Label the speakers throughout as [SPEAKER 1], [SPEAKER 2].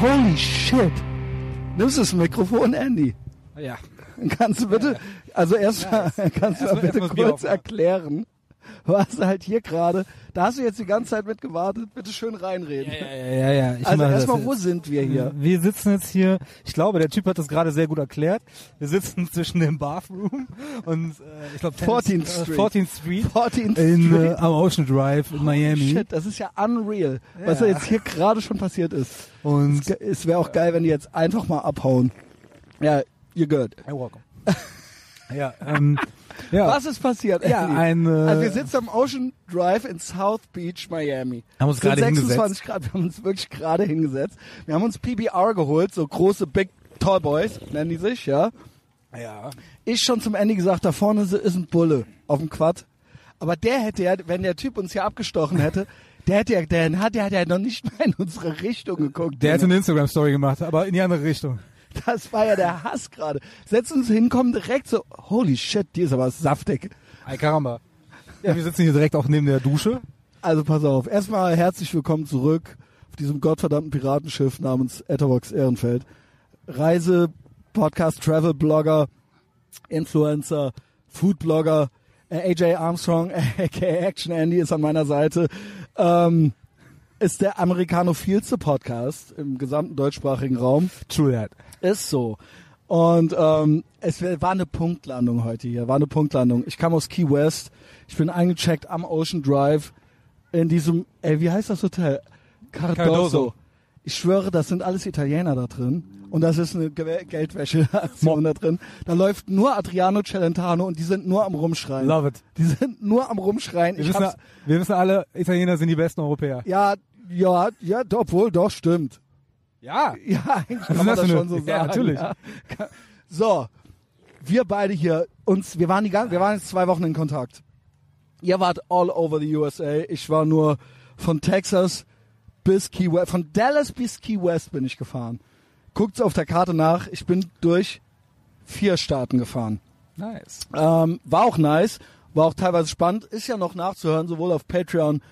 [SPEAKER 1] Holy shit! Nimmst du das Mikrofon, Andy?
[SPEAKER 2] Ja.
[SPEAKER 1] Kannst du bitte, also erstmal, kannst du mal
[SPEAKER 2] erstmal-
[SPEAKER 1] bitte
[SPEAKER 2] erstmal das Bier
[SPEAKER 1] kurz
[SPEAKER 2] aufmachen.
[SPEAKER 1] erklären, was halt hier gerade, da hast du jetzt die ganze Zeit mit gewartet, bitte schön reinreden.
[SPEAKER 2] Ja, ja, ja. Ich
[SPEAKER 1] Also
[SPEAKER 2] mach das Mhm.
[SPEAKER 1] erstmal,
[SPEAKER 2] jetzt.
[SPEAKER 1] wo sind wir hier?
[SPEAKER 2] Wir sitzen jetzt hier, ich glaube, der Typ hat das gerade sehr gut erklärt. Wir sitzen zwischen dem Bathroom und äh, ich glaube
[SPEAKER 1] 14th Street.
[SPEAKER 2] 14th Street
[SPEAKER 1] 14th
[SPEAKER 2] in,
[SPEAKER 1] Street.
[SPEAKER 2] äh, am Ocean Drive in Miami.
[SPEAKER 1] Shit, das ist ja unreal, was da jetzt hier gerade schon passiert ist.
[SPEAKER 2] Und
[SPEAKER 1] Ge- Es wäre auch geil, wenn die jetzt einfach mal abhauen. Ja, ihr gehört.
[SPEAKER 2] Hey, welcome. ja, ähm, ja.
[SPEAKER 1] Was ist passiert?
[SPEAKER 2] Ja,
[SPEAKER 1] Andy?
[SPEAKER 2] ein, äh,
[SPEAKER 1] also wir sitzen am Ocean Drive in South Beach, Miami.
[SPEAKER 2] Haben uns
[SPEAKER 1] Es sind
[SPEAKER 2] gerade
[SPEAKER 1] 26 Grad, wir haben uns wirklich gerade hingesetzt. Wir haben uns PBR geholt, so große Big Tall Boys nennen die sich, ja.
[SPEAKER 2] Ja.
[SPEAKER 1] Ich schon zum Andy gesagt, da vorne si- ist ein Bulle auf dem Quad. Aber der hätte ja, wenn der Typ uns hier abgestochen hätte, der hätte ja, der hat, der hat ja noch nicht mal in unsere Richtung geguckt.
[SPEAKER 2] Der hätte
[SPEAKER 1] Junge.
[SPEAKER 2] eine Instagram-Story gemacht, aber in die andere Richtung.
[SPEAKER 1] das war ja der Hass gerade. Setzen uns hin, kommen direkt so, holy shit, die ist aber saftig.
[SPEAKER 2] Ay, caramba. Ja, wir sitzen hier direkt auch neben der Dusche.
[SPEAKER 1] Also pass auf. Erstmal herzlich willkommen zurück auf diesem gottverdammten Piratenschiff namens Etterbox Ehrenfeld. Reise, Podcast, Travel Blogger, Influencer, Food Blogger, äh, AJ Armstrong, aka Action Andy ist an meiner Seite. Ähm, ist der amerikanophielste Podcast im gesamten deutschsprachigen Raum.
[SPEAKER 2] True that.
[SPEAKER 1] Ist so. Und ähm, es wär- war eine Punktlandung heute hier, war eine Punktlandung. Ich kam aus Key West, ich bin eingecheckt am Ocean Drive in diesem, ey, wie heißt das Hotel? Cardoso.
[SPEAKER 2] Cardoso.
[SPEAKER 1] Ich schwöre, das sind alles Italiener da drin. Und das ist eine Ge Geldwäsche-Aktion da drin. Da läuft nur Adriano Celentano und die sind nur am Rumschreien.
[SPEAKER 2] Love it.
[SPEAKER 1] Die sind nur am Rumschreien.
[SPEAKER 2] Wir
[SPEAKER 1] ich
[SPEAKER 2] wissen,
[SPEAKER 1] hab's,
[SPEAKER 2] ja- wir wissen alle, Italiener sind die besten Europäer.
[SPEAKER 1] ja, ja, ja, doch, obwohl, doch, stimmt.
[SPEAKER 2] Ja.
[SPEAKER 1] Ja, eigentlich
[SPEAKER 2] Was
[SPEAKER 1] kann man
[SPEAKER 2] ist das
[SPEAKER 1] das
[SPEAKER 2] für
[SPEAKER 1] schon
[SPEAKER 2] eine-
[SPEAKER 1] so sagen.
[SPEAKER 2] Ja, natürlich.
[SPEAKER 1] So, wir beide hier, uns, wir waren, die, gan- wir waren jetzt zwei Wochen in Kontakt. Ihr wart all over the USA. Ich war nur von Texas bis Key West, von Dallas bis Key West bin ich gefahren. Guckt's auf der Karte nach. Ich bin durch vier Staaten gefahren.
[SPEAKER 2] Nice.
[SPEAKER 1] Ähm, war auch nice, war auch teilweise spannend, ist ja noch nachzuhören, sowohl auf Patreon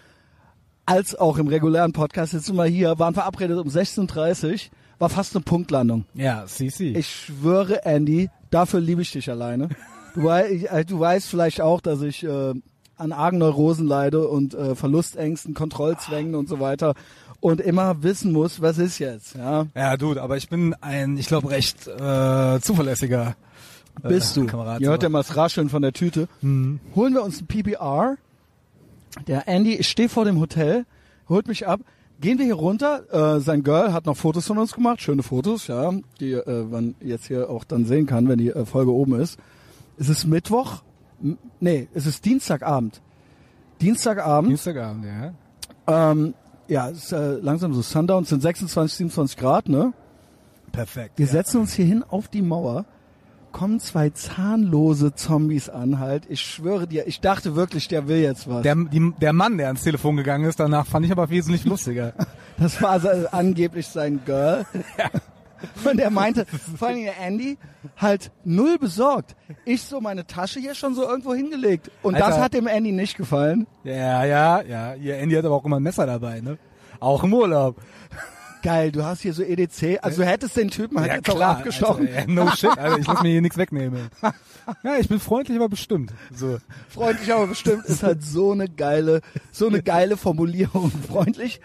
[SPEAKER 1] als auch im regulären Podcast. Jetzt sind wir hier, waren verabredet um 16.30 Uhr, war fast eine Punktlandung.
[SPEAKER 2] Ja, CC.
[SPEAKER 1] Ich schwöre, Andy, dafür liebe ich dich alleine. Du, wei äh, du weißt vielleicht auch, dass ich äh, an argen Neurosen leide und äh, Verlustängsten, Kontrollzwängen und so weiter und immer wissen muss, was ist jetzt. Ja?
[SPEAKER 2] ja, Dude, aber ich bin ein, ich glaube, recht äh, zuverlässiger äh,
[SPEAKER 1] Bist du.
[SPEAKER 2] Kamerad. Mhm.
[SPEAKER 1] Ihr hört ja mal das Rascheln von der Tüte. Holen wir uns ein PBR. Der Andy, ich stehe vor dem Hotel, holt mich ab. Gehen wir hier runter. Äh, sein Girl hat noch Fotos von uns gemacht, schöne Fotos, ja, die äh, man jetzt hier auch dann sehen kann, wenn die äh, Folge oben ist. Es ist Mittwoch. M nee, es ist Dienstagabend. Dienstagabend.
[SPEAKER 2] Dienstagabend, ja.
[SPEAKER 1] ähm, ja, es ist äh, langsam so Sundown. Es sind 26, 27 Grad, ne?
[SPEAKER 2] Perfekt.
[SPEAKER 1] Wir
[SPEAKER 2] ja.
[SPEAKER 1] setzen uns hier hin auf die Mauer, kommen zwei zahnlose Zombies an, halt. Ich schwöre dir, ich dachte wirklich, der will jetzt was.
[SPEAKER 2] der, die, der Mann, der ans Telefon gegangen ist, danach fand ich aber wesentlich lustiger.
[SPEAKER 1] das war se- angeblich sein Girl. Und er meinte, vor allem der Andy, halt null besorgt. Ich so meine Tasche hier schon so irgendwo hingelegt. Und das
[SPEAKER 2] Alter.
[SPEAKER 1] hat dem Andy nicht gefallen.
[SPEAKER 2] ja, ja, ja. Ihr Andy hat aber auch immer ein Messer dabei, ne? Auch im Urlaub.
[SPEAKER 1] Geil, du hast hier so EDC. Also du hättest den Typen halt jetzt auch abgestochen.
[SPEAKER 2] Also, ja, no shit, also ich lass mir hier nichts wegnehmen. Ja, ich bin freundlich, aber bestimmt. So.
[SPEAKER 1] freundlich, aber bestimmt ist halt so eine geile, so eine geile Formulierung. Freundlich,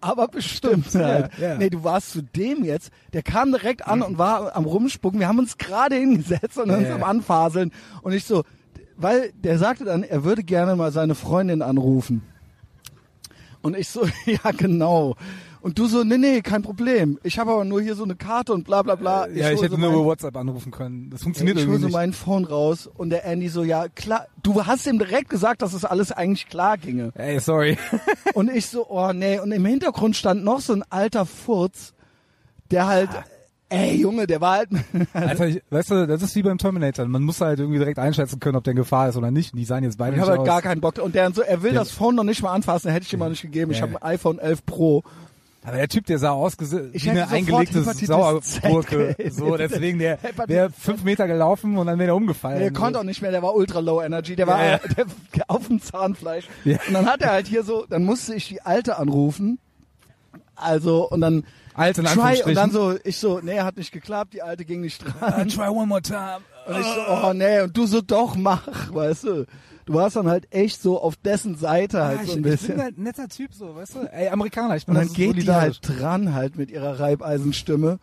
[SPEAKER 1] aber bestimmt halt.
[SPEAKER 2] ja, ja.
[SPEAKER 1] Nee, du warst zu dem jetzt, der kam direkt an und war am Rumspucken. Wir haben uns gerade hingesetzt und uns
[SPEAKER 2] Ja.
[SPEAKER 1] am Anfaseln. Und ich so, weil der sagte dann, er würde gerne mal seine Freundin anrufen. Und ich so, ja genau. Und du so, nee, nee, kein Problem. Ich habe aber nur hier so eine Karte und bla bla bla.
[SPEAKER 2] Äh, Ja, ich
[SPEAKER 1] hol
[SPEAKER 2] hätte
[SPEAKER 1] so
[SPEAKER 2] nur
[SPEAKER 1] mein-
[SPEAKER 2] über WhatsApp anrufen können. Das
[SPEAKER 1] Ey,
[SPEAKER 2] funktioniert
[SPEAKER 1] ich hole
[SPEAKER 2] irgendwie
[SPEAKER 1] so
[SPEAKER 2] nicht.
[SPEAKER 1] mein Phone raus und der Andy so, ja klar, du hast ihm direkt gesagt, dass es das alles eigentlich klar ginge.
[SPEAKER 2] Ey, sorry.
[SPEAKER 1] Und ich so, oh nee, und im Hintergrund stand noch so ein alter Furz, der halt, ey Junge, der war halt,
[SPEAKER 2] Alter, ich, weißt du, das ist wie beim Terminator. Man muss halt irgendwie direkt einschätzen können, ob der in Gefahr ist oder nicht. Und die sahen jetzt beide
[SPEAKER 1] ich
[SPEAKER 2] nicht
[SPEAKER 1] habe halt
[SPEAKER 2] aus.
[SPEAKER 1] gar keinen Bock. Und der so, er will
[SPEAKER 2] Der-
[SPEAKER 1] das Phone noch nicht mal anfassen, hätte ich ihm mal nicht gegeben. Ich
[SPEAKER 2] Ja.
[SPEAKER 1] habe ein iPhone 11 Pro.
[SPEAKER 2] Aber der Typ, der sah aus gese-
[SPEAKER 1] Ich
[SPEAKER 2] wie
[SPEAKER 1] hätte
[SPEAKER 2] eine
[SPEAKER 1] sofort
[SPEAKER 2] eingelegte
[SPEAKER 1] Hepatitis
[SPEAKER 2] Sauergurke.
[SPEAKER 1] Z.
[SPEAKER 2] So, deswegen, der
[SPEAKER 1] Hepatitis
[SPEAKER 2] wäre fünf Meter gelaufen und dann wäre er umgefallen.
[SPEAKER 1] Der konnte auch nicht mehr, der war ultra low energy, der war
[SPEAKER 2] Äh, Ja.
[SPEAKER 1] der, auf dem Zahnfleisch.
[SPEAKER 2] Ja.
[SPEAKER 1] Und dann hat er halt hier so, dann musste ich die Alte anrufen. Also, und dann
[SPEAKER 2] Alt in
[SPEAKER 1] Try
[SPEAKER 2] Anführungsstrichen.
[SPEAKER 1] und dann so, ich so, nee, hat nicht geklappt, die alte ging nicht dran.
[SPEAKER 2] Try one more time.
[SPEAKER 1] Und ich so, oh nee, und du so, doch, mach, weißt du. Du warst dann halt echt so auf dessen Seite halt
[SPEAKER 2] Ah, ich,
[SPEAKER 1] so ein
[SPEAKER 2] ich
[SPEAKER 1] bisschen.
[SPEAKER 2] bin halt ein netter Typ so, weißt du? Ey, Amerikaner, ich bin
[SPEAKER 1] Und
[SPEAKER 2] da
[SPEAKER 1] dann
[SPEAKER 2] so
[SPEAKER 1] geht die
[SPEAKER 2] solidarisch.
[SPEAKER 1] halt dran halt mit ihrer Reibeisenstimme.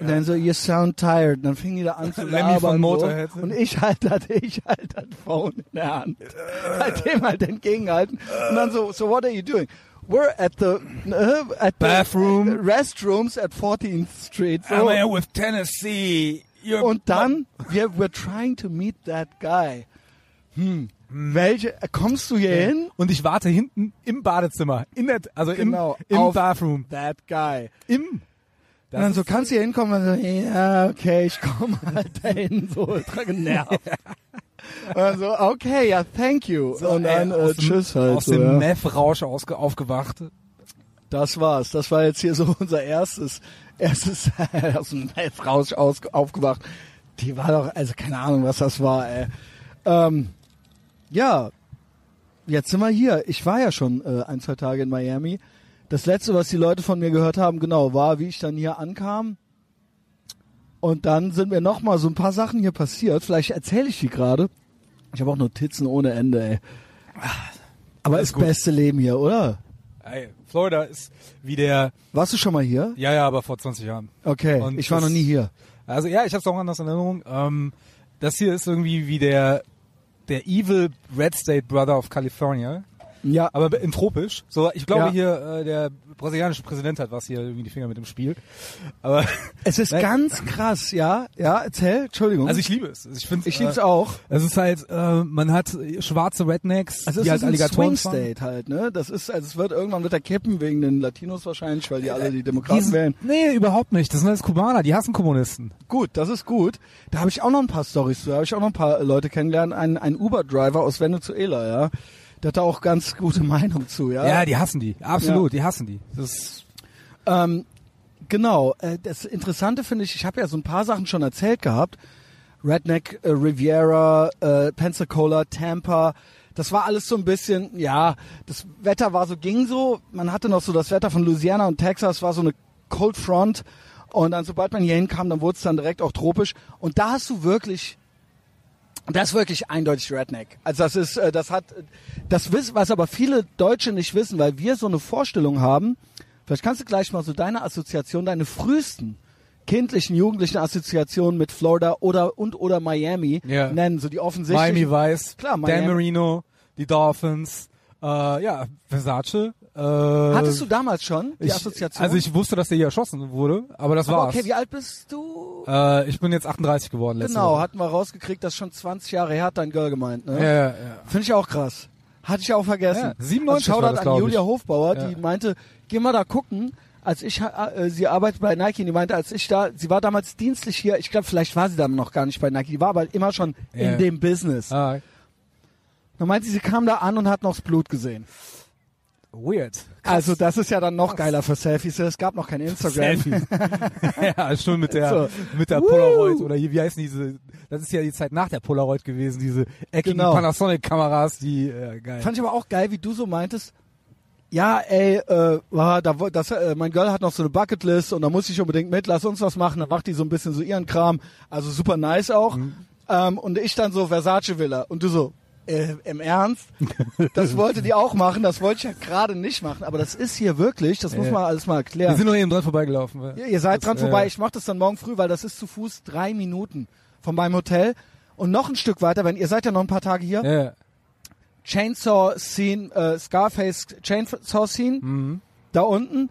[SPEAKER 1] Und dann so, you sound tired. Und dann fing die da an zu
[SPEAKER 2] Lemmy
[SPEAKER 1] labern.
[SPEAKER 2] von Motorhead.
[SPEAKER 1] so. Und ich halt hatte, ich halt das Phone in der Hand.
[SPEAKER 2] Äh.
[SPEAKER 1] halt dem halt entgegenhalten. Und dann so, so what are you doing? We're at the, ne, at
[SPEAKER 2] Bathroom.
[SPEAKER 1] the restrooms at 14th Street. So.
[SPEAKER 2] I'm here with Tennessee. You're
[SPEAKER 1] Und dann, wir, we're trying to meet that guy. Hm, welche, kommst du hier hin?
[SPEAKER 2] Und ich warte hinten im Badezimmer. In der, also
[SPEAKER 1] Genau,
[SPEAKER 2] im, im
[SPEAKER 1] auf-
[SPEAKER 2] Bathroom.
[SPEAKER 1] That guy.
[SPEAKER 2] Im.
[SPEAKER 1] Und dann so, kannst du hier hinkommen? Und dann so, ja, okay, ich komme halt dahin, so ultra genervt. Und dann so, okay, ja, thank you. und dann,
[SPEAKER 2] ey,
[SPEAKER 1] äh,
[SPEAKER 2] aus dem-
[SPEAKER 1] tschüss halt.
[SPEAKER 2] Aus
[SPEAKER 1] so,
[SPEAKER 2] dem
[SPEAKER 1] ja.
[SPEAKER 2] Meth-Rausch ausge- aufgewacht.
[SPEAKER 1] Das war's. Das war jetzt hier so unser erstes, erstes aus dem Netz raus aus, aufgewacht. Die war doch, also keine Ahnung, was das war, ey. Ähm, ja, jetzt sind wir hier. Ich war ja schon äh, ein, zwei Tage in Miami. Das letzte, was die Leute von mir gehört haben, genau, war, wie ich dann hier ankam. Und dann sind mir nochmal so ein paar Sachen hier passiert. Vielleicht erzähle ich die gerade. Ich habe auch Notizen ohne Ende, ey. Aber
[SPEAKER 2] Ah, Alles
[SPEAKER 1] das
[SPEAKER 2] gut.
[SPEAKER 1] beste Leben hier, oder?
[SPEAKER 2] Ey, Florida ist wie der,
[SPEAKER 1] Warst du schon mal hier?
[SPEAKER 2] ja, ja, aber vor 20 Jahren.
[SPEAKER 1] Okay,
[SPEAKER 2] Und
[SPEAKER 1] ich war
[SPEAKER 2] das-
[SPEAKER 1] noch nie hier.
[SPEAKER 2] Also ja, ich habe es auch anders in Erinnerung. Ähm, das hier ist irgendwie wie der, der Evil Red State Brother of California.
[SPEAKER 1] Ja, aber
[SPEAKER 2] Aber in tropisch. So, ich glaube
[SPEAKER 1] Ja.
[SPEAKER 2] hier, äh, der brasilianische Präsident hat was hier irgendwie die Finger mit dem Spiel. Aber,
[SPEAKER 1] es ist
[SPEAKER 2] Nein.
[SPEAKER 1] ganz krass, ja. Ja, erzähl, Entschuldigung.
[SPEAKER 2] also ich liebe es. Ich finde
[SPEAKER 1] ich lieb's auch.
[SPEAKER 2] Es ist halt, äh, man hat schwarze Rednecks,
[SPEAKER 1] Also es
[SPEAKER 2] die
[SPEAKER 1] ist
[SPEAKER 2] halt
[SPEAKER 1] ein Swing
[SPEAKER 2] Alligatoren fahren.
[SPEAKER 1] State halt, ne? Das ist, also es wird irgendwann wird er kippen wegen den Latinos wahrscheinlich, weil die alle die Demokraten
[SPEAKER 2] sind-
[SPEAKER 1] wählen.
[SPEAKER 2] Nee, überhaupt nicht. Das sind alles Kubaner, die hassen Kommunisten.
[SPEAKER 1] Gut, das ist gut. Da habe ich auch noch ein paar Stories zu. Da habe ich auch noch ein paar äh, Leute kennengelernt. Ein, ein Uber-Driver aus Venezuela, ja. Der hat da auch ganz gute Meinung zu, ja.
[SPEAKER 2] Ja, die hassen die. Absolut, die hassen die. Das ist,
[SPEAKER 1] Ähm, genau, äh, das Interessante finde ich, ich habe ja so ein paar Sachen schon erzählt gehabt. Redneck, äh, Riviera, äh, Pensacola, Tampa. Das war alles so ein bisschen, ja, das Wetter war so, ging so. Man hatte noch so das Wetter von Louisiana und Texas, war so eine Cold Front. Und dann, sobald man hier hinkam, dann wurde es dann direkt auch tropisch. Und da hast du wirklich das ist wirklich eindeutig Redneck. Also das ist, äh, das hat, äh, das wissen, was aber viele Deutsche nicht wissen, weil wir so eine Vorstellung haben. Vielleicht kannst du gleich mal so deine Assoziation, deine frühesten kindlichen, jugendlichen Assoziationen mit Florida oder und oder Miami
[SPEAKER 2] Ja.
[SPEAKER 1] nennen, so die offensichtlichen.
[SPEAKER 2] Miami Vice,
[SPEAKER 1] Klar,
[SPEAKER 2] Dan
[SPEAKER 1] Miami.
[SPEAKER 2] Marino, die Dolphins, äh, ja, Versace. Äh, Hattest
[SPEAKER 1] Hattest du damals schon die
[SPEAKER 2] ich,
[SPEAKER 1] Assoziation?
[SPEAKER 2] Also ich wusste, dass der hier erschossen wurde, aber das
[SPEAKER 1] aber
[SPEAKER 2] war's.
[SPEAKER 1] okay, wie alt bist du?
[SPEAKER 2] äh, ich bin jetzt 38 geworden letzte
[SPEAKER 1] genau,
[SPEAKER 2] Woche.
[SPEAKER 1] hatten wir rausgekriegt, dass schon 20 Jahre her hat dein Girl gemeint. Ne?
[SPEAKER 2] Ja, ja, ja.
[SPEAKER 1] Finde ich auch krass. Hatte ich auch vergessen.
[SPEAKER 2] Ja, 97
[SPEAKER 1] also Shoutout
[SPEAKER 2] war das,
[SPEAKER 1] an
[SPEAKER 2] glaub
[SPEAKER 1] Julia
[SPEAKER 2] ich.
[SPEAKER 1] Hofbauer,
[SPEAKER 2] Ja.
[SPEAKER 1] die meinte, geh mal da gucken. Als ich, äh, sie arbeitet bei Nike, und die meinte, als ich da, sie war damals dienstlich hier, ich glaube, vielleicht war sie dann noch gar nicht bei Nike, die war aber immer schon
[SPEAKER 2] Ja.
[SPEAKER 1] in dem Business.
[SPEAKER 2] Ah,
[SPEAKER 1] Dann meinte sie, sie kam da an und hat noch das Blut gesehen.
[SPEAKER 2] weird.
[SPEAKER 1] Also das ist ja dann noch geiler für Selfies, es gab noch kein Instagram.
[SPEAKER 2] Selfie. ja, schon mit der,
[SPEAKER 1] So.
[SPEAKER 2] mit der
[SPEAKER 1] Woo!
[SPEAKER 2] Polaroid oder hier, wie heißen diese, das ist ja die Zeit nach der Polaroid gewesen, diese eckigen
[SPEAKER 1] Genau.
[SPEAKER 2] Panasonic-Kameras, die, äh, geil.
[SPEAKER 1] Fand ich aber auch geil, wie du so meintest. Ja, ey, äh, war, da, wo- das, äh, mein Girl hat noch so eine Bucketlist und da muss ich unbedingt mit, lass uns was machen. Dann macht die so ein bisschen so ihren Kram. Also super nice auch.
[SPEAKER 2] Mhm.
[SPEAKER 1] Ähm, und ich dann so Versace Villa und du so, äh, im Ernst? Das wollte die auch machen, das wollte ich ja gerade nicht machen. Aber das ist hier wirklich, das muss
[SPEAKER 2] Ja.
[SPEAKER 1] man alles mal
[SPEAKER 2] Wir
[SPEAKER 1] erklären.
[SPEAKER 2] sind nur eben dran vorbeigelaufen.
[SPEAKER 1] Ja, ihr seid
[SPEAKER 2] Das,
[SPEAKER 1] dran
[SPEAKER 2] äh,
[SPEAKER 1] vorbei. Ich mache das dann morgen früh, weil das ist zu Fuß drei Minuten von meinem Hotel. Und noch ein Stück weiter, wenn ihr seid ja noch ein paar Tage hier.
[SPEAKER 2] Ja.
[SPEAKER 1] Chainsaw Scene, äh, Scarface Chainsaw Scene
[SPEAKER 2] Mhm.
[SPEAKER 1] da unten.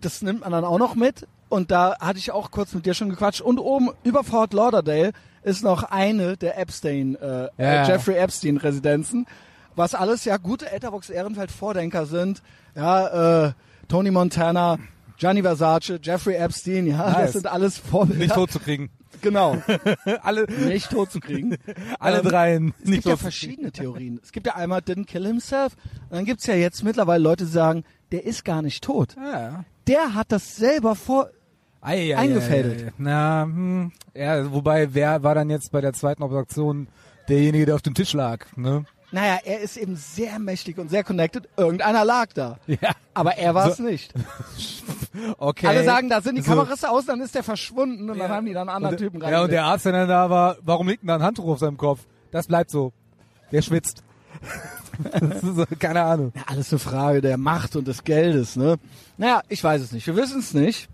[SPEAKER 1] Das nimmt man dann auch noch mit. Und da hatte ich auch kurz mit dir schon gequatscht. Und oben über Fort Lauderdale ist noch eine der Epstein, äh,
[SPEAKER 2] Ja.
[SPEAKER 1] äh, Jeffrey Epstein Residenzen, was alles ja gute Etherbox Ehrenfeld Vordenker sind. Ja, äh, Tony Montana, Gianni Versace, Jeffrey Epstein, ja,
[SPEAKER 2] Nice.
[SPEAKER 1] das sind alles
[SPEAKER 2] Nicht
[SPEAKER 1] Vorbilder.
[SPEAKER 2] tot zu kriegen.
[SPEAKER 1] Genau,
[SPEAKER 2] Alle,
[SPEAKER 1] nicht tot zu kriegen.
[SPEAKER 2] alle
[SPEAKER 1] Ähm,
[SPEAKER 2] dreien.
[SPEAKER 1] Es gibt ja
[SPEAKER 2] Nicht tot zu kriegen.
[SPEAKER 1] verschiedene Theorien. Es gibt ja einmal didn't kill himself und dann gibt's ja jetzt mittlerweile Leute, die sagen, der ist gar nicht tot.
[SPEAKER 2] Ja.
[SPEAKER 1] Der hat das selber vor.
[SPEAKER 2] Ei, ei,
[SPEAKER 1] Eingefädelt.
[SPEAKER 2] Ei, ei. Na, hm, ja, wobei, wer war dann jetzt bei der zweiten Obduktion derjenige, der auf dem Tisch lag, ne?
[SPEAKER 1] Naja, er ist eben sehr mächtig und sehr connected. Irgendeiner lag da.
[SPEAKER 2] Ja.
[SPEAKER 1] Aber er war es
[SPEAKER 2] So-
[SPEAKER 1] nicht.
[SPEAKER 2] okay.
[SPEAKER 1] Alle sagen, da sind die
[SPEAKER 2] So.
[SPEAKER 1] Kameras aus, dann ist der verschwunden und dann haben die dann einen anderen
[SPEAKER 2] und,
[SPEAKER 1] Typen rein.
[SPEAKER 2] Ja, und der Arzt, der dann da war, warum liegt denn da ein Handtuch auf seinem Kopf? Das bleibt so. Der schwitzt. das ist so, keine Ahnung.
[SPEAKER 1] Ja, alles eine Frage der Macht und des Geldes, ne? Naja, ich weiß es nicht. Wir wissen es nicht.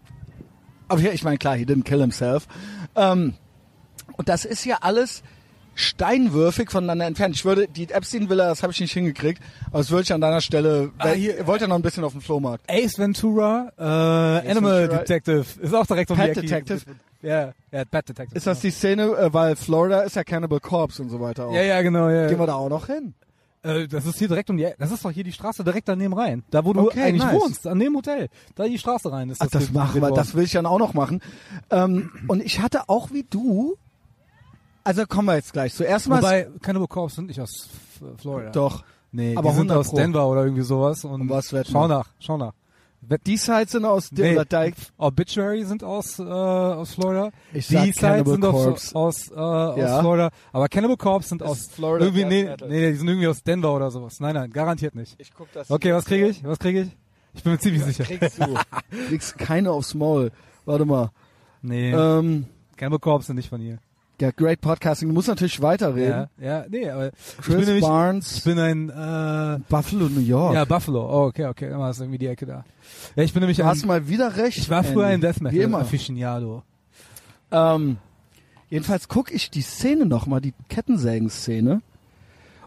[SPEAKER 1] Aber ja, ich meine, klar, he didn't kill himself. Ähm, und das ist ja alles steinwürfig voneinander entfernt. Ich würde, die Epstein-Villa, das habe ich nicht hingekriegt, aber das würde ich an deiner Stelle,
[SPEAKER 2] Ah,
[SPEAKER 1] weil
[SPEAKER 2] hier-
[SPEAKER 1] ihr wollt ja noch ein bisschen auf dem Flohmarkt.
[SPEAKER 2] Ace Ventura, äh, Animal
[SPEAKER 1] Ventura.
[SPEAKER 2] Detective, ist auch direkt um
[SPEAKER 1] Pet
[SPEAKER 2] die Ecke.
[SPEAKER 1] Detective?
[SPEAKER 2] Ja, ja, Pet Detective.
[SPEAKER 1] Ist das die Szene, äh, weil Florida ist ja Cannibal Corpse und so weiter auch.
[SPEAKER 2] Ja, ja, genau, ja.
[SPEAKER 1] Gehen wir da auch noch hin?
[SPEAKER 2] Äh, das ist hier direkt um die Ecke. Das ist doch hier die Straße direkt daneben rein. Da, wo du
[SPEAKER 1] Okay,
[SPEAKER 2] eigentlich
[SPEAKER 1] nice.
[SPEAKER 2] wohnst, an dem Hotel. Da die Straße rein ist.
[SPEAKER 1] Ach, das
[SPEAKER 2] gedreht
[SPEAKER 1] machen wir,
[SPEAKER 2] worden.
[SPEAKER 1] das will ich dann auch noch machen. Ähm, und ich hatte auch wie du, also kommen wir jetzt gleich. Zuerst mal
[SPEAKER 2] Wobei, Cannibal Corpse sind nicht aus F- Florida.
[SPEAKER 1] Doch.
[SPEAKER 2] Nee,
[SPEAKER 1] aber
[SPEAKER 2] die sind
[SPEAKER 1] 100
[SPEAKER 2] aus
[SPEAKER 1] Pro.
[SPEAKER 2] Denver oder irgendwie sowas. Und
[SPEAKER 1] Und was wetten
[SPEAKER 2] schau
[SPEAKER 1] wir?
[SPEAKER 2] nach, schau nach. Wett
[SPEAKER 1] Die Sides sind aus
[SPEAKER 2] Nee.
[SPEAKER 1] Dilla Dyke.
[SPEAKER 2] Obituary sind aus, äh, aus Florida.
[SPEAKER 1] Ich
[SPEAKER 2] die
[SPEAKER 1] sag Cannibal
[SPEAKER 2] sind aus,
[SPEAKER 1] Corpse.
[SPEAKER 2] aus, äh, aus
[SPEAKER 1] Ja.
[SPEAKER 2] Florida. Aber Cannibal Corpse sind aus
[SPEAKER 1] Florida
[SPEAKER 2] irgendwie,
[SPEAKER 1] Death
[SPEAKER 2] nee,
[SPEAKER 1] Metal.
[SPEAKER 2] nee, die sind irgendwie aus Denver oder sowas. Nein, nein, garantiert nicht.
[SPEAKER 1] Ich guck das.
[SPEAKER 2] Okay, was kriege ich? Was kriege ich? Ich bin mir ziemlich sicher.
[SPEAKER 1] Kriegst du. Kriegst keine aufs Maul. Warte mal.
[SPEAKER 2] Nee,
[SPEAKER 1] Ähm,
[SPEAKER 2] Cannibal Corpse sind nicht von hier.
[SPEAKER 1] ja, great podcasting. Du musst natürlich weiterreden.
[SPEAKER 2] Ja, ja, nee, aber ich bin
[SPEAKER 1] Chris
[SPEAKER 2] nämlich, ich
[SPEAKER 1] Barnes,
[SPEAKER 2] bin ein, äh,
[SPEAKER 1] Buffalo, New York.
[SPEAKER 2] ja, Buffalo. Oh, okay, okay, immer ist irgendwie die Ecke da. Ja, ich bin nämlich
[SPEAKER 1] du hast
[SPEAKER 2] ein,
[SPEAKER 1] mal wieder recht.
[SPEAKER 2] ich war früher ein
[SPEAKER 1] Andy.
[SPEAKER 2] Death
[SPEAKER 1] Wie
[SPEAKER 2] Metal
[SPEAKER 1] immer.
[SPEAKER 2] Aficionado.
[SPEAKER 1] Ähm, jedenfalls gucke ich die Szene nochmal, die Kettensägen-Szene.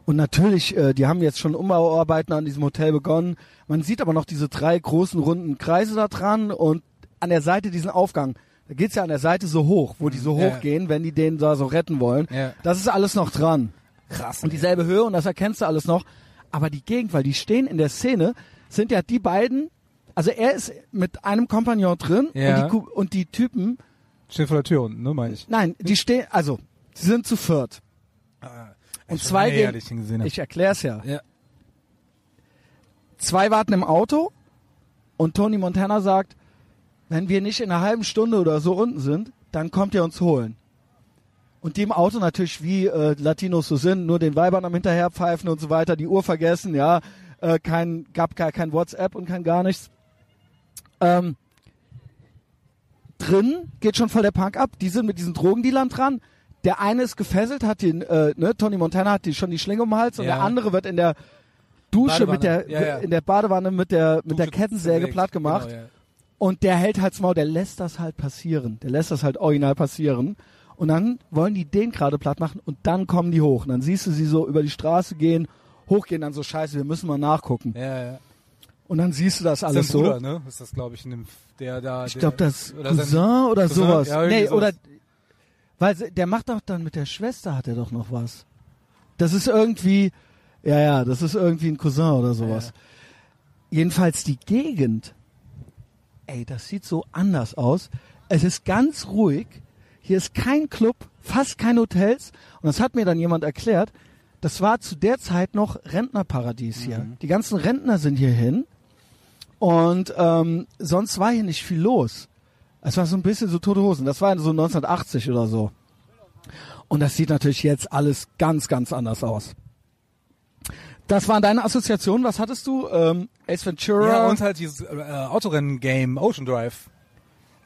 [SPEAKER 1] Und natürlich, äh, die haben jetzt schon Umbauarbeiten an diesem Hotel begonnen. Man sieht aber noch diese drei großen runden Kreise da dran und an der Seite diesen Aufgang. Da geht's ja an der Seite so hoch, wo die so
[SPEAKER 2] Ja.
[SPEAKER 1] hochgehen, wenn die den da so retten wollen.
[SPEAKER 2] Ja.
[SPEAKER 1] Das ist alles noch dran.
[SPEAKER 2] Krass.
[SPEAKER 1] Und dieselbe Höhe und das erkennst du alles noch. Aber die Gegend, weil die stehen in der Szene, sind ja die beiden, also er ist mit einem Kompagnon drin
[SPEAKER 2] Ja.
[SPEAKER 1] und, die, Ku- und die Typen,
[SPEAKER 2] Steht vor der Tür unten, ne, meine ich.
[SPEAKER 1] Nein, die stehen, also, sie sind zu viert. Und zwei
[SPEAKER 2] nee,
[SPEAKER 1] gehen,
[SPEAKER 2] ich den gesehen hab.
[SPEAKER 1] ich erklär's ja.
[SPEAKER 2] Ja.
[SPEAKER 1] Zwei warten im Auto und Tony Montana sagt, wenn wir nicht in einer halben Stunde oder so unten sind, dann kommt ihr uns holen. Und die im Auto natürlich, wie äh, Latinos so sind, nur den Weibern am Hinterherpfeifen und so weiter, die Uhr vergessen, ja, äh, kein, gab gar kein WhatsApp und kein gar nichts. Ähm, drin geht schon voll der Punk ab. Die sind mit diesen Drogendealern dran. Der eine ist gefesselt, hat den, äh, ne, Tony Montana hat die schon die Schlinge um den Hals und
[SPEAKER 2] Ja.
[SPEAKER 1] der andere wird in der Dusche
[SPEAKER 2] Badewanne.
[SPEAKER 1] mit der,
[SPEAKER 2] Ja, ja.
[SPEAKER 1] in der Badewanne mit der, mit der
[SPEAKER 2] Dusche
[SPEAKER 1] Kettensäge
[SPEAKER 2] zerlegt.
[SPEAKER 1] platt gemacht.
[SPEAKER 2] Genau, ja.
[SPEAKER 1] Und der hält halt's Maul, der lässt das halt passieren. Der lässt das halt original passieren. Und dann wollen die den gerade platt machen und dann kommen die hoch. Und dann siehst du sie so über die Straße gehen, hochgehen, dann so, scheiße, wir müssen mal nachgucken.
[SPEAKER 2] Ja, ja.
[SPEAKER 1] Und dann siehst du das
[SPEAKER 2] Alles
[SPEAKER 1] alles
[SPEAKER 2] sein Bruder,
[SPEAKER 1] so.
[SPEAKER 2] ne? Ist das, glaube ich, in dem, der da.
[SPEAKER 1] Ich
[SPEAKER 2] der-
[SPEAKER 1] glaube, das
[SPEAKER 2] oder sein-
[SPEAKER 1] Cousin oder
[SPEAKER 2] Cousin,
[SPEAKER 1] sowas.
[SPEAKER 2] ja, irgendwie
[SPEAKER 1] nee,
[SPEAKER 2] sowas.
[SPEAKER 1] oder, weil se- der macht doch dann mit der Schwester hat er doch noch was. Das ist irgendwie, ja, ja, das ist irgendwie ein Cousin oder sowas. Jedenfalls die Gegend, ey, das sieht so anders aus. Es ist ganz ruhig. Hier ist kein Club, fast keine Hotels. Und das hat mir dann jemand erklärt. Das war zu der Zeit noch Rentnerparadies hier.
[SPEAKER 2] Mhm.
[SPEAKER 1] Die ganzen Rentner sind hier hin. Und ähm, sonst war hier nicht viel los. Es war so ein bisschen so tote Hosen. Das war so 1980 oder so. Und das sieht natürlich jetzt alles ganz, ganz anders aus. Das waren deine Assoziationen. Was hattest du? Ähm, Ace Ventura.
[SPEAKER 2] Ja, und halt dieses äh, Autorennen-Game Ocean Drive.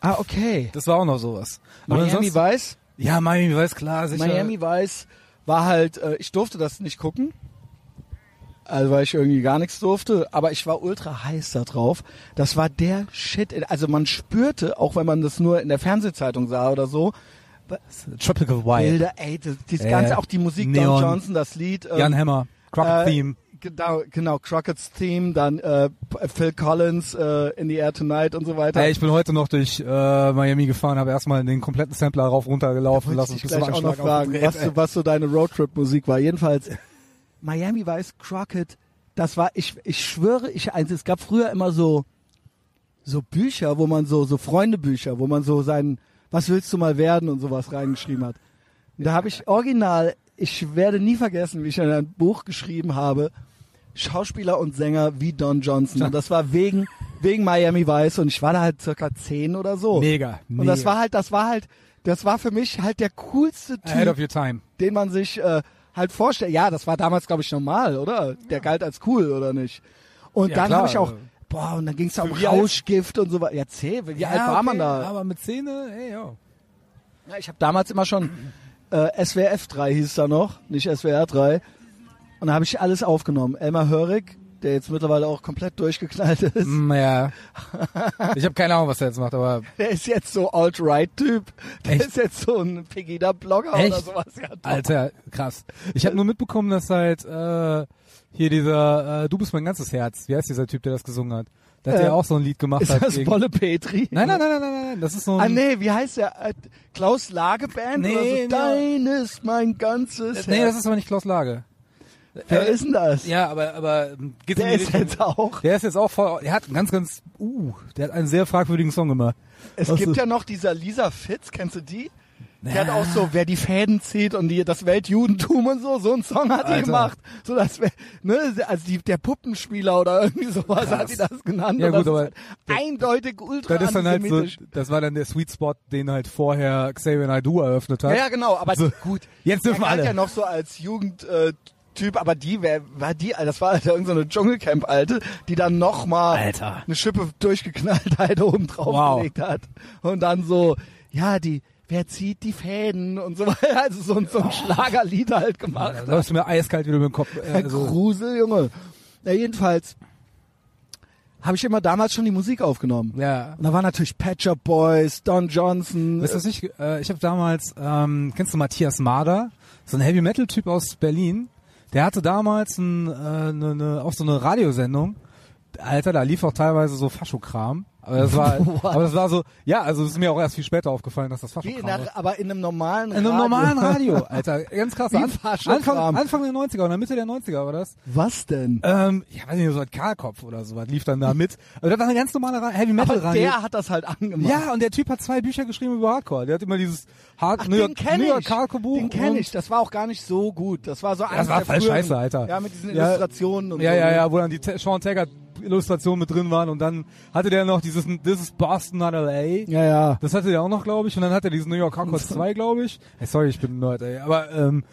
[SPEAKER 1] ah, okay.
[SPEAKER 2] Das war auch noch sowas. Aber
[SPEAKER 1] Miami
[SPEAKER 2] ansonsten-
[SPEAKER 1] Vice.
[SPEAKER 2] Ja, Miami Vice, klar, sicher.
[SPEAKER 1] Miami Vice war halt, äh, ich durfte das nicht gucken. Also weil ich irgendwie gar nichts durfte, aber ich war ultra heiß da drauf. Das war der Shit. Also man spürte, auch wenn man das nur in der Fernsehzeitung sah oder so,
[SPEAKER 2] Tropical Wild.
[SPEAKER 1] Bilder, ey, das, das
[SPEAKER 2] Ja,
[SPEAKER 1] Ganze,
[SPEAKER 2] ja.
[SPEAKER 1] auch die Musik,
[SPEAKER 2] Äh,
[SPEAKER 1] Don
[SPEAKER 2] Neon.
[SPEAKER 1] Johnson, das Lied. ähm,
[SPEAKER 2] Jan Hammer. Crockett Theme.
[SPEAKER 1] Genau, genau, Crockett's Theme, dann äh, Phil Collins, äh, In the Air Tonight und so weiter.
[SPEAKER 2] Ey, ich bin heute noch durch äh, Miami gefahren, habe erstmal den kompletten Sampler rauf runtergelaufen
[SPEAKER 1] Wollte
[SPEAKER 2] lassen.
[SPEAKER 1] ich dich
[SPEAKER 2] bis zum
[SPEAKER 1] gleich auch noch
[SPEAKER 2] Anschlag
[SPEAKER 1] fragen,
[SPEAKER 2] aufgedreht,
[SPEAKER 1] was,
[SPEAKER 2] ey.
[SPEAKER 1] so- was so deine Roadtrip-Musik war. Jedenfalls, Miami Vice, Crockett, das war, ich, ich schwöre, ich, eins, es gab früher immer so, so Bücher, wo man so, so Freundebücher, wo man so seinen, was willst du mal werden und sowas reingeschrieben hat. Und da habe ich original, ich werde nie vergessen, wie ich in ein Buch geschrieben habe, Schauspieler und Sänger wie Don Johnson. Und das war wegen, wegen Miami Vice und ich war da halt circa zehn oder so.
[SPEAKER 2] Mega,
[SPEAKER 1] Und das
[SPEAKER 2] mega.
[SPEAKER 1] war halt, das war halt, das war für mich halt der coolste
[SPEAKER 2] Ahead
[SPEAKER 1] Typ,
[SPEAKER 2] of your time.
[SPEAKER 1] den man sich äh, halt vorstellt. Ja, das war damals, glaube ich, normal, oder? Der galt als cool, oder nicht? Und
[SPEAKER 2] Ja,
[SPEAKER 1] dann
[SPEAKER 2] klar,
[SPEAKER 1] habe ich auch,
[SPEAKER 2] also.
[SPEAKER 1] Boah, und dann ging es da um
[SPEAKER 2] wie alt?
[SPEAKER 1] Rauschgift und so weiter. Ja, zäh, wie alt war man
[SPEAKER 2] okay,
[SPEAKER 1] da?
[SPEAKER 2] Aber mit Szene, ey, ja.
[SPEAKER 1] Ja, ich habe damals immer schon äh, SWF 3 hieß da noch, nicht SWR 3. Und da habe ich alles aufgenommen. Elmar Hörig, der jetzt mittlerweile auch komplett durchgeknallt ist,
[SPEAKER 2] Mm, ja. Ich habe keine Ahnung, was er jetzt macht, aber
[SPEAKER 1] der ist jetzt so Alt-Right-Typ. Der
[SPEAKER 2] Echt?
[SPEAKER 1] ist jetzt so ein Pegida-Blogger
[SPEAKER 2] Echt?
[SPEAKER 1] oder sowas. Ja, doch.
[SPEAKER 2] Alter, krass. Ich habe nur mitbekommen, dass halt äh, hier dieser äh, Du bist mein ganzes Herz, wie heißt dieser Typ, der das gesungen hat? Dass
[SPEAKER 1] Äh,
[SPEAKER 2] der auch so ein Lied gemacht
[SPEAKER 1] ist
[SPEAKER 2] hat.
[SPEAKER 1] das
[SPEAKER 2] gegen-
[SPEAKER 1] Bolle Petri?
[SPEAKER 2] nein, nein, nein, nein, nein, nein, das ist so ein...
[SPEAKER 1] Ah nee, wie heißt der? Äh, Klaus Lageband
[SPEAKER 2] Nee,
[SPEAKER 1] oder so?
[SPEAKER 2] nee.
[SPEAKER 1] Dein ist mein ganzes
[SPEAKER 2] nee, das
[SPEAKER 1] Herz.
[SPEAKER 2] ist aber nicht Klaus Lage.
[SPEAKER 1] Wer ist denn das?
[SPEAKER 2] Ja, aber, aber ähm, geht's in
[SPEAKER 1] der
[SPEAKER 2] die
[SPEAKER 1] ist
[SPEAKER 2] Richtung?
[SPEAKER 1] jetzt auch.
[SPEAKER 2] Der ist jetzt auch voll... Der hat einen ganz, ganz... Uh, der hat einen sehr fragwürdigen Song gemacht.
[SPEAKER 1] Es
[SPEAKER 2] Was
[SPEAKER 1] gibt
[SPEAKER 2] ist-
[SPEAKER 1] ja noch dieser Lisa Fitz, kennst du die? Die hat auch so, wer die Fäden zieht und die, das Weltjudentum und so, so einen Song hat die
[SPEAKER 2] Alter.
[SPEAKER 1] gemacht. So das, wär- ne, also die, der Puppenspieler oder irgendwie sowas hat die das genannt.
[SPEAKER 2] Ja,
[SPEAKER 1] und
[SPEAKER 2] gut,
[SPEAKER 1] das
[SPEAKER 2] aber
[SPEAKER 1] ist halt eindeutig ultra
[SPEAKER 2] Das ist dann halt so,
[SPEAKER 1] antisemitisch.
[SPEAKER 2] das war dann der Sweet Spot, den halt vorher Xavier Naidoo eröffnet hat.
[SPEAKER 1] Ja, ja, genau, aber gut.
[SPEAKER 2] Jetzt dürfen
[SPEAKER 1] er galt
[SPEAKER 2] alle.
[SPEAKER 1] ja noch so als Jugend, äh, Typ, aber die, wer, war die, das war halt irgendeine so eine Dschungelcamp-Alte, die dann nochmal
[SPEAKER 2] Alter.
[SPEAKER 1] eine Schippe Durchgeknalltheit oben drauf
[SPEAKER 2] Wow.
[SPEAKER 1] gelegt hat. Und dann so, ja, die, wer zieht die Fäden und so weiter. Also so, ein- so
[SPEAKER 2] Oh.
[SPEAKER 1] ein Schlagerlied halt gemacht.
[SPEAKER 2] Da läufst du mir eiskalt wieder über den Kopf. Äh,
[SPEAKER 1] Ein
[SPEAKER 2] so.
[SPEAKER 1] Grusel, Junge. Ja, jedenfalls habe ich immer damals schon die Musik aufgenommen.
[SPEAKER 2] Ja.
[SPEAKER 1] Und da waren natürlich Patcher Boys, Don Johnson.
[SPEAKER 2] Weißt du, was ich, äh, ich habe damals, ähm, kennst du Matthias Mader? So ein Heavy-Metal-Typ aus Berlin. Der hatte damals ein, äh, ne, ne, auch so eine Radiosendung. Alter, da lief auch teilweise so Faschokram. Aber das war, halt, aber das war so, ja, also es ist mir auch erst viel später aufgefallen, dass das
[SPEAKER 1] Wie in
[SPEAKER 2] Faschokram war.
[SPEAKER 1] einer, aber in einem normalen
[SPEAKER 2] In einem
[SPEAKER 1] Radio.
[SPEAKER 2] normalen Radio, Alter. Ganz krass.
[SPEAKER 1] Wie
[SPEAKER 2] An,
[SPEAKER 1] Faschokram.
[SPEAKER 2] Anfang, Anfang der 90er oder Mitte der 90er war das.
[SPEAKER 1] Was denn?
[SPEAKER 2] Ähm, ich weiß nicht, so ein Karlkopf oder sowas lief dann da mit. Aber das war eine ganz normale Ra-
[SPEAKER 1] Aber
[SPEAKER 2] Heavy-Metal-Radio.
[SPEAKER 1] der hat das halt angemacht.
[SPEAKER 2] Ja, und der Typ hat zwei Bücher geschrieben über Hardcore. Der hat immer dieses Hard
[SPEAKER 1] Ach,
[SPEAKER 2] New
[SPEAKER 1] den
[SPEAKER 2] York, New
[SPEAKER 1] kenne
[SPEAKER 2] York
[SPEAKER 1] ich.
[SPEAKER 2] Hardcore Buch.
[SPEAKER 1] Den kenne
[SPEAKER 2] und-
[SPEAKER 1] ich. Das war auch gar nicht so gut. Das war so eins
[SPEAKER 2] Das war
[SPEAKER 1] der
[SPEAKER 2] voll
[SPEAKER 1] früheren-
[SPEAKER 2] scheiße, Alter.
[SPEAKER 1] Ja, mit diesen
[SPEAKER 2] Ja.
[SPEAKER 1] Illustrationen und
[SPEAKER 2] Ja,
[SPEAKER 1] so.
[SPEAKER 2] ja,
[SPEAKER 1] ne?
[SPEAKER 2] ja, wo dann die Ta- Sean Taggart Illustrationen mit drin waren und dann hatte der noch dieses This is Boston, not LA.
[SPEAKER 1] Ja, ja.
[SPEAKER 2] Das hatte der auch noch, glaube ich. Und dann hatte er diesen New York Hardcore 2, glaube ich. Ey, sorry, ich bin ein Nerd, ey. Aber ähm,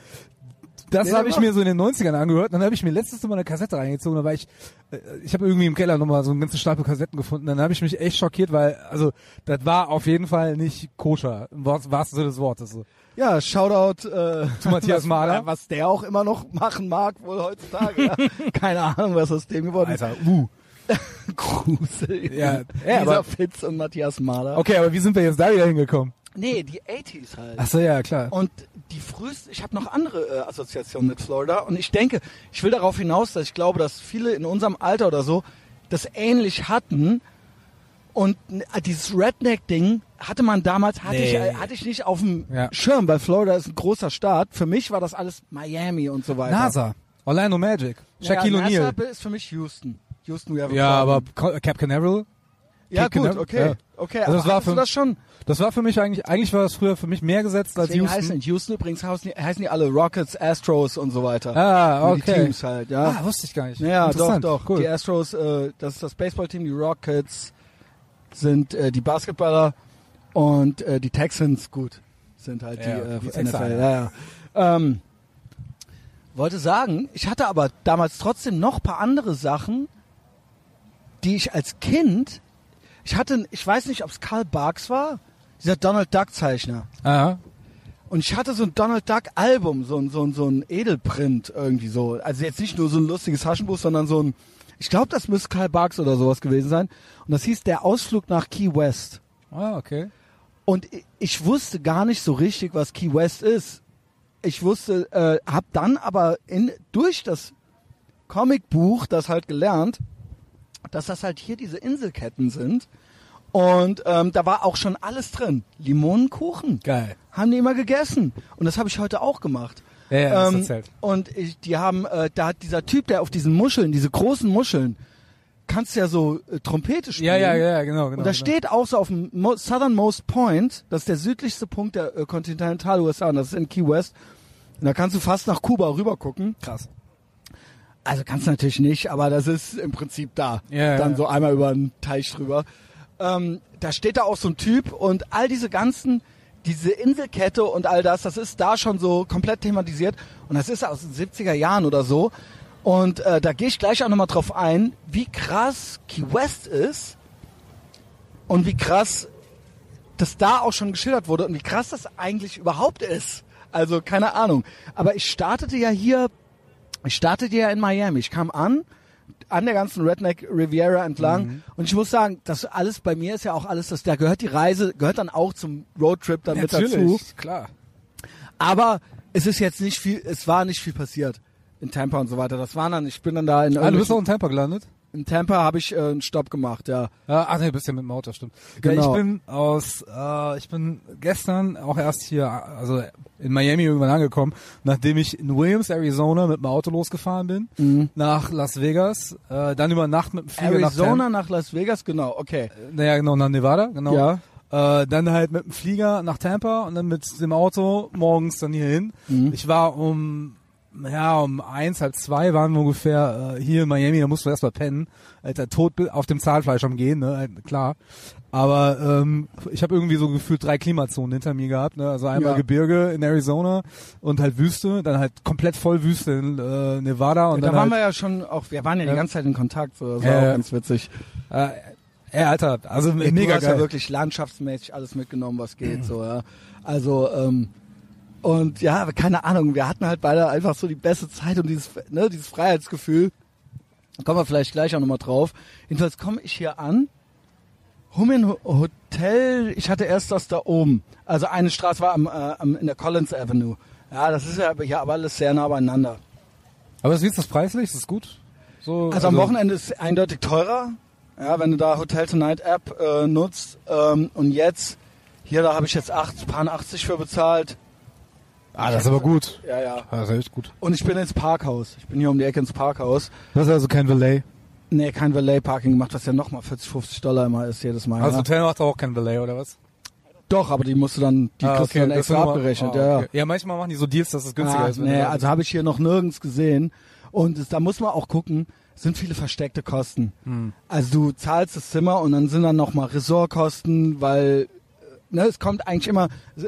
[SPEAKER 2] das
[SPEAKER 1] Ja,
[SPEAKER 2] habe ich
[SPEAKER 1] aber-
[SPEAKER 2] mir so in den 90ern angehört. Dann habe ich mir letztes Mal eine Kassette reingezogen. Da war ich, äh, ich habe irgendwie im Keller nochmal so einen ganzen Stapel Kassetten gefunden. Dann habe ich mich echt schockiert, weil, also, das war auf jeden Fall nicht koscher. Im wahr- wahrsten Sinne des Wortes. So.
[SPEAKER 1] Ja, Shoutout äh,
[SPEAKER 2] Zu Matthias
[SPEAKER 1] was,
[SPEAKER 2] Mahler.
[SPEAKER 1] Was der auch immer noch machen mag, wohl heutzutage. ja. Keine Ahnung, was aus dem geworden ist.
[SPEAKER 2] Alter, uh.
[SPEAKER 1] Grusel.
[SPEAKER 2] Ja, ja,
[SPEAKER 1] Dieser
[SPEAKER 2] aber-
[SPEAKER 1] Fitz und Matthias Mahler.
[SPEAKER 2] Okay, aber wie sind wir jetzt da wieder hingekommen?
[SPEAKER 1] Nee, die 80s halt.
[SPEAKER 2] Achso, ja, klar.
[SPEAKER 1] Und die frühesten, ich habe noch andere äh, Assoziationen mit Florida und ich denke, ich will darauf hinaus, dass ich glaube, dass viele in unserem Alter oder so das ähnlich hatten und äh, dieses Redneck-Ding hatte man damals, hatte, ich,
[SPEAKER 2] Nee.
[SPEAKER 1] äh, hatte ich nicht auf dem
[SPEAKER 2] Ja.
[SPEAKER 1] Schirm, weil Florida ist ein großer Staat. Für mich war das alles Miami und so weiter.
[SPEAKER 2] NASA. Orlando Magic. Shaquille
[SPEAKER 1] ja,
[SPEAKER 2] O'Neal.
[SPEAKER 1] NASA ist für mich Houston. Houston, we have a
[SPEAKER 2] Ja, aber
[SPEAKER 1] problem.
[SPEAKER 2] Co- Cap Canaveral,
[SPEAKER 1] Ja
[SPEAKER 2] Kicken,
[SPEAKER 1] gut,
[SPEAKER 2] ne?
[SPEAKER 1] okay.
[SPEAKER 2] Ja.
[SPEAKER 1] Okay,
[SPEAKER 2] Also das
[SPEAKER 1] aber
[SPEAKER 2] war
[SPEAKER 1] hattest du
[SPEAKER 2] für-
[SPEAKER 1] das schon?
[SPEAKER 2] das war für mich eigentlich, eigentlich war das früher für mich mehr gesetzt als
[SPEAKER 1] Deswegen
[SPEAKER 2] Houston.
[SPEAKER 1] heißen in Houston übrigens heißen die, heißen die alle Rockets, Astros und so weiter.
[SPEAKER 2] Ah,
[SPEAKER 1] Nur Die
[SPEAKER 2] okay.
[SPEAKER 1] Teams halt, ja.
[SPEAKER 2] Ah, wusste ich gar nicht.
[SPEAKER 1] Ja, doch,
[SPEAKER 2] Interessant.
[SPEAKER 1] doch.
[SPEAKER 2] Cool.
[SPEAKER 1] Die Astros, äh, das ist das Baseballteam, die Rockets sind äh, die Basketballer und äh, die Texans, gut, sind halt
[SPEAKER 2] Ja,
[SPEAKER 1] die, äh,
[SPEAKER 2] die
[SPEAKER 1] NFL.
[SPEAKER 2] Texaner.
[SPEAKER 1] Ja, ja. Ähm, wollte sagen, ich hatte aber damals trotzdem noch paar andere Sachen, die ich als Kind, ich hatte, ich weiß nicht, ob es Karl Barks war, dieser Donald Duck Zeichner.
[SPEAKER 2] Ah,
[SPEAKER 1] Und ich hatte so ein Donald Duck Album, so ein, so ein, so ein Edelprint irgendwie so. Also jetzt nicht nur so ein lustiges Taschenbuch, sondern so ein, ich glaube, das müsste Karl Barks oder sowas gewesen sein. Und das hieß Der Ausflug nach Key West.
[SPEAKER 2] ah, okay.
[SPEAKER 1] Und i- ich wusste gar nicht so richtig, was Key West ist. Ich wusste, äh, hab dann aber in, durch das Comicbuch das halt gelernt, dass das halt hier diese Inselketten sind. Und ähm, da war auch schon alles drin. Limonenkuchen
[SPEAKER 2] Geil.
[SPEAKER 1] haben die immer gegessen. Und das habe ich heute auch gemacht. Ähm,
[SPEAKER 2] Ja, ja, das erzählt.
[SPEAKER 1] Und ich, die haben, äh, da hat dieser Typ, der auf diesen Muscheln, diese großen Muscheln, kannst du ja so äh, Trompete spielen.
[SPEAKER 2] Ja, ja, ja, genau,
[SPEAKER 1] Und
[SPEAKER 2] genau.
[SPEAKER 1] da
[SPEAKER 2] genau.
[SPEAKER 1] steht auch so auf dem Mo Southernmost Point, das ist der südlichste Punkt der äh, Kontinental-USA, und das ist in Key West. Und da kannst du fast nach Kuba rüber gucken.
[SPEAKER 2] krass.
[SPEAKER 1] Also kannst du natürlich nicht, aber das ist im Prinzip da.
[SPEAKER 2] Ja,
[SPEAKER 1] Dann
[SPEAKER 2] ja.
[SPEAKER 1] so einmal über den Teich drüber. Ähm, da steht da auch so ein Typ und all diese ganzen, diese Inselkette und all das, das ist da schon so komplett thematisiert. Und das ist aus den 70er Jahren oder so. Und äh, da gehe ich gleich auch nochmal drauf ein, wie krass Key West ist und wie krass das da auch schon geschildert wurde und wie krass das eigentlich überhaupt ist. Also keine Ahnung. Aber ich startete ja hier, ich startete ja in Miami. Ich kam an, an der ganzen Redneck Riviera entlang und ich muss sagen, das alles bei mir ist ja auch alles, das, da gehört die Reise, gehört dann auch zum Roadtrip dann mit dazu.
[SPEAKER 2] klar.
[SPEAKER 1] Aber es ist jetzt nicht viel, es war nicht viel passiert in Tampa und so weiter. Das waren dann, ich bin dann da in,
[SPEAKER 2] Ah, du bist
[SPEAKER 1] irgendwelchen-
[SPEAKER 2] auch in Tampa gelandet?
[SPEAKER 1] in Tampa habe ich äh, einen Stopp gemacht, ja.
[SPEAKER 2] Ja, ach nee, bist ja mit dem Auto, stimmt. Ja,
[SPEAKER 1] Genau.
[SPEAKER 2] ich bin aus, äh, ich bin gestern auch erst hier, also in Miami irgendwann angekommen, nachdem ich in Williams, Arizona mit dem Auto losgefahren bin,
[SPEAKER 1] Mhm.
[SPEAKER 2] nach Las Vegas, äh, dann über Nacht mit dem Flieger nach
[SPEAKER 1] Arizona nach Las Vegas, genau, okay.
[SPEAKER 2] Tampa. Naja, genau, nach Nevada, genau.
[SPEAKER 1] Ja.
[SPEAKER 2] Äh, dann halt mit dem Flieger nach Tampa und dann mit dem Auto morgens dann hier hin.
[SPEAKER 1] Mhm.
[SPEAKER 2] Ich war um, ja, um eins, halb zwei waren wir ungefähr äh, hier in Miami, da mussten wir erstmal pennen. Alter, tot bi- auf dem Zahnfleisch am Gehen, ne, halt, klar. Aber ähm, ich habe irgendwie so gefühlt drei Klimazonen hinter mir gehabt, ne? Also einmal
[SPEAKER 1] Ja.
[SPEAKER 2] Gebirge in Arizona und halt Wüste, dann halt komplett voll Wüste in äh, Nevada und
[SPEAKER 1] da
[SPEAKER 2] dann
[SPEAKER 1] waren wir
[SPEAKER 2] halt,
[SPEAKER 1] ja schon auch, wir waren ja die
[SPEAKER 2] Ja.
[SPEAKER 1] ganze Zeit in Kontakt, so, das war
[SPEAKER 2] Ja,
[SPEAKER 1] auch
[SPEAKER 2] ja.
[SPEAKER 1] ganz witzig.
[SPEAKER 2] äh, ey, Alter, also
[SPEAKER 1] Ja, du
[SPEAKER 2] mega
[SPEAKER 1] hast ja
[SPEAKER 2] geil.
[SPEAKER 1] wirklich landschaftsmäßig alles mitgenommen, was geht, so, ja. Also, ähm, und ja, aber keine Ahnung, wir hatten halt beide einfach so die beste Zeit und dieses, ne, dieses Freiheitsgefühl. Kommen wir vielleicht gleich auch nochmal drauf. Jedenfalls komme ich hier an, Hummin Hotel, ich hatte erst das da oben. Also eine Straße war am, äh, am, in der Collins Avenue. Ja, das ist ja aber hier aber alles sehr nah beieinander.
[SPEAKER 2] Aber wie ist das preislich? Ist das gut? So,
[SPEAKER 1] Also am Wochenende ist es eindeutig teurer, ja, wenn du da Hotel Tonight App äh, nutzt. Ähm, und jetzt, hier, da habe ich jetzt 8, paar 80 für bezahlt.
[SPEAKER 2] Ah, das ist aber gut.
[SPEAKER 1] Ja, ja.
[SPEAKER 2] Das ist echt gut.
[SPEAKER 1] Und ich bin ins Parkhaus. Ich bin hier um die Ecke ins Parkhaus.
[SPEAKER 2] Das ist also kein Valet.
[SPEAKER 1] Nee, kein Valet-Parking gemacht, was ja nochmal 40, 50 Dollar immer ist jedes Mal.
[SPEAKER 2] Also
[SPEAKER 1] ja.
[SPEAKER 2] Hotel macht auch kein Valet, oder was?
[SPEAKER 1] Doch, aber die musst du dann, die kriegst du dann
[SPEAKER 2] Ah, das
[SPEAKER 1] extra
[SPEAKER 2] sind immer-
[SPEAKER 1] abgerechnet.
[SPEAKER 2] ah,
[SPEAKER 1] ja, ja.
[SPEAKER 2] okay. ja, manchmal machen die so Deals, dass es günstiger
[SPEAKER 1] Ah,
[SPEAKER 2] ist. wenn
[SPEAKER 1] Nee,
[SPEAKER 2] du-
[SPEAKER 1] also habe ich hier noch nirgends gesehen. Und es, da muss man auch gucken, sind viele versteckte Kosten. Also du zahlst das Zimmer und dann sind dann nochmal Ressortkosten, weil äh, ne, es kommt eigentlich immer, äh,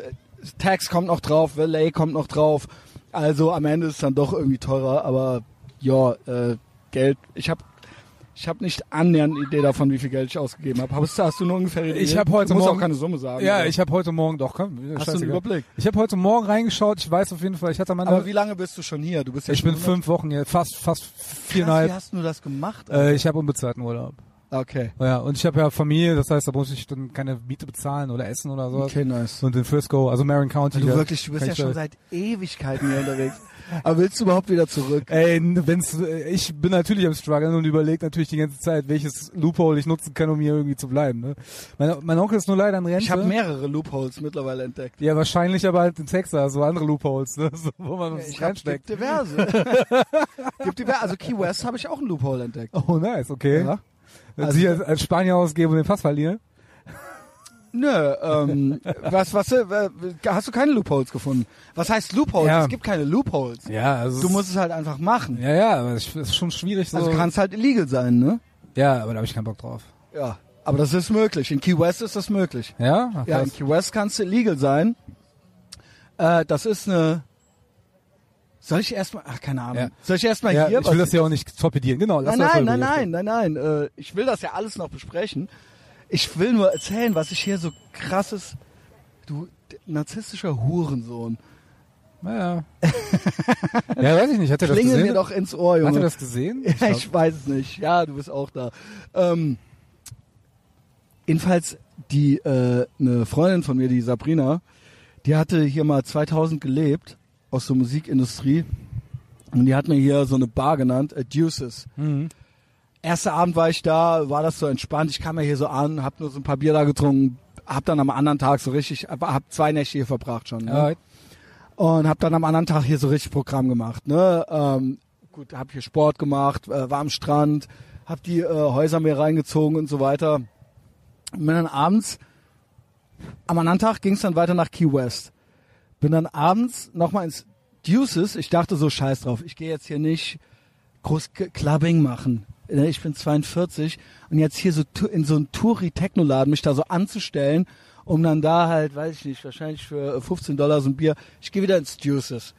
[SPEAKER 1] Tax kommt noch drauf, Valet kommt noch drauf. Also am Ende ist es dann doch irgendwie teurer, aber ja, äh, Geld, ich habe ich habe nicht annähernd eine Idee davon, wie viel Geld ich ausgegeben habe. Hast, du- hast du eine ungefähre Idee?
[SPEAKER 2] Ich habe heute
[SPEAKER 1] du musst
[SPEAKER 2] Morgen-
[SPEAKER 1] auch keine Summe sagen.
[SPEAKER 2] ja,
[SPEAKER 1] aber-
[SPEAKER 2] ich habe heute Morgen doch.
[SPEAKER 1] Hast
[SPEAKER 2] Komm,
[SPEAKER 1] du
[SPEAKER 2] scheißegal.
[SPEAKER 1] einen Überblick?
[SPEAKER 2] Ich habe heute Morgen reingeschaut. Ich weiß auf jeden Fall. Ich hatte meine.
[SPEAKER 1] Aber wie lange bist du schon hier? Du bist ja
[SPEAKER 2] ich
[SPEAKER 1] schon
[SPEAKER 2] bin
[SPEAKER 1] hundert-
[SPEAKER 2] fünf Wochen jetzt, fast fast
[SPEAKER 1] Krass, Wie
[SPEAKER 2] viereinhalb.
[SPEAKER 1] hast du das gemacht?
[SPEAKER 2] Äh, ich habe unbezahlten Urlaub.
[SPEAKER 1] Okay.
[SPEAKER 2] Ja, und ich habe ja Familie. Das heißt, da muss ich dann keine Miete bezahlen oder Essen oder sowas.
[SPEAKER 1] Okay, nice.
[SPEAKER 2] Und in Frisco, also Marin County.
[SPEAKER 1] Du
[SPEAKER 2] da
[SPEAKER 1] wirklich, du bist
[SPEAKER 2] kann
[SPEAKER 1] ja
[SPEAKER 2] ich
[SPEAKER 1] schon
[SPEAKER 2] da-
[SPEAKER 1] seit Ewigkeiten hier unterwegs. Aber willst du überhaupt wieder zurück?
[SPEAKER 2] Ey, n- wenn's, äh, ich bin natürlich am struggeln und überlege natürlich die ganze Zeit, welches Loophole ich nutzen kann, um hier irgendwie zu bleiben. Ne? Mein, mein Onkel ist nur leider in Rente.
[SPEAKER 1] Ich habe mehrere Loopholes mittlerweile entdeckt.
[SPEAKER 2] Ja, wahrscheinlich aber halt in Texas, so andere Loopholes, ne? so, wo man uns
[SPEAKER 1] Ich hab, gibt
[SPEAKER 2] reinsteckt.
[SPEAKER 1] diverse. gibt diverse. Also Key West habe ich auch einen Loophole entdeckt.
[SPEAKER 2] Oh, nice, okay.
[SPEAKER 1] Ja.
[SPEAKER 2] Wenn
[SPEAKER 1] Also-
[SPEAKER 2] Sie als, als Spanier ausgeben und den Pass verlieren.
[SPEAKER 1] Nö, ähm, was, was, äh, hast du keine Loopholes gefunden? Was heißt Loopholes?
[SPEAKER 2] Ja.
[SPEAKER 1] Es gibt keine Loopholes.
[SPEAKER 2] Ja, also.
[SPEAKER 1] Du musst es halt einfach machen.
[SPEAKER 2] Ja, ja, aber es ist schon schwierig so.
[SPEAKER 1] Also kannst halt illegal sein, ne?
[SPEAKER 2] ja, aber da habe ich keinen Bock drauf.
[SPEAKER 1] Ja. Aber das ist möglich. In Key West ist das möglich.
[SPEAKER 2] Ja? Ach,
[SPEAKER 1] Ja, in
[SPEAKER 2] krass.
[SPEAKER 1] Key West kannst du legal sein. Äh, das ist eine. Soll ich erstmal. Ach, keine Ahnung.
[SPEAKER 2] Ja.
[SPEAKER 1] Soll ich erstmal
[SPEAKER 2] ja,
[SPEAKER 1] hier.
[SPEAKER 2] ich will
[SPEAKER 1] was-
[SPEAKER 2] das ja auch nicht torpedieren. Genau, lass
[SPEAKER 1] nein,
[SPEAKER 2] das
[SPEAKER 1] nein,
[SPEAKER 2] mal
[SPEAKER 1] nein,
[SPEAKER 2] überlegen.
[SPEAKER 1] nein, nein, nein, Äh, ich will das ja alles noch besprechen. Ich will nur erzählen, was ich hier so krasses. Du d- narzisstischer Hurensohn.
[SPEAKER 2] Ja, ja. ja, weiß ich nicht. Hat er das
[SPEAKER 1] Klingel mir
[SPEAKER 2] gesehen?
[SPEAKER 1] doch ins Ohr, Junge.
[SPEAKER 2] Hat er das gesehen?
[SPEAKER 1] Ja,
[SPEAKER 2] glaub-
[SPEAKER 1] ich weiß es nicht. Ja, du bist auch da. Ähm, jedenfalls, die, äh, eine Freundin von mir, die Sabrina, die hatte hier mal 2000 gelebt aus der Musikindustrie. Und die hat mir hier so eine Bar genannt, äh, Deuces.
[SPEAKER 2] Mhm.
[SPEAKER 1] Erster Abend war ich da, war das so entspannt. Ich kam ja hier so an, hab nur so ein paar Bier da getrunken, hab dann am anderen Tag so richtig, hab zwei Nächte hier verbracht schon. Ne?
[SPEAKER 2] Ja,
[SPEAKER 1] und habe dann am anderen Tag hier so richtig Programm gemacht. Ne? Ähm, gut, habe hier Sport gemacht, äh, war am Strand, habe die äh, Häuser mir reingezogen und so weiter. Und bin dann abends, am anderen Tag ging es dann weiter nach Key West. Bin dann abends nochmal ins Deuces. Ich dachte so, scheiß drauf, ich gehe jetzt hier nicht groß K- Clubbing machen. Ne, Ich bin 42 und jetzt hier so tu- in so einen Touri-Techno-Laden mich da so anzustellen, um dann da halt, weiß ich äh, nicht, wahrscheinlich für 15 Dollar so ein Bier. Ich gehe wieder ins Deuces.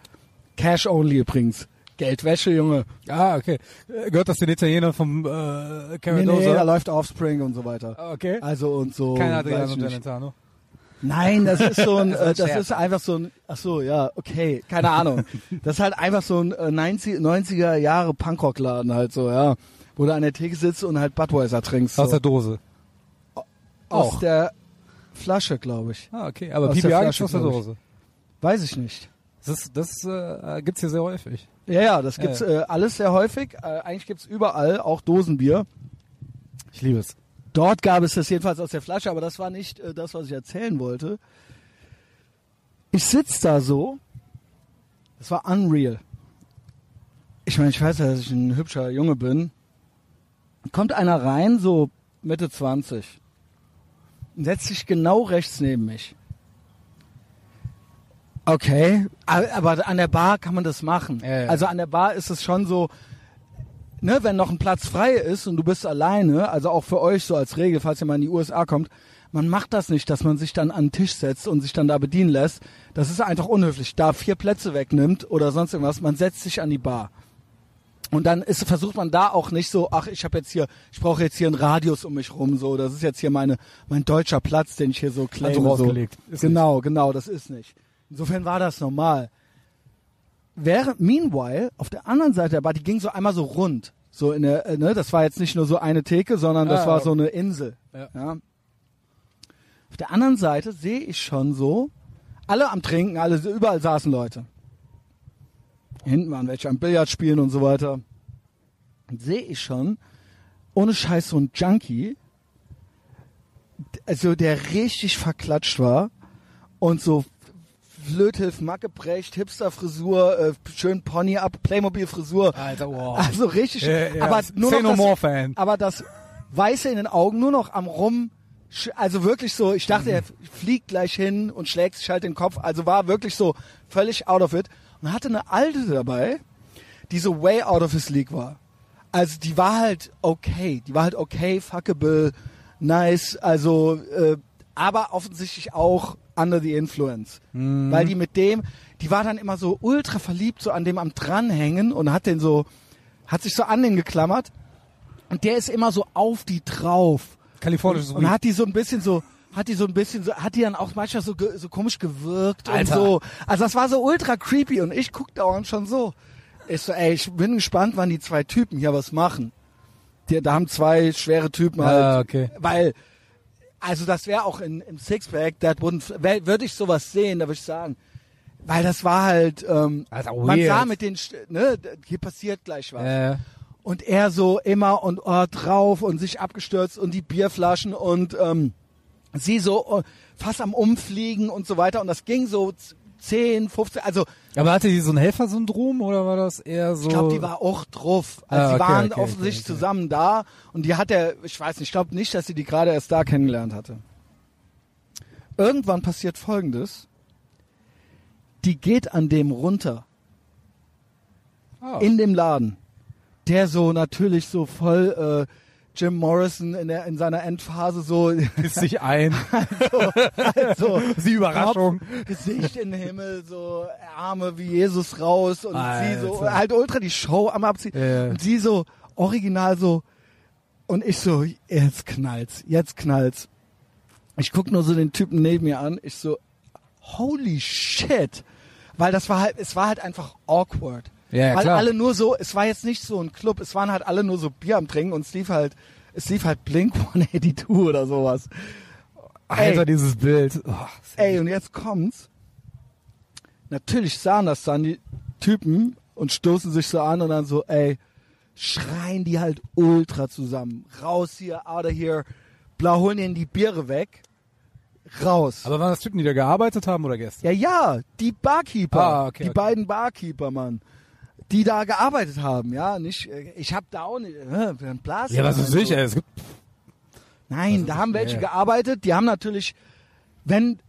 [SPEAKER 1] Cash only übrigens. Geldwäsche, Junge.
[SPEAKER 2] Ah, okay. Äh, Gehört das den Italiener vom äh,
[SPEAKER 1] Nee, nee, da
[SPEAKER 2] Caradosa?
[SPEAKER 1] läuft Offspring und so weiter.
[SPEAKER 2] Ah, okay.
[SPEAKER 1] Also und so.
[SPEAKER 2] Kein
[SPEAKER 1] weiß
[SPEAKER 2] Adriano
[SPEAKER 1] ich nicht.
[SPEAKER 2] Celentano.
[SPEAKER 1] Nein, das ist so ein, äh, das
[SPEAKER 2] Scherz.
[SPEAKER 1] ist einfach so ein, ach so, ja, okay, keine Ahnung. Das ist halt einfach so ein äh, 90, 90er Jahre Punkrock-Laden halt so, ja. Wo du an der Theke sitzt und halt Budweiser trinkst. So.
[SPEAKER 2] Aus der Dose.
[SPEAKER 1] Aus
[SPEAKER 2] auch.
[SPEAKER 1] der Flasche, glaube ich.
[SPEAKER 2] Ah, okay. Aber
[SPEAKER 1] Aus der
[SPEAKER 2] PBA
[SPEAKER 1] Flasche,
[SPEAKER 2] gibt's aus der
[SPEAKER 1] glaub ich.
[SPEAKER 2] Dose.
[SPEAKER 1] Weiß ich nicht.
[SPEAKER 2] Das, ist- das äh, gibt's hier sehr häufig.
[SPEAKER 1] Ja, ja, das
[SPEAKER 2] Ja,
[SPEAKER 1] gibt's äh, alles sehr häufig. Äh, eigentlich gibt's überall auch Dosenbier.
[SPEAKER 2] Ich liebe es.
[SPEAKER 1] Dort gab es das jedenfalls aus der Flasche, aber das war nicht äh, das, was ich erzählen wollte. Ich sitz da so. Das war unreal. Ich meine, ich weiß ja, dass ich ein hübscher Junge bin. Kommt einer rein, so Mitte 20. Und setzt sich genau rechts neben mich. Okay, a- aber an der Bar kann man das machen.
[SPEAKER 2] Ja, ja.
[SPEAKER 1] Also an der Bar ist es schon so, ne, wenn noch ein Platz frei ist und du bist alleine, also auch für euch so als Regel, falls ihr mal in die USA kommt, man macht das nicht, dass man sich dann an den Tisch setzt und sich dann da bedienen lässt. Das ist einfach unhöflich. Da vier Plätze wegnimmt oder sonst irgendwas, man setzt sich an die Bar. Und dann ist, versucht man da auch nicht so, ach, ich habe jetzt hier, ich brauche jetzt hier einen Radius um mich rum, so, das ist jetzt hier meine, mein deutscher Platz, den ich hier so claime.
[SPEAKER 2] Also rausgelegt.
[SPEAKER 1] So.
[SPEAKER 2] Ist
[SPEAKER 1] genau, genau, das ist nicht. Insofern war das normal. Während, meanwhile, auf der anderen Seite der Bar, die ging so einmal so rund. So in der, äh, ne, das war jetzt nicht nur so eine Theke, sondern das
[SPEAKER 2] Ah,
[SPEAKER 1] war
[SPEAKER 2] okay.
[SPEAKER 1] so eine Insel.
[SPEAKER 2] Ja.
[SPEAKER 1] Ja. Auf der anderen Seite sehe ich schon so, alle am Trinken, alle, überall saßen Leute. Hinten waren welche am Billard spielen und so weiter. Und Sehe ich schon, ohne Scheiß so ein Junkie, d- also der richtig verklatscht war und so Flöthilf, Macke Brecht, Hipster-Frisur, äh, schön Pony ab, Playmobil-Frisur.
[SPEAKER 2] Alter, wow.
[SPEAKER 1] Also richtig,
[SPEAKER 2] Ja, ja.
[SPEAKER 1] aber nur noch das,
[SPEAKER 2] Xenomorph-Fan.
[SPEAKER 1] aber das Weiße in den Augen nur noch am Rum, sch- also wirklich so, ich dachte, er fliegt gleich hin und schlägt sich halt den Kopf, also war wirklich so völlig out of it und hatte eine alte dabei, die so way out of his league war. Also die war halt okay, die war halt okay, fuckable, nice, also äh, aber offensichtlich auch under the influence, weil die mit dem, die war dann immer so ultra verliebt so an dem am dranhängen und hat den so hat sich so an den geklammert und der ist immer so auf die drauf
[SPEAKER 2] Kalifornisches
[SPEAKER 1] und hat die so ein bisschen so hat die so ein bisschen so hat die dann auch manchmal so ge, so komisch gewirkt
[SPEAKER 2] Alter.
[SPEAKER 1] und so also das war so ultra creepy und ich guck dauernd schon so ich so ey ich bin gespannt wann die zwei Typen hier was machen die, da haben zwei schwere Typen halt
[SPEAKER 2] Ah, okay.
[SPEAKER 1] weil also das wäre auch in, im Sixpack that wouldn't wär- würde ich sowas sehen da würde ich sagen weil das war halt ähm,
[SPEAKER 2] Alter,
[SPEAKER 1] man
[SPEAKER 2] weird.
[SPEAKER 1] sah mit den St- ne hier passiert gleich was
[SPEAKER 2] Äh,
[SPEAKER 1] und er so immer und oh, drauf und sich abgestürzt und die Bierflaschen und ähm, sie so oh, fast am Umfliegen und so weiter. Und das ging so z- 10, 15, also
[SPEAKER 2] aber hatte die so ein Helfersyndrom oder war das eher so?
[SPEAKER 1] ich glaube, die war auch drauf. Also
[SPEAKER 2] Ah,
[SPEAKER 1] die
[SPEAKER 2] okay,
[SPEAKER 1] waren
[SPEAKER 2] okay, okay,
[SPEAKER 1] offensichtlich
[SPEAKER 2] okay.
[SPEAKER 1] zusammen da und die hat er, ich weiß nicht, ich glaube nicht, dass sie die gerade erst da kennengelernt hatte. Irgendwann passiert folgendes. Die geht an dem runter.
[SPEAKER 2] Ah.
[SPEAKER 1] in dem Laden, der so natürlich so voll äh, Jim Morrison in, der, in seiner Endphase so,
[SPEAKER 2] Pisst sich ein.
[SPEAKER 1] so
[SPEAKER 2] Die Überraschung.
[SPEAKER 1] Kopf, Gesicht in den Himmel, so Arme wie Jesus raus und sie so
[SPEAKER 2] Alter.
[SPEAKER 1] halt ultra die Show am Abziehen
[SPEAKER 2] Ja.
[SPEAKER 1] und sie so original so und ich so jetzt knallt's, jetzt knallt's. Ich guck nur so den Typen neben mir an, ich so holy shit, weil das war halt es war halt einfach awkward.
[SPEAKER 2] Ja, ja,
[SPEAKER 1] weil
[SPEAKER 2] klar.
[SPEAKER 1] alle nur so, es war jetzt nicht so ein Club, es waren halt alle nur so Bier am Trinken und es lief halt es lief halt Blink 182 oder sowas.
[SPEAKER 2] Alter,
[SPEAKER 1] Ey.
[SPEAKER 2] dieses Bild. Oh,
[SPEAKER 1] Ey, und jetzt kommt's. Natürlich sahen das dann die Typen und stoßen sich so an und dann so, ey, schreien die halt ultra zusammen. Raus hier, out of here. Blau holen ihnen die Biere weg. Raus.
[SPEAKER 2] aber waren das Typen, die da gearbeitet haben oder Gäste?
[SPEAKER 1] ja, ja, die Barkeeper.
[SPEAKER 2] Ah, okay,
[SPEAKER 1] die
[SPEAKER 2] okay.
[SPEAKER 1] beiden Barkeeper, Mann. Die da gearbeitet haben, ja, nicht, äh, ich hab da auch nicht, äh, dann Blasen.
[SPEAKER 2] Ja, was
[SPEAKER 1] Und
[SPEAKER 2] ist
[SPEAKER 1] so.
[SPEAKER 2] sicher? Es gibt
[SPEAKER 1] Nein, da haben welche
[SPEAKER 2] Also ja.
[SPEAKER 1] gearbeitet, die haben natürlich, wenn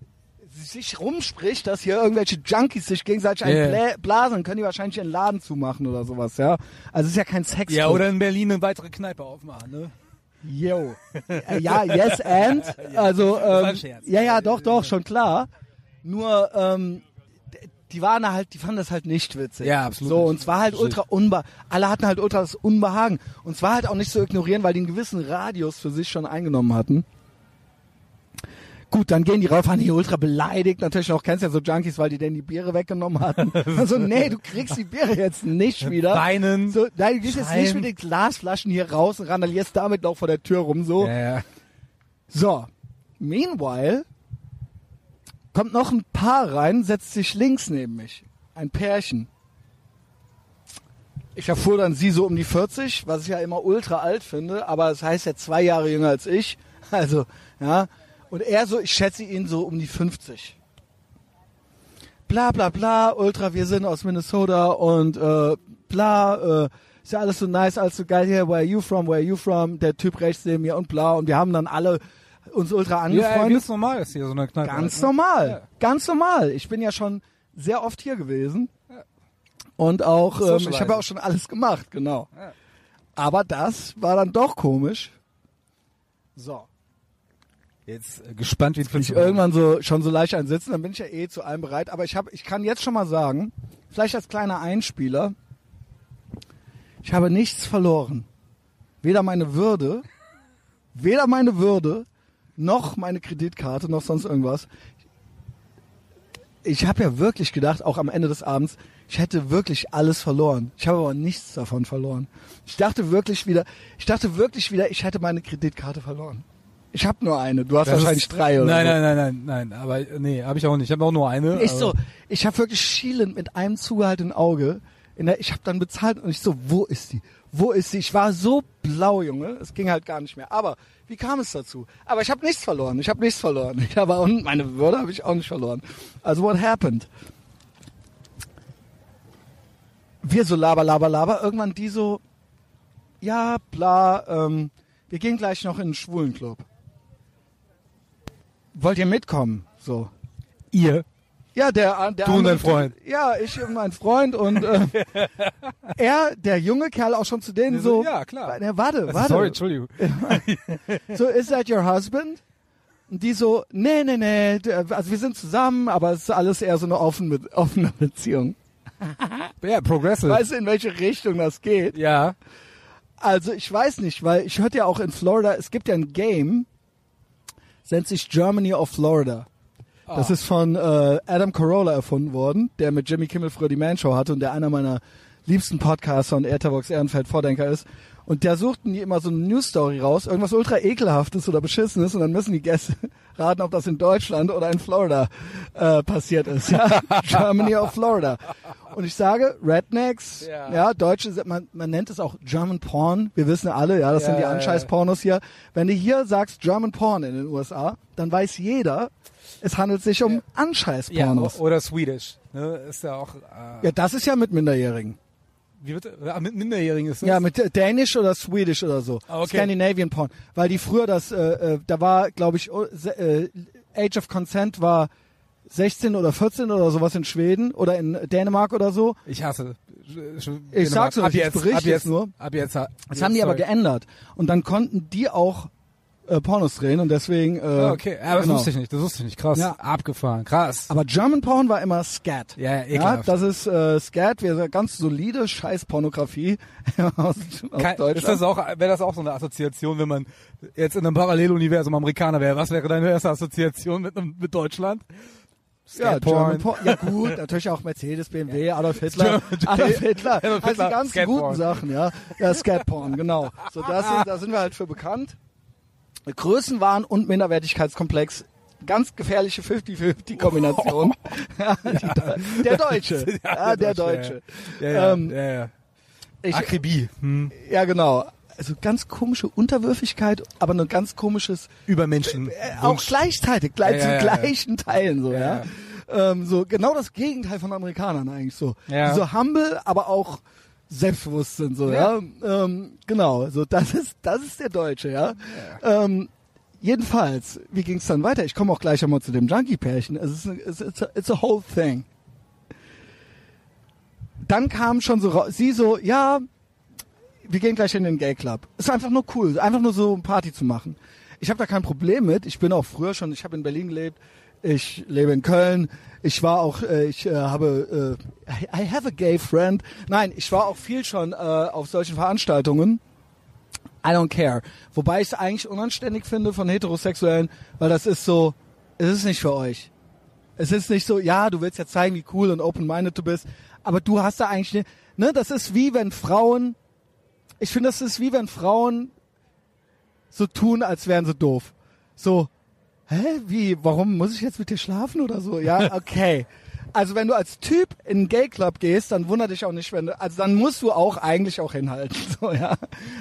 [SPEAKER 1] sich rumspricht, dass hier irgendwelche Junkies sich gegenseitig
[SPEAKER 2] Ja.
[SPEAKER 1] einblasen, können die wahrscheinlich ihren Laden zumachen oder sowas, ja. Also es ist ja kein Sex.
[SPEAKER 2] ja oder in Berlin eine weitere Kneipe aufmachen, ne?
[SPEAKER 1] Yo. Äh, ja, yes and. Also,
[SPEAKER 2] war ein
[SPEAKER 1] ähm,
[SPEAKER 2] Scherz.
[SPEAKER 1] ja, ja, doch, doch, schon klar. Nur, ähm, d- die waren da halt, die fanden das halt nicht witzig.
[SPEAKER 2] Ja, absolut
[SPEAKER 1] So,
[SPEAKER 2] nicht.
[SPEAKER 1] und es war halt ultra unbe, alle hatten halt ultra das Unbehagen. Und es war halt auch nicht zu ignorieren, weil die einen gewissen Radius für sich schon eingenommen hatten. Gut, dann gehen die rauf, waren die ultra beleidigt. Natürlich noch, kennst ja so Junkies, weil die denen die Biere weggenommen hatten. Also, nee, du kriegst die Biere jetzt nicht wieder.
[SPEAKER 2] Weinen.
[SPEAKER 1] So, nein, du gehst jetzt nicht
[SPEAKER 2] Schreien.
[SPEAKER 1] mit den Glasflaschen hier raus und randalierst damit noch vor der Tür rum, so.
[SPEAKER 2] Ja, ja.
[SPEAKER 1] So, meanwhile kommt noch ein Paar rein, setzt sich links neben mich. Ein Pärchen. Ich erfuhr dann sie so um die 40, was ich ja immer ultra alt finde, aber das heißt ja zwei Jahre jünger als ich. Also, ja. Und er so, ich schätze ihn so um die 50. Bla bla bla, Ultra, wir sind aus Minnesota und äh, bla, äh, ist ja alles so nice, alles so geil hier, where are you from, where are you from, der Typ rechts neben mir und bla. Und wir haben dann alle uns ultra
[SPEAKER 2] ja
[SPEAKER 1] angefreundet.
[SPEAKER 2] ganz normal ist hier so eine Kneipe.
[SPEAKER 1] Ganz
[SPEAKER 2] ne?
[SPEAKER 1] normal,
[SPEAKER 2] Ja.
[SPEAKER 1] ganz normal. Ich bin ja schon sehr oft hier gewesen und auch ähm, ich
[SPEAKER 2] Socializen.
[SPEAKER 1] habe ja auch schon alles gemacht, genau.
[SPEAKER 2] Ja.
[SPEAKER 1] Aber das war dann doch komisch. So,
[SPEAKER 2] Jetzt äh, gespannt, wie es
[SPEAKER 1] bin ich irgendwann so schon so leicht ein Sitzen, dann bin ich ja eh zu allem bereit. Aber ich habe, ich kann jetzt schon mal sagen, vielleicht als kleiner Einspieler, ich habe nichts verloren, weder meine Würde, weder meine Würde, noch meine Kreditkarte, noch sonst irgendwas. Ich habe ja wirklich gedacht, auch am Ende des Abends, ich hätte wirklich alles verloren. Ich habe aber nichts davon verloren. Ich dachte wirklich wieder, ich dachte wirklich wieder, ich hätte meine Kreditkarte verloren. Ich habe nur eine. Du hast
[SPEAKER 2] Das ist-
[SPEAKER 1] wahrscheinlich drei oder
[SPEAKER 2] Nein,
[SPEAKER 1] so.
[SPEAKER 2] nein, nein, nein, nein. Aber äh, nee, habe ich auch nicht. Ich habe auch nur eine.
[SPEAKER 1] Ich
[SPEAKER 2] ne? aber-
[SPEAKER 1] so, ich habe wirklich schielend mit einem zugehaltenen Auge. In der, ich habe dann bezahlt und ich so, wo ist sie? Wo ist sie? Ich war so blau, Junge. Es ging halt gar nicht mehr. Aber wie kam es dazu? Aber ich habe nichts verloren. Ich habe nichts verloren. Ich habe auch, meine Würde habe ich auch nicht verloren. Also what happened? Wir so laber, laber, laber. Irgendwann die so, ja, bla, ähm, wir gehen gleich noch in den Schwulenclub. Wollt ihr mitkommen? So.
[SPEAKER 2] ihr.
[SPEAKER 1] Ja, der, der
[SPEAKER 2] Du und
[SPEAKER 1] andere-
[SPEAKER 2] dein Freund.
[SPEAKER 1] Ja, ich und mein Freund und äh, er, der junge Kerl, auch schon zu denen so.
[SPEAKER 2] Ja, klar.
[SPEAKER 1] Na, warte, warte.
[SPEAKER 2] Sorry, Entschuldigung.
[SPEAKER 1] so, is that your husband? Und die so, nee, nee, nee, d- also wir sind zusammen, aber es ist alles eher so eine offene, offene Beziehung.
[SPEAKER 2] Ja, Progressive.
[SPEAKER 1] Weißt du, in welche Richtung das geht?
[SPEAKER 2] ja.
[SPEAKER 1] Also ich weiß nicht, weil ich hörte ja auch in Florida, es gibt ja ein Game, das nennt sich Germany of Florida. Das ist von äh, Adam Carolla erfunden worden, der mit Jimmy Kimmel früher die Man Show hatte und der einer meiner liebsten Podcaster und Airtabox Ehrenfeld Vordenker ist. Und da suchten die immer so eine News Story raus, irgendwas ultra ekelhaftes oder beschissenes und dann müssen die Gäste raten, ob das in Deutschland oder in Florida äh, passiert ist. Ja? Germany of Florida. Und ich sage Rednecks, ja,
[SPEAKER 2] Ja.
[SPEAKER 1] Deutsche, sind- man, man nennt es auch German Porn. Wir wissen alle, ja, das
[SPEAKER 2] Ja,
[SPEAKER 1] sind die
[SPEAKER 2] ja, ja.
[SPEAKER 1] Anscheiß-Pornos hier. Wenn du hier sagst German Porn in den USA, dann weiß jeder, es handelt sich um
[SPEAKER 2] ja oh,
[SPEAKER 1] Anscheiß-Pornos. Ja,
[SPEAKER 2] oder Swedish. Ne? Ist ja auch. Äh,
[SPEAKER 1] das ist ja mit Minderjährigen.
[SPEAKER 2] Wie wird, ah, mit Minderjährigen ist das?
[SPEAKER 1] Ja, mit äh, Dänisch oder Swedish oder so.
[SPEAKER 2] Ah, okay.
[SPEAKER 1] Scandinavian Porn. Weil die früher das, äh, äh, da war, glaube ich, oh, se- äh, Age of Consent war 16 oder 14 oder sowas in Schweden oder in Dänemark oder so.
[SPEAKER 2] Ich hasse. Ich
[SPEAKER 1] Ich sag's euch,
[SPEAKER 2] ab
[SPEAKER 1] ich
[SPEAKER 2] jetzt,
[SPEAKER 1] berichte
[SPEAKER 2] ab jetzt
[SPEAKER 1] es nur.
[SPEAKER 2] Ab jetzt.
[SPEAKER 1] Das haben die aber
[SPEAKER 2] sorry.
[SPEAKER 1] geändert. Und dann konnten die auch äh, Pornos drehen und deswegen. Äh,
[SPEAKER 2] Ah, okay, aber das
[SPEAKER 1] genau.
[SPEAKER 2] wusste ich nicht, das wusste ich nicht. Krass.
[SPEAKER 1] Ja.
[SPEAKER 2] Abgefahren, krass.
[SPEAKER 1] Aber German Porn war immer Scat.
[SPEAKER 2] Ja, ja,
[SPEAKER 1] ja
[SPEAKER 2] ekelhaft.
[SPEAKER 1] das ist äh, Scat, wir sind ganz solide Scheißpornografie aus, aus
[SPEAKER 2] Kein-
[SPEAKER 1] Deutschland.
[SPEAKER 2] ist das auch, wäre das auch so eine Assoziation, wenn man jetzt in einem Paralleluniversum Amerikaner wäre? Was wäre deine erste Assoziation mit, einem- mit Deutschland?
[SPEAKER 1] Ja, German
[SPEAKER 2] Skatporn.
[SPEAKER 1] Porn. Ja gut, natürlich auch Mercedes, BMW, Adolf Hitler, Adolf Hitler,
[SPEAKER 2] Adolf
[SPEAKER 1] also die
[SPEAKER 2] Hitler,
[SPEAKER 1] ganzen
[SPEAKER 2] Skatporn.
[SPEAKER 1] guten Sachen, ja. Ja, Skatporn, genau. So, das sind, da sind wir halt für bekannt. Größenwahn und Minderwertigkeitskomplex, ganz gefährliche 50-50-Kombination. Ja, die- der Deutsche, ja, Ah, der Deutsche.
[SPEAKER 2] Ja, ja,
[SPEAKER 1] Ähm,
[SPEAKER 2] ja, ja.
[SPEAKER 1] Ich,
[SPEAKER 2] Akribie. Hm.
[SPEAKER 1] ja, genau. Also ganz komische Unterwürfigkeit, aber ein ganz komisches
[SPEAKER 2] Übermenschen.
[SPEAKER 1] äh, auch gleichzeitig, gleich,
[SPEAKER 2] Ja,
[SPEAKER 1] zu
[SPEAKER 2] ja, ja, ja.
[SPEAKER 1] gleichen Teilen so, ja.
[SPEAKER 2] Ja,
[SPEAKER 1] Ähm, so genau das Gegenteil von Amerikanern eigentlich so.
[SPEAKER 2] Ja.
[SPEAKER 1] Die So humble, aber auch selbstbewusst sind so, ja.
[SPEAKER 2] Ja.
[SPEAKER 1] Ähm, genau, so das ist das ist der Deutsche, ja. Ähm, jedenfalls, wie ging es dann weiter? Ich komme auch gleich einmal zu dem Junkie-Pärchen. Es ist, es ist, it's a whole thing. Dann kam schon so, ra- sie so, ja, wir gehen gleich in den Gay Club. Ist einfach nur cool, einfach nur so eine Party zu machen. Ich habe da kein Problem mit. Ich bin auch früher schon, ich habe in Berlin gelebt. Ich lebe in Köln. Ich war auch, äh, ich äh, habe, äh, I I have a gay friend. Nein, ich war auch viel schon äh, auf solchen Veranstaltungen. I don't care. Wobei ich es eigentlich unanständig finde von Heterosexuellen, weil das ist so, es ist nicht für euch. Es ist nicht so, ja, du willst ja zeigen, wie cool und open-minded du bist, aber du hast da eigentlich, ne, ne das ist wie wenn Frauen, ich finde, das ist wie wenn Frauen so tun, als wären sie doof. So, hä, wie, warum muss ich jetzt mit dir schlafen oder so? Ja, okay. Also wenn du als Typ in einen Gay Club gehst, dann wundert dich auch nicht, wenn du, also dann musst du auch eigentlich auch hinhalten. So, ja.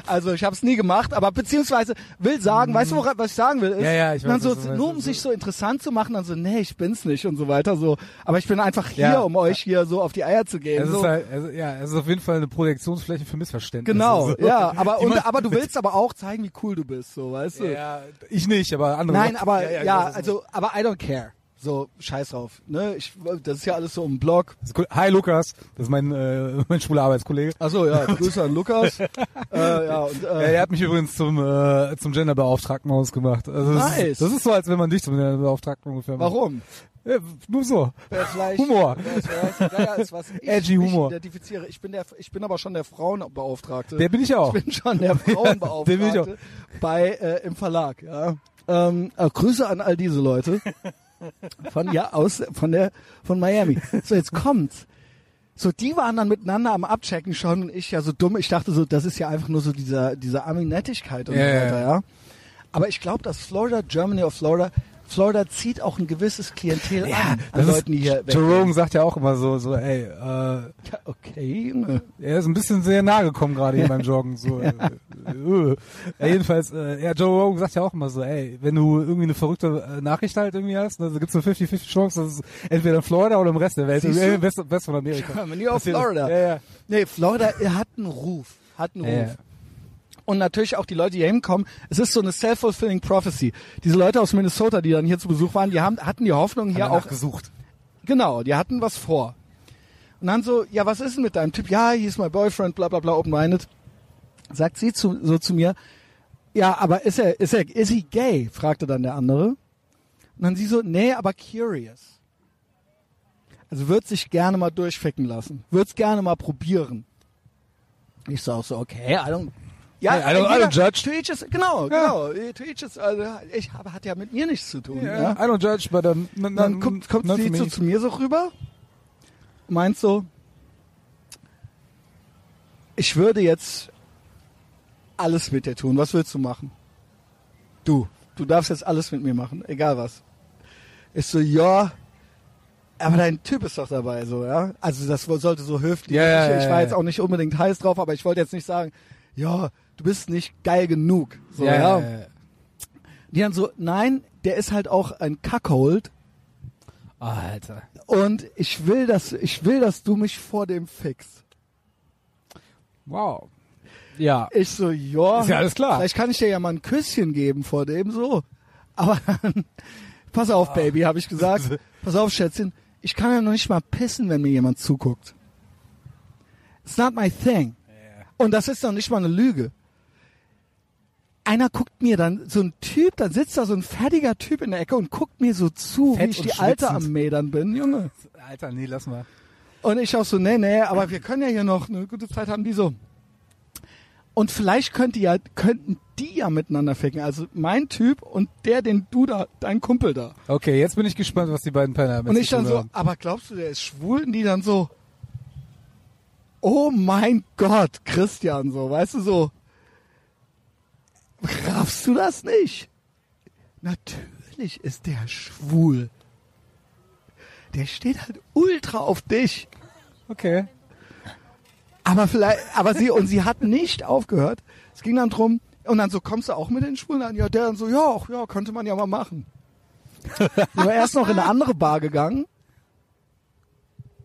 [SPEAKER 1] Also ich habe es nie gemacht, aber beziehungsweise will sagen, weißt du, wora- was ich sagen will? Ist,
[SPEAKER 2] Mhm. Ja, ja, ich
[SPEAKER 1] dann
[SPEAKER 2] weiß,
[SPEAKER 1] so,
[SPEAKER 2] was du meinst,
[SPEAKER 1] nur um
[SPEAKER 2] also-
[SPEAKER 1] sich so interessant zu machen, dann so, nee, ich bin's nicht und so weiter. So, aber ich bin einfach hier,
[SPEAKER 2] Ja.
[SPEAKER 1] um euch hier so auf die Eier zu gehen.
[SPEAKER 2] Es
[SPEAKER 1] so.
[SPEAKER 2] ist halt, also, ja, es ist auf jeden Fall eine Projektionsfläche für Missverständnisse.
[SPEAKER 1] genau,
[SPEAKER 2] Also,
[SPEAKER 1] ja. Aber
[SPEAKER 2] die
[SPEAKER 1] und,
[SPEAKER 2] man-
[SPEAKER 1] aber du willst aber auch zeigen, wie cool du bist, so, weißt du?
[SPEAKER 2] Ja, ich nicht, aber andere.
[SPEAKER 1] Nein, aber ja,
[SPEAKER 2] ich weiß, was du
[SPEAKER 1] also, aber I don't care. So, scheiß drauf. Ne? Ich, das ist ja alles so im Blog.
[SPEAKER 2] meinst. Ist cool. Hi Lukas, das ist mein, äh, mein schwuler Arbeitskollege.
[SPEAKER 1] Achso, ja, Grüße an Lukas. äh, ja, und,
[SPEAKER 2] Ja,
[SPEAKER 1] äh,
[SPEAKER 2] er hat mich übrigens zum, äh, zum Genderbeauftragten ausgemacht. Also, das,
[SPEAKER 1] Nice.
[SPEAKER 2] ist, das ist so, als wenn man dich zum Genderbeauftragten ungefähr macht.
[SPEAKER 1] Warum?
[SPEAKER 2] Ja, Äh, nur so.
[SPEAKER 1] Wer vielleicht,
[SPEAKER 2] Humor.
[SPEAKER 1] Wer vielleicht, ja, ja, ist was ich
[SPEAKER 2] Edgy
[SPEAKER 1] mich
[SPEAKER 2] Humor.
[SPEAKER 1] identifiziere. Ich bin, der, ich bin aber schon der Frauenbeauftragte.
[SPEAKER 2] Der bin ich auch.
[SPEAKER 1] ich bin schon der Frauenbeauftragte
[SPEAKER 2] den bin ich auch.
[SPEAKER 1] bei äh, im Verlag. Ja. Ähm, äh, Grüße an all diese Leute von ja aus von der von Miami. So jetzt kommt's. So die waren dann miteinander am Abchecken schon und ich ja so dumm. Ich dachte so, das ist ja einfach nur so dieser diese Arminettigkeit und
[SPEAKER 2] Ja,
[SPEAKER 1] so
[SPEAKER 2] ja,
[SPEAKER 1] weiter.
[SPEAKER 2] ja.
[SPEAKER 1] Ja. Aber ich glaube, dass Florida, Germany of Florida, Florida zieht auch ein gewisses Klientel an, an
[SPEAKER 2] das ist,
[SPEAKER 1] Leuten, die hier
[SPEAKER 2] Joe
[SPEAKER 1] weggehen.
[SPEAKER 2] Rogan sagt ja auch immer so, so, ey, äh,
[SPEAKER 1] Ja, Okay, Junge.
[SPEAKER 2] Er ist ein bisschen sehr nahe gekommen gerade hier beim Joggen. So, äh, äh, ja, jedenfalls, äh, ja, Joe Rogan sagt ja auch immer so, ey, wenn du irgendwie eine verrückte äh, Nachricht halt irgendwie hast, ne, also gibt's eine 50-50 Chance, dass es entweder in Florida oder im Rest der Welt,
[SPEAKER 1] Siehst
[SPEAKER 2] äh,
[SPEAKER 1] du?
[SPEAKER 2] im West, West von Amerika.
[SPEAKER 1] Germany of
[SPEAKER 2] Passiert ist.
[SPEAKER 1] Florida.
[SPEAKER 2] Ja, ja.
[SPEAKER 1] Nee, Florida hat einen Ruf. Hat einen
[SPEAKER 2] Ja,
[SPEAKER 1] Ruf.
[SPEAKER 2] ja.
[SPEAKER 1] Und natürlich auch die Leute, die hier hinkommen. Es ist so eine self-fulfilling prophecy. Diese Leute aus Minnesota, die dann hier zu Besuch waren, die haben, hatten die Hoffnung hier
[SPEAKER 2] Danach
[SPEAKER 1] auch.
[SPEAKER 2] gesucht.
[SPEAKER 1] Genau, die hatten was vor. Und dann so, ja, was ist denn mit deinem Typ? Ja, he's my boyfriend, bla bla bla, open-minded. Sagt sie zu, so zu mir, ja, aber ist er, ist er, is he gay? fragte dann der andere. Und dann sie so, nee, aber curious. Also wird sich gerne mal durchficken lassen. Wird's gerne mal probieren. Ich sag so, okay, I don't, ja,
[SPEAKER 2] Hey, I don't- I
[SPEAKER 1] jeder-
[SPEAKER 2] don't judge.
[SPEAKER 1] To each his, genau,
[SPEAKER 2] Ja.
[SPEAKER 1] genau. To each his, also, ich habe, hat ja mit mir nichts zu tun.
[SPEAKER 2] Ja,
[SPEAKER 1] Ja?
[SPEAKER 2] I don't judge, but um, n-
[SPEAKER 1] dann
[SPEAKER 2] n-
[SPEAKER 1] kommt, kommt
[SPEAKER 2] not
[SPEAKER 1] sie
[SPEAKER 2] for
[SPEAKER 1] so
[SPEAKER 2] me.
[SPEAKER 1] zu mir so rüber, meint so, ich würde jetzt alles mit dir tun. Was willst du machen? Du, du darfst jetzt alles mit mir machen, egal was. Ich so, ja, aber dein Typ ist doch dabei, so, ja. Also das sollte so höflich.
[SPEAKER 2] Ja, ja,
[SPEAKER 1] ich,
[SPEAKER 2] ja,
[SPEAKER 1] ich
[SPEAKER 2] ja.
[SPEAKER 1] war jetzt auch nicht unbedingt heiß drauf, aber ich wollte jetzt nicht sagen, ja, du bist nicht geil genug. So,
[SPEAKER 2] Ja,
[SPEAKER 1] ja.
[SPEAKER 2] ja, ja.
[SPEAKER 1] Die dann so, nein, der ist halt auch ein Cuckold.
[SPEAKER 2] Alter.
[SPEAKER 1] Und ich will, dass, ich will, dass du mich vor dem fixst.
[SPEAKER 2] Wow. Ja.
[SPEAKER 1] Ich so, ja.
[SPEAKER 2] Ist ja alles klar.
[SPEAKER 1] Vielleicht kann ich dir ja mal ein Küsschen geben vor dem, so. Aber dann, pass
[SPEAKER 2] Ah.
[SPEAKER 1] auf, Baby, habe ich gesagt. pass auf, Schätzchen. Ich kann ja noch nicht mal pissen, wenn mir jemand zuguckt. It's not my thing. Und das ist noch nicht mal eine Lüge. Einer guckt mir dann, so ein Typ, dann sitzt da so ein fertiger Typ in der Ecke und guckt mir so zu,
[SPEAKER 2] Fett
[SPEAKER 1] wie ich
[SPEAKER 2] und
[SPEAKER 1] die Alte
[SPEAKER 2] schwitzend.
[SPEAKER 1] am Mädern bin, Junge.
[SPEAKER 2] Alter, nee, lass mal.
[SPEAKER 1] Und ich auch so, nee, nee, aber wir können ja hier noch eine gute Zeit haben, die so. Und vielleicht könnte ja, könnten die ja miteinander ficken. Also mein Typ und der, den du da, dein Kumpel da.
[SPEAKER 2] Okay, jetzt bin ich gespannt, was die beiden Penner
[SPEAKER 1] und ich dann so,
[SPEAKER 2] haben.
[SPEAKER 1] aber glaubst du, der ist schwul? Und die dann so, oh mein Gott, Christian, so, weißt du, so, raffst du das nicht? Natürlich ist der schwul. Der steht halt ultra auf dich.
[SPEAKER 2] Okay.
[SPEAKER 1] Aber vielleicht, aber sie, und sie hat nicht aufgehört. Es ging dann drum, und dann so, kommst du auch mit den Schwulen an? Ja, der dann so, ja, auch, ja, könnte man ja mal machen. Ich war erst noch in eine andere Bar gegangen.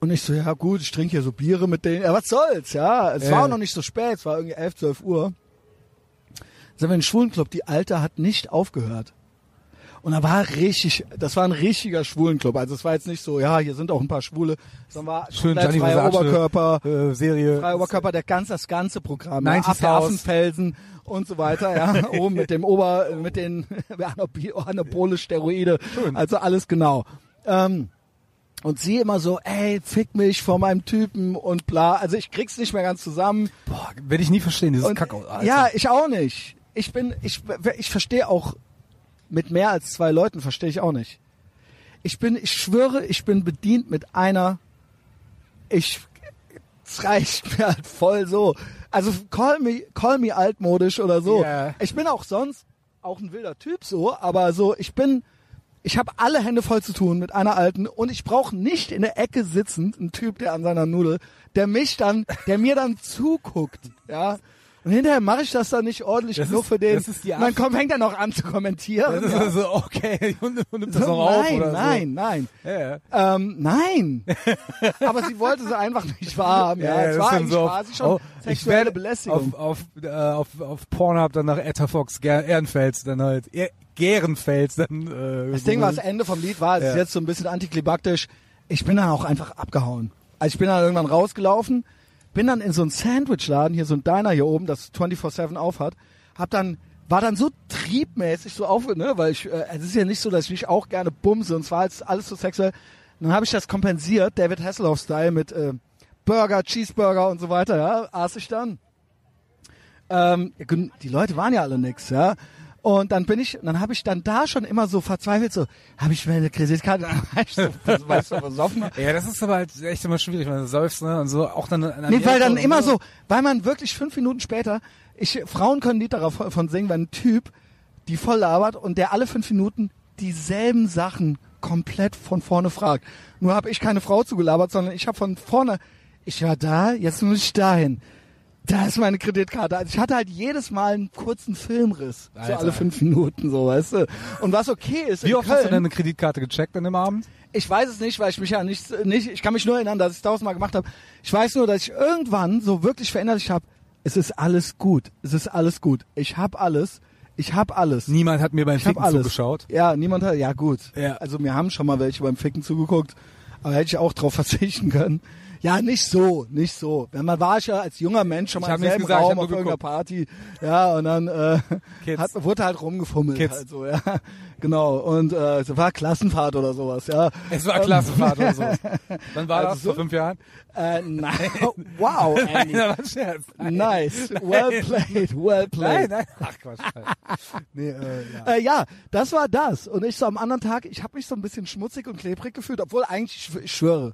[SPEAKER 1] Und ich so, ja gut, ich trinke hier so Biere mit denen. Ja, was soll's, ja. Es
[SPEAKER 2] Ja.
[SPEAKER 1] war auch noch nicht so spät, es war irgendwie 11, 12 Uhr. Sind wir in den Schwulenclub, die Alte hat nicht aufgehört. Und da war richtig, das war ein richtiger Schwulenclub. Also es war jetzt nicht so, ja, hier sind auch ein paar Schwule, sondern war
[SPEAKER 2] Schön
[SPEAKER 1] komplett
[SPEAKER 2] Gianni
[SPEAKER 1] freier
[SPEAKER 2] Versace.
[SPEAKER 1] Oberkörper,
[SPEAKER 2] Äh, Serie.
[SPEAKER 1] freier Oberkörper, der ganz, das ganze Programm. Ja,
[SPEAKER 2] 90s
[SPEAKER 1] Affenfelsen und so weiter, ja. Oben mit dem Ober, mit den Anabi- anabole Steroide. Also alles genau. Ähm, und sie immer so, ey, fick mich vor meinem Typen und bla. Also ich krieg's nicht mehr ganz zusammen.
[SPEAKER 2] Boah, werde ich nie verstehen, dieses
[SPEAKER 1] Und,
[SPEAKER 2] Kacko. Alter.
[SPEAKER 1] ja, ich auch nicht. Ich bin, ich, ich verstehe auch mit mehr als zwei Leuten verstehe ich auch nicht. Ich bin, ich schwöre, ich bin bedient mit einer. Ich, es reicht mir halt voll so. Also call me, call me altmodisch oder so.
[SPEAKER 2] Ja.
[SPEAKER 1] Ich bin auch sonst auch ein wilder Typ so, aber so, ich bin, ich habe alle Hände voll zu tun mit einer alten und ich brauche nicht in der Ecke sitzend einen Typ, der an seiner Nudel, der mich dann, der mir dann zuguckt, ja. Und hinterher mache ich das dann nicht ordentlich
[SPEAKER 2] Das
[SPEAKER 1] genug
[SPEAKER 2] ist-
[SPEAKER 1] für den.
[SPEAKER 2] das ist die
[SPEAKER 1] und dann
[SPEAKER 2] Art-
[SPEAKER 1] kommt, fängt er noch an zu kommentieren.
[SPEAKER 2] Das ist
[SPEAKER 1] ja.
[SPEAKER 2] so, okay, und, und nimmt das
[SPEAKER 1] So,
[SPEAKER 2] auch auf
[SPEAKER 1] nein,
[SPEAKER 2] oder
[SPEAKER 1] nein, nein.
[SPEAKER 2] so. Ja, ja.
[SPEAKER 1] Ähm, nein. Aber sie wollte sie einfach nicht wahrhaben. Ja,
[SPEAKER 2] das
[SPEAKER 1] es
[SPEAKER 2] ist
[SPEAKER 1] war
[SPEAKER 2] dann
[SPEAKER 1] eigentlich
[SPEAKER 2] so,
[SPEAKER 1] quasi schon
[SPEAKER 2] oh, ich
[SPEAKER 1] sexuelle
[SPEAKER 2] werde
[SPEAKER 1] Belästigung.
[SPEAKER 2] Auf, auf, äh, auf, auf Pornhub dann nach Etterfox, Ger Ehrenfels, dann halt, Ehr- Gärenfels, dann, äh,
[SPEAKER 1] das Ding, was Ende vom Lied war, es
[SPEAKER 2] Ja.
[SPEAKER 1] ist jetzt so ein bisschen antiklimaktisch. Ich bin dann auch einfach abgehauen. Also ich bin dann irgendwann rausgelaufen, bin dann in so einen Sandwichladen, hier so ein Diner hier oben, das 24-7 auf hat, hab dann, war dann so triebmäßig so auf, ne, weil ich, äh, es ist ja nicht so, dass ich nicht auch gerne bumse und zwar ist alles so sexuell. Dann habe ich das kompensiert, David Hasselhoff-Style mit äh, Burger, Cheeseburger und so weiter, ja, aß ich dann ähm, gen- die Leute waren ja alle nix, ja. Und dann bin ich, dann habe ich dann da schon immer so verzweifelt, so, habe ich meine Kreditkarte, Dann war ich so, weißt du, besoffen.
[SPEAKER 2] Ja, das ist aber halt echt immer schwierig, wenn du säufst, ne, und so, auch dann, an
[SPEAKER 1] Nee, weil dann immer so, weil man wirklich fünf Minuten später, ich, Frauen können ein Lied darauf von singen, wenn ein Typ die voll labert und der alle fünf Minuten dieselben Sachen komplett von vorne fragt. Nur habe ich keine Frau zugelabert, sondern ich habe von vorne, ich war da, jetzt muss ich dahin. Da ist meine Kreditkarte. Also ich hatte halt jedes Mal einen kurzen Filmriss. So
[SPEAKER 2] Alter.
[SPEAKER 1] alle fünf Minuten, so, weißt du. Und was okay ist,
[SPEAKER 2] Wie
[SPEAKER 1] in
[SPEAKER 2] oft
[SPEAKER 1] Köln,
[SPEAKER 2] hast du deine Kreditkarte gecheckt an dem Abend?
[SPEAKER 1] ich weiß es nicht, weil ich mich ja nicht, nicht ich kann mich nur erinnern, dass ich es tausendmal gemacht habe. Ich weiß nur, dass ich irgendwann so wirklich verinnerlicht habe, es ist alles gut, es ist alles gut. Ich habe alles, ich habe alles.
[SPEAKER 2] Niemand hat mir beim
[SPEAKER 1] ich habe
[SPEAKER 2] Ficken
[SPEAKER 1] alles.
[SPEAKER 2] zugeschaut.
[SPEAKER 1] Ja, niemand hat, ja gut.
[SPEAKER 2] Ja.
[SPEAKER 1] Also mir haben schon mal welche beim Ficken zugeguckt, aber hätte ich auch drauf verzichten können. Ja, nicht so, nicht so. Wenn man war ich ja als junger Mensch schon
[SPEAKER 2] Ich
[SPEAKER 1] mal
[SPEAKER 2] hab
[SPEAKER 1] im
[SPEAKER 2] nichts
[SPEAKER 1] selben
[SPEAKER 2] gesagt, ich hab
[SPEAKER 1] Raum
[SPEAKER 2] nur
[SPEAKER 1] auf irgendeiner Party. Ja, und dann äh,
[SPEAKER 2] Kids.
[SPEAKER 1] hat, wurde halt rumgefummelt.
[SPEAKER 2] Kids.
[SPEAKER 1] Halt so, ja. Genau. Und äh, es war Klassenfahrt oder sowas, ja.
[SPEAKER 2] Es war Klassenfahrt oder so. Wann war
[SPEAKER 1] Also
[SPEAKER 2] das? Vor
[SPEAKER 1] so-
[SPEAKER 2] fünf Jahren?
[SPEAKER 1] Äh, nein. Oh, wow,
[SPEAKER 2] Nein,
[SPEAKER 1] Andy.
[SPEAKER 2] das war ein Scherz.
[SPEAKER 1] Nice. Well played, well
[SPEAKER 2] Nein,
[SPEAKER 1] played.
[SPEAKER 2] nein. Ach Quatsch. nee, äh, ja.
[SPEAKER 1] Äh, ja, das war das. Und ich so am anderen Tag, ich habe mich so ein bisschen schmutzig und klebrig gefühlt, obwohl eigentlich, ich, ich schwöre,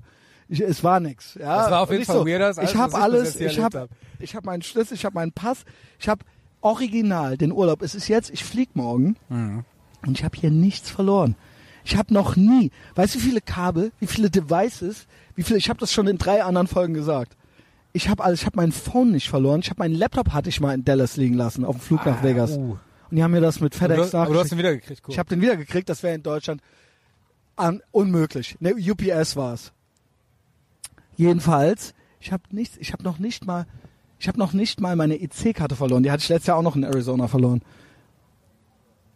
[SPEAKER 1] ich, es war nix. Ja,
[SPEAKER 2] Das war auf
[SPEAKER 1] Und
[SPEAKER 2] jeden
[SPEAKER 1] ich
[SPEAKER 2] Fall
[SPEAKER 1] so,
[SPEAKER 2] weirder als alles,
[SPEAKER 1] Ich habe
[SPEAKER 2] was ich bis
[SPEAKER 1] alles,
[SPEAKER 2] jetzt hier
[SPEAKER 1] ich
[SPEAKER 2] erlebt
[SPEAKER 1] habe
[SPEAKER 2] hab.
[SPEAKER 1] ich hab meinen Schlüssel, ich habe meinen Pass, ich habe original den Urlaub. Es ist jetzt, ich flieg morgen und ich habe hier nichts verloren. Ich habe noch nie, weißt du, wie viele Kabel, wie viele Devices, wie viele, ich habe das schon in drei anderen Folgen gesagt. Ich habe alles, ich habe mein Phone nicht verloren, ich habe meinen Laptop hatte ich mal in Dallas liegen lassen auf dem Flug nach Vegas.
[SPEAKER 2] uh.
[SPEAKER 1] Und die haben mir das mit
[SPEAKER 2] Aber
[SPEAKER 1] FedEx
[SPEAKER 2] du, aber du hast
[SPEAKER 1] nachgeschickt.
[SPEAKER 2] ihn wieder gekriegt, cool.
[SPEAKER 1] Ich habe den wieder gekriegt, das wäre in Deutschland an, unmöglich. Ne, UPS war's. Jedenfalls, ich habe nichts, ich habe noch nicht mal, ich habe noch nicht mal meine EC-Karte verloren. Die hatte ich letztes Jahr auch noch in Arizona verloren.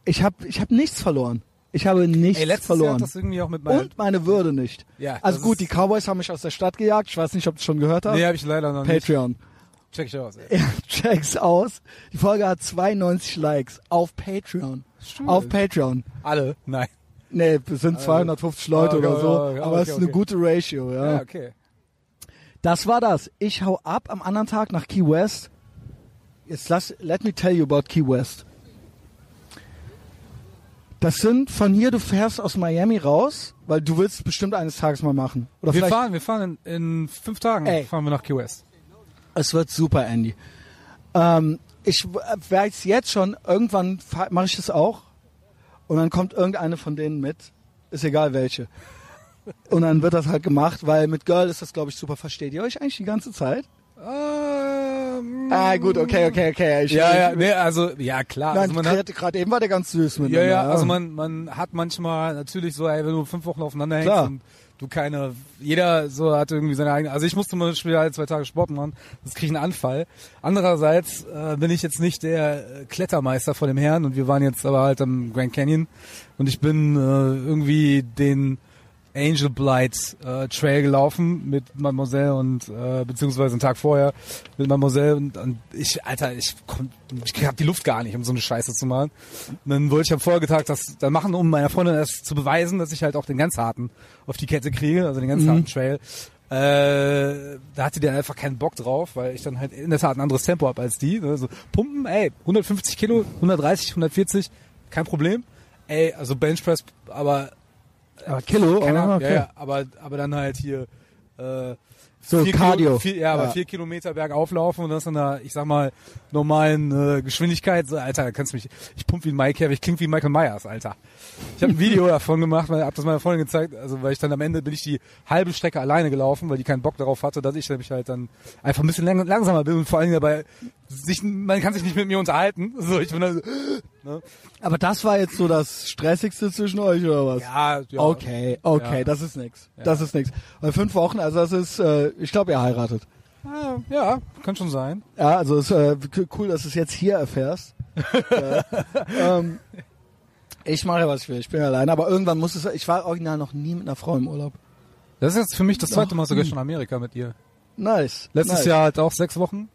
[SPEAKER 1] Ich habe, ich habe nichts verloren. Ich habe nichts
[SPEAKER 2] Ey, letztes Jahr hat
[SPEAKER 1] verloren.
[SPEAKER 2] das irgendwie auch mit meinem...
[SPEAKER 1] Und meine Würde nicht.
[SPEAKER 2] Ja,
[SPEAKER 1] also
[SPEAKER 2] das
[SPEAKER 1] gut,
[SPEAKER 2] ist-
[SPEAKER 1] die Cowboys haben mich aus der Stadt gejagt. Ich weiß nicht, ob du es schon gehört hast.
[SPEAKER 2] Nee, habe ich leider noch nicht.
[SPEAKER 1] Patreon.
[SPEAKER 2] Check ich aus. Ey.
[SPEAKER 1] Ja, check's aus. Die Folge hat 92 Likes auf Patreon.
[SPEAKER 2] Stimmt.
[SPEAKER 1] Auf Patreon.
[SPEAKER 2] Alle? Nein.
[SPEAKER 1] Nee, es sind 250 Leute
[SPEAKER 2] Äh, okay,
[SPEAKER 1] oder so,
[SPEAKER 2] okay, okay,
[SPEAKER 1] aber es ist
[SPEAKER 2] okay.
[SPEAKER 1] eine gute Ratio, ja.
[SPEAKER 2] Ja, okay.
[SPEAKER 1] Das war das. Ich hau ab am anderen Tag nach Key West. Jetzt lass, let me tell you about Key West. Das sind von hier, du fährst aus Miami raus, weil du willst es bestimmt eines Tages mal machen. Oder
[SPEAKER 2] Wir
[SPEAKER 1] vielleicht,
[SPEAKER 2] fahren, wir fahren in, in fünf Tagen
[SPEAKER 1] Ey.
[SPEAKER 2] fahren wir nach Key West.
[SPEAKER 1] es wird super, Andy. Ähm, ich w- weiß jetzt schon, irgendwann mache ich das auch und dann kommt irgendeine von denen mit, ist egal welche. Und dann wird das halt gemacht, weil mit Girl ist das, glaube ich, super. Versteht ihr euch eigentlich die ganze Zeit?
[SPEAKER 2] Ähm,
[SPEAKER 1] Ah, gut, okay, okay, okay. Ich,
[SPEAKER 2] Ja, ja, nee, also ja klar.
[SPEAKER 1] Nein,
[SPEAKER 2] also man hat,
[SPEAKER 1] gerade gerade eben war der ganz süß mit ne?
[SPEAKER 2] also ja, ja, also man, man hat manchmal natürlich so, ey, wenn du fünf Wochen aufeinander hängst
[SPEAKER 1] Klar.
[SPEAKER 2] und du keine, jeder so hat irgendwie seine eigene, also ich muss zum Beispiel halt zwei Tage Sport machen, sonst kriege ich einen Anfall. Andererseits äh, bin ich jetzt nicht der äh, Klettermeister von dem Herrn und wir waren jetzt aber halt am Grand Canyon und ich bin äh, irgendwie den Angel Blight äh, Trail gelaufen mit Mademoiselle und äh, beziehungsweise einen Tag vorher mit Mademoiselle und, und ich, Alter, ich, komm, ich hab die Luft gar nicht, um so eine Scheiße zu machen. Und dann wollte ich am Vorgetag das dann machen, um meiner Freundin das zu beweisen, dass ich halt auch den ganz harten auf die Kette kriege, also den ganz harten Trail. Äh, da hatte die dann einfach keinen Bock drauf, weil ich dann halt in der Tat ein anderes Tempo hab als die. Ne? So, Pumpen, ey, 150 Kilo, 130, 140, kein Problem. Ey, also Benchpress, aber
[SPEAKER 3] Aber Kilo,
[SPEAKER 2] keine
[SPEAKER 3] aber
[SPEAKER 2] Ahnung,
[SPEAKER 3] okay.
[SPEAKER 2] ja, ja, aber, aber dann halt hier äh,
[SPEAKER 3] So,
[SPEAKER 2] vier
[SPEAKER 3] Cardio.
[SPEAKER 2] Kilo, vier, ja, aber
[SPEAKER 3] Ja.
[SPEAKER 2] vier Kilometer bergauf laufen und das in einer, ich sag mal, normalen äh, Geschwindigkeit. So, Alter, da kannst du mich, ich pump wie ein Mike Herr, ich kling wie Michael Myers, Alter. Ich habe ein Video davon gemacht, weil, hab das meiner Freundin gezeigt, also weil ich dann am Ende bin ich die halbe Strecke alleine gelaufen, weil die keinen Bock darauf hatte, dass ich nämlich halt dann einfach ein bisschen lang, langsamer bin und vor allen Dingen dabei, sich, man kann sich nicht mit mir unterhalten. So, ich bin dann so, ne?
[SPEAKER 1] Aber das war jetzt so das Stressigste zwischen euch, oder was?
[SPEAKER 2] ja, ja.
[SPEAKER 1] Okay, okay,
[SPEAKER 2] Ja.
[SPEAKER 1] das ist nix. Das ist nix. Weil fünf Wochen, also das ist, äh, ich glaube, ihr heiratet.
[SPEAKER 2] Ah, Ja, kann schon sein.
[SPEAKER 1] Ja, also ist äh, k- cool, dass du es jetzt hier erfährst. äh, ähm, ich mache ja, was ich will. Ich bin alleine, aber irgendwann muss es. Ich war original noch nie mit einer Frau im Urlaub.
[SPEAKER 2] Das ist jetzt für mich das zweite Mal sogar schon Amerika mit ihr.
[SPEAKER 1] Nice.
[SPEAKER 2] Letztes
[SPEAKER 1] nice.
[SPEAKER 2] Jahr halt auch sechs Wochen.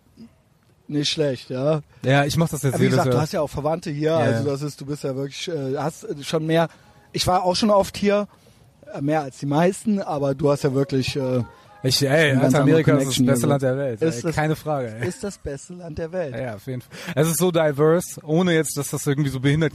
[SPEAKER 1] Nicht schlecht, ja.
[SPEAKER 2] Ja, ich mach das jetzt
[SPEAKER 1] Aber wie
[SPEAKER 2] jedes
[SPEAKER 1] gesagt, du
[SPEAKER 2] Jahr.
[SPEAKER 1] hast ja auch Verwandte hier,
[SPEAKER 2] Ja,
[SPEAKER 1] also
[SPEAKER 2] ja.
[SPEAKER 1] das ist, du bist ja wirklich, äh, hast äh, schon mehr. Ich war auch schon oft hier, äh, mehr als die meisten, aber du hast ja wirklich. Äh,
[SPEAKER 2] Ich, ey,
[SPEAKER 1] Eine
[SPEAKER 2] als
[SPEAKER 1] ganz
[SPEAKER 2] Amerika
[SPEAKER 1] andere
[SPEAKER 2] ist das
[SPEAKER 1] Connection
[SPEAKER 2] beste
[SPEAKER 1] hier,
[SPEAKER 2] Land der Welt.
[SPEAKER 1] Ist
[SPEAKER 2] ey,
[SPEAKER 1] das-
[SPEAKER 2] keine Frage. Ey.
[SPEAKER 1] ist das beste Land der Welt.
[SPEAKER 2] Ja, auf jeden Fall. Es ist so diverse, ohne jetzt, dass das irgendwie so behindert,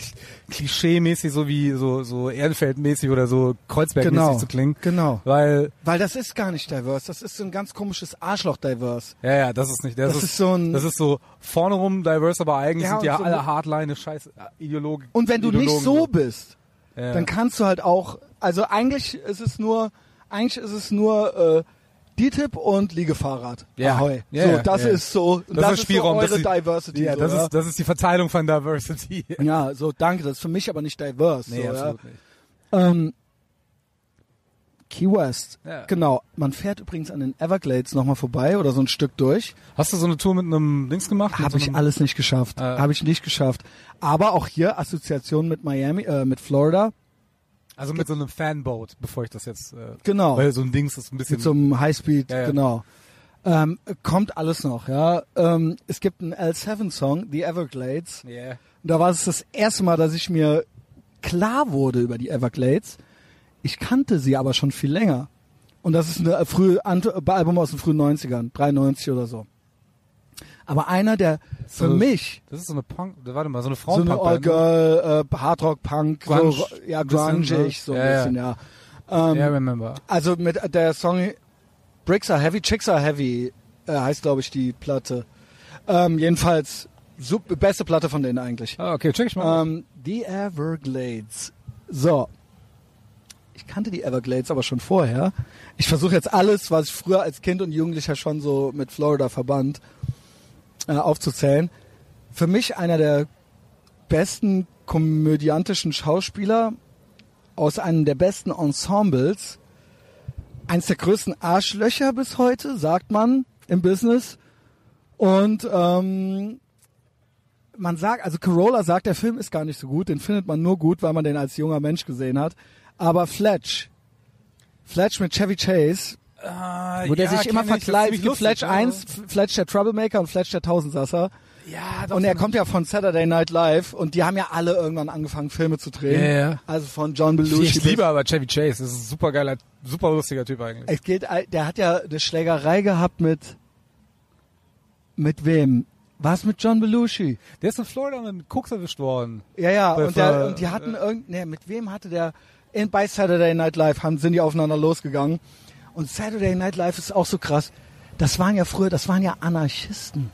[SPEAKER 2] klischee-mäßig, so wie so, so Ehrenfeld-mäßig oder so Kreuzberg-mäßig
[SPEAKER 1] Genau.
[SPEAKER 2] zu klingen.
[SPEAKER 1] Genau.
[SPEAKER 2] Weil,
[SPEAKER 1] Weil das ist gar nicht diverse. Das ist so ein ganz komisches Arschloch-Diverse.
[SPEAKER 2] ja, ja, das ist nicht, das,
[SPEAKER 1] Das ist so ein-
[SPEAKER 2] das ist so vorne rum diverse, aber eigentlich
[SPEAKER 1] Ja,
[SPEAKER 2] sind die
[SPEAKER 1] und
[SPEAKER 2] ja
[SPEAKER 1] so-
[SPEAKER 2] alle Hardline, scheiß äh, Ideologen.
[SPEAKER 1] Und wenn du nicht so bist,
[SPEAKER 2] ja.
[SPEAKER 1] dann kannst du halt auch, also eigentlich ist es nur, eigentlich ist es nur äh, DTIP und Liegefahrrad.
[SPEAKER 2] Ja.
[SPEAKER 1] Ahoi.
[SPEAKER 2] Ja,
[SPEAKER 1] so,
[SPEAKER 2] ja,
[SPEAKER 1] das
[SPEAKER 2] ja.
[SPEAKER 1] ist so, das,
[SPEAKER 2] ist
[SPEAKER 1] ist
[SPEAKER 2] Spielraum,
[SPEAKER 1] so
[SPEAKER 2] das
[SPEAKER 1] eure
[SPEAKER 2] ist-
[SPEAKER 1] Diversity.
[SPEAKER 2] ja,
[SPEAKER 1] so,
[SPEAKER 2] das
[SPEAKER 1] ja.
[SPEAKER 2] ist, das ist die Verteilung von Diversity.
[SPEAKER 1] ja, so danke, das ist für mich aber nicht diverse. so, ja.
[SPEAKER 2] nicht.
[SPEAKER 1] ähm, Key West,
[SPEAKER 2] Ja.
[SPEAKER 1] genau. Man fährt übrigens an den Everglades nochmal vorbei oder so ein Stück durch.
[SPEAKER 2] Hast du so eine Tour mit einem Dings gemacht? Mit
[SPEAKER 1] Habe
[SPEAKER 2] so
[SPEAKER 1] ich
[SPEAKER 2] einem-
[SPEAKER 1] alles nicht geschafft.
[SPEAKER 2] Ah.
[SPEAKER 1] Habe ich nicht geschafft. Aber auch hier Assoziation mit Miami, äh, mit Florida.
[SPEAKER 2] Also mit so einem Fanboat, bevor ich das jetzt. Äh,
[SPEAKER 1] Genau.
[SPEAKER 2] Weil so ein Dings ist ein bisschen.
[SPEAKER 1] Mit so einem Highspeed,
[SPEAKER 2] Ja, ja.
[SPEAKER 1] genau. Ähm, kommt alles noch, ja. Ähm, es gibt einen L7-Song, The Everglades.
[SPEAKER 2] yeah.
[SPEAKER 1] Und da war es das erste Mal, dass ich mir klar wurde über die Everglades. Ich kannte sie aber schon viel länger. Und das ist eine frühe Ant äh, Album aus den frühen 90ern, 93 oder so. Aber einer der für
[SPEAKER 2] So-
[SPEAKER 1] mich
[SPEAKER 2] Das ist so eine Punk. Warte mal, so eine
[SPEAKER 1] so eine
[SPEAKER 2] Frauenpunk.
[SPEAKER 1] All-Girl, äh, Hardrock-Punk,
[SPEAKER 2] ne? Grunge.
[SPEAKER 1] so, ja,
[SPEAKER 2] Bisschen, ne?
[SPEAKER 1] grungig, so ein
[SPEAKER 2] Ja, ja.
[SPEAKER 1] bisschen, ja.
[SPEAKER 2] Ja, remember.
[SPEAKER 1] Also mit der Song Bricks are Heavy, Chicks are Heavy äh, heißt, glaube ich, die Platte. Ähm, jedenfalls sup- beste Platte von denen eigentlich.
[SPEAKER 2] Ah, okay, check ich mal.
[SPEAKER 1] Ähm, die Everglades. So. Ich kannte die Everglades aber schon vorher. Ich versuche jetzt alles, was ich früher als Kind und Jugendlicher schon so mit Florida verband, äh, aufzuzählen. Für mich einer der besten komödiantischen Schauspieler aus einem der besten Ensembles. Eins der größten Arschlöcher bis heute, sagt man im Business. Und ähm, man sagt, also Corolla sagt, der Film ist gar nicht so gut, den findet man nur gut, weil man den als junger Mensch gesehen hat. Aber Fletch, Fletch mit Chevy Chase,
[SPEAKER 2] Ah,
[SPEAKER 1] wo der
[SPEAKER 2] ja,
[SPEAKER 1] sich immer
[SPEAKER 2] kenn ich, das
[SPEAKER 1] vergleicht,
[SPEAKER 2] ist
[SPEAKER 1] es
[SPEAKER 2] ziemlich
[SPEAKER 1] gibt
[SPEAKER 2] lustig,
[SPEAKER 1] Fletch
[SPEAKER 2] ne?
[SPEAKER 1] 1, F- Fletch der Troublemaker und Fletch der Tausendsasser.
[SPEAKER 2] Ja, doch.
[SPEAKER 1] Und er kommt ja von Saturday Night Live und die haben ja alle irgendwann angefangen, Filme zu drehen.
[SPEAKER 2] Ja, ja.
[SPEAKER 1] Also von John Belushi.
[SPEAKER 2] Ich
[SPEAKER 1] bis-
[SPEAKER 2] liebe aber Chevy Chase. Das ist ein super geiler, super lustiger Typ eigentlich.
[SPEAKER 1] Es geht, der hat ja eine Schlägerei gehabt mit, mit wem? Was mit John Belushi?
[SPEAKER 2] Der ist in Florida mit Koks erwischt worden.
[SPEAKER 1] Ja, ja,
[SPEAKER 2] Bei
[SPEAKER 1] und, der,
[SPEAKER 2] Ver-
[SPEAKER 1] und die hatten irgend, ne, mit wem hatte der, in, bei Saturday Night Live haben, sind die aufeinander losgegangen. Und Saturday Night Live ist auch so krass. Das waren ja früher, das waren ja Anarchisten.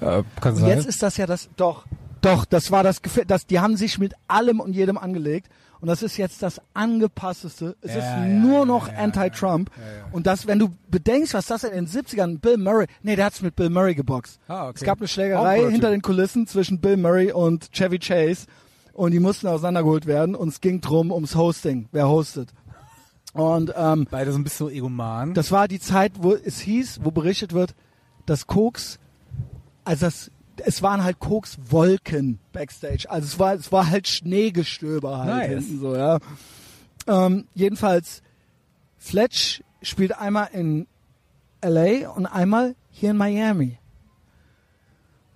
[SPEAKER 2] Äh, kann
[SPEAKER 1] Und jetzt ist das ja das, doch, doch, das war das, Gefä- das, die haben sich mit allem und jedem angelegt. Und das ist jetzt das angepassteste. Es
[SPEAKER 2] Ja,
[SPEAKER 1] ist
[SPEAKER 2] ja,
[SPEAKER 1] nur
[SPEAKER 2] ja,
[SPEAKER 1] noch
[SPEAKER 2] ja,
[SPEAKER 1] anti-Trump.
[SPEAKER 2] ja, ja, ja.
[SPEAKER 1] Und das, wenn du bedenkst, was das in den 70ern, Bill Murray, nee, der hat's mit Bill Murray geboxt.
[SPEAKER 2] Ah, okay.
[SPEAKER 1] Es gab eine
[SPEAKER 2] Auch ein
[SPEAKER 1] Schlägerei
[SPEAKER 2] guter
[SPEAKER 1] hinter
[SPEAKER 2] Typ.
[SPEAKER 1] den Kulissen zwischen Bill Murray und Chevy Chase. Und die mussten auseinandergeholt werden. Und es ging drum ums Hosting. Wer hostet? Und ähm,
[SPEAKER 2] Beide so ein bisschen so egoman.
[SPEAKER 1] das war die Zeit, wo es hieß, wo berichtet wird, dass Koks, also das, es waren halt Kokswolken backstage. Also es war, es war halt Schneegestöber halt
[SPEAKER 2] Nice.
[SPEAKER 1] hinten so, ja. Ähm, jedenfalls, Fletch spielt einmal in LA und einmal hier in Miami.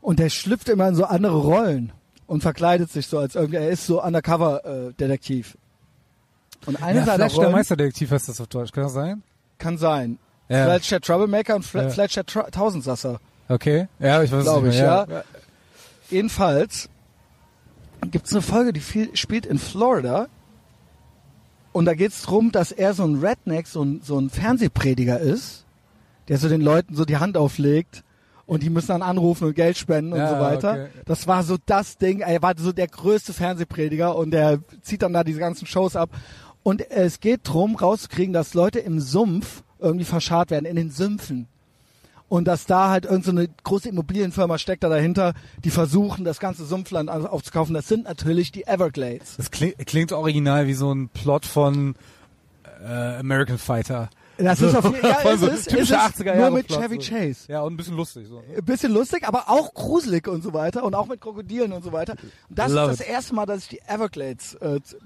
[SPEAKER 1] Und der schlüpft immer in so andere Rollen und verkleidet sich so als irgendwie, er ist so Undercover-Detektiv. und eine
[SPEAKER 2] ja,
[SPEAKER 1] seiner
[SPEAKER 2] Flash, der
[SPEAKER 1] Rollen
[SPEAKER 2] Meisterdetektiv heißt das auf Deutsch, kann das sein?
[SPEAKER 1] kann sein.
[SPEAKER 2] Ja.
[SPEAKER 1] Fletch der Troublemaker und Fle
[SPEAKER 2] Ja.
[SPEAKER 1] Fletch der Tra Tausendsasser.
[SPEAKER 2] Okay. Ja, ich weiß es
[SPEAKER 1] Glaub
[SPEAKER 2] nicht
[SPEAKER 1] ich,
[SPEAKER 2] mehr.
[SPEAKER 1] ja. Jedenfalls gibt's eine Folge, die viel, spielt in Florida. Und da geht's drum, dass er so ein Redneck, so ein, so ein Fernsehprediger ist, der so den Leuten so die Hand auflegt und die müssen dann anrufen und Geld spenden und
[SPEAKER 2] Ja,
[SPEAKER 1] so weiter.
[SPEAKER 2] okay.
[SPEAKER 1] Das war so das Ding. Er war so der größte Fernsehprediger und der zieht dann da diese ganzen Shows ab. Und es geht drum, rauszukriegen, dass Leute im Sumpf irgendwie verscharrt werden, in den Sümpfen und dass da halt irgendeine so eine große Immobilienfirma steckt da dahinter, die versuchen, das ganze Sumpfland alles aufzukaufen. Das sind natürlich die Everglades.
[SPEAKER 2] Das klingt, klingt original wie so ein Plot von äh, American Fighter.
[SPEAKER 1] Das ist auf jeden Fall ja, es
[SPEAKER 2] so
[SPEAKER 1] ist, es
[SPEAKER 2] typische
[SPEAKER 1] ist
[SPEAKER 2] 80er
[SPEAKER 1] nur
[SPEAKER 2] Jahre
[SPEAKER 1] mit
[SPEAKER 2] Plot,
[SPEAKER 1] Chevy
[SPEAKER 2] so.
[SPEAKER 1] Chase.
[SPEAKER 2] Ja, und ein bisschen lustig. So.
[SPEAKER 1] Ein bisschen lustig, aber auch gruselig und so weiter und auch mit Krokodilen und so weiter. Und das
[SPEAKER 2] Love
[SPEAKER 1] ist das
[SPEAKER 2] it.
[SPEAKER 1] erste Mal, dass ich die Everglades äh, z-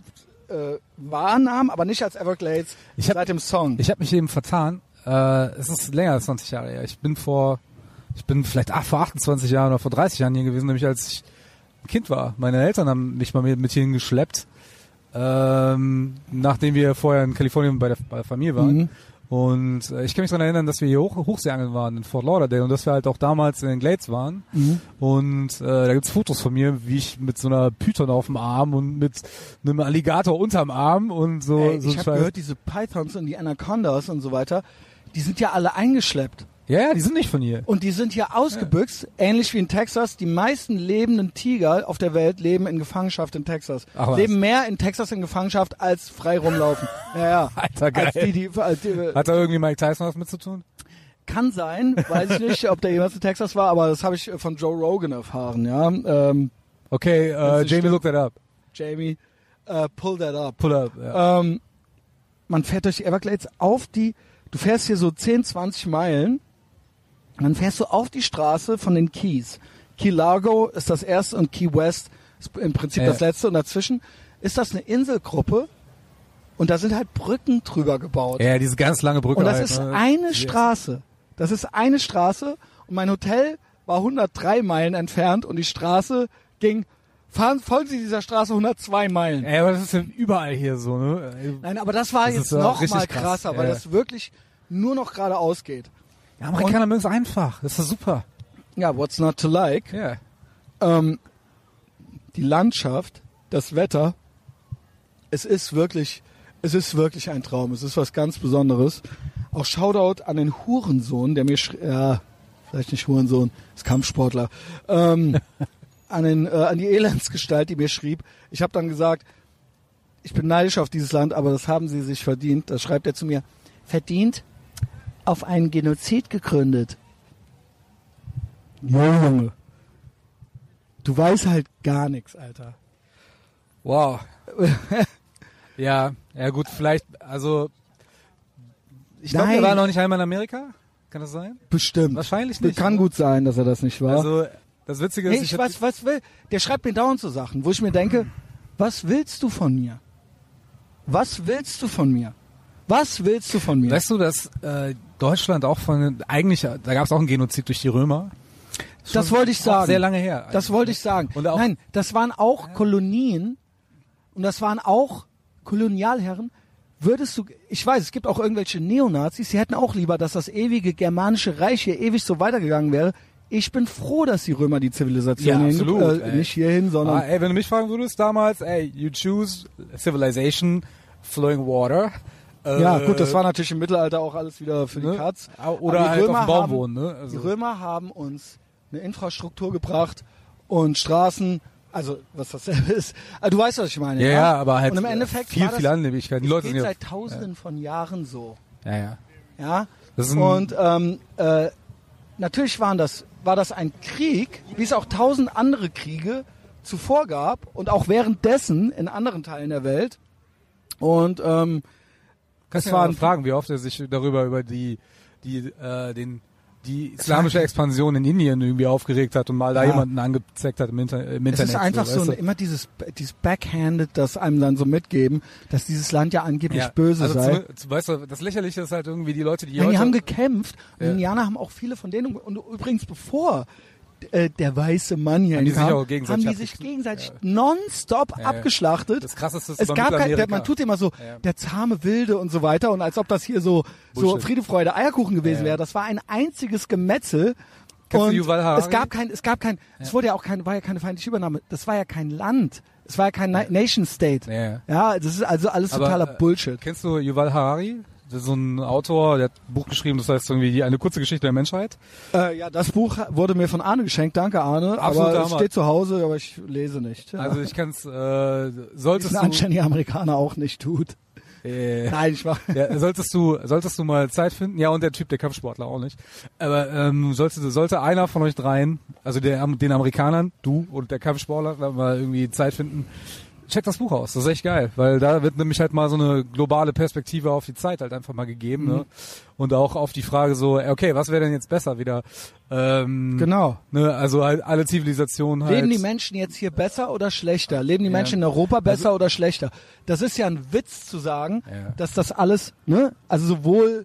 [SPEAKER 1] äh, wahrnahm, aber nicht als Everglades
[SPEAKER 2] Ich hab-
[SPEAKER 1] seit dem Song.
[SPEAKER 2] Ich habe mich eben vertan. Äh, es ist länger als 20 Jahre her. Ich bin vor, ich bin vielleicht ach, vor 28 Jahren oder vor 30 Jahren hier gewesen, nämlich als ich ein Kind war. Meine Eltern haben mich mal mit, mit hierhin geschleppt, ähm, nachdem wir vorher in Kalifornien bei der, bei der Familie waren.
[SPEAKER 1] Mhm.
[SPEAKER 2] Und äh, ich kann mich daran erinnern, dass wir hier hoch, Hochseeangeln waren in Fort Lauderdale und dass wir halt auch damals in den Glades waren.
[SPEAKER 1] Mhm.
[SPEAKER 2] Und äh, da gibt's Fotos von mir, wie ich mit so einer Python auf dem Arm und mit einem Alligator unterm Arm und so.
[SPEAKER 1] Ey, Äh, ich
[SPEAKER 2] so ein
[SPEAKER 1] habe
[SPEAKER 2] Scheiß.
[SPEAKER 1] gehört, diese Pythons und die Anacondas und so weiter, die sind ja alle eingeschleppt.
[SPEAKER 2] Ja, ja, die sind nicht von hier.
[SPEAKER 1] Und die sind hier ausgebüxt, ähnlich wie in Texas. Die meisten lebenden Tiger auf der Welt leben in Gefangenschaft in Texas.
[SPEAKER 2] Ach was.
[SPEAKER 1] leben mehr in Texas in Gefangenschaft als frei rumlaufen. ja, ja.
[SPEAKER 2] Alter, geil.
[SPEAKER 1] Als die, die, als die,
[SPEAKER 2] Hat da irgendwie Mike Tyson was mit zu tun?
[SPEAKER 1] kann sein, weiß ich nicht, ob der jemals in Texas war, aber das habe ich äh, von Joe Rogan erfahren, ja. Ähm,
[SPEAKER 2] Okay, äh,
[SPEAKER 1] Das ist
[SPEAKER 2] Jamie,
[SPEAKER 1] stimmt.
[SPEAKER 2] look that up.
[SPEAKER 1] Jamie, äh, pull that up.
[SPEAKER 2] Pull up. Ja.
[SPEAKER 1] Ähm, man fährt durch die Everglades auf die, du fährst hier so 10, 20 Meilen, dann fährst du auf die Straße von den Keys. Key Largo ist das erste und Key West ist im Prinzip
[SPEAKER 2] Ja.
[SPEAKER 1] das letzte und dazwischen ist das eine Inselgruppe und da sind halt Brücken drüber gebaut.
[SPEAKER 2] ja, diese ganz lange Brücke.
[SPEAKER 1] Und das
[SPEAKER 2] halt,
[SPEAKER 1] ist
[SPEAKER 2] ne?
[SPEAKER 1] eine
[SPEAKER 2] Yes.
[SPEAKER 1] Straße. Das ist eine Straße. Und mein Hotel war 103 Meilen entfernt und die Straße ging, fahren, folgen Sie dieser Straße 102 Meilen.
[SPEAKER 2] Ey, aber das ist ja überall hier so, ne?
[SPEAKER 1] Nein, aber das war
[SPEAKER 2] Das ist
[SPEAKER 1] jetzt
[SPEAKER 2] ja
[SPEAKER 1] noch
[SPEAKER 2] richtig
[SPEAKER 1] mal
[SPEAKER 2] krass,
[SPEAKER 1] krasser, weil
[SPEAKER 2] ja.
[SPEAKER 1] das wirklich nur noch geradeaus geht.
[SPEAKER 2] Ja, Amerikaner mögen es einfach. Das ist doch super.
[SPEAKER 1] Ja, what's not to like?
[SPEAKER 2] Ja.
[SPEAKER 1] Ähm, die Landschaft, das Wetter, es ist wirklich, es ist wirklich ein Traum. Es ist was ganz Besonderes. Auch Shoutout an den Hurensohn, der mir, schrie- ja, vielleicht nicht Hurensohn, ist Kampfsportler, ähm, an, den, äh, an die Elendsgestalt, die mir schrieb. Ich habe dann gesagt, ich bin neidisch auf dieses Land, aber das haben sie sich verdient. Da schreibt er zu mir, verdient auf einen Genozid gegründet. Ja, Junge. Du weißt halt gar nichts, Alter.
[SPEAKER 2] Wow. ja, ja gut, vielleicht, also ich glaube,
[SPEAKER 1] Nein.
[SPEAKER 2] er war noch nicht einmal in Amerika. Kann das sein?
[SPEAKER 1] Bestimmt.
[SPEAKER 2] Wahrscheinlich nicht. ne?
[SPEAKER 1] Kann gut sein, dass er das nicht war.
[SPEAKER 2] Also das Witzige ist,
[SPEAKER 1] nee, ich
[SPEAKER 2] hab-
[SPEAKER 1] weiß, was will. Der schreibt mir dauernd so Sachen, wo ich mir denke, was willst du von mir? Was willst du von mir? Was willst du von mir?
[SPEAKER 2] Weißt du, dass äh, Deutschland auch von eigentlich, da gab es auch einen Genozid durch die Römer. Schon
[SPEAKER 1] Das wollte ich
[SPEAKER 2] auch
[SPEAKER 1] sagen.
[SPEAKER 2] Sehr lange her.
[SPEAKER 1] das wollte ich sagen.
[SPEAKER 2] Und auch-
[SPEAKER 1] Nein, das waren auch Kolonien und das waren auch Kolonialherren. Würdest du, ich weiß, es gibt auch irgendwelche Neonazis, die hätten auch lieber, dass das ewige germanische Reich hier ewig so weitergegangen wäre. Ich bin froh, dass die Römer die Zivilisation
[SPEAKER 2] Ja,
[SPEAKER 1] hin-
[SPEAKER 2] absolut,
[SPEAKER 1] äh,
[SPEAKER 2] ey.
[SPEAKER 1] nicht hierhin, sondern
[SPEAKER 2] Ah, ey, wenn du mich fragen würdest damals, ey, you choose civilization, flowing water. Äh,
[SPEAKER 1] Ja, gut, das war natürlich im Mittelalter auch alles wieder für die
[SPEAKER 2] ne?
[SPEAKER 1] Katz.
[SPEAKER 2] Ah, Oder
[SPEAKER 1] Aber die
[SPEAKER 2] halt
[SPEAKER 1] Römer
[SPEAKER 2] auf dem Baum
[SPEAKER 1] haben,
[SPEAKER 2] wohnen, ne?
[SPEAKER 1] Die
[SPEAKER 2] Also,
[SPEAKER 1] Römer haben uns eine Infrastruktur gebracht und Straßen, also was dasselbe ist. Ah, Du weißt, was ich meine.
[SPEAKER 2] ja, ja, aber halt
[SPEAKER 1] Und im Endeffekt
[SPEAKER 2] viel,
[SPEAKER 1] war das,
[SPEAKER 2] viel Annehmlichkeit. Die
[SPEAKER 1] es
[SPEAKER 2] Leute
[SPEAKER 1] geht
[SPEAKER 2] sind ja,
[SPEAKER 1] seit Tausenden von Jahren so.
[SPEAKER 2] ja, ja.
[SPEAKER 1] Ja.
[SPEAKER 2] Das ist ein-
[SPEAKER 1] Und ähm, äh, natürlich waren das, war das ein Krieg, wie es auch tausend andere Kriege zuvor gab und auch währenddessen in anderen Teilen der Welt. Und ähm,
[SPEAKER 2] Kannst du
[SPEAKER 1] ja
[SPEAKER 2] mal
[SPEAKER 1] auf-
[SPEAKER 2] fragen, wie oft er sich darüber über die, die, äh, den, die islamische Expansion in Indien irgendwie aufgeregt hat und mal da
[SPEAKER 1] Ja.
[SPEAKER 2] jemanden angezeckt hat im, Inter im
[SPEAKER 1] Es
[SPEAKER 2] Internet.
[SPEAKER 1] ist einfach so,
[SPEAKER 2] weißt du?
[SPEAKER 1] immer dieses, dieses Backhanded, das einem dann so mitgeben, dass dieses Land ja angeblich
[SPEAKER 2] Ja.
[SPEAKER 1] böse
[SPEAKER 2] also
[SPEAKER 1] sei.
[SPEAKER 2] zum- Weißt du, das Lächerliche ist halt irgendwie die Leute, die
[SPEAKER 1] Nein,
[SPEAKER 2] heute
[SPEAKER 1] die haben gekämpft. Und
[SPEAKER 2] Ja.
[SPEAKER 1] Die Indianer haben auch viele von denen. Und übrigens, bevor äh, der weiße Mann hier
[SPEAKER 2] Haben die sich
[SPEAKER 1] kam,
[SPEAKER 2] auch gegenseitig
[SPEAKER 1] haben die sich
[SPEAKER 2] abgekn-
[SPEAKER 1] gegenseitig
[SPEAKER 2] ja.
[SPEAKER 1] nonstop
[SPEAKER 2] Ja.
[SPEAKER 1] abgeschlachtet.
[SPEAKER 2] Das Krasseste ist
[SPEAKER 1] es
[SPEAKER 2] aber
[SPEAKER 1] gab kein,
[SPEAKER 2] Mittelamerika.
[SPEAKER 1] der, man tut immer so,
[SPEAKER 2] Ja.
[SPEAKER 1] der zahme Wilde und so weiter. Und als ob das hier so, so
[SPEAKER 2] Bullshit.
[SPEAKER 1] Friede, Freude, Eierkuchen gewesen
[SPEAKER 2] Ja.
[SPEAKER 1] wäre. Das war ein einziges Gemetzel.
[SPEAKER 2] Kennst du
[SPEAKER 1] und
[SPEAKER 2] Yuval Harari?
[SPEAKER 1] es gab kein, es gab kein, es wurde ja auch kein, war ja keine feindliche Übernahme. Das war ja kein Land. Es war ja kein Na Nation State.
[SPEAKER 2] Ja.
[SPEAKER 1] Ja, das ist also alles
[SPEAKER 2] Aber,
[SPEAKER 1] totaler
[SPEAKER 2] äh,
[SPEAKER 1] Bullshit.
[SPEAKER 2] Kennst du Yuval Harari? Das ist so ein Autor, der hat ein Buch geschrieben, das heißt irgendwie die- eine kurze Geschichte der Menschheit.
[SPEAKER 1] Äh, ja, das Buch wurde mir von Arne geschenkt. Danke, Arne.
[SPEAKER 2] Absoluter
[SPEAKER 1] aber es
[SPEAKER 2] Hammer.
[SPEAKER 1] steht zu Hause, aber ich lese nicht. Ja.
[SPEAKER 2] Also ich kann es, äh,
[SPEAKER 1] das
[SPEAKER 2] solltest
[SPEAKER 1] ist ein
[SPEAKER 2] du,
[SPEAKER 1] anständiger Amerikaner auch nicht tut.
[SPEAKER 2] äh,
[SPEAKER 1] Nein, ich mach.
[SPEAKER 2] ja, solltest du, solltest du mal Zeit finden, ja und der Typ, der Kampfsportler auch nicht, aber ähm, sollte, sollte einer von euch dreien, also der, den Amerikanern, du und der Kampfsportler, mal irgendwie Zeit finden, check das Buch aus, das ist echt geil, weil da wird nämlich halt mal so eine globale Perspektive auf die Zeit halt einfach mal gegeben
[SPEAKER 1] Mhm.
[SPEAKER 2] ne? und auch auf die Frage so, okay, was wäre denn jetzt besser wieder? Ähm,
[SPEAKER 1] Genau.
[SPEAKER 2] Ne, also halt alle Zivilisationen halt.
[SPEAKER 1] Leben die Menschen jetzt hier besser oder schlechter? Leben die
[SPEAKER 2] Ja. Also-
[SPEAKER 1] Menschen in Europa besser oder schlechter? Das ist ja ein Witz zu sagen,
[SPEAKER 2] Ja.
[SPEAKER 1] dass das alles, ne? Also sowohl,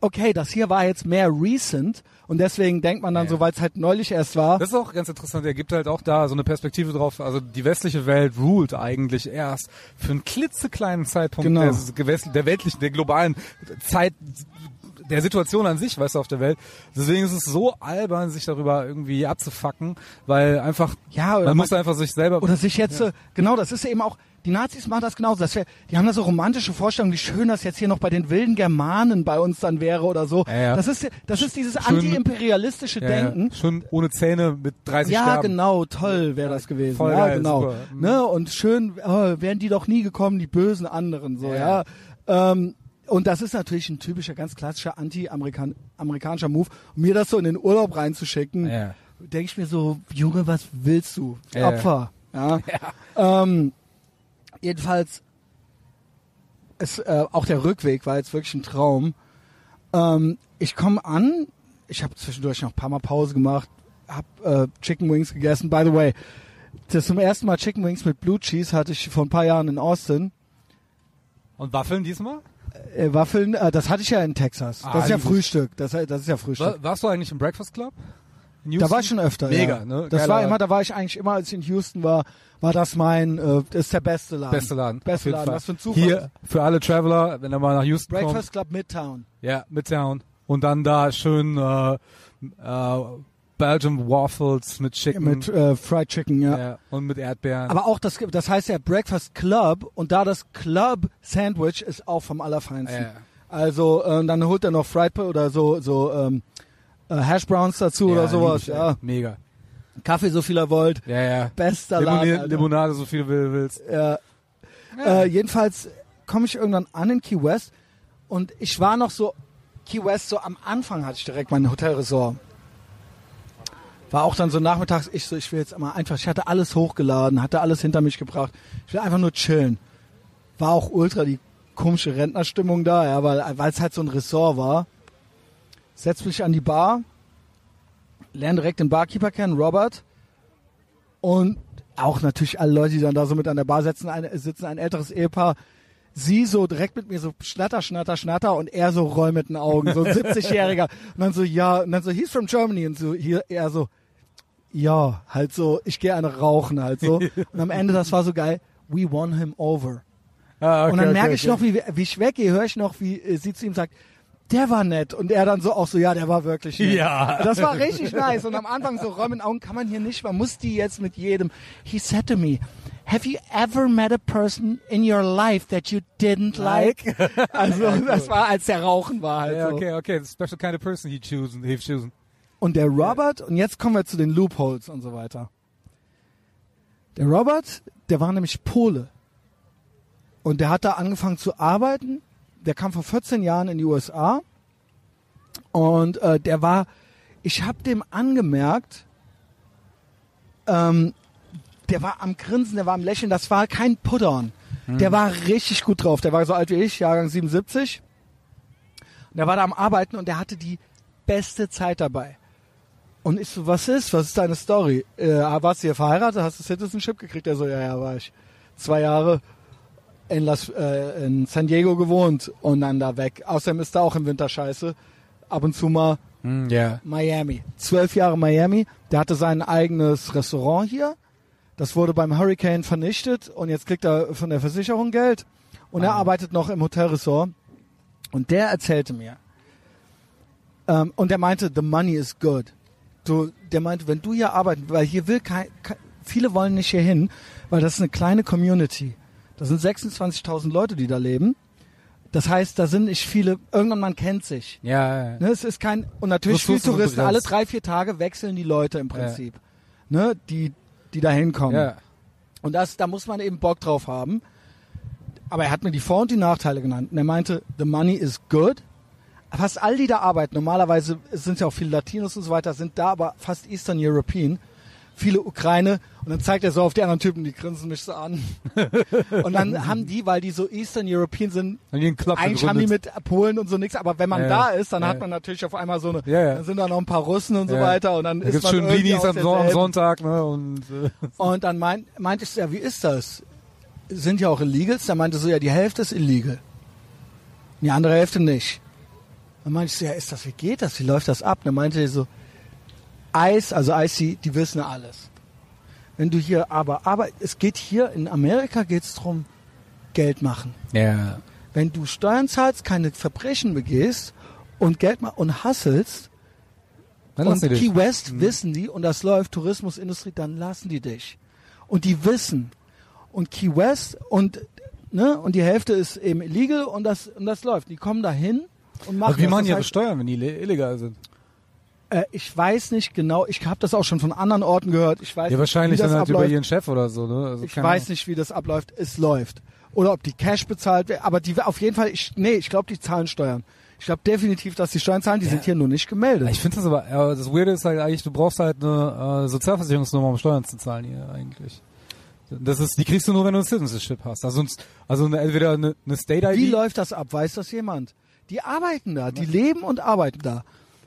[SPEAKER 1] okay, das hier war jetzt mehr recent und deswegen denkt man dann
[SPEAKER 2] Ja.
[SPEAKER 1] so, weil es halt neulich erst war.
[SPEAKER 2] das ist auch ganz interessant. Er gibt halt auch da so eine Perspektive drauf. Also die westliche Welt ruled eigentlich erst für einen klitzekleinen Zeitpunkt
[SPEAKER 1] Genau.
[SPEAKER 2] der, gewest- der weltlichen, der globalen Zeit, der Situation an sich, weißt du, auf der Welt. Deswegen ist es so albern, sich darüber irgendwie abzufacken, weil einfach
[SPEAKER 1] Ja,
[SPEAKER 2] man,
[SPEAKER 1] oder
[SPEAKER 2] muss einfach sich selber
[SPEAKER 1] Oder sich jetzt, äh, genau, das ist eben auch, die Nazis machen das genauso. Das wär, die haben da so romantische Vorstellungen, wie schön das jetzt hier noch bei den wilden Germanen bei uns dann wäre oder so.
[SPEAKER 2] Ja, ja.
[SPEAKER 1] Das, ist, das ist dieses
[SPEAKER 2] Schön-
[SPEAKER 1] antiimperialistische
[SPEAKER 2] ja,
[SPEAKER 1] Denken.
[SPEAKER 2] Ja, schon ohne Zähne mit 30
[SPEAKER 1] Ja,
[SPEAKER 2] sterben.
[SPEAKER 1] genau, toll wäre das gewesen.
[SPEAKER 2] Voll
[SPEAKER 1] ja,
[SPEAKER 2] geil,
[SPEAKER 1] genau.
[SPEAKER 2] super. Mhm.
[SPEAKER 1] Ne? Und schön, oh, wären die doch nie gekommen, die bösen anderen, so,
[SPEAKER 2] Ja.
[SPEAKER 1] ja. Ähm, und das ist natürlich ein typischer, ganz klassischer anti-amerikanischer Move. Um mir das so in den Urlaub reinzuschicken,
[SPEAKER 2] Ja.
[SPEAKER 1] denke ich mir so, Junge, was willst du?
[SPEAKER 2] Ja.
[SPEAKER 1] Opfer. Ja. Ähm, jedenfalls, es, äh, auch der Rückweg war jetzt wirklich ein Traum. Ähm, ich komme an, ich habe zwischendurch noch ein paar Mal Pause gemacht, habe äh, Chicken Wings gegessen. By the way, das zum ersten Mal Chicken Wings mit Blue Cheese hatte ich vor ein paar Jahren in Austin.
[SPEAKER 2] Und Waffeln diesmal?
[SPEAKER 1] Äh, Waffeln, äh, das hatte ich ja in Texas. Das
[SPEAKER 2] Ah,
[SPEAKER 1] ist ja
[SPEAKER 2] dieses-
[SPEAKER 1] Frühstück. Das, das ist ja Frühstück.
[SPEAKER 2] War, warst du eigentlich im Breakfast Club? In
[SPEAKER 1] Da
[SPEAKER 2] Houston?
[SPEAKER 1] war ich schon öfter.
[SPEAKER 2] Mega,
[SPEAKER 1] ja.
[SPEAKER 2] ne?
[SPEAKER 1] Das
[SPEAKER 2] Geiler-
[SPEAKER 1] war immer, da war ich eigentlich immer, als ich in Houston war, war das mein, äh, das ist der beste Laden.
[SPEAKER 2] Beste Laden. auf
[SPEAKER 1] Beste
[SPEAKER 2] jeden
[SPEAKER 1] Laden.
[SPEAKER 2] Fall.
[SPEAKER 1] Was für ein Zufall.
[SPEAKER 2] Hier für alle Traveler, wenn ihr mal nach Houston kommt.
[SPEAKER 1] Breakfast Club Midtown.
[SPEAKER 2] Ja, Midtown. Und dann da schön äh, äh, Belgium Waffles mit Chicken.
[SPEAKER 1] Mit äh, Fried Chicken, ja.
[SPEAKER 2] ja, und mit Erdbeeren.
[SPEAKER 1] Aber auch das, das heißt ja Breakfast Club und da das Club Sandwich ist auch vom Allerfeinsten.
[SPEAKER 2] Ja.
[SPEAKER 1] Also äh, dann holt er noch Fried Pa- oder so, so ähm, äh, Hash Browns dazu
[SPEAKER 2] Ja,
[SPEAKER 1] oder sowas.
[SPEAKER 2] lieb ich,
[SPEAKER 1] Ja.
[SPEAKER 2] ey. Mega.
[SPEAKER 1] Kaffee so viel er wollt.
[SPEAKER 2] Ja, ja.
[SPEAKER 1] Bester
[SPEAKER 2] Limonade,
[SPEAKER 1] Laden. Alter.
[SPEAKER 2] Limonade, so viel du willst.
[SPEAKER 1] Ja. Äh, jedenfalls komme ich irgendwann an in Key West und ich war noch so, Key West, so am Anfang hatte ich direkt mein Hotelresort. War auch dann so nachmittags, ich so, ich will jetzt mal einfach, ich hatte alles hochgeladen, hatte alles hinter mich gebracht. Ich will einfach nur chillen. War auch ultra die komische Rentnerstimmung da, ja, weil weil es halt so ein Ressort war. Setz mich an die Bar, lerne direkt den Barkeeper kennen, Robert. Und auch natürlich alle Leute, die dann da so mit an der Bar sitzen, ein, sitzen ein älteres Ehepaar. Sie so direkt mit mir so schnatter, schnatter, schnatter und er so roll mit den Augen, so ein 70-Jähriger. Und dann so, ja, und dann so, he's from Germany. Und so, hier, er so, ja, halt so, ich gehe eine rauchen halt so. Und am Ende, das war so geil, we won him over.
[SPEAKER 2] Ah, okay,
[SPEAKER 1] Und dann
[SPEAKER 2] okay,
[SPEAKER 1] merke
[SPEAKER 2] okay.
[SPEAKER 1] ich noch, wie, wie ich weggehe, höre ich noch, wie äh, sie zu ihm sagt, der war nett. Und er dann so auch so, ja, der war wirklich nett.
[SPEAKER 2] Ja.
[SPEAKER 1] Das war richtig nice. Und am Anfang so Räumen Augen kann man hier nicht, man muss die jetzt mit jedem. He said to me, have you ever met a person in your life that you didn't like? Also das war, als der Rauchen war halt
[SPEAKER 2] Ja,
[SPEAKER 1] so.
[SPEAKER 2] okay, okay. Special kind of person he choosing, he's choosing.
[SPEAKER 1] Und der Robert, und jetzt kommen wir zu den Loopholes und so weiter. Der Robert, der war nämlich Pole. Und der hat da angefangen zu arbeiten. Der kam vor 14 Jahren in die USA. Und äh, der war, ich habe dem angemerkt, ähm, der war am Grinsen, der war am Lächeln, das war kein Put-on. Der war richtig gut drauf. Der war so alt wie ich, Jahrgang 77. Und der war da am Arbeiten und der hatte die beste Zeit dabei. Und ich so, was ist? Was ist deine Story? Äh, warst du hier verheiratet? Hast du Citizenship gekriegt? Er so, ja, ja, war ich. Zwei Jahre in, Las, äh, in San Diego gewohnt und dann da weg. Außerdem ist da auch im Winter scheiße. Ab und zu mal
[SPEAKER 2] Hm, Ja.
[SPEAKER 1] Miami. Zwölf Jahre Miami. Der hatte sein eigenes Restaurant hier. Das wurde beim Hurricane vernichtet und jetzt kriegt er von der Versicherung Geld. Und er arbeitet noch im Hotelressort. Und der erzählte mir. Ähm, und der meinte, the money is good. Du, der meinte, wenn du hier arbeitest, weil hier will kein, kein, viele wollen nicht hier hin, weil das ist eine kleine Community. Das sind 26.000 Leute, die da leben. Das heißt, da sind nicht viele, irgendwann man kennt sich.
[SPEAKER 2] Ja, ja.
[SPEAKER 1] Ne, es ist kein und natürlich viel
[SPEAKER 2] Ressourcen sind
[SPEAKER 1] Touristen. Alle
[SPEAKER 2] begrenzt.
[SPEAKER 1] drei vier Tage wechseln die Leute im Prinzip, ne, die die da hinkommen.
[SPEAKER 2] ja.
[SPEAKER 1] Und das, da muss man eben Bock drauf haben. Aber er hat mir die Vor- und die Nachteile genannt. Und er meinte, the money is good. Fast all die da arbeiten, normalerweise sind ja auch viele Latinos und so weiter, sind da aber fast Eastern European. Viele Ukraine. Und dann zeigt er so auf die anderen Typen, die grinsen mich so an. und dann haben die, weil die so Eastern European sind,
[SPEAKER 2] Haben die einen Club
[SPEAKER 1] eigentlich haben die
[SPEAKER 2] gegründet?
[SPEAKER 1] mit Polen und so nichts, aber wenn man
[SPEAKER 2] Ja,
[SPEAKER 1] da
[SPEAKER 2] ja.
[SPEAKER 1] ist, dann
[SPEAKER 2] Ja,
[SPEAKER 1] hat
[SPEAKER 2] ja.
[SPEAKER 1] man natürlich auf einmal so eine,
[SPEAKER 2] Ja, ja.
[SPEAKER 1] dann sind da noch ein paar Russen und so
[SPEAKER 2] Ja.
[SPEAKER 1] weiter und dann
[SPEAKER 2] Da
[SPEAKER 1] ist
[SPEAKER 2] gibt's
[SPEAKER 1] man
[SPEAKER 2] schön
[SPEAKER 1] irgendwie
[SPEAKER 2] Blinis
[SPEAKER 1] aus
[SPEAKER 2] am, Son- am
[SPEAKER 1] derselben-
[SPEAKER 2] Sonntag, ne? Und äh,
[SPEAKER 1] Und dann mein, meinte ich, so, ja, wie ist das? Sind ja auch Illegals? Dann meinte so, ja, die Hälfte ist illegal. Die andere Hälfte nicht. Dann meinte ich so, ja, ist das, wie geht das? Wie läuft das ab? Dann meinte er so, ICE, also ICE, die wissen alles. Wenn du hier aber, aber es geht hier, in Amerika geht's drum, Geld machen
[SPEAKER 2] ja.
[SPEAKER 1] wenn du Steuern zahlst, keine Verbrechen begehst und Geld ma- und hasselst
[SPEAKER 2] Dann
[SPEAKER 1] und
[SPEAKER 2] lass die dich. Mhm.
[SPEAKER 1] Key West wissen die und das läuft Tourismusindustrie, dann lassen die dich. Und die wissen und Key West und ne und die Hälfte ist eben illegal und das und das läuft. Die kommen dahin und machen
[SPEAKER 2] Also wie
[SPEAKER 1] das.
[SPEAKER 2] machen
[SPEAKER 1] das
[SPEAKER 2] die ihre
[SPEAKER 1] heißt,
[SPEAKER 2] Steuern, wenn die ille- illegal sind?
[SPEAKER 1] äh, ich weiß nicht genau, ich habe das auch schon von anderen Orten gehört. Ich weiß
[SPEAKER 2] Ja, wahrscheinlich
[SPEAKER 1] nicht, Also, wie das
[SPEAKER 2] dann halt
[SPEAKER 1] abläuft.
[SPEAKER 2] über ihren Chef oder so, ne? Also
[SPEAKER 1] Ich weiß nicht, wie das abläuft. Es läuft. Oder ob die Cash bezahlt wird. Aber die auf jeden Fall, ich, nee, ich glaube, die zahlen Steuern. Ich glaube definitiv, dass die Steuern zahlen. Die sind hier nur nicht gemeldet.
[SPEAKER 2] Ich finde das aber, ja, das Weirde ist halt eigentlich, du brauchst halt eine äh, Sozialversicherungsnummer, um Steuern zu zahlen hier eigentlich. Das ist, die kriegst du nur, wenn du ein Citizenship hast. Also, ein- also eine, entweder eine, eine State-ID.
[SPEAKER 1] wie läuft das ab? Weiß das jemand? Die arbeiten da. Die leben und arbeiten da.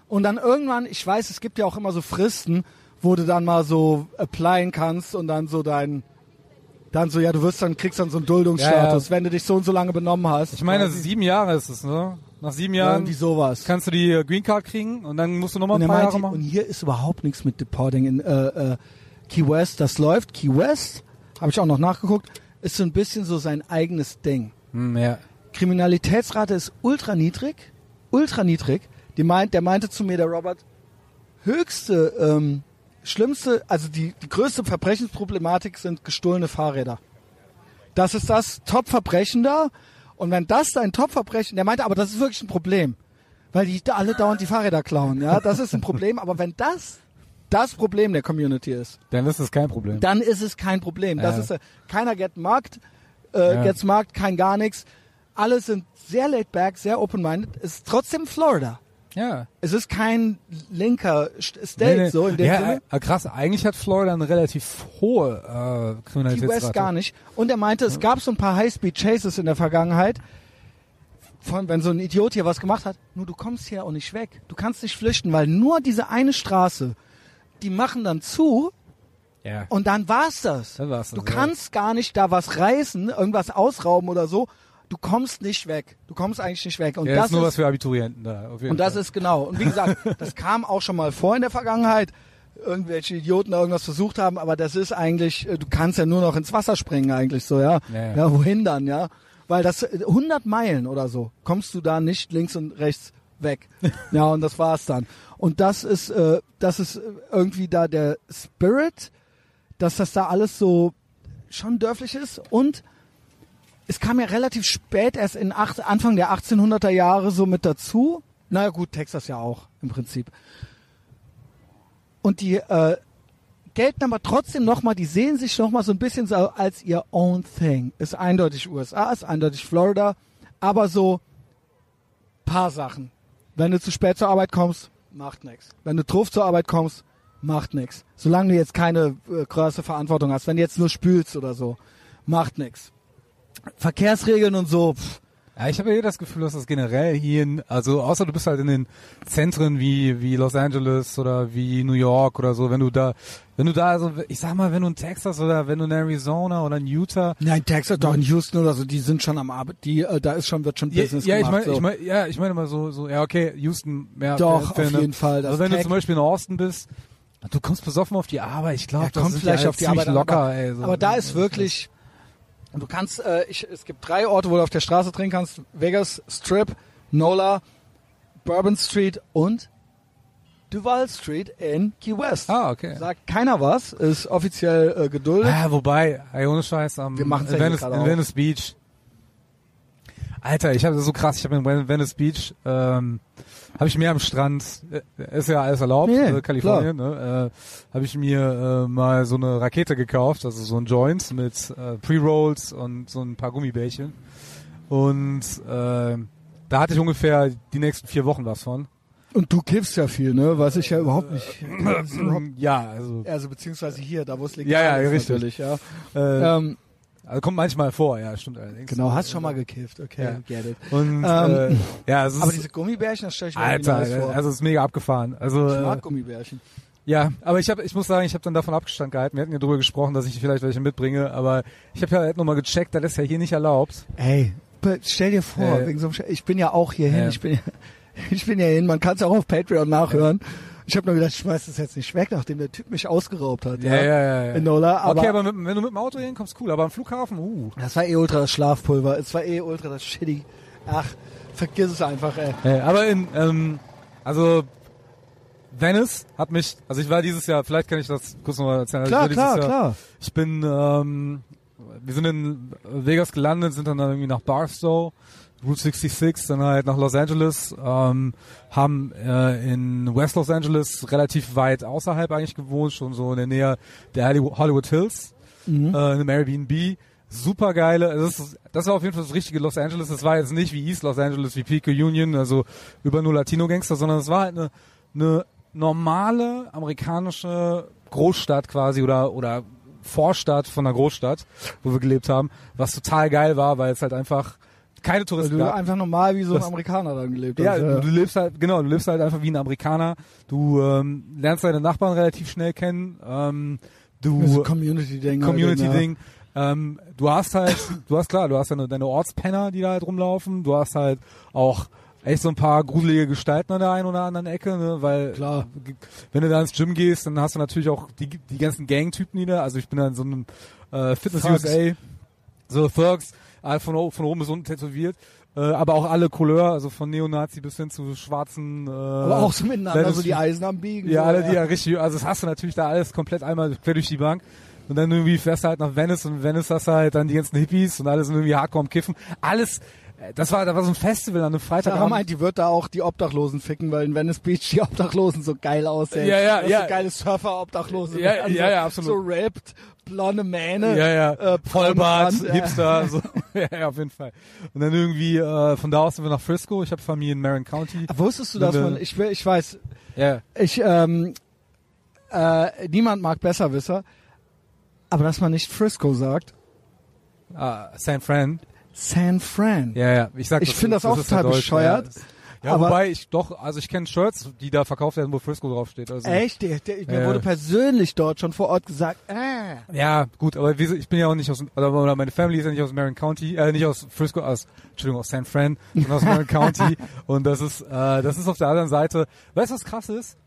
[SPEAKER 1] Und dann irgendwann, ich weiß, es gibt ja auch immer so Fristen, wo du dann mal so applyen kannst und dann so dein, dann so, ja, du wirst dann, kriegst dann so einen Duldungsstatus,
[SPEAKER 2] Ja,
[SPEAKER 1] wenn du dich so und so lange benommen hast.
[SPEAKER 2] Ich meine, sieben Jahre ist es, ne? Nach sieben Jahren
[SPEAKER 1] irgendwie sowas.
[SPEAKER 2] kannst du die äh, Green Card kriegen und dann musst du nochmal
[SPEAKER 1] Und,
[SPEAKER 2] ein
[SPEAKER 1] er
[SPEAKER 2] paar Jahre
[SPEAKER 1] meinte,
[SPEAKER 2] machen.
[SPEAKER 1] und hier ist überhaupt nichts mit Deporting in äh, äh, Key West. Das läuft. Key West, habe ich auch noch nachgeguckt, ist so ein bisschen so sein eigenes Ding.
[SPEAKER 2] Hm, ja.
[SPEAKER 1] Kriminalitätsrate ist ultra niedrig. Ultra niedrig. Die meint, der meinte zu mir, der Robert, höchste, ähm, schlimmste, also die, die größte Verbrechensproblematik sind gestohlene Fahrräder. Das ist das Top-Verbrechen da. Und wenn das dein Top-Verbrechen, der meinte, aber das ist wirklich ein Problem. Weil die da alle dauernd die Fahrräder klauen, ja. Das ist ein Problem. Aber wenn das das Problem der Community ist,
[SPEAKER 2] Dann ist das kein Problem.
[SPEAKER 1] dann ist es kein Problem. Das
[SPEAKER 2] Ja.
[SPEAKER 1] ist äh, keiner get markt, äh,
[SPEAKER 2] Ja.
[SPEAKER 1] gets markt, kein gar nichts. Alle sind sehr laid back, sehr open minded. Es ist trotzdem Florida.
[SPEAKER 2] ja.
[SPEAKER 1] Es ist kein linker St- State so in dem
[SPEAKER 2] ja,
[SPEAKER 1] Sinne.
[SPEAKER 2] äh, krass, eigentlich hat Florida eine relativ hohe äh,
[SPEAKER 1] Key
[SPEAKER 2] Kriminalitätsrate.
[SPEAKER 1] West gar nicht. Und er meinte, es gab so ein paar High-Speed-Chases in der Vergangenheit, von, wenn so ein Idiot hier was gemacht hat. Nur du kommst hier auch nicht weg. Du kannst nicht flüchten, weil nur diese eine Straße, die machen dann zu
[SPEAKER 2] Ja.
[SPEAKER 1] Und dann war's das.
[SPEAKER 2] Dann war's das,
[SPEAKER 1] du
[SPEAKER 2] ja.
[SPEAKER 1] kannst gar nicht da was reißen, irgendwas ausrauben oder so. Du kommst nicht weg. Du kommst eigentlich nicht weg. Und
[SPEAKER 2] ja,
[SPEAKER 1] das
[SPEAKER 2] ist nur was für Abiturienten da. Auf jeden
[SPEAKER 1] und das
[SPEAKER 2] Fall.
[SPEAKER 1] ist genau. Und wie gesagt, das kam auch schon mal vor in der Vergangenheit. Irgendwelche Idioten da irgendwas versucht haben, aber das ist eigentlich, äh, du kannst ja nur noch ins Wasser springen eigentlich so, ja.
[SPEAKER 2] Ja, ja.
[SPEAKER 1] wohin dann, ja. Weil das äh, 100 Meilen oder so, kommst du da nicht links und rechts weg. ja, und das war's dann. Und das ist, äh, das ist äh, irgendwie da der Spirit, dass das da alles so schon dörflich ist und es kam ja relativ spät, erst in acht, Anfang der 1800er Jahre so mit dazu. Na ja, gut, Texas ja auch im Prinzip. Und die äh, gelten aber trotzdem nochmal, die sehen sich nochmal so ein bisschen so als ihr own thing. Ist eindeutig USA, ist eindeutig Florida, aber so paar Sachen. Wenn du zu spät zur Arbeit kommst, macht nichts. Wenn du truff zur Arbeit kommst, macht nichts. Solange du jetzt keine äh, große Verantwortung hast, wenn du jetzt nur spülst oder so, macht nichts. Verkehrsregeln und so. Pff.
[SPEAKER 2] Ja, ich habe ja eh das Gefühl, dass das generell hier, in, also außer du bist halt in den Zentren wie wie Los Angeles oder wie New York oder so, wenn du da, wenn du da, also ich sag mal, wenn du in Texas oder wenn du in Arizona oder in Utah,
[SPEAKER 1] Nein, Texas, doch in Houston oder so, die sind schon am Arbeit, die, äh, da ist schon, wird schon
[SPEAKER 2] ja,
[SPEAKER 1] Business
[SPEAKER 2] ja ich
[SPEAKER 1] gemacht.
[SPEAKER 2] meine,
[SPEAKER 1] so.
[SPEAKER 2] ich mein, ja, ich meine mal so, so, ja okay, Houston, ja,
[SPEAKER 1] Doch,
[SPEAKER 2] fair
[SPEAKER 1] auf
[SPEAKER 2] enough.
[SPEAKER 1] jeden Fall. Das
[SPEAKER 2] Also wenn du
[SPEAKER 1] Tech-
[SPEAKER 2] zum Beispiel in Austin bist, du kommst besoffen auf die Arbeit, ich glaube,
[SPEAKER 1] Ja,
[SPEAKER 2] das
[SPEAKER 1] kommt
[SPEAKER 2] sind
[SPEAKER 1] vielleicht
[SPEAKER 2] ja
[SPEAKER 1] auf die Arbeit
[SPEAKER 2] ziemlich
[SPEAKER 1] an,
[SPEAKER 2] locker,
[SPEAKER 1] aber,
[SPEAKER 2] ey, so.
[SPEAKER 1] aber da ist wirklich, du kannst, äh, ich, es gibt drei Orte, wo du auf der Straße trinken kannst: Vegas Strip, Nola, Bourbon Street und Duval Street in Key West.
[SPEAKER 2] Ah, okay.
[SPEAKER 1] Sagt keiner was, ist offiziell äh, geduldet.
[SPEAKER 2] Ah, wobei, ey, ohne Scheiß, am
[SPEAKER 1] Wir machen's ja
[SPEAKER 2] in
[SPEAKER 1] hier
[SPEAKER 2] Venice,
[SPEAKER 1] gerade
[SPEAKER 2] in
[SPEAKER 1] auch.
[SPEAKER 2] Venice Beach. Alter, ich habe so krass, ich habe in Ven- Venice Beach, ähm, habe ich mir am Strand, äh, ist ja alles erlaubt,
[SPEAKER 1] Nee,
[SPEAKER 2] äh, Kalifornien, ne, äh, habe ich mir äh, mal so eine Rakete gekauft, also so ein Joint mit äh, Pre-Rolls und so ein paar Gummibärchen. Und äh, da hatte ich ungefähr die nächsten vier Wochen was von.
[SPEAKER 4] Und du kiffst ja viel, ne? Weiß ich ja überhaupt nicht.
[SPEAKER 1] Äh,
[SPEAKER 2] ja, also,
[SPEAKER 1] Also beziehungsweise hier, da wo es liegt.
[SPEAKER 2] Ja, ja, richtig.
[SPEAKER 1] Natürlich, ja.
[SPEAKER 2] äh,
[SPEAKER 1] Ähm,
[SPEAKER 2] also kommt manchmal vor, ja, stimmt allerdings.
[SPEAKER 1] genau, hast schon mal gekifft, okay,
[SPEAKER 2] Ja.
[SPEAKER 1] get it. Ähm,
[SPEAKER 2] Und äh, ja, es ist,
[SPEAKER 1] Aber diese Gummibärchen, das stelle ich mir
[SPEAKER 2] Alter,
[SPEAKER 1] irgendwie nice vor.
[SPEAKER 2] also es ist mega abgefahren. Also
[SPEAKER 1] ich
[SPEAKER 2] äh,
[SPEAKER 1] mag Gummibärchen.
[SPEAKER 2] ja, aber ich habe, ich muss sagen, ich habe dann davon Abstand gehalten. Wir hatten ja drüber gesprochen, dass ich vielleicht welche mitbringe, aber ich habe ja halt nochmal gecheckt, das ist ja hier nicht erlaubt.
[SPEAKER 1] Ey, be- stell dir vor,
[SPEAKER 2] Äh.
[SPEAKER 1] wegen so einem Sch ich bin ja auch hierhin,
[SPEAKER 2] Ja.
[SPEAKER 1] ich bin ja, ich bin ja hin, man kann es auch auf Patreon nachhören. Ich habe nur gedacht, ich schmeiß das jetzt nicht weg, nachdem der Typ mich ausgeraubt hat. Ja,
[SPEAKER 2] ja,
[SPEAKER 1] In Nola, aber,
[SPEAKER 2] okay, aber mit, wenn du mit dem Auto hinkommst, cool. Aber am Flughafen, uh.
[SPEAKER 1] das war eh ultra das Schlafpulver, es war eh ultra das Shitty. Ach, vergiss es einfach, ey.
[SPEAKER 2] Äh, aber in, ähm, also Venice hat mich, also ich war dieses Jahr, vielleicht kann ich das kurz nochmal erzählen.
[SPEAKER 1] Klar,
[SPEAKER 2] also ich
[SPEAKER 1] klar,
[SPEAKER 2] war dieses Jahr,
[SPEAKER 1] klar.
[SPEAKER 2] Ich bin, ähm, wir sind in Vegas gelandet, sind dann irgendwie nach Barstow, Route 66, dann halt nach Los Angeles, ähm, haben äh, in West Los Angeles relativ weit außerhalb eigentlich gewohnt, schon so in der Nähe der Hollywood Hollywood Hills,
[SPEAKER 1] Mhm.
[SPEAKER 2] äh, in einem Airbnb. Super geile, also das, ist, das war auf jeden Fall das richtige Los Angeles. Das war jetzt nicht wie East Los Angeles, wie Pico Union, also über nur Latino-Gangster, sondern es war halt eine, eine normale amerikanische Großstadt quasi oder, oder Vorstadt von einer Großstadt, wo wir gelebt haben, was total geil war, weil es halt einfach keine
[SPEAKER 1] Weil
[SPEAKER 2] Touristen
[SPEAKER 1] du
[SPEAKER 2] gab.
[SPEAKER 1] einfach normal wie so ein
[SPEAKER 2] Das-
[SPEAKER 1] Amerikaner dann gelebt
[SPEAKER 2] Ja,
[SPEAKER 1] hast.
[SPEAKER 2] du lebst halt, genau, du lebst halt einfach wie ein Amerikaner. Du ähm, lernst deine Nachbarn relativ schnell kennen. Ähm, du
[SPEAKER 1] Dieses Community-Ding. halt,
[SPEAKER 2] Community-Ding. Ähm, du hast halt, du hast klar, du hast deine, deine Ortspenner, die da halt rumlaufen. Du hast halt auch echt so ein paar gruselige Gestalten an der einen oder anderen Ecke, ne? weil
[SPEAKER 1] Klar.
[SPEAKER 2] wenn du da ins Gym gehst, dann hast du natürlich auch die, die ganzen Gang-Typen, die da, also ich bin da in so einem äh, Fitness
[SPEAKER 1] Thugs.
[SPEAKER 2] USA, so Thugs, äh, von, o- von oben bis unten tätowiert, äh, aber auch alle Couleur, also von Neonazi bis hin zu schwarzen... Äh,
[SPEAKER 1] Ja. Aber auch so miteinander,
[SPEAKER 2] Leute,
[SPEAKER 1] so die Eisen am Biegen.
[SPEAKER 2] ja,
[SPEAKER 1] so,
[SPEAKER 2] alle die ja richtig, also das hast du natürlich da alles komplett einmal quer durch die Bank. Und dann irgendwie fährst du halt nach Venice und in Venice hast du halt dann die ganzen Hippies und alles irgendwie hardcore am Kiffen. Alles, äh, das war, da war so ein Festival an einem Freitag.
[SPEAKER 1] Sarah meint, die wird da auch die Obdachlosen ficken, weil in Venice Beach die Obdachlosen so geil aussehen.
[SPEAKER 2] Ja, ja,
[SPEAKER 1] das
[SPEAKER 2] ja.
[SPEAKER 1] So geile Surfer-Obdachlose.
[SPEAKER 2] Ja,
[SPEAKER 1] Also
[SPEAKER 2] ja, ja, absolut.
[SPEAKER 1] So rappt, blonde Mähne.
[SPEAKER 2] ja, ja,
[SPEAKER 1] äh,
[SPEAKER 2] Vollbart,
[SPEAKER 1] Pornoband, äh.
[SPEAKER 2] Hipster, so. ja, ja, auf jeden Fall. Und dann irgendwie, äh, von da aus sind wir nach Frisco. Ich habe Familie in Marin County.
[SPEAKER 1] Aber Wusstest du, dass
[SPEAKER 2] Blonde-
[SPEAKER 1] man, ich, will- ich weiß,
[SPEAKER 2] Ja.
[SPEAKER 1] ich, ähm, äh, niemand mag Besserwisser, aber dass man nicht Frisco sagt,
[SPEAKER 2] Ah, San Fran.
[SPEAKER 1] San Fran.
[SPEAKER 2] Ja, ja, ich sag
[SPEAKER 1] Ich find das auch
[SPEAKER 2] ist ja
[SPEAKER 1] total
[SPEAKER 2] Deutsch,
[SPEAKER 1] bescheuert,
[SPEAKER 2] Ja, ja
[SPEAKER 1] aber-
[SPEAKER 2] wobei ich doch, also ich kenne Shirts, die da verkauft werden, wo Frisco draufsteht. Also,
[SPEAKER 1] Echt? Der, der, mir
[SPEAKER 2] Ja.
[SPEAKER 1] wurde persönlich dort schon vor Ort gesagt, äh,
[SPEAKER 2] Ja, gut, aber wir, sind- ich bin ja auch nicht aus, oder- oder meine Family ist ja nicht aus Marin County, äh, nicht aus Frisco, aus, Entschuldigung, aus San Fran, sondern aus Marin County. Und das ist, äh, das ist auf der anderen Seite. Weißt du, was krass ist?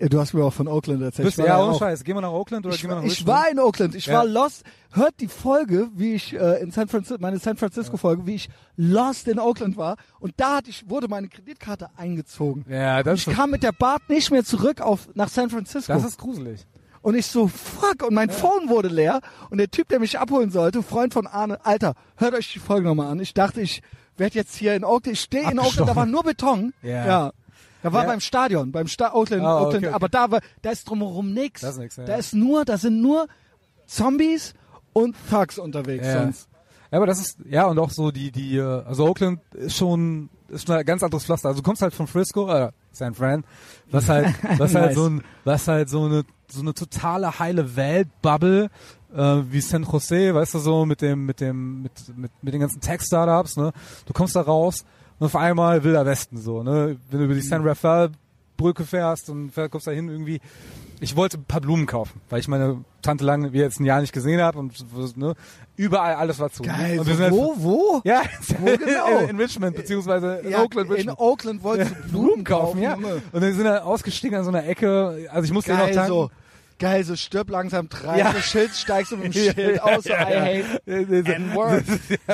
[SPEAKER 1] du hast mir auch von Oakland erzählt.
[SPEAKER 2] Bist
[SPEAKER 1] Ich war
[SPEAKER 2] ja
[SPEAKER 1] da
[SPEAKER 2] ohne
[SPEAKER 1] auch.
[SPEAKER 2] Scheiß. Gehen wir nach Oakland oder
[SPEAKER 1] Ich,
[SPEAKER 2] gehen wir nach
[SPEAKER 1] ich
[SPEAKER 2] Richmond?
[SPEAKER 1] war in Oakland, ich
[SPEAKER 2] Ja.
[SPEAKER 1] war lost. Hört die Folge, wie ich äh, in San Francisco, meine San Francisco Folge, wie ich lost in Oakland war und da hatte ich wurde meine Kreditkarte eingezogen.
[SPEAKER 2] Ja, das
[SPEAKER 1] Ich
[SPEAKER 2] ist,
[SPEAKER 1] kam mit der Bart nicht mehr zurück auf nach San Francisco
[SPEAKER 2] das ist gruselig.
[SPEAKER 1] und ich so fuck und mein Phone wurde leer und der Typ, der mich abholen sollte, Freund von Arne, Alter, hört euch die Folge nochmal an. Ich dachte, ich werde jetzt hier in Oakland, ich stehe in Oakland, da war nur Beton.
[SPEAKER 2] Ja.
[SPEAKER 1] ja. Da war
[SPEAKER 2] Ja.
[SPEAKER 1] beim Stadion, beim Sta Oakland,
[SPEAKER 2] Ah, okay,
[SPEAKER 1] Oakland,
[SPEAKER 2] okay.
[SPEAKER 1] aber da war, da ist drumherum nichts.
[SPEAKER 2] Da ist nix, ja.
[SPEAKER 1] Da ist nur, da sind nur Zombies und Thugs unterwegs
[SPEAKER 2] Ja.
[SPEAKER 1] sonst.
[SPEAKER 2] Ja, aber das ist, ja, und auch so die, die, äh, also Oakland ist schon, ist schon ein ganz anderes Pflaster. Also du kommst halt von Frisco, äh, San Fran, was halt, was halt
[SPEAKER 1] Nice.
[SPEAKER 2] so ein, was halt so eine, so eine totale heile Weltbubble, äh, wie San Jose, weißt du so, mit dem, mit dem, mit, mit, mit den ganzen Tech-Startups, ne? Du kommst da raus und auf einmal Wilder Westen so, ne? Wenn du über die San Rafael Brücke fährst und fährst- kommst da hin irgendwie. Ich wollte ein paar Blumen kaufen, weil ich meine Tante lange, wir jetzt ein Jahr nicht gesehen habe und ne, überall alles war zu.
[SPEAKER 1] Geil.
[SPEAKER 2] und wir sind halt-
[SPEAKER 1] wo, wo?
[SPEAKER 2] ja,
[SPEAKER 1] genau?
[SPEAKER 2] in, in Richmond, beziehungsweise in
[SPEAKER 1] Ja,
[SPEAKER 2] Oakland,
[SPEAKER 1] in
[SPEAKER 2] Richmond.
[SPEAKER 1] Oakland wolltest du Blumen kaufen,
[SPEAKER 2] ja.
[SPEAKER 1] Junge.
[SPEAKER 2] Und wir sind dann ausgestiegen an so einer Ecke. Also ich musste eh noch
[SPEAKER 1] Geil
[SPEAKER 2] tanken.
[SPEAKER 1] so. Geil, so stirb langsam, treib
[SPEAKER 2] Ja.
[SPEAKER 1] das Schild, steigst du mit dem
[SPEAKER 2] Ja,
[SPEAKER 1] Schild
[SPEAKER 2] ja,
[SPEAKER 1] aus, so
[SPEAKER 2] ja,
[SPEAKER 1] I
[SPEAKER 2] ja.
[SPEAKER 1] hate
[SPEAKER 2] Äh, äh, so-
[SPEAKER 1] N-Word.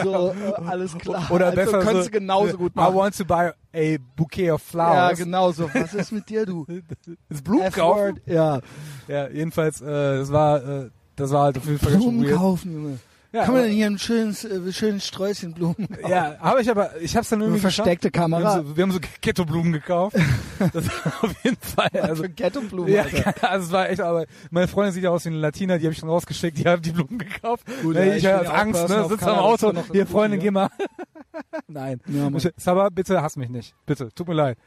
[SPEAKER 1] So, äh, alles klar.
[SPEAKER 2] Oder
[SPEAKER 1] also,
[SPEAKER 2] besser
[SPEAKER 1] Könntest
[SPEAKER 2] so,
[SPEAKER 1] du genauso gut
[SPEAKER 2] I
[SPEAKER 1] machen.
[SPEAKER 2] want to buy a bouquet of
[SPEAKER 1] Ja,
[SPEAKER 2] flowers.
[SPEAKER 1] genau so. Was ist mit dir, du?
[SPEAKER 2] Das Blumen kaufen.
[SPEAKER 1] F-Word. Ja,
[SPEAKER 2] Ja, jedenfalls, äh, das war, äh, das war halt auf jeden Fall ganz schön
[SPEAKER 1] Blumen
[SPEAKER 2] weird.
[SPEAKER 1] kaufen, Junge.
[SPEAKER 2] Ja,
[SPEAKER 1] Kann man
[SPEAKER 2] aber-
[SPEAKER 1] denn hier ein schönes, äh, schönes Sträußchen Blumen kaufen?
[SPEAKER 2] Ja, habe ich aber, ich hab's dann irgendwie geschafft.
[SPEAKER 1] Versteckte
[SPEAKER 2] Wir
[SPEAKER 1] Kamera.
[SPEAKER 2] haben so, wir haben so Ghetto-Blumen gekauft. Das war auf jeden Fall. Also,
[SPEAKER 1] für Ghetto-Blumen,
[SPEAKER 2] ja,
[SPEAKER 1] Alter.
[SPEAKER 2] also es war echt, aber meine Freundin sieht ja aus wie eine Latina, die habe ich dann rausgeschickt, die haben die Blumen gekauft.
[SPEAKER 1] Gut,
[SPEAKER 2] Nee,
[SPEAKER 1] ja,
[SPEAKER 2] ich
[SPEAKER 1] ich bin
[SPEAKER 2] hatte
[SPEAKER 1] ja auch
[SPEAKER 2] Angst,
[SPEAKER 1] Person
[SPEAKER 2] ne?
[SPEAKER 1] auf
[SPEAKER 2] Sitzt am
[SPEAKER 1] Cannabis,
[SPEAKER 2] Auto,
[SPEAKER 1] kann auch
[SPEAKER 2] hier
[SPEAKER 1] so
[SPEAKER 2] Freundin,
[SPEAKER 1] gut,
[SPEAKER 2] geh mal. Nein.
[SPEAKER 1] Ja, Mann.
[SPEAKER 2] Saba, bitte hass mich nicht. Bitte, tut mir leid.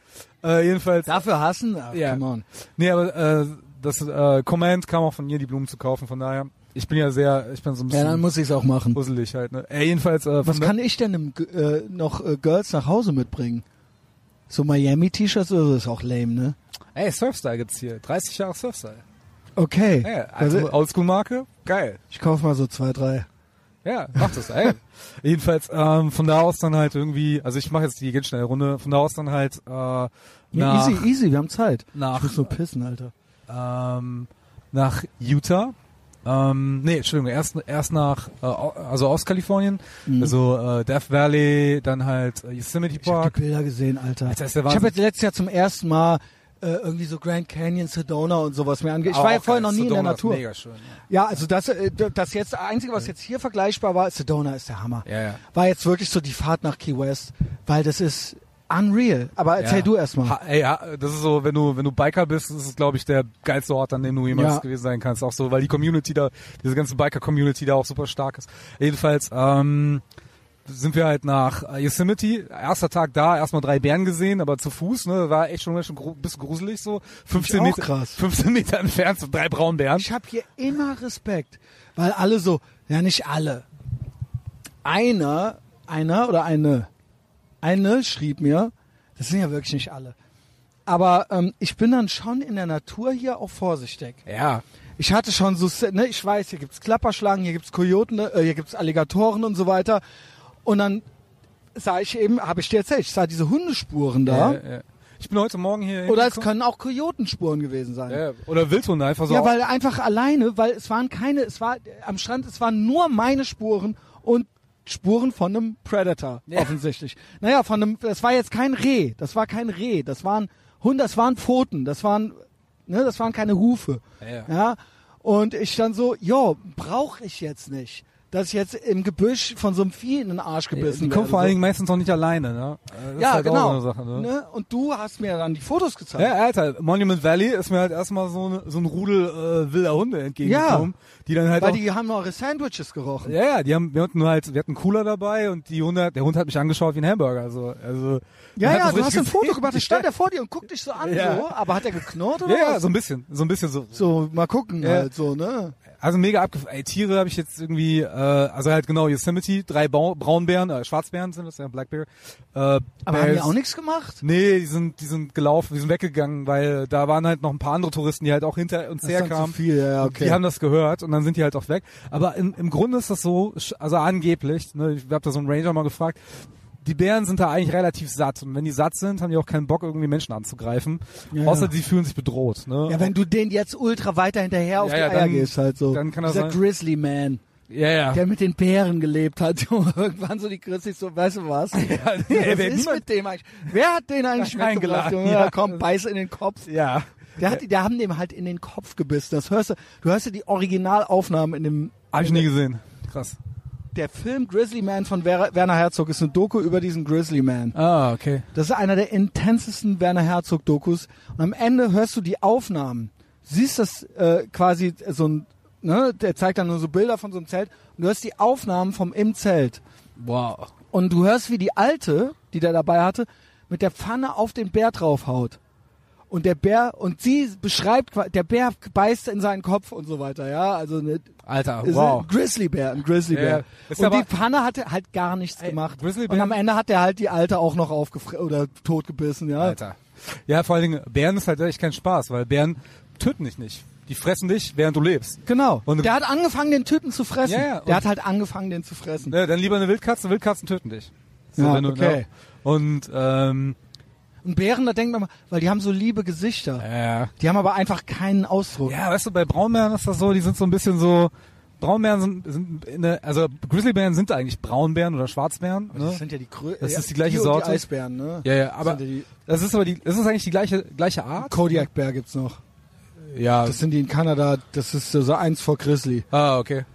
[SPEAKER 2] Äh, jedenfalls.
[SPEAKER 1] Dafür hassen? Ach,
[SPEAKER 2] Ja.
[SPEAKER 1] come on.
[SPEAKER 2] Nee, aber äh, das äh, Comment kam auch von ihr, die Blumen zu kaufen, von daher. Ich bin ja sehr, ich bin so ein
[SPEAKER 1] Ja,
[SPEAKER 2] bisschen
[SPEAKER 1] dann muss ich es auch machen.
[SPEAKER 2] puzzelig halt, ne? Äh, jedenfalls, äh,
[SPEAKER 1] Was
[SPEAKER 2] von
[SPEAKER 1] kann ich denn im, G- äh, noch äh, Girls nach Hause mitbringen? So Miami-T-Shirts oder so ist auch lame, ne?
[SPEAKER 2] Ey, Surfstyle gibt's hier. 30 Jahre Surfstyle.
[SPEAKER 1] Okay.
[SPEAKER 2] Ey,
[SPEAKER 1] also,
[SPEAKER 2] also Oldschool-Marke, geil.
[SPEAKER 1] ich kaufe mal so zwei, drei.
[SPEAKER 2] Ja, mach das, ey. Jedenfalls, ähm, von da aus dann halt irgendwie, also ich mache jetzt die ganz schnelle Runde, von da aus dann halt äh, nach,
[SPEAKER 1] Ja, easy, easy, wir haben Zeit. Ich
[SPEAKER 2] nach,
[SPEAKER 1] muss nur pissen, Alter.
[SPEAKER 2] ähm, nach Utah. Ähm, nee, Entschuldigung, erst, erst nach, äh, au- also aus Kalifornien,
[SPEAKER 1] Mhm.
[SPEAKER 2] also äh, Death Valley, dann halt äh, Yosemite
[SPEAKER 1] Ich habe
[SPEAKER 2] Park.
[SPEAKER 1] die Bilder gesehen, Alter.
[SPEAKER 2] Alter, ist der
[SPEAKER 1] ich
[SPEAKER 2] Wahnsinn.
[SPEAKER 1] habe jetzt letztes Jahr zum ersten Mal äh, irgendwie so Grand Canyon, Sedona und sowas mir ange. Ich
[SPEAKER 2] Aber
[SPEAKER 1] war ja
[SPEAKER 2] auch
[SPEAKER 1] vorher
[SPEAKER 2] geil.
[SPEAKER 1] noch nie in der
[SPEAKER 2] Sedona ist
[SPEAKER 1] Natur.
[SPEAKER 2] Mega schön.
[SPEAKER 1] Ja, also das, äh, das jetzt das Einzige, was jetzt hier vergleichbar war, Sedona ist der Hammer.
[SPEAKER 2] Ja, ja. ja.
[SPEAKER 1] War jetzt wirklich so die Fahrt nach Key West, weil das ist unreal. Aber erzähl
[SPEAKER 2] ja.
[SPEAKER 1] du erstmal.
[SPEAKER 2] Ha, ey, ha, das ist so, wenn du, wenn du Biker bist, ist es, glaube ich, der geilste Ort, an dem du jemals
[SPEAKER 1] Ja.
[SPEAKER 2] gewesen sein kannst. Auch so, weil die Community da, diese ganze Biker-Community da auch super stark ist. Jedenfalls, ähm, sind wir halt nach äh, Yosemite, erster Tag da, erstmal drei Bären gesehen, aber zu Fuß, ne, war echt schon ein bisschen gru- bisschen gruselig so. 15
[SPEAKER 1] auch
[SPEAKER 2] Meter,
[SPEAKER 1] krass.
[SPEAKER 2] 15 Meter entfernt, so drei Braunbären.
[SPEAKER 1] Ich habe hier immer Respekt, weil alle so, ja nicht alle. Einer, einer oder eine, eine schrieb mir, das sind ja wirklich nicht alle. Aber ähm, ich bin dann schon in der Natur hier auch vorsichtig.
[SPEAKER 2] Ja.
[SPEAKER 1] Ich hatte schon so, se- ne, ich weiß, hier gibt's Klapperschlangen, hier gibt's Kojoten, ne, äh, hier gibt's Alligatoren und so weiter. Und dann sah ich eben, habe ich dir erzählt, ich sah diese Hundespuren da.
[SPEAKER 2] Äh, äh. Ich bin heute Morgen hier
[SPEAKER 1] Oder es
[SPEAKER 2] hingekommen.
[SPEAKER 1] können auch Kojotenspuren gewesen sein.
[SPEAKER 2] ja, oder Wildhunde einfach so.
[SPEAKER 1] Ja,
[SPEAKER 2] auch-
[SPEAKER 1] weil einfach alleine, weil es waren keine, es war äh, am Strand, es waren nur meine Spuren und Spuren von einem Predator,
[SPEAKER 2] Ja.
[SPEAKER 1] offensichtlich. Naja, von einem, das war jetzt kein Reh, das war kein Reh, das waren Hunde, das waren Pfoten, das waren, ne, das waren keine Hufe.
[SPEAKER 2] Ja.
[SPEAKER 1] ja? Und ich dann so, jo, brauche ich jetzt nicht, dass ich jetzt im Gebüsch von so einem Vieh in den Arsch gebissen
[SPEAKER 2] die
[SPEAKER 1] werde.
[SPEAKER 2] kommen
[SPEAKER 1] so.
[SPEAKER 2] vor allen Dingen meistens noch nicht alleine, ne? Äh, Das
[SPEAKER 1] ja,
[SPEAKER 2] ist halt Auch so
[SPEAKER 1] genau.
[SPEAKER 2] eine Sache, ne?
[SPEAKER 1] ne? Und du hast mir dann die Fotos gezeigt.
[SPEAKER 2] Ja, Alter, Monument Valley ist mir halt erstmal so, ne, so ein Rudel äh, wilder Hunde entgegengekommen, die dann halt
[SPEAKER 1] Weil
[SPEAKER 2] auch,
[SPEAKER 1] die haben eure Sandwiches gerochen.
[SPEAKER 2] ja, ja, die haben wir hatten nur halt wir hatten einen Cooler dabei und die Hunde, der Hund hat mich angeschaut wie ein Hamburger, also also
[SPEAKER 1] Ja,
[SPEAKER 2] man
[SPEAKER 1] ja,
[SPEAKER 2] hat das
[SPEAKER 1] du
[SPEAKER 2] richtig
[SPEAKER 1] hast ein Foto
[SPEAKER 2] gesehen.
[SPEAKER 1] gemacht, ich stand ja vor dir und guckt dich so an,
[SPEAKER 2] Ja.
[SPEAKER 1] so, aber hat er geknurrt oder
[SPEAKER 2] ja, ja,
[SPEAKER 1] was?
[SPEAKER 2] so ein bisschen, so ein bisschen so.
[SPEAKER 1] so, mal gucken
[SPEAKER 2] Ja.
[SPEAKER 1] halt so, ne?
[SPEAKER 2] Also mega abgef ey, Tiere habe ich jetzt irgendwie, äh, also halt genau Yosemite, drei Bau Braunbären, äh, Schwarzbären sind das ja, Black Bear. Äh,
[SPEAKER 1] Aber haben die
[SPEAKER 2] Bears.
[SPEAKER 1] auch nichts gemacht?
[SPEAKER 2] Nee, die sind, die sind gelaufen, die sind weggegangen, weil da waren halt noch ein paar andere Touristen, die halt auch hinter uns
[SPEAKER 1] Das ist dann
[SPEAKER 2] herkamen.
[SPEAKER 1] zu viel, ja, ja, okay.
[SPEAKER 2] Die haben das gehört und dann sind die halt auch weg. Aber im, im Grunde ist das so, sch- also angeblich, ne, ich habe da so einen Ranger mal gefragt, die Bären sind da eigentlich relativ satt. Und wenn die satt sind, haben die auch keinen Bock, irgendwie Menschen anzugreifen.
[SPEAKER 1] Ja,
[SPEAKER 2] Außer
[SPEAKER 1] ja.
[SPEAKER 2] die fühlen sich bedroht. Ne?
[SPEAKER 1] ja, wenn du den jetzt ultra weiter hinterher auf
[SPEAKER 2] Ja,
[SPEAKER 1] die
[SPEAKER 2] ja,
[SPEAKER 1] Eier
[SPEAKER 2] dann-
[SPEAKER 1] gehst halt so.
[SPEAKER 2] dann kann das
[SPEAKER 1] Dieser
[SPEAKER 2] sein.
[SPEAKER 1] Grizzly Man,
[SPEAKER 2] ja, ja.
[SPEAKER 1] der mit den Bären gelebt hat. Und irgendwann so die Grizzlies so, weißt du was?
[SPEAKER 2] nee,
[SPEAKER 1] was
[SPEAKER 2] wer-
[SPEAKER 1] ist
[SPEAKER 2] niemand-
[SPEAKER 1] mit dem eigentlich? Wer hat den eigentlich mitgebracht?
[SPEAKER 2] Eingeladen,
[SPEAKER 1] Junge?
[SPEAKER 2] ja.
[SPEAKER 1] Ja, komm, beiß in den Kopf.
[SPEAKER 2] ja.
[SPEAKER 1] Der hat, der haben dem halt in den Kopf gebissen. Das hörst du, du hörst ja die Originalaufnahmen in dem
[SPEAKER 2] Hab ich nie gesehen. Krass.
[SPEAKER 1] Der Film Grizzly Man von Wer- Werner Herzog ist eine Doku über diesen Grizzly Man.
[SPEAKER 2] Ah, okay.
[SPEAKER 1] Das ist einer der intensesten Werner Herzog-Dokus. Und am Ende hörst du die Aufnahmen, siehst das äh, quasi so ein ne, der zeigt dann nur so Bilder von so einem Zelt und du hörst die Aufnahmen vom im Zelt.
[SPEAKER 2] Wow.
[SPEAKER 1] Und du hörst, wie die Alte, die der dabei hatte, mit der Pfanne auf den Bär draufhaut. Und der Bär, und sie beschreibt, qua- der Bär beißt in seinen Kopf und so weiter, ja. Also eine,
[SPEAKER 2] Alter,
[SPEAKER 1] ist
[SPEAKER 2] wow.
[SPEAKER 1] ein Grizzlybär, ein Grizzlybär.
[SPEAKER 2] Ja, ist
[SPEAKER 1] und
[SPEAKER 2] aber-
[SPEAKER 1] die Pfanne hatte halt gar nichts
[SPEAKER 2] Ey,
[SPEAKER 1] gemacht.
[SPEAKER 2] Grizzlybär-
[SPEAKER 1] Und am Ende hat der halt die Alte auch noch aufgefressen oder totgebissen, ja.
[SPEAKER 2] Alter. Ja, vor allen Dingen, Bären ist halt echt kein Spaß, weil Bären töten dich nicht. Die fressen dich, während du lebst.
[SPEAKER 1] Genau.
[SPEAKER 2] Und-
[SPEAKER 1] der hat angefangen, den Typen zu fressen.
[SPEAKER 2] Ja, ja, und-
[SPEAKER 1] der hat halt angefangen, den zu fressen.
[SPEAKER 2] Ne, dann lieber eine Wildkatze, Wildkatzen töten dich. So,
[SPEAKER 1] Ja,
[SPEAKER 2] wenn du,
[SPEAKER 1] okay.
[SPEAKER 2] ne? Und, ähm,
[SPEAKER 1] Und Bären, da denkt man mal, weil die haben so liebe Gesichter.
[SPEAKER 2] äh,
[SPEAKER 1] Die haben aber einfach keinen Ausdruck.
[SPEAKER 2] ja, weißt du, bei Braunbären ist das so, die sind so ein bisschen so, Braunbären sind, sind in der, also Grizzlybären sind eigentlich Braunbären oder Schwarzbären,
[SPEAKER 1] Das
[SPEAKER 2] ne?
[SPEAKER 1] sind ja die Grö
[SPEAKER 2] Das
[SPEAKER 1] ja,
[SPEAKER 2] ist die gleiche
[SPEAKER 1] und
[SPEAKER 2] Sorte.
[SPEAKER 1] Die Eisbären, ne?
[SPEAKER 2] Ja, ja, aber,
[SPEAKER 1] Sind ja die-
[SPEAKER 2] das ist aber die, das ist eigentlich die gleiche, gleiche Art?
[SPEAKER 1] Kodiak-Bär gibt's noch.
[SPEAKER 2] Ja.
[SPEAKER 1] Das sind die in Kanada, das ist so eins vor Grizzly.
[SPEAKER 2] Ah, okay.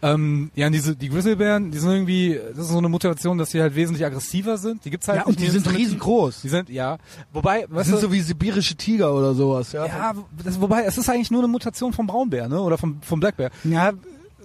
[SPEAKER 2] Ähm, ja, und diese, die Grizzlybären, die sind irgendwie, das ist so eine Mutation, dass sie halt wesentlich aggressiver sind. Die gibt's halt.
[SPEAKER 1] Ja, und
[SPEAKER 2] nicht
[SPEAKER 1] die
[SPEAKER 2] mehr
[SPEAKER 1] sind
[SPEAKER 2] so mit-
[SPEAKER 1] riesengroß.
[SPEAKER 2] Die sind, ja. Wobei,
[SPEAKER 1] Das
[SPEAKER 2] weißt
[SPEAKER 1] sind
[SPEAKER 2] du,
[SPEAKER 1] so wie sibirische Tiger oder sowas, ja.
[SPEAKER 2] ja, das, wobei, es ist eigentlich nur eine Mutation vom Braunbär, ne, oder vom, vom Blackbär.
[SPEAKER 1] Ja,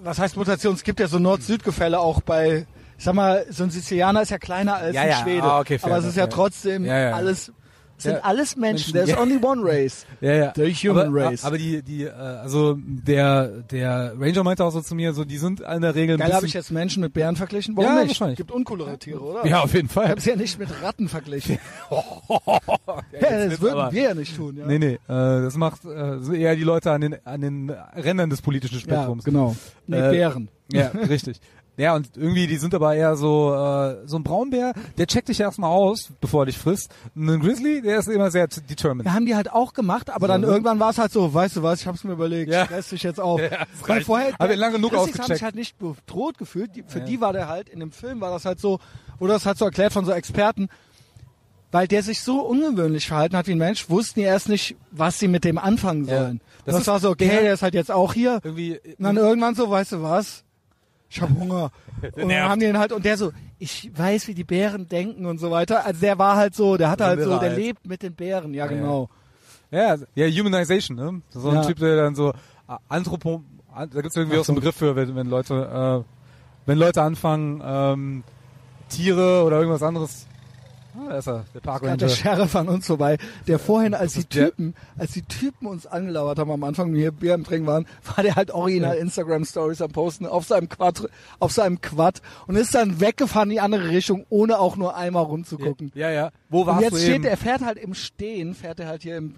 [SPEAKER 1] was heißt Mutation? Es gibt ja so Nord-Süd-Gefälle auch bei, ich sag mal, so ein Sizilianer ist ja kleiner als
[SPEAKER 2] Ja,
[SPEAKER 1] ein
[SPEAKER 2] ja,
[SPEAKER 1] Schwede.
[SPEAKER 2] ah, okay, fair,
[SPEAKER 1] aber es ist ja
[SPEAKER 2] fair.
[SPEAKER 1] trotzdem
[SPEAKER 2] Ja, ja.
[SPEAKER 1] alles, es sind
[SPEAKER 2] Ja.
[SPEAKER 1] alles Menschen.
[SPEAKER 2] Menschen,
[SPEAKER 1] There's
[SPEAKER 2] ja.
[SPEAKER 1] only one race.
[SPEAKER 2] Ja, ja.
[SPEAKER 1] The human
[SPEAKER 2] aber,
[SPEAKER 1] race.
[SPEAKER 2] Aber die, die, äh, also, der, der Ranger meinte auch so zu mir, so, die sind in der Regel ein
[SPEAKER 1] Geil, habe ich
[SPEAKER 2] bisschen,
[SPEAKER 1] jetzt Menschen mit Bären verglichen? Warum
[SPEAKER 2] Ja,
[SPEAKER 1] nicht?
[SPEAKER 2] wahrscheinlich.
[SPEAKER 1] Gibt uncoolere Tiere, oder?
[SPEAKER 2] ja, auf jeden
[SPEAKER 1] Ich
[SPEAKER 2] Fall.
[SPEAKER 1] hab's ja nicht mit Ratten verglichen.
[SPEAKER 2] Ja,
[SPEAKER 1] Ja,
[SPEAKER 2] jetzt
[SPEAKER 1] das
[SPEAKER 2] wird's
[SPEAKER 1] würden
[SPEAKER 2] aber-
[SPEAKER 1] wir ja nicht tun, ja.
[SPEAKER 2] Nee, nee, äh, das macht äh, so eher die Leute an den, an den Rändern des politischen
[SPEAKER 1] ja,
[SPEAKER 2] Spektrums.
[SPEAKER 1] genau. Nee,
[SPEAKER 2] Äh,
[SPEAKER 1] Bären.
[SPEAKER 2] Ja, richtig. Ja, und irgendwie, die sind aber eher so, äh, so ein Braunbär, der checkt dich erstmal aus, bevor er dich frisst. Und ein Grizzly, der ist immer sehr t- determined.
[SPEAKER 1] Ja, haben die halt auch gemacht, aber dann
[SPEAKER 2] So.
[SPEAKER 1] irgendwann war es halt so, weißt du was, ich hab's mir überlegt,
[SPEAKER 2] Ja.
[SPEAKER 1] stress dich jetzt auf.
[SPEAKER 2] das
[SPEAKER 1] Weil
[SPEAKER 2] reicht.
[SPEAKER 1] vorher,
[SPEAKER 2] Hab ihn lange genug
[SPEAKER 1] Grizzlies haben
[SPEAKER 2] ausgecheckt.
[SPEAKER 1] sich halt nicht bedroht gefühlt, die, für
[SPEAKER 2] Ja.
[SPEAKER 1] die war der halt, in dem Film war das halt so, oder das halt so erklärt von so Experten, weil der sich so ungewöhnlich verhalten hat wie ein Mensch, wussten die erst nicht, was sie mit dem anfangen
[SPEAKER 2] Ja.
[SPEAKER 1] sollen.
[SPEAKER 2] Das
[SPEAKER 1] Das,
[SPEAKER 2] ist
[SPEAKER 1] war so, okay,
[SPEAKER 2] der-
[SPEAKER 1] der, ist halt jetzt auch hier.
[SPEAKER 2] Irgendwie, äh,
[SPEAKER 1] Und dann irgendwann so, weißt du was? Ich hab Hunger. Und dann
[SPEAKER 2] Nervt.
[SPEAKER 1] haben die ihn halt, und der so, ich weiß, wie die Bären denken und so weiter. Also der war halt so, der hatte
[SPEAKER 2] So
[SPEAKER 1] halt so,
[SPEAKER 2] Wirrer
[SPEAKER 1] der
[SPEAKER 2] halt.
[SPEAKER 1] lebt mit den Bären, ja
[SPEAKER 2] Ja, ja.
[SPEAKER 1] genau.
[SPEAKER 2] ja, ja, Humanization, ne? So ein
[SPEAKER 1] Ja.
[SPEAKER 2] Typ, der dann so äh, Anthropo, an- da gibt's irgendwie
[SPEAKER 1] Ach
[SPEAKER 2] auch so einen
[SPEAKER 1] so.
[SPEAKER 2] Begriff für, wenn, wenn Leute, äh, wenn Leute anfangen, ähm, Tiere oder irgendwas anderes. Ah, da ist er, der Park
[SPEAKER 1] Gerade der
[SPEAKER 2] Ranger.
[SPEAKER 1] Sheriff an uns vorbei, der vorhin, als die
[SPEAKER 2] äh, ist der-
[SPEAKER 1] Typen, als die Typen uns angelauert haben am Anfang, und hier Bier am Trinken waren, war der halt original Instagram Stories am Posten auf seinem Quad, auf seinem Quad und ist dann weggefahren in die andere Richtung, ohne auch nur einmal rumzugucken.
[SPEAKER 2] Ja, ja. Wo warst
[SPEAKER 1] Und jetzt
[SPEAKER 2] du
[SPEAKER 1] steht,
[SPEAKER 2] eben?
[SPEAKER 1] er fährt halt im Stehen, fährt er halt hier im,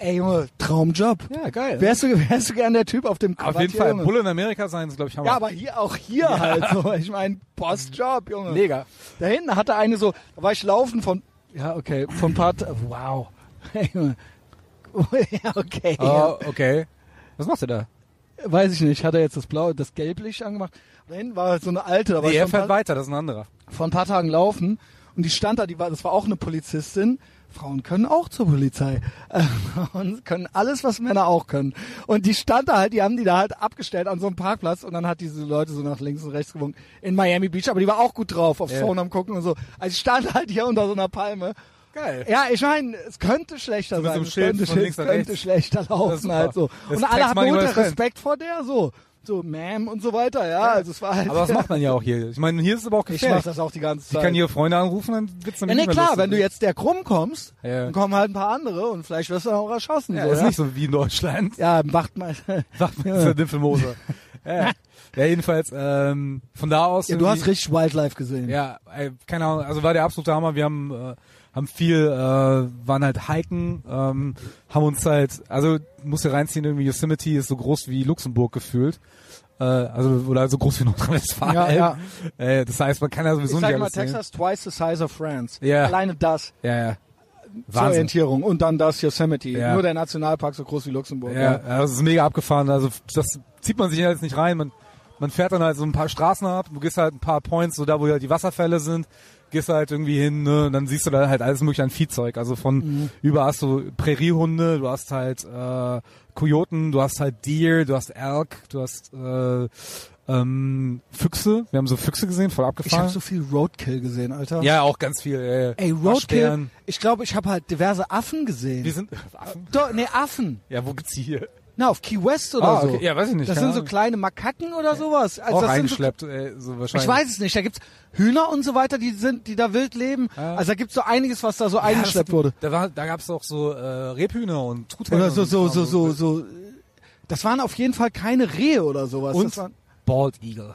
[SPEAKER 1] ey Junge, Traumjob.
[SPEAKER 2] Ja, geil. ne?
[SPEAKER 1] Wärst du, wärst du gern der Typ auf dem Quad?
[SPEAKER 2] Auf jeden
[SPEAKER 1] hier,
[SPEAKER 2] Fall.
[SPEAKER 1] Junge?
[SPEAKER 2] Bulle in Amerika sein, ist, glaube ich, Hammer.
[SPEAKER 1] Ja, aber hier, auch hier halt so. Ich meine, Postjob, Junge.
[SPEAKER 2] mega.
[SPEAKER 1] Da hinten hatte eine so, da war ich laufen von, ja, okay, von Part, wow. Hey, Junge. ja, okay. Ja.
[SPEAKER 2] Ah, okay. Was machst du da?
[SPEAKER 1] Weiß ich nicht, hat er jetzt das blaue, das gelblich angemacht? Da hinten war halt so eine alte, da war
[SPEAKER 2] Nee,
[SPEAKER 1] ich
[SPEAKER 2] er
[SPEAKER 1] von
[SPEAKER 2] fährt
[SPEAKER 1] paar-
[SPEAKER 2] weiter, das ist ein anderer.
[SPEAKER 1] vor ein paar Tagen laufen und die stand da, die war, das war auch eine Polizistin. Frauen können auch zur Polizei. Äh, Frauen können alles, was Männer auch können. Und die stand da halt, die haben die da halt abgestellt an so einem Parkplatz und dann hat diese Leute so nach links und rechts gewunken in Miami Beach, aber die war auch gut drauf, aufs
[SPEAKER 2] Ja.
[SPEAKER 1] Phone am gucken und so. Also ich stand halt hier unter so einer Palme.
[SPEAKER 2] Geil.
[SPEAKER 1] Ja, ich meine, es könnte schlechter
[SPEAKER 2] So mit so
[SPEAKER 1] sein.
[SPEAKER 2] einem
[SPEAKER 1] es
[SPEAKER 2] Schild
[SPEAKER 1] könnte,
[SPEAKER 2] von
[SPEAKER 1] sch-
[SPEAKER 2] links
[SPEAKER 1] es
[SPEAKER 2] nach
[SPEAKER 1] könnte
[SPEAKER 2] rechts.
[SPEAKER 1] schlechter
[SPEAKER 2] Das ist
[SPEAKER 1] laufen
[SPEAKER 2] super.
[SPEAKER 1] halt so.
[SPEAKER 2] Das
[SPEAKER 1] und alle
[SPEAKER 2] tags
[SPEAKER 1] hatten
[SPEAKER 2] money well
[SPEAKER 1] unter
[SPEAKER 2] spent.
[SPEAKER 1] Respekt vor der so. So, Ma'am und so weiter, ja. Also es war halt
[SPEAKER 2] Aber das macht man ja auch hier. Ich meine, hier ist es aber auch
[SPEAKER 1] ich mach
[SPEAKER 2] gefährlich.
[SPEAKER 1] das auch die ganze
[SPEAKER 2] Die
[SPEAKER 1] Zeit.
[SPEAKER 2] kann ihre Freunde anrufen, dann wird's
[SPEAKER 1] ja, nee,
[SPEAKER 2] nämlich nicht mehr
[SPEAKER 1] klar,
[SPEAKER 2] lustig.
[SPEAKER 1] wenn du jetzt der krumm kommst,
[SPEAKER 2] Ja.
[SPEAKER 1] dann kommen halt ein paar andere und vielleicht wirst du dann auch erschossen.
[SPEAKER 2] Ja,
[SPEAKER 1] so,
[SPEAKER 2] ist
[SPEAKER 1] ja?
[SPEAKER 2] nicht so wie in Deutschland.
[SPEAKER 1] ja, macht mal.
[SPEAKER 2] Sagt man, das ist der Nymphelmose. ja. ja, jedenfalls, ähm, von da aus.
[SPEAKER 1] Ja, du hast
[SPEAKER 2] irgendwie-
[SPEAKER 1] richtig Wildlife gesehen.
[SPEAKER 2] Ja, ey, keine Ahnung, also war der absolute Hammer. Wir haben, äh, haben viel, äh, waren halt hiken, ähm, haben uns halt, also musst du reinziehen, irgendwie Yosemite ist so groß wie Luxemburg gefühlt. Äh, also, oder so groß wie Nordrhein-Westfalen.
[SPEAKER 1] Ja, ja.
[SPEAKER 2] Äh, das heißt, man kann ja
[SPEAKER 1] Ich
[SPEAKER 2] sowieso nicht
[SPEAKER 1] sage mal,
[SPEAKER 2] alles sehen.
[SPEAKER 1] Texas twice the size of France.
[SPEAKER 2] Ja.
[SPEAKER 1] Alleine das
[SPEAKER 2] Ja, ja.
[SPEAKER 1] zur
[SPEAKER 2] Wahnsinn.
[SPEAKER 1] Orientierung. Und dann das Yosemite.
[SPEAKER 2] Ja.
[SPEAKER 1] Nur der Nationalpark so groß wie Luxemburg.
[SPEAKER 2] Ja, ja, das ist mega abgefahren. Also das zieht man sich jetzt nicht rein. Man, man fährt dann halt so ein paar Straßen ab, du gehst halt ein paar Points, so da wo halt die Wasserfälle sind, gehst halt irgendwie hin, ne? Und dann siehst du da halt alles mögliche an Viehzeug. Also von
[SPEAKER 1] Mhm.
[SPEAKER 2] über hast du Präriehunde, du hast halt äh, Kojoten, du hast halt Deer, du hast Elk, du hast äh, ähm, Füchse. Wir haben so Füchse gesehen, voll
[SPEAKER 1] Ich habe
[SPEAKER 2] abgefahren.
[SPEAKER 1] so viel Roadkill gesehen, Alter.
[SPEAKER 2] ja, auch ganz viel. Äh,
[SPEAKER 1] Ey, Roadkill.
[SPEAKER 2] Waschbären.
[SPEAKER 1] Ich glaube, ich habe halt diverse Affen gesehen.
[SPEAKER 2] Wir sind Affen.
[SPEAKER 1] Doch, nee, Affen.
[SPEAKER 2] Ja, wo gibt's die hier?
[SPEAKER 1] Na, auf Key West oder
[SPEAKER 2] Ah,
[SPEAKER 1] so.
[SPEAKER 2] okay. Ja, weiß ich nicht.
[SPEAKER 1] Das
[SPEAKER 2] keine
[SPEAKER 1] sind so
[SPEAKER 2] Ahnung.
[SPEAKER 1] kleine Makaken oder sowas. Also
[SPEAKER 2] Auch
[SPEAKER 1] das sind so
[SPEAKER 2] reingeschleppt, ey, so
[SPEAKER 1] Ich
[SPEAKER 2] wahrscheinlich.
[SPEAKER 1] weiß es nicht. Da gibt's Hühner und so weiter, die sind, die da wild leben.
[SPEAKER 2] Ja.
[SPEAKER 1] Also da gibt's so einiges, was da so
[SPEAKER 2] Ja,
[SPEAKER 1] eingeschleppt
[SPEAKER 2] das-
[SPEAKER 1] wurde.
[SPEAKER 2] Da, war- da gab es auch so äh, Rebhühner und Truthähne.
[SPEAKER 1] Oder so,
[SPEAKER 2] und
[SPEAKER 1] so,
[SPEAKER 2] Kram,
[SPEAKER 1] so, so, so. Das waren auf jeden Fall keine Rehe oder sowas.
[SPEAKER 2] Und
[SPEAKER 1] das waren
[SPEAKER 2] Bald Eagle.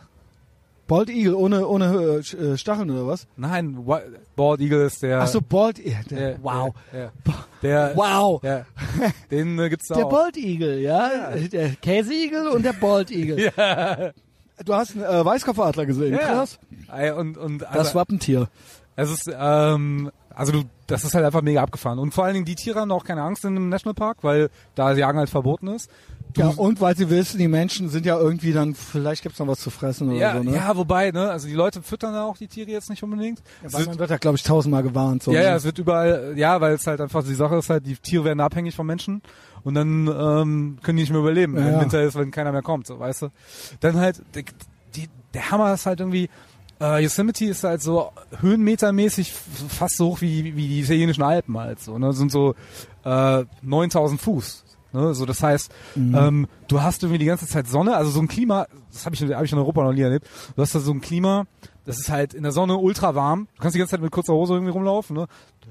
[SPEAKER 1] Bald Eagle ohne, ohne äh, Sch- äh, Stacheln oder was?
[SPEAKER 2] Nein, Wa- Bald Eagle ist der.
[SPEAKER 1] Ach so, Bald Eagle. Der,
[SPEAKER 2] der,
[SPEAKER 1] wow.
[SPEAKER 2] Der, der,
[SPEAKER 1] Wow.
[SPEAKER 2] der, den äh, gibt's da
[SPEAKER 1] Der
[SPEAKER 2] auch.
[SPEAKER 1] Bald Eagle, ja. Der Käseigel und der Bald Eagle.
[SPEAKER 4] Du hast einen äh, Weißkopfadler gesehen.
[SPEAKER 2] Ja.
[SPEAKER 4] Krass.
[SPEAKER 2] Ey, und, und
[SPEAKER 4] Das
[SPEAKER 2] also,
[SPEAKER 4] Wappentier.
[SPEAKER 2] es ist, ähm, also du, das ist halt einfach mega abgefahren. Und vor allen Dingen die Tiere haben auch keine Angst in einem Nationalpark, weil da Jagen halt verboten ist. Du-
[SPEAKER 1] Ja, und weil sie wissen, die Menschen sind ja irgendwie dann, vielleicht gibt's noch was zu fressen oder
[SPEAKER 2] ja,
[SPEAKER 1] so, ne?
[SPEAKER 2] ja, wobei, ne, also die Leute füttern da auch die Tiere jetzt nicht unbedingt. Es
[SPEAKER 1] Weil
[SPEAKER 2] wird-
[SPEAKER 1] man wird ja, glaube ich, tausendmal gewarnt. So
[SPEAKER 2] Ja, ja, es wird überall, ja, weil es halt einfach die Sache ist halt, die Tiere werden abhängig von Menschen und dann ähm, können die nicht mehr überleben,
[SPEAKER 1] Ja,
[SPEAKER 2] wenn
[SPEAKER 1] ja.
[SPEAKER 2] Winter ist, wenn keiner mehr kommt, so, weißt du. Dann halt, die, die, der Hammer ist halt irgendwie, äh, Yosemite ist halt so höhenmetermäßig f- fast so hoch wie, wie die italienischen Alpen halt so, ne, sind so äh, 9000 Fuß. Ne? So, das heißt, ähm, du hast irgendwie die ganze Zeit Sonne, also so ein Klima, das habe ich, hab ich in Europa noch nie erlebt, du hast da so ein Klima, das ist halt in der Sonne ultra warm, du kannst die ganze Zeit mit kurzer Hose irgendwie rumlaufen, ne?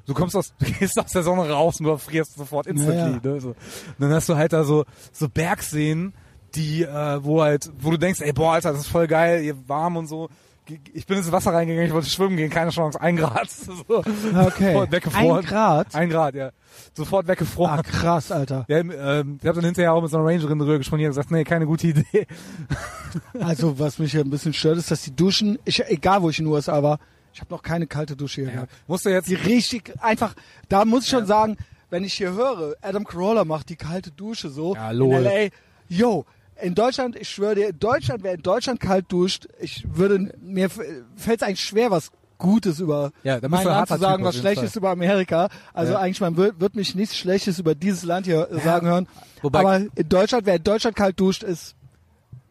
[SPEAKER 2] Du kommst aus, du gehst aus der Sonne raus und du frierst sofort instantly. Ne? So. Und dann hast du halt da so, so Bergseen, die, äh, wo halt, wo du denkst, ey boah, Alter, das ist voll geil, hier warm und so. Ge- Ich bin ins Wasser reingegangen, ich wollte schwimmen gehen, keine Chance, ein Grad. So.
[SPEAKER 1] Ah, Okay.
[SPEAKER 2] Sofort weggefroren.
[SPEAKER 1] Ein Grad?
[SPEAKER 2] Ein Grad, ja. Sofort weggefroren.
[SPEAKER 1] Ah, krass, Alter.
[SPEAKER 2] Ja, ähm, ich habe dann hinterher auch mit so einer Rangerin drüber gesprochen, die hat gesagt, nee, keine gute Idee.
[SPEAKER 1] Also, was mich hier ein bisschen stört, ist, dass die Duschen, ich, egal wo ich in den USA war, ich habe noch keine kalte Dusche hier gehabt.
[SPEAKER 2] Musst du jetzt,
[SPEAKER 1] Die richtig, einfach, da muss ich schon sagen, wenn ich hier höre, Adam Carolla macht die kalte Dusche so
[SPEAKER 2] Ja, lol.
[SPEAKER 1] in L.A. Yo, in Deutschland, ich schwöre dir, in Deutschland, wer in Deutschland kalt duscht, ich würde, mir fällt es eigentlich schwer, was Gutes über
[SPEAKER 2] Ja, da bist
[SPEAKER 1] mein
[SPEAKER 2] du ein
[SPEAKER 1] Land
[SPEAKER 2] harter
[SPEAKER 1] zu sagen,
[SPEAKER 2] Typ auf
[SPEAKER 1] was
[SPEAKER 2] jeden
[SPEAKER 1] Schlechtes über Amerika. Also
[SPEAKER 2] Ja.
[SPEAKER 1] eigentlich, man wird, wird mich nichts Schlechtes über dieses Land hier äh, sagen hören.
[SPEAKER 2] Wobei-
[SPEAKER 1] Aber in Deutschland, wer in Deutschland kalt duscht, ist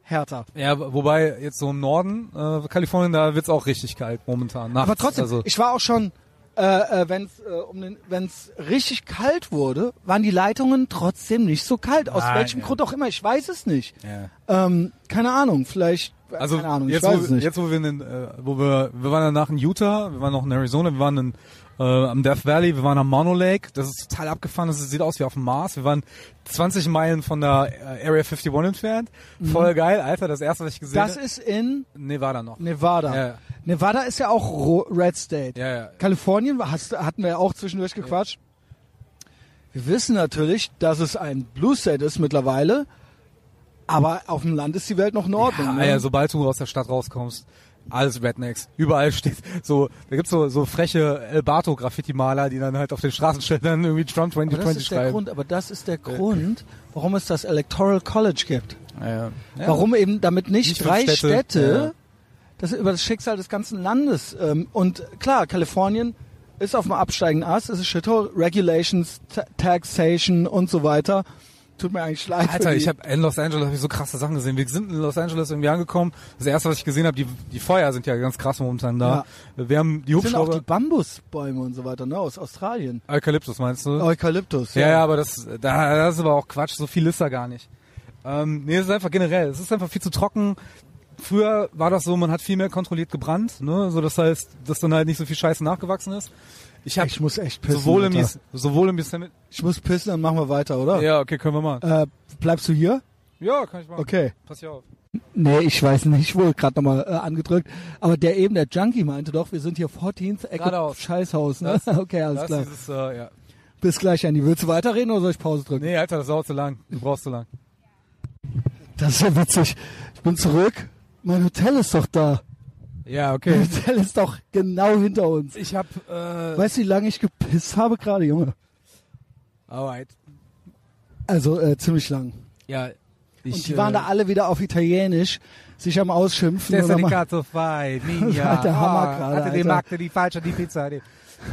[SPEAKER 1] härter.
[SPEAKER 2] ja, wobei jetzt so im Norden, äh, Kalifornien, da wird's auch richtig kalt momentan. Nachts,
[SPEAKER 1] Aber trotzdem,
[SPEAKER 2] also,
[SPEAKER 1] ich war auch schon, äh, äh, wenn es äh, um den- wenn's richtig kalt wurde, waren die Leitungen trotzdem nicht so kalt. Aus
[SPEAKER 2] Ah,
[SPEAKER 1] welchem
[SPEAKER 2] ja.
[SPEAKER 1] Grund auch immer, ich weiß es nicht.
[SPEAKER 2] ja.
[SPEAKER 1] Ähm, keine Ahnung, vielleicht, äh,
[SPEAKER 2] also
[SPEAKER 1] keine Ahnung,
[SPEAKER 2] jetzt,
[SPEAKER 1] ich weiß es
[SPEAKER 2] wo,
[SPEAKER 1] nicht.
[SPEAKER 2] jetzt wo wir in, den, äh, wo wir, wir waren danach in Utah, wir waren noch in Arizona, wir waren in, äh, am Death Valley, wir waren am Mono Lake, das ist total abgefahren, das sieht aus wie auf dem Mars, wir waren 20 Meilen von der äh, Area 51 entfernt, voll geil, Alter, das erste, was ich gesehen
[SPEAKER 1] Mhm. das
[SPEAKER 2] habe,
[SPEAKER 1] ist in
[SPEAKER 2] Nevada noch.
[SPEAKER 1] Nevada.
[SPEAKER 2] Ja.
[SPEAKER 1] Nevada ist ja auch Ro Red State.
[SPEAKER 2] Ja, ja.
[SPEAKER 1] Kalifornien hast, hatten wir ja auch zwischendurch gequatscht. Wir wissen natürlich, dass es ein Blue State ist mittlerweile, aber auf dem Land ist die Welt noch in Ordnung.
[SPEAKER 2] Ja,
[SPEAKER 1] ne?
[SPEAKER 2] ja, sobald du aus der Stadt rauskommst, alles Rednecks. Überall steht so, da gibt's so, so freche El Bato Graffiti-Maler, die dann halt auf den Straßenschildern irgendwie Trump
[SPEAKER 1] Aber das
[SPEAKER 2] 2020
[SPEAKER 1] ist der
[SPEAKER 2] schreiben. Äh,
[SPEAKER 1] Grund, aber das ist der Grund, warum es das Electoral College gibt.
[SPEAKER 2] Ja, ja. Ja.
[SPEAKER 1] Warum eben damit nicht,
[SPEAKER 2] Nicht fünf
[SPEAKER 1] drei
[SPEAKER 2] Städte.
[SPEAKER 1] Städte,
[SPEAKER 2] Ja.
[SPEAKER 1] das über das Schicksal des ganzen Landes. Ähm, und klar, Kalifornien ist auf dem absteigenden Ast, es ist Shithole, Regulations, Ta- Taxation und so weiter. Tut mir eigentlich leid. für
[SPEAKER 2] Alter,
[SPEAKER 1] die-
[SPEAKER 2] ich habe in Los Angeles hab ich so krasse Sachen gesehen. Wir sind in Los Angeles irgendwie angekommen. Das erste, was ich gesehen habe, die, die Feuer sind ja ganz krass momentan da. Wir haben die
[SPEAKER 1] sind auch die
[SPEAKER 2] Hubschrauber.
[SPEAKER 1] Bambusbäume und so weiter, ne, aus Australien.
[SPEAKER 2] Eukalyptus meinst du?
[SPEAKER 1] Eukalyptus.
[SPEAKER 2] Ja, ja, aber das, da, das ist aber auch Quatsch, so viel ist da gar nicht. Ähm, nee, es ist einfach generell, es ist einfach viel zu trocken. Früher war das so, man hat viel mehr kontrolliert gebrannt, ne? So das heißt, dass dann halt nicht so viel Scheiße nachgewachsen ist. Ich habe
[SPEAKER 1] Ich muss echt pissen.
[SPEAKER 2] sowohl im
[SPEAKER 1] Alter.
[SPEAKER 2] Ys- sowohl im Yosemite.
[SPEAKER 1] ich muss pissen, dann machen wir weiter, oder?
[SPEAKER 2] Ja, okay, können wir mal.
[SPEAKER 1] Äh, bleibst du hier?
[SPEAKER 2] Ja, kann ich machen.
[SPEAKER 1] Äh. Okay.
[SPEAKER 2] Pass hier auf.
[SPEAKER 1] Nee, ich weiß nicht, wohl gerade nochmal äh, angedrückt. Aber der eben, der Junkie meinte doch, wir sind hier 14th Ecke
[SPEAKER 2] Geradeaus.
[SPEAKER 1] Scheißhaus, ne? okay, alles
[SPEAKER 2] Das
[SPEAKER 1] klar.
[SPEAKER 2] ist dieses, äh, ja.
[SPEAKER 1] Bis gleich, Andi. Willst du weiterreden oder soll ich Pause drücken?
[SPEAKER 2] Nee, Alter, das dauert zu lang. Du brauchst zu lang.
[SPEAKER 1] Das ist ja witzig. Ich bin zurück. Mein Hotel ist doch da.
[SPEAKER 2] Ja, okay.
[SPEAKER 1] Mein Hotel ist doch genau hinter uns.
[SPEAKER 2] Ich hab, äh,
[SPEAKER 1] Weißt du, wie lange ich gepisst habe gerade, Junge?
[SPEAKER 2] alright.
[SPEAKER 1] Also äh, ziemlich lang.
[SPEAKER 2] Ja. Ich, äh,
[SPEAKER 1] Und die waren da alle wieder auf Italienisch, sich am Ausschimpfen.
[SPEAKER 2] Der
[SPEAKER 1] oder mal-
[SPEAKER 2] Sanicato Fai, Ninja. Ah,
[SPEAKER 1] war der Hammer gerade,
[SPEAKER 2] Hatte die
[SPEAKER 1] Alter.
[SPEAKER 2] Magde, die falsche, die Pizza. Die.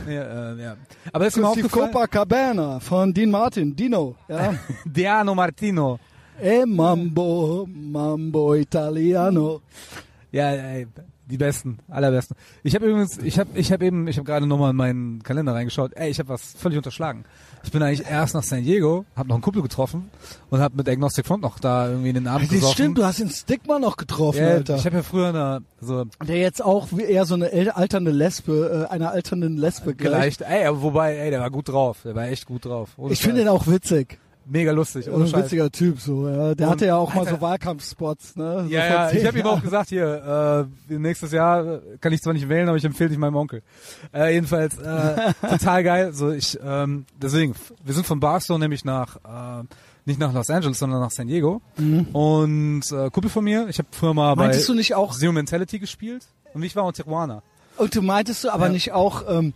[SPEAKER 2] Ja, äh, ja. Aber ist mir
[SPEAKER 1] Das ist die
[SPEAKER 2] aufgefallen,
[SPEAKER 1] Copacabana von Dean Martin, Dino. Ja.
[SPEAKER 2] Diano Martino.
[SPEAKER 1] e mambo, mambo italiano.
[SPEAKER 2] Ja, ey, Die besten, allerbesten. Ich habe übrigens, ich habe, ich habe eben, ich habe gerade nochmal in meinen Kalender reingeschaut. Ey, ich habe was völlig unterschlagen. Ich bin eigentlich erst nach San Diego, habe noch einen Kumpel getroffen und habe mit Agnostic Front noch da irgendwie in den Abend
[SPEAKER 1] Das
[SPEAKER 2] gesoffen.
[SPEAKER 1] stimmt, du hast den Stigma noch getroffen,
[SPEAKER 2] ja,
[SPEAKER 1] Alter.
[SPEAKER 2] ich habe ja früher eine, so
[SPEAKER 1] der jetzt auch wie eher so eine el- alternde Lesbe, äh, einer alternden Lesbe gleicht.
[SPEAKER 2] geleicht. Ey, aber wobei, ey, der war gut drauf. Der war echt gut drauf. Ohne
[SPEAKER 1] Ich finde
[SPEAKER 2] Scheiß.
[SPEAKER 1] den auch witzig.
[SPEAKER 2] mega lustig. Ohne
[SPEAKER 1] Ein
[SPEAKER 2] Scheiß.
[SPEAKER 1] witziger Typ, so. Ja. Der
[SPEAKER 2] Und-
[SPEAKER 1] hatte ja auch mal
[SPEAKER 2] Alter.
[SPEAKER 1] so Wahlkampfspots, ne? So
[SPEAKER 2] Ja,
[SPEAKER 1] vor
[SPEAKER 2] ja,
[SPEAKER 1] zehn
[SPEAKER 2] ich habe ihm
[SPEAKER 1] Jahren.
[SPEAKER 2] auch gesagt, hier, äh, nächstes Jahr äh, kann ich zwar nicht wählen, aber ich empfehle dich meinem Onkel. Äh, jedenfalls, äh, total geil. So, ich, ähm, deswegen, f- wir sind von Barstow nämlich nach, äh, nicht nach Los Angeles, sondern nach San Diego. Und äh, Kumpel von mir, ich habe früher mal
[SPEAKER 1] Mhm. Meintest
[SPEAKER 2] bei
[SPEAKER 1] du nicht auch,
[SPEAKER 2] Zero Mentality gespielt und ich war auch Tijuana.
[SPEAKER 1] und du meintest du aber
[SPEAKER 2] Ja.
[SPEAKER 1] nicht auch, ähm,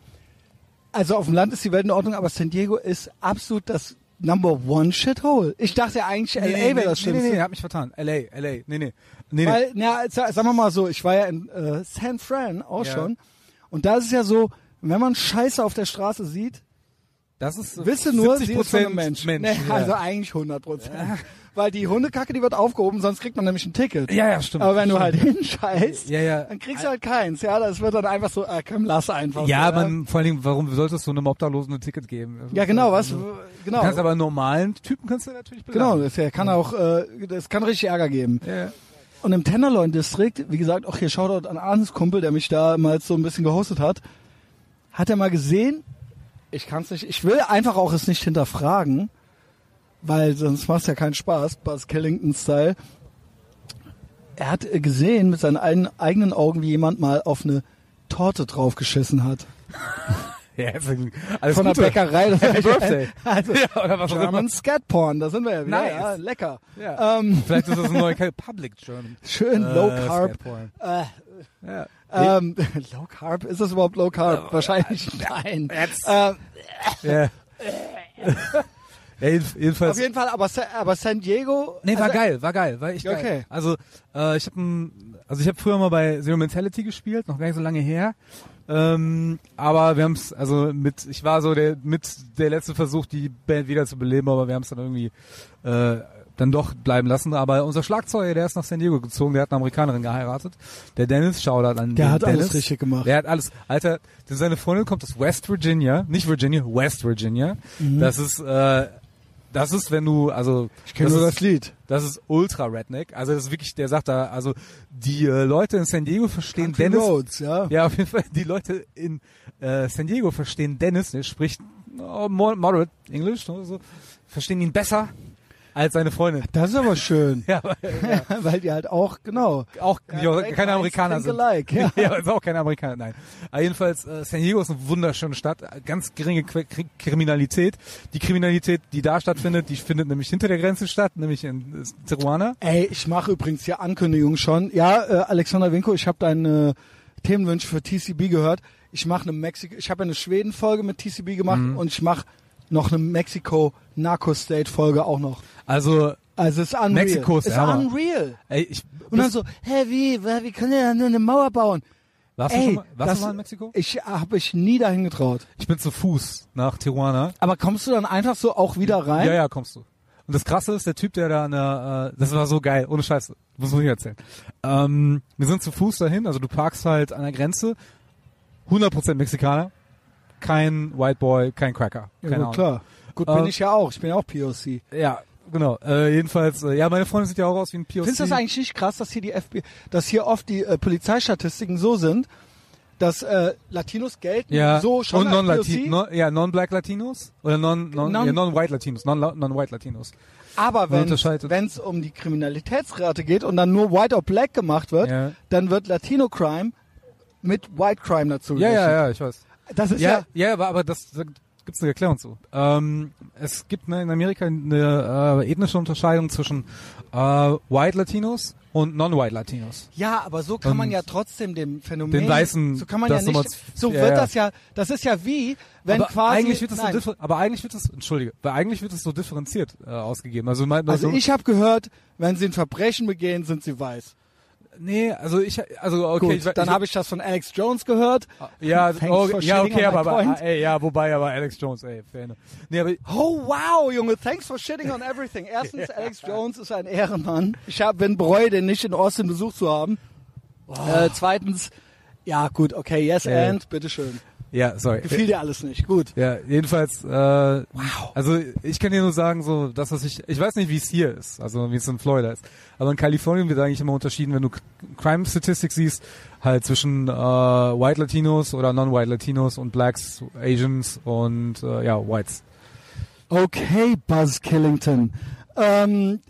[SPEAKER 1] also auf dem Land ist die Welt in Ordnung, aber San Diego ist absolut das Number One Shithole. Ich dachte ja eigentlich, LA wäre das
[SPEAKER 2] nee, nee,
[SPEAKER 1] Schlimmste.
[SPEAKER 2] nee, hab mich vertan. LA, LA, nee, nee. nee, nee.
[SPEAKER 1] Weil, na, sa- sagen wir mal so, ich war ja in äh, San Fran auch
[SPEAKER 2] Ja.
[SPEAKER 1] schon. Und da ist es ja so, wenn man Scheiße auf der Straße sieht,
[SPEAKER 2] Das ist
[SPEAKER 1] wisst ihr nur,
[SPEAKER 2] 70
[SPEAKER 1] sie ist von einem Mensch.
[SPEAKER 2] Mensch.
[SPEAKER 1] nee,
[SPEAKER 2] ja.
[SPEAKER 1] Also eigentlich 100 Prozent. Weil die Hundekacke, die wird aufgehoben, sonst kriegt man nämlich ein Ticket.
[SPEAKER 2] ja, ja, stimmt.
[SPEAKER 1] Aber wenn du
[SPEAKER 2] stimmt.
[SPEAKER 1] halt hinscheißt,
[SPEAKER 2] Ja, ja.
[SPEAKER 1] dann kriegst du halt keins. Ja, das wird dann einfach so, äh, komm, lass einfach.
[SPEAKER 2] Ja,
[SPEAKER 1] so,
[SPEAKER 2] man, vor allen Dingen, warum solltest du einem Obdachlosen ein Ticket geben?
[SPEAKER 1] Ja, genau, was?
[SPEAKER 2] Du kannst
[SPEAKER 1] Genau.
[SPEAKER 2] aber einen normalen Typen kannst du natürlich
[SPEAKER 1] Genau,
[SPEAKER 2] belangen.
[SPEAKER 1] das ja- kann auch, äh, das kann richtig Ärger geben.
[SPEAKER 2] Ja.
[SPEAKER 1] Und im Tenderloin-Distrikt, wie gesagt, auch hier Shoutout an Arnes Kumpel, der mich da mal so ein bisschen gehostet hat, hat er mal gesehen, ich kann's nicht, ich will einfach auch es nicht hinterfragen, weil sonst macht's ja keinen Spaß, Buzz Kellington-Style. Er hat äh, gesehen mit seinen ein- eigenen Augen, wie jemand mal auf eine Torte draufgeschissen hat.
[SPEAKER 2] Ja, deswegen, alles
[SPEAKER 1] Von
[SPEAKER 2] Gute.
[SPEAKER 1] der Bäckerei. Das
[SPEAKER 2] Happy Birthday.
[SPEAKER 1] Also,
[SPEAKER 2] Ja, oder was auch immer.
[SPEAKER 1] German Scat Porn, da sind wir ja wieder.
[SPEAKER 2] Nice.
[SPEAKER 1] Ja, lecker.
[SPEAKER 2] Ja.
[SPEAKER 1] Ähm,
[SPEAKER 2] Vielleicht ist das ein neuer Ke- Public German.
[SPEAKER 1] schön
[SPEAKER 2] Äh,
[SPEAKER 1] Low Carb.
[SPEAKER 2] Skateboard.
[SPEAKER 1] Äh,
[SPEAKER 2] Ja.
[SPEAKER 1] Ähm, low Carb? Ist das überhaupt Low Carb? Wahrscheinlich nein.
[SPEAKER 2] Äh,
[SPEAKER 1] Ähm,
[SPEAKER 2] ja. ja, jedenf- jedenfalls.
[SPEAKER 1] auf jeden Fall, aber, Sa- aber San Diego.
[SPEAKER 2] Nee, war
[SPEAKER 1] also,
[SPEAKER 2] geil, war geil, war echt geil.
[SPEAKER 1] Okay.
[SPEAKER 2] Also äh, ich habe also ich habe früher mal bei Zero Mentality gespielt, noch gar nicht so lange her. Ähm, aber wir haben es, also mit, ich war so der mit der letzte Versuch, die Band wieder zu beleben, aber wir haben es dann irgendwie äh, dann doch bleiben lassen. Aber unser Schlagzeuger, der ist nach San Diego gezogen, der hat eine Amerikanerin geheiratet. Der Dennis, Shoutout an
[SPEAKER 1] Der
[SPEAKER 2] den
[SPEAKER 1] hat alles
[SPEAKER 2] Dennis.
[SPEAKER 1] richtig gemacht.
[SPEAKER 2] Der hat alles, Alter, denn seine Freundin kommt aus West Virginia, nicht Virginia, West Virginia. Das ist, äh, das ist, wenn du, also
[SPEAKER 1] Mhm. Ich kenne nur
[SPEAKER 2] ist-
[SPEAKER 1] das Lied.
[SPEAKER 2] das ist ultra Redneck. Also das ist wirklich, der sagt da, also die äh, Leute in San Diego verstehen
[SPEAKER 1] Country
[SPEAKER 2] Dennis.
[SPEAKER 1] Roads, ja.
[SPEAKER 2] Ja, auf jeden Fall, die Leute in äh, San Diego verstehen Dennis, der spricht oh, mo- moderate English, ne, so, verstehen ihn besser als seine Freundin.
[SPEAKER 1] Das ist aber schön,
[SPEAKER 2] Ja, weil
[SPEAKER 1] weil die halt auch, genau.
[SPEAKER 2] auch die auch keine Amerikaner sind.
[SPEAKER 1] Like, ja.
[SPEAKER 2] Ja, ist auch kein Amerikaner, nein. Aber jedenfalls, äh, San Diego ist eine wunderschöne Stadt, äh, ganz geringe Qu Kri- Kriminalität. Die Kriminalität, die da stattfindet, die findet nämlich hinter der Grenze statt, nämlich in äh, Tijuana.
[SPEAKER 1] Ey, ich mache übrigens hier Ankündigung schon. Ja, äh, Alexander Winko, ich habe deine Themenwünsche für TCB gehört. Ich mache eine Mexiko, ich habe eine Schweden-Folge mit TCB gemacht
[SPEAKER 2] Mhm.
[SPEAKER 1] und ich mache noch eine Mexiko-Narco-State-Folge auch noch.
[SPEAKER 2] Also
[SPEAKER 1] Also es ist unreal.
[SPEAKER 2] Mexiko ist
[SPEAKER 1] ist
[SPEAKER 2] der Hammer.
[SPEAKER 1] unreal.
[SPEAKER 2] Ey, ich
[SPEAKER 1] Und dann so, hä, wie, wa- wie können wir da nur eine Mauer bauen?
[SPEAKER 2] warst du
[SPEAKER 1] Ey,
[SPEAKER 2] schon mal, warst
[SPEAKER 1] das-
[SPEAKER 2] du mal in Mexiko?
[SPEAKER 1] Ich habe ich nie dahin getraut.
[SPEAKER 2] Ich bin zu Fuß nach Tijuana.
[SPEAKER 1] Aber kommst du dann einfach so auch wieder rein?
[SPEAKER 2] Ja, ja, kommst du. Und das Krasse ist, der Typ, der da an der, äh, das war so geil, ohne Scheiße, muss man nicht erzählen. Ähm, wir sind zu Fuß dahin, also du parkst halt an der Grenze, 100% Mexikaner, kein White Boy, kein Cracker,
[SPEAKER 1] Ja,
[SPEAKER 2] keine
[SPEAKER 1] gut,
[SPEAKER 2] Ahnung.
[SPEAKER 1] klar. Gut,
[SPEAKER 2] Äh,
[SPEAKER 1] bin ich ja auch. Ich bin ja auch POC.
[SPEAKER 2] Ja, genau. Äh, jedenfalls, äh, ja, meine Freunde sieht ja auch aus wie ein POC.
[SPEAKER 1] Findest du das eigentlich nicht krass, dass hier die FB, dass hier oft die äh, Polizeistatistiken so sind, dass äh, Latinos gelten
[SPEAKER 2] ja,
[SPEAKER 1] so schon
[SPEAKER 2] und
[SPEAKER 1] als
[SPEAKER 2] non
[SPEAKER 1] POC,
[SPEAKER 2] -Lati non, ja, non-black Latinos oder non,
[SPEAKER 1] Non-
[SPEAKER 2] non, non, ja, non-white Latinos, non- non-white Latinos.
[SPEAKER 1] aber
[SPEAKER 2] Man unterscheidet.
[SPEAKER 1] wenn es um die Kriminalitätsrate geht und dann nur White or Black gemacht wird,
[SPEAKER 2] Ja.
[SPEAKER 1] dann wird Latino Crime mit White Crime dazu
[SPEAKER 2] Ja, ja,
[SPEAKER 1] gerechnet.
[SPEAKER 2] ja, ich weiß.
[SPEAKER 1] Das ist ja
[SPEAKER 2] Ja, ja, aber, aber das da gibt's eine Erklärung zu. Ähm, es gibt ne, in Amerika eine äh, ethnische Unterscheidung zwischen äh, White Latinos und Non-White Latinos.
[SPEAKER 1] Ja, aber so kann man
[SPEAKER 2] Und
[SPEAKER 1] ja trotzdem dem Phänomen,
[SPEAKER 2] Ähm, den Weißen
[SPEAKER 1] so kann man ja
[SPEAKER 2] das
[SPEAKER 1] nicht,
[SPEAKER 2] nochmal z-
[SPEAKER 1] so
[SPEAKER 2] ja,
[SPEAKER 1] wird
[SPEAKER 2] ja.
[SPEAKER 1] das ja, das ist ja wie, wenn
[SPEAKER 2] aber
[SPEAKER 1] quasi,
[SPEAKER 2] eigentlich wird es so
[SPEAKER 1] nein.
[SPEAKER 2] differ- aber eigentlich wird es entschuldige, weil eigentlich wird es so differenziert äh, ausgegeben. Also, mein,
[SPEAKER 1] also ich habe gehört, wenn sie ein Verbrechen begehen, sind sie weiß.
[SPEAKER 2] nee, also ich also okay,
[SPEAKER 1] Gut,
[SPEAKER 2] ich, we-
[SPEAKER 1] dann
[SPEAKER 2] ich,
[SPEAKER 1] habe ich das von Alex Jones gehört.
[SPEAKER 2] ja,
[SPEAKER 1] Thanks
[SPEAKER 2] oh,
[SPEAKER 1] for
[SPEAKER 2] ja,
[SPEAKER 1] shitting
[SPEAKER 2] okay,
[SPEAKER 1] on my
[SPEAKER 2] aber, aber
[SPEAKER 1] point.
[SPEAKER 2] ey, ja, wobei aber Alex Jones, ey, fair enough. Nee, aber
[SPEAKER 1] Oh wow, Junge, thanks for shitting on everything. Erstens, Alex Jones ist ein Ehrenmann. Ich hab, bin bereue den nicht in Austin besucht zu haben.
[SPEAKER 2] Oh.
[SPEAKER 1] Äh, zweitens, ja gut, okay, yes
[SPEAKER 2] Äh.
[SPEAKER 1] and, bitteschön.
[SPEAKER 2] Ja, sorry.
[SPEAKER 1] Gefiel dir alles nicht, gut.
[SPEAKER 2] Ja, jedenfalls, äh, wow. also ich kann dir nur sagen, so das, was ich, ich weiß nicht, wie es hier ist, also wie es in Florida ist, aber in Kalifornien wird eigentlich immer unterschieden, wenn du K- Crime Statistics siehst, halt zwischen äh, White Latinos oder Non-White Latinos und Blacks, Asians und äh, ja, Whites.
[SPEAKER 1] Okay, Buzz Killington. Ähm,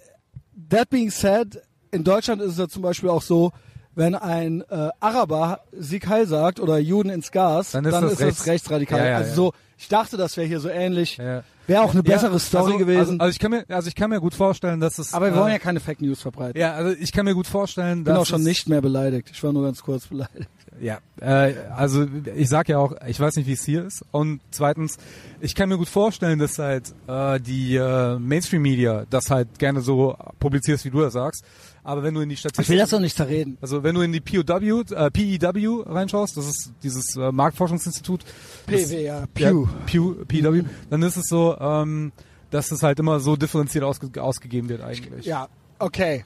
[SPEAKER 1] that being said, in Deutschland ist es ja zum Beispiel auch so, wenn ein äh, Araber Sieg Heil sagt oder Juden ins Gas,
[SPEAKER 2] Dann ist das rechts.
[SPEAKER 1] rechtsradikal.
[SPEAKER 2] Ja, ja,
[SPEAKER 1] also
[SPEAKER 2] ja.
[SPEAKER 1] so, ich dachte, das wäre hier so ähnlich.
[SPEAKER 2] Ja.
[SPEAKER 1] Wäre auch eine bessere
[SPEAKER 2] Ja,
[SPEAKER 1] Story
[SPEAKER 2] also,
[SPEAKER 1] gewesen.
[SPEAKER 2] Also, also ich kann mir, also ich kann mir gut vorstellen, dass es.
[SPEAKER 1] aber wir
[SPEAKER 2] äh,
[SPEAKER 1] wollen ja keine Fake News verbreiten.
[SPEAKER 2] ja, also ich kann mir gut vorstellen,
[SPEAKER 1] ich bin
[SPEAKER 2] dass
[SPEAKER 1] auch schon
[SPEAKER 2] es-
[SPEAKER 1] nicht mehr beleidigt. Ich war nur ganz kurz beleidigt.
[SPEAKER 2] Ja, äh, also ich sag ja auch, ich weiß nicht, wie es hier ist. Und zweitens, ich kann mir gut vorstellen, dass halt äh, die äh, Mainstream-Media das halt gerne so publizierst, wie du das sagst. Aber wenn du in die Statistik...
[SPEAKER 1] Ich will das doch nicht zerreden.
[SPEAKER 2] Also wenn du in die POW, äh, PEW reinschaust, das ist dieses äh, Marktforschungsinstitut. das-
[SPEAKER 1] PW, ja.
[SPEAKER 2] ja,
[SPEAKER 1] Pew.
[SPEAKER 2] Pew, PEW. Dann ist es so, ähm, dass es halt immer so differenziert ausge ausgegeben wird eigentlich.
[SPEAKER 1] Ja, okay.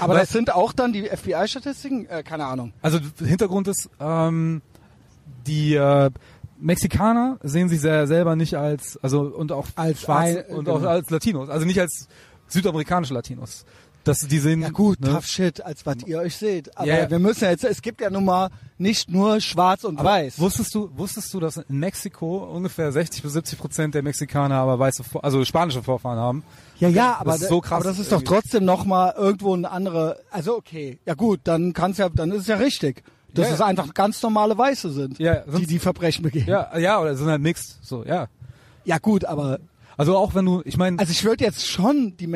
[SPEAKER 1] Aber
[SPEAKER 2] Weil-
[SPEAKER 1] das sind auch dann die FBI-Statistiken? Äh, keine Ahnung.
[SPEAKER 2] Also d- Hintergrund ist, ähm, die äh, Mexikaner sehen sich sehr, selber nicht als, also und auch
[SPEAKER 1] Als
[SPEAKER 2] Schwarze
[SPEAKER 1] ein-
[SPEAKER 2] und
[SPEAKER 1] genau.
[SPEAKER 2] auch als Latinos, also nicht als südamerikanische Latinos. Das, die sehen,
[SPEAKER 1] Ja gut,
[SPEAKER 2] ne?
[SPEAKER 1] tough shit, als was ihr euch seht. Aber
[SPEAKER 2] Ja, ja.
[SPEAKER 1] wir müssen ja jetzt, es gibt ja nun mal nicht nur schwarz und
[SPEAKER 2] Aber
[SPEAKER 1] weiß.
[SPEAKER 2] Wusstest du, wusstest du, dass in Mexiko ungefähr 60 bis 70 Prozent der Mexikaner aber weiße, Vor- also spanische Vorfahren haben?
[SPEAKER 1] Ja, ja, aber
[SPEAKER 2] ist
[SPEAKER 1] da-
[SPEAKER 2] so krass
[SPEAKER 1] aber das ist doch
[SPEAKER 2] irgendwie.
[SPEAKER 1] trotzdem noch mal irgendwo eine andere, also okay. Ja gut, dann kann's ja, dann ist es ja richtig, dass
[SPEAKER 2] Ja, ja.
[SPEAKER 1] es einfach ganz normale Weiße sind,
[SPEAKER 2] Ja,
[SPEAKER 1] die
[SPEAKER 2] sonst-
[SPEAKER 1] die Verbrechen begehen.
[SPEAKER 2] Ja, ja, oder sind halt mixed, so, ja.
[SPEAKER 1] ja gut, aber
[SPEAKER 2] Also auch wenn du, ich meine,
[SPEAKER 1] also ich würde jetzt schon die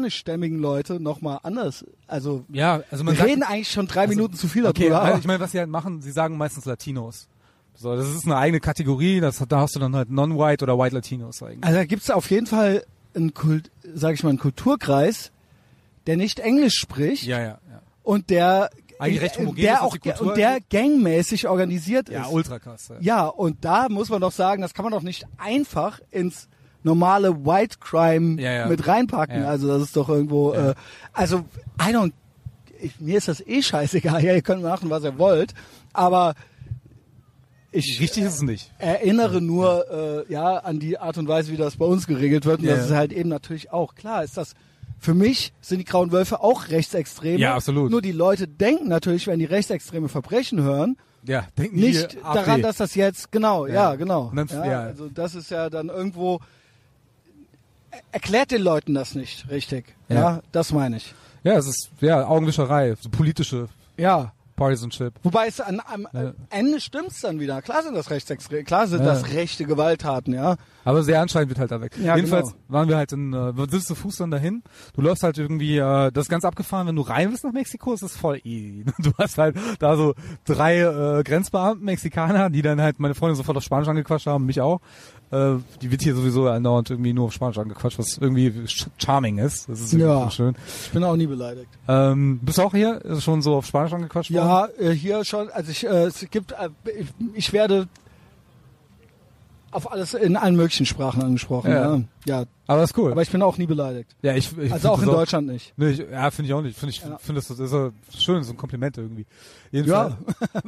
[SPEAKER 1] mexikanischstämmigen Leute noch mal anders, also
[SPEAKER 2] ja, also man
[SPEAKER 1] wir
[SPEAKER 2] sagt,
[SPEAKER 1] reden eigentlich schon drei Minuten zu viel
[SPEAKER 2] Okay,
[SPEAKER 1] darüber.
[SPEAKER 2] also
[SPEAKER 1] aber-
[SPEAKER 2] ich meine, was sie halt machen, sie sagen meistens Latinos. So, das ist eine eigene Kategorie, das, da hast du dann halt Non-White oder White Latinos eigentlich.
[SPEAKER 1] Also da gibt's auf jeden Fall einen Kult, sag ich mal, einen Kulturkreis, der nicht Englisch spricht
[SPEAKER 2] Ja, ja, ja.
[SPEAKER 1] und der
[SPEAKER 2] Eigentlich recht homogen ist,
[SPEAKER 1] der
[SPEAKER 2] was
[SPEAKER 1] auch
[SPEAKER 2] die Kultur
[SPEAKER 1] und der
[SPEAKER 2] angeht.
[SPEAKER 1] gangmäßig organisiert
[SPEAKER 2] Ja,
[SPEAKER 1] ist.
[SPEAKER 2] ultra krass. Ja.
[SPEAKER 1] ja, und da muss man doch sagen, das kann man doch nicht einfach ins normale White Crime
[SPEAKER 2] Ja, ja.
[SPEAKER 1] mit reinpacken.
[SPEAKER 2] Ja.
[SPEAKER 1] Also das ist doch irgendwo äh, also I don't ich, mir ist das eh scheißegal. Ja, ihr könnt machen, was ihr wollt, aber ich
[SPEAKER 2] Richtig ist es nicht.
[SPEAKER 1] erinnere nur äh, ja an die Art und Weise, wie das bei uns geregelt wird. Und
[SPEAKER 2] Ja.
[SPEAKER 1] das ist halt eben natürlich auch klar. Ist das für mich sind die Grauen Wölfe auch rechtsextreme.
[SPEAKER 2] Ja, absolut.
[SPEAKER 1] Nur die Leute denken natürlich, wenn die rechtsextreme Verbrechen hören,
[SPEAKER 2] Ja, denken
[SPEAKER 1] nicht
[SPEAKER 2] die AfD.
[SPEAKER 1] daran, dass das jetzt genau, ja,
[SPEAKER 2] Ja.
[SPEAKER 1] genau.
[SPEAKER 2] Und dann- ja.
[SPEAKER 1] Also das ist ja dann irgendwo er- erklärt den Leuten das nicht richtig. Ja,
[SPEAKER 2] Ja.
[SPEAKER 1] das meine ich.
[SPEAKER 2] Ja, es ist ja Augenwischerei, so politische
[SPEAKER 1] Ja.
[SPEAKER 2] Partisanship.
[SPEAKER 1] Wobei es an, am
[SPEAKER 2] Ja.
[SPEAKER 1] Ende stimmt's dann wieder. Klar sind das rechtsextreme, klar sind
[SPEAKER 2] Ja.
[SPEAKER 1] das rechte Gewalttaten, ja.
[SPEAKER 2] Aber sehr anscheinend wird halt da weg.
[SPEAKER 1] Ja,
[SPEAKER 2] Jedenfalls
[SPEAKER 1] genau.
[SPEAKER 2] waren wir halt in, äh, wir sind zu Fuß dann dahin. Du läufst halt irgendwie, äh, das ist ganz abgefahren, wenn du rein bist nach Mexiko, ist das voll easy. Du hast halt da so drei äh, Grenzbeamten, Mexikaner, die dann halt meine Freundin sofort auf Spanisch angequatscht haben, mich auch. Äh, die wird hier sowieso andauernd irgendwie nur auf Spanisch angequatscht, was irgendwie sch- charming ist. Das ist irgendwie
[SPEAKER 1] Ja.
[SPEAKER 2] so schön.
[SPEAKER 1] Ich bin auch nie beleidigt.
[SPEAKER 2] Ähm, bist du auch hier Ist schon so auf Spanisch angequatscht worden?
[SPEAKER 1] Ja, äh, hier schon. Also ich, äh, es gibt, äh, ich, ich werde auf alles in allen möglichen Sprachen angesprochen. Ja.
[SPEAKER 2] Ja.
[SPEAKER 1] ja.
[SPEAKER 2] Aber ist cool.
[SPEAKER 1] aber ich bin auch nie beleidigt.
[SPEAKER 2] ja, ich, ich
[SPEAKER 1] Also auch in
[SPEAKER 2] Deutschland.
[SPEAKER 1] Deutschland nicht.
[SPEAKER 2] Nee, ich, ja, finde ich auch nicht. Finde ich,
[SPEAKER 1] Ja.
[SPEAKER 2] finde das, das ist ja schön, so ein Kompliment irgendwie.
[SPEAKER 1] Ja.
[SPEAKER 2] Jedenfalls.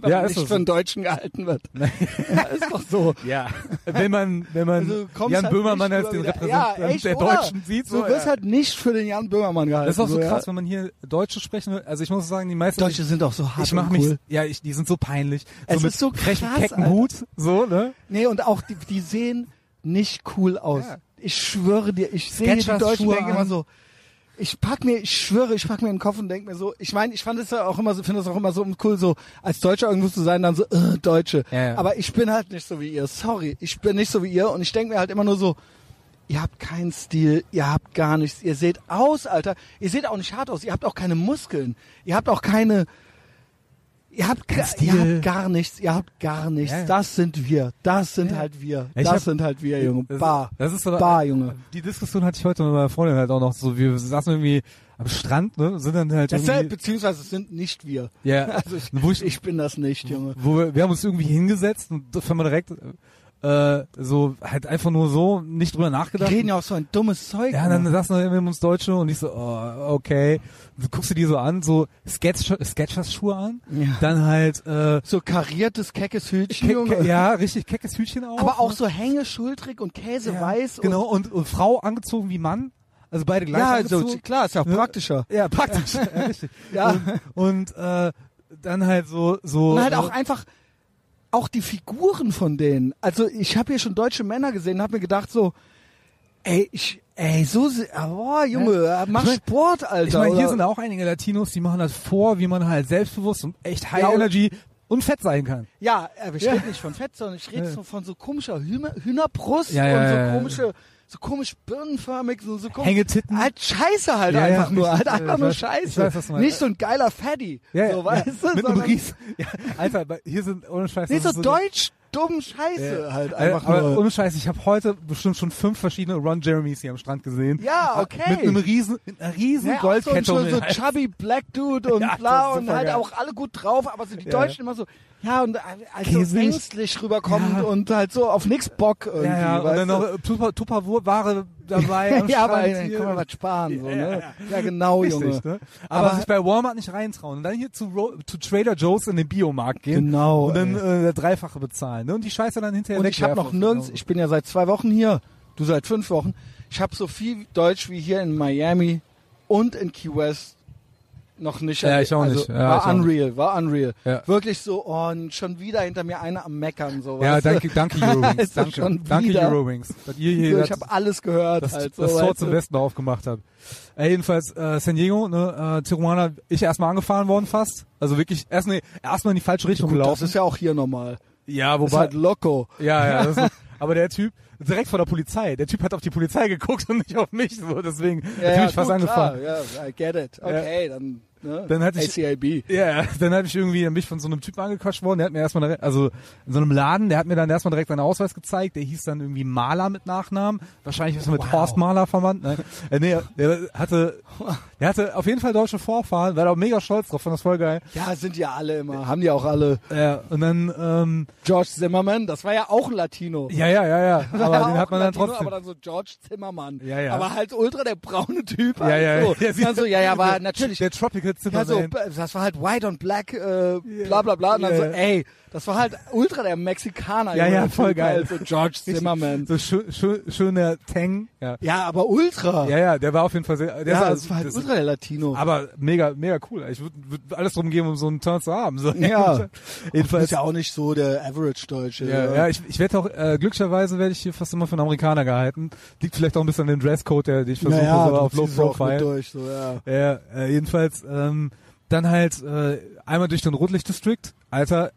[SPEAKER 2] Ja, ja
[SPEAKER 1] Wenn
[SPEAKER 2] ist
[SPEAKER 1] nicht
[SPEAKER 2] das
[SPEAKER 1] für einen Deutschen gehalten wird. ja, ist doch so.
[SPEAKER 2] Ja. Wenn man, wenn man
[SPEAKER 1] Also du kommst
[SPEAKER 2] Jan
[SPEAKER 1] halt
[SPEAKER 2] Böhmermann
[SPEAKER 1] nicht
[SPEAKER 2] als den
[SPEAKER 1] über-
[SPEAKER 2] Repräsentanten
[SPEAKER 1] ja, echt,
[SPEAKER 2] der
[SPEAKER 1] oder?
[SPEAKER 2] Deutschen sieht, so,
[SPEAKER 1] Du wirst
[SPEAKER 2] ja.
[SPEAKER 1] halt nicht für den Jan Böhmermann gehalten.
[SPEAKER 2] das ist auch so
[SPEAKER 1] ja.
[SPEAKER 2] krass, wenn man hier Deutsche sprechen will. Also ich muss sagen, die meisten.
[SPEAKER 1] Deutsche sind auch so hart
[SPEAKER 2] ich mach
[SPEAKER 1] und
[SPEAKER 2] mich,
[SPEAKER 1] cool.
[SPEAKER 2] ja, ich, die sind so peinlich.
[SPEAKER 1] Es
[SPEAKER 2] so mit
[SPEAKER 1] ist so
[SPEAKER 2] frechem,
[SPEAKER 1] krass,
[SPEAKER 2] kecken
[SPEAKER 1] Alter.
[SPEAKER 2] Hut, so, ne?
[SPEAKER 1] Nee, und auch die, die sehen nicht cool aus.
[SPEAKER 2] Ja.
[SPEAKER 1] Ich schwöre dir, ich sehe die
[SPEAKER 2] Skechers
[SPEAKER 1] Deutschen
[SPEAKER 2] Schuhe
[SPEAKER 1] denke immer
[SPEAKER 2] an.
[SPEAKER 1] so. Ich pack mir, ich schwöre, ich pack mir in den Kopf und denke mir so, ich meine, ich fand es ja auch immer so, finde es auch immer so cool, so als Deutscher irgendwo zu sein, dann so, äh, Deutsche.
[SPEAKER 2] Ja, ja.
[SPEAKER 1] Aber ich bin halt nicht so wie ihr, sorry. Ich bin nicht so wie ihr und ich denke mir halt immer nur so, ihr habt keinen Stil, ihr habt gar nichts, ihr seht aus, Alter. Ihr seht auch nicht hart aus, ihr habt auch keine Muskeln, ihr habt auch keine, ihr habt, ga, ihr
[SPEAKER 2] Stil.
[SPEAKER 1] habt gar nichts, ihr habt gar nichts.
[SPEAKER 2] Ja, ja.
[SPEAKER 1] Das sind wir, das sind
[SPEAKER 2] Ja.
[SPEAKER 1] halt wir,
[SPEAKER 2] Ich
[SPEAKER 1] das
[SPEAKER 2] hab- Äh,
[SPEAKER 1] sind halt wir, Junge.
[SPEAKER 2] Das-
[SPEAKER 1] Bar,
[SPEAKER 2] Das ist aber,
[SPEAKER 1] Bar, Junge.
[SPEAKER 2] Die Diskussion hatte ich heute mit meiner Freundin halt auch noch so. Wir saßen irgendwie am Strand, ne? Sind dann halt
[SPEAKER 1] Das sind, halt-
[SPEAKER 2] irgendwie,
[SPEAKER 1] beziehungsweise es sind nicht wir.
[SPEAKER 2] ja,
[SPEAKER 1] Also ich,
[SPEAKER 2] wo
[SPEAKER 1] ich bin das nicht, Junge.
[SPEAKER 2] Mhm. wo wir, wir haben uns irgendwie hingesetzt und da fand man direkt, äh, äh, so halt einfach nur so, nicht drüber
[SPEAKER 1] Die
[SPEAKER 2] nachgedacht.
[SPEAKER 1] reden ja auch so ein dummes Zeug.
[SPEAKER 2] Ja, dann saßen noch irgendwie uns Deutsche und ich so, oh, okay. Du guckst du die so an, so Sketch Sketchers-Schuhe an,
[SPEAKER 1] Ja.
[SPEAKER 2] dann halt äh,
[SPEAKER 1] so kariertes, keckes Hütchen,
[SPEAKER 2] ke
[SPEAKER 1] Junge.
[SPEAKER 2] ke ja, richtig keckes Hütchen auf.
[SPEAKER 1] Aber auch so hängeschultrig und käseweiß.
[SPEAKER 2] ja, Genau, und, und Frau angezogen wie Mann. Also beide
[SPEAKER 1] Und,
[SPEAKER 2] gleich
[SPEAKER 1] ja, so,
[SPEAKER 2] angezogen.
[SPEAKER 1] klar, ist ja auch
[SPEAKER 2] Ja.
[SPEAKER 1] praktischer.
[SPEAKER 2] ja, praktisch. ja, richtig.
[SPEAKER 1] Ja.
[SPEAKER 2] Und, und äh, dann halt so, so.
[SPEAKER 1] Und halt auch einfach auch die Figuren von denen. Also ich habe hier schon deutsche Männer gesehen, habe mir gedacht so, ey, ich, ey, so, se- ah, boah, Junge, mach
[SPEAKER 2] Ich mein-
[SPEAKER 1] Sport, Alter.
[SPEAKER 2] Ich meine, hier
[SPEAKER 1] oder-
[SPEAKER 2] sind auch einige Latinos, die machen das vor, wie man halt selbstbewusst und echt High
[SPEAKER 1] Ja, oder-
[SPEAKER 2] Energy und fett sein kann.
[SPEAKER 1] ja, aber ich
[SPEAKER 2] Ja.
[SPEAKER 1] rede nicht von Fett, sondern ich rede
[SPEAKER 2] Ja.
[SPEAKER 1] so von so komischer Hühner, Hühnerbrust
[SPEAKER 2] Ja, ja,
[SPEAKER 1] und so
[SPEAKER 2] ja, ja.
[SPEAKER 1] komische, so komisch birnenförmig, so, so komisch.
[SPEAKER 2] Hängetitten.
[SPEAKER 1] Halt Scheiße halt
[SPEAKER 2] Ja, ja,
[SPEAKER 1] einfach nur,
[SPEAKER 2] ich-
[SPEAKER 1] halt
[SPEAKER 2] ich
[SPEAKER 1] einfach
[SPEAKER 2] weiß-
[SPEAKER 1] nur
[SPEAKER 2] ich
[SPEAKER 1] Scheiße.
[SPEAKER 2] weiß, was du meinst.
[SPEAKER 1] nicht so ein geiler Fatty.
[SPEAKER 2] Ja,
[SPEAKER 1] so,
[SPEAKER 2] ja,
[SPEAKER 1] weißt
[SPEAKER 2] ja.
[SPEAKER 1] du,
[SPEAKER 2] Mit einem
[SPEAKER 1] sondern-
[SPEAKER 2] Ries. Ja, Alter, bei- hier sind ohne Scheiß.
[SPEAKER 1] Nicht
[SPEAKER 2] das
[SPEAKER 1] so,
[SPEAKER 2] ist
[SPEAKER 1] deutsch, dumm Scheiße
[SPEAKER 2] Ja.
[SPEAKER 1] halt
[SPEAKER 2] Äh,
[SPEAKER 1] einfach
[SPEAKER 2] aber
[SPEAKER 1] nur.
[SPEAKER 2] ohne Scheiß, ich habe heute bestimmt schon fünf verschiedene Ron Jeremys hier am Strand gesehen. Äh,
[SPEAKER 1] Ja, okay.
[SPEAKER 2] Mit einem riesen, mit einer riesen
[SPEAKER 1] Ja, auch so, ein-
[SPEAKER 2] Goldkette. um
[SPEAKER 1] so,
[SPEAKER 2] den
[SPEAKER 1] so
[SPEAKER 2] Hals.
[SPEAKER 1] chubby Black Dude und
[SPEAKER 2] Ja, das
[SPEAKER 1] bla
[SPEAKER 2] ist
[SPEAKER 1] und
[SPEAKER 2] super
[SPEAKER 1] halt
[SPEAKER 2] geil.
[SPEAKER 1] auch alle gut drauf, aber so die
[SPEAKER 2] Ja,
[SPEAKER 1] Deutschen immer so, ja, und äh, halt so
[SPEAKER 2] Käsig.
[SPEAKER 1] ängstlich rüberkommend
[SPEAKER 2] Ja.
[SPEAKER 1] und halt so auf nix Bock irgendwie.
[SPEAKER 2] ja, ja, und
[SPEAKER 1] weißt
[SPEAKER 2] dann
[SPEAKER 1] du?
[SPEAKER 2] noch äh, Tupper- Tupperware dabei. am
[SPEAKER 1] ja, aber
[SPEAKER 2] Strand
[SPEAKER 1] ey,
[SPEAKER 2] hier.
[SPEAKER 1] kann man was sparen. So,
[SPEAKER 2] Ja,
[SPEAKER 1] ne?
[SPEAKER 2] ja,
[SPEAKER 1] ja, genau, Junge.
[SPEAKER 2] Richtig, ne? Aber,
[SPEAKER 1] Aber-
[SPEAKER 2] sich bei Walmart nicht reintrauen. Und dann hier zu, Ro zu Trader Joe's in den Biomarkt gehen.
[SPEAKER 1] Genau,
[SPEAKER 2] Und dann äh, das Dreifache bezahlen. Ne? Und die Scheiße dann hinterher
[SPEAKER 1] Und ich habe
[SPEAKER 2] wegwerfen.
[SPEAKER 1] noch nirgends,
[SPEAKER 2] Genau.
[SPEAKER 1] ich bin ja seit zwei Wochen hier, du seit fünf Wochen, ich habe so viel Deutsch wie hier in Miami und in Key West noch nicht.
[SPEAKER 2] Ja, ich auch
[SPEAKER 1] also,
[SPEAKER 2] nicht. Ja, ich
[SPEAKER 1] war
[SPEAKER 2] auch nicht.
[SPEAKER 1] unreal, war unreal.
[SPEAKER 2] Ja.
[SPEAKER 1] Wirklich so, oh, und schon wieder hinter mir einer am Meckern. So,
[SPEAKER 2] Ja,
[SPEAKER 1] weißt du?
[SPEAKER 2] danke, danke Eurowings.
[SPEAKER 1] Ist das
[SPEAKER 2] danke,
[SPEAKER 1] schon
[SPEAKER 2] danke
[SPEAKER 1] wieder?
[SPEAKER 2] Eurowings. Dass ihr hier
[SPEAKER 1] So,
[SPEAKER 2] das,
[SPEAKER 1] ich habe alles gehört.
[SPEAKER 2] das,
[SPEAKER 1] also,
[SPEAKER 2] das Tor
[SPEAKER 1] weißt
[SPEAKER 2] zum
[SPEAKER 1] du.
[SPEAKER 2] Westen aufgemacht habt. Äh, jedenfalls äh, San Diego, ne, äh, Tijuana, ich erstmal angefahren worden fast. Also wirklich erst nee, erstmal in die falsche Richtung
[SPEAKER 1] Gut, das
[SPEAKER 2] gelaufen.
[SPEAKER 1] ist ja auch hier normal.
[SPEAKER 2] ja,
[SPEAKER 1] Ist halt loco.
[SPEAKER 2] Ja, ja. Das ist, aber der Typ, direkt vor der Polizei, der Typ hat auf die Polizei geguckt und nicht auf mich. So, deswegen
[SPEAKER 1] Ja,
[SPEAKER 2] bin
[SPEAKER 1] ja,
[SPEAKER 2] ich fast
[SPEAKER 1] gut,
[SPEAKER 2] angefahren.
[SPEAKER 1] Klar, ja, I get it. Okay, dann, ne?
[SPEAKER 2] Dann hatte ich-
[SPEAKER 1] ACIB.
[SPEAKER 2] Ja, dann hab ich irgendwie, dann bin ich von so einem Typen angequatscht worden, der hat mir erstmal, direkt- also in so einem Laden, der hat mir dann erstmal direkt seinen Ausweis gezeigt, der hieß dann irgendwie Maler mit Nachnamen, wahrscheinlich ist er mit Horst Maler verwandt, ne? äh, nee, der hatte, der hatte auf jeden Fall deutsche Vorfahren, war da auch mega stolz drauf, fand das voll geil.
[SPEAKER 1] Ja, sind ja alle immer. Haben die auch alle.
[SPEAKER 2] Ja, und dann, ähm,
[SPEAKER 1] George Zimmerman, das war ja auch ein Latino.
[SPEAKER 2] ja, ja, ja, ja, aber
[SPEAKER 1] Ja,
[SPEAKER 2] den
[SPEAKER 1] auch
[SPEAKER 2] hat man dann
[SPEAKER 1] Latino,
[SPEAKER 2] trotzdem.
[SPEAKER 1] Aber dann so George Zimmermann.
[SPEAKER 2] Ja, ja.
[SPEAKER 1] Aber halt ultra der braune Typ.
[SPEAKER 2] ja,
[SPEAKER 1] halt
[SPEAKER 2] ja,
[SPEAKER 1] so.
[SPEAKER 2] ja,
[SPEAKER 1] dann so, ja, ja, war natürlich.
[SPEAKER 2] Der Tropical
[SPEAKER 1] Ja, so,
[SPEAKER 2] Zimmerman.
[SPEAKER 1] das war halt white und black, äh, bla bla bla. Und dann
[SPEAKER 2] Yeah.
[SPEAKER 1] so, ey, das war halt ultra der Mexikaner.
[SPEAKER 2] Ja,
[SPEAKER 1] Junge,
[SPEAKER 2] ja,
[SPEAKER 1] der
[SPEAKER 2] voll
[SPEAKER 1] Typ
[SPEAKER 2] geil.
[SPEAKER 1] Halt, so George Zimmerman.
[SPEAKER 2] So schön, schön, schöner Tang. Ja.
[SPEAKER 1] Ja, aber ultra.
[SPEAKER 2] ja, ja, der war auf jeden Fall sehr, der
[SPEAKER 1] Ja,
[SPEAKER 2] sah,
[SPEAKER 1] das war halt
[SPEAKER 2] das-
[SPEAKER 1] ultra der Latino.
[SPEAKER 2] Aber mega, mega cool. Ich würde würd alles drum geben, um so einen Turn zu haben. So.
[SPEAKER 1] Ja. das
[SPEAKER 2] Jedenfalls.
[SPEAKER 1] ist ja auch nicht so der Average-Deutsche.
[SPEAKER 2] Ja, ja, ich, ich werde auch, äh, glücklicherweise werde ich hier fast immer von Amerikaner gehalten. Liegt vielleicht auch ein bisschen an dem Dresscode, der den ich versuche,
[SPEAKER 1] naja,
[SPEAKER 2] so
[SPEAKER 1] du
[SPEAKER 2] auf Low
[SPEAKER 1] ziehst es auch mit
[SPEAKER 2] Profile.
[SPEAKER 1] Durch, so, ja.
[SPEAKER 2] Ja, äh, jedenfalls, ähm, dann halt äh, einmal durch den Rotlichtdistrikt. Alter,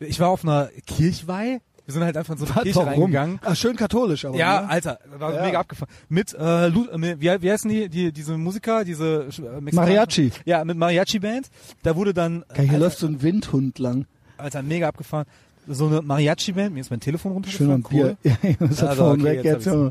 [SPEAKER 2] ich war auf einer Kirchweih. Wir sind halt einfach in so eine Kirche reingegangen.
[SPEAKER 1] Ach, schön katholisch, aber.
[SPEAKER 2] Ja,
[SPEAKER 1] ne?
[SPEAKER 2] Alter, war
[SPEAKER 1] Ja.
[SPEAKER 2] mega abgefahren. Mit, äh, Lu äh, mit- wie, wie heißen die, die, diese Musiker, diese äh, Mexikanischen-
[SPEAKER 1] Mariachi.
[SPEAKER 2] Ja, mit Mariachi-Band. Da wurde dann, äh,
[SPEAKER 1] Geil, hier
[SPEAKER 2] Alter,
[SPEAKER 1] läuft so ein Windhund lang.
[SPEAKER 2] Alter, mega abgefahren, so eine Mariachi-Band, mir ist mein Telefon
[SPEAKER 1] Schön
[SPEAKER 2] runtergefallen,
[SPEAKER 1] und Bier. Ja, das hat
[SPEAKER 2] Also,
[SPEAKER 1] vorhin
[SPEAKER 2] okay,
[SPEAKER 1] weg
[SPEAKER 2] jetzt
[SPEAKER 1] jetzt.
[SPEAKER 2] hab
[SPEAKER 1] Junge.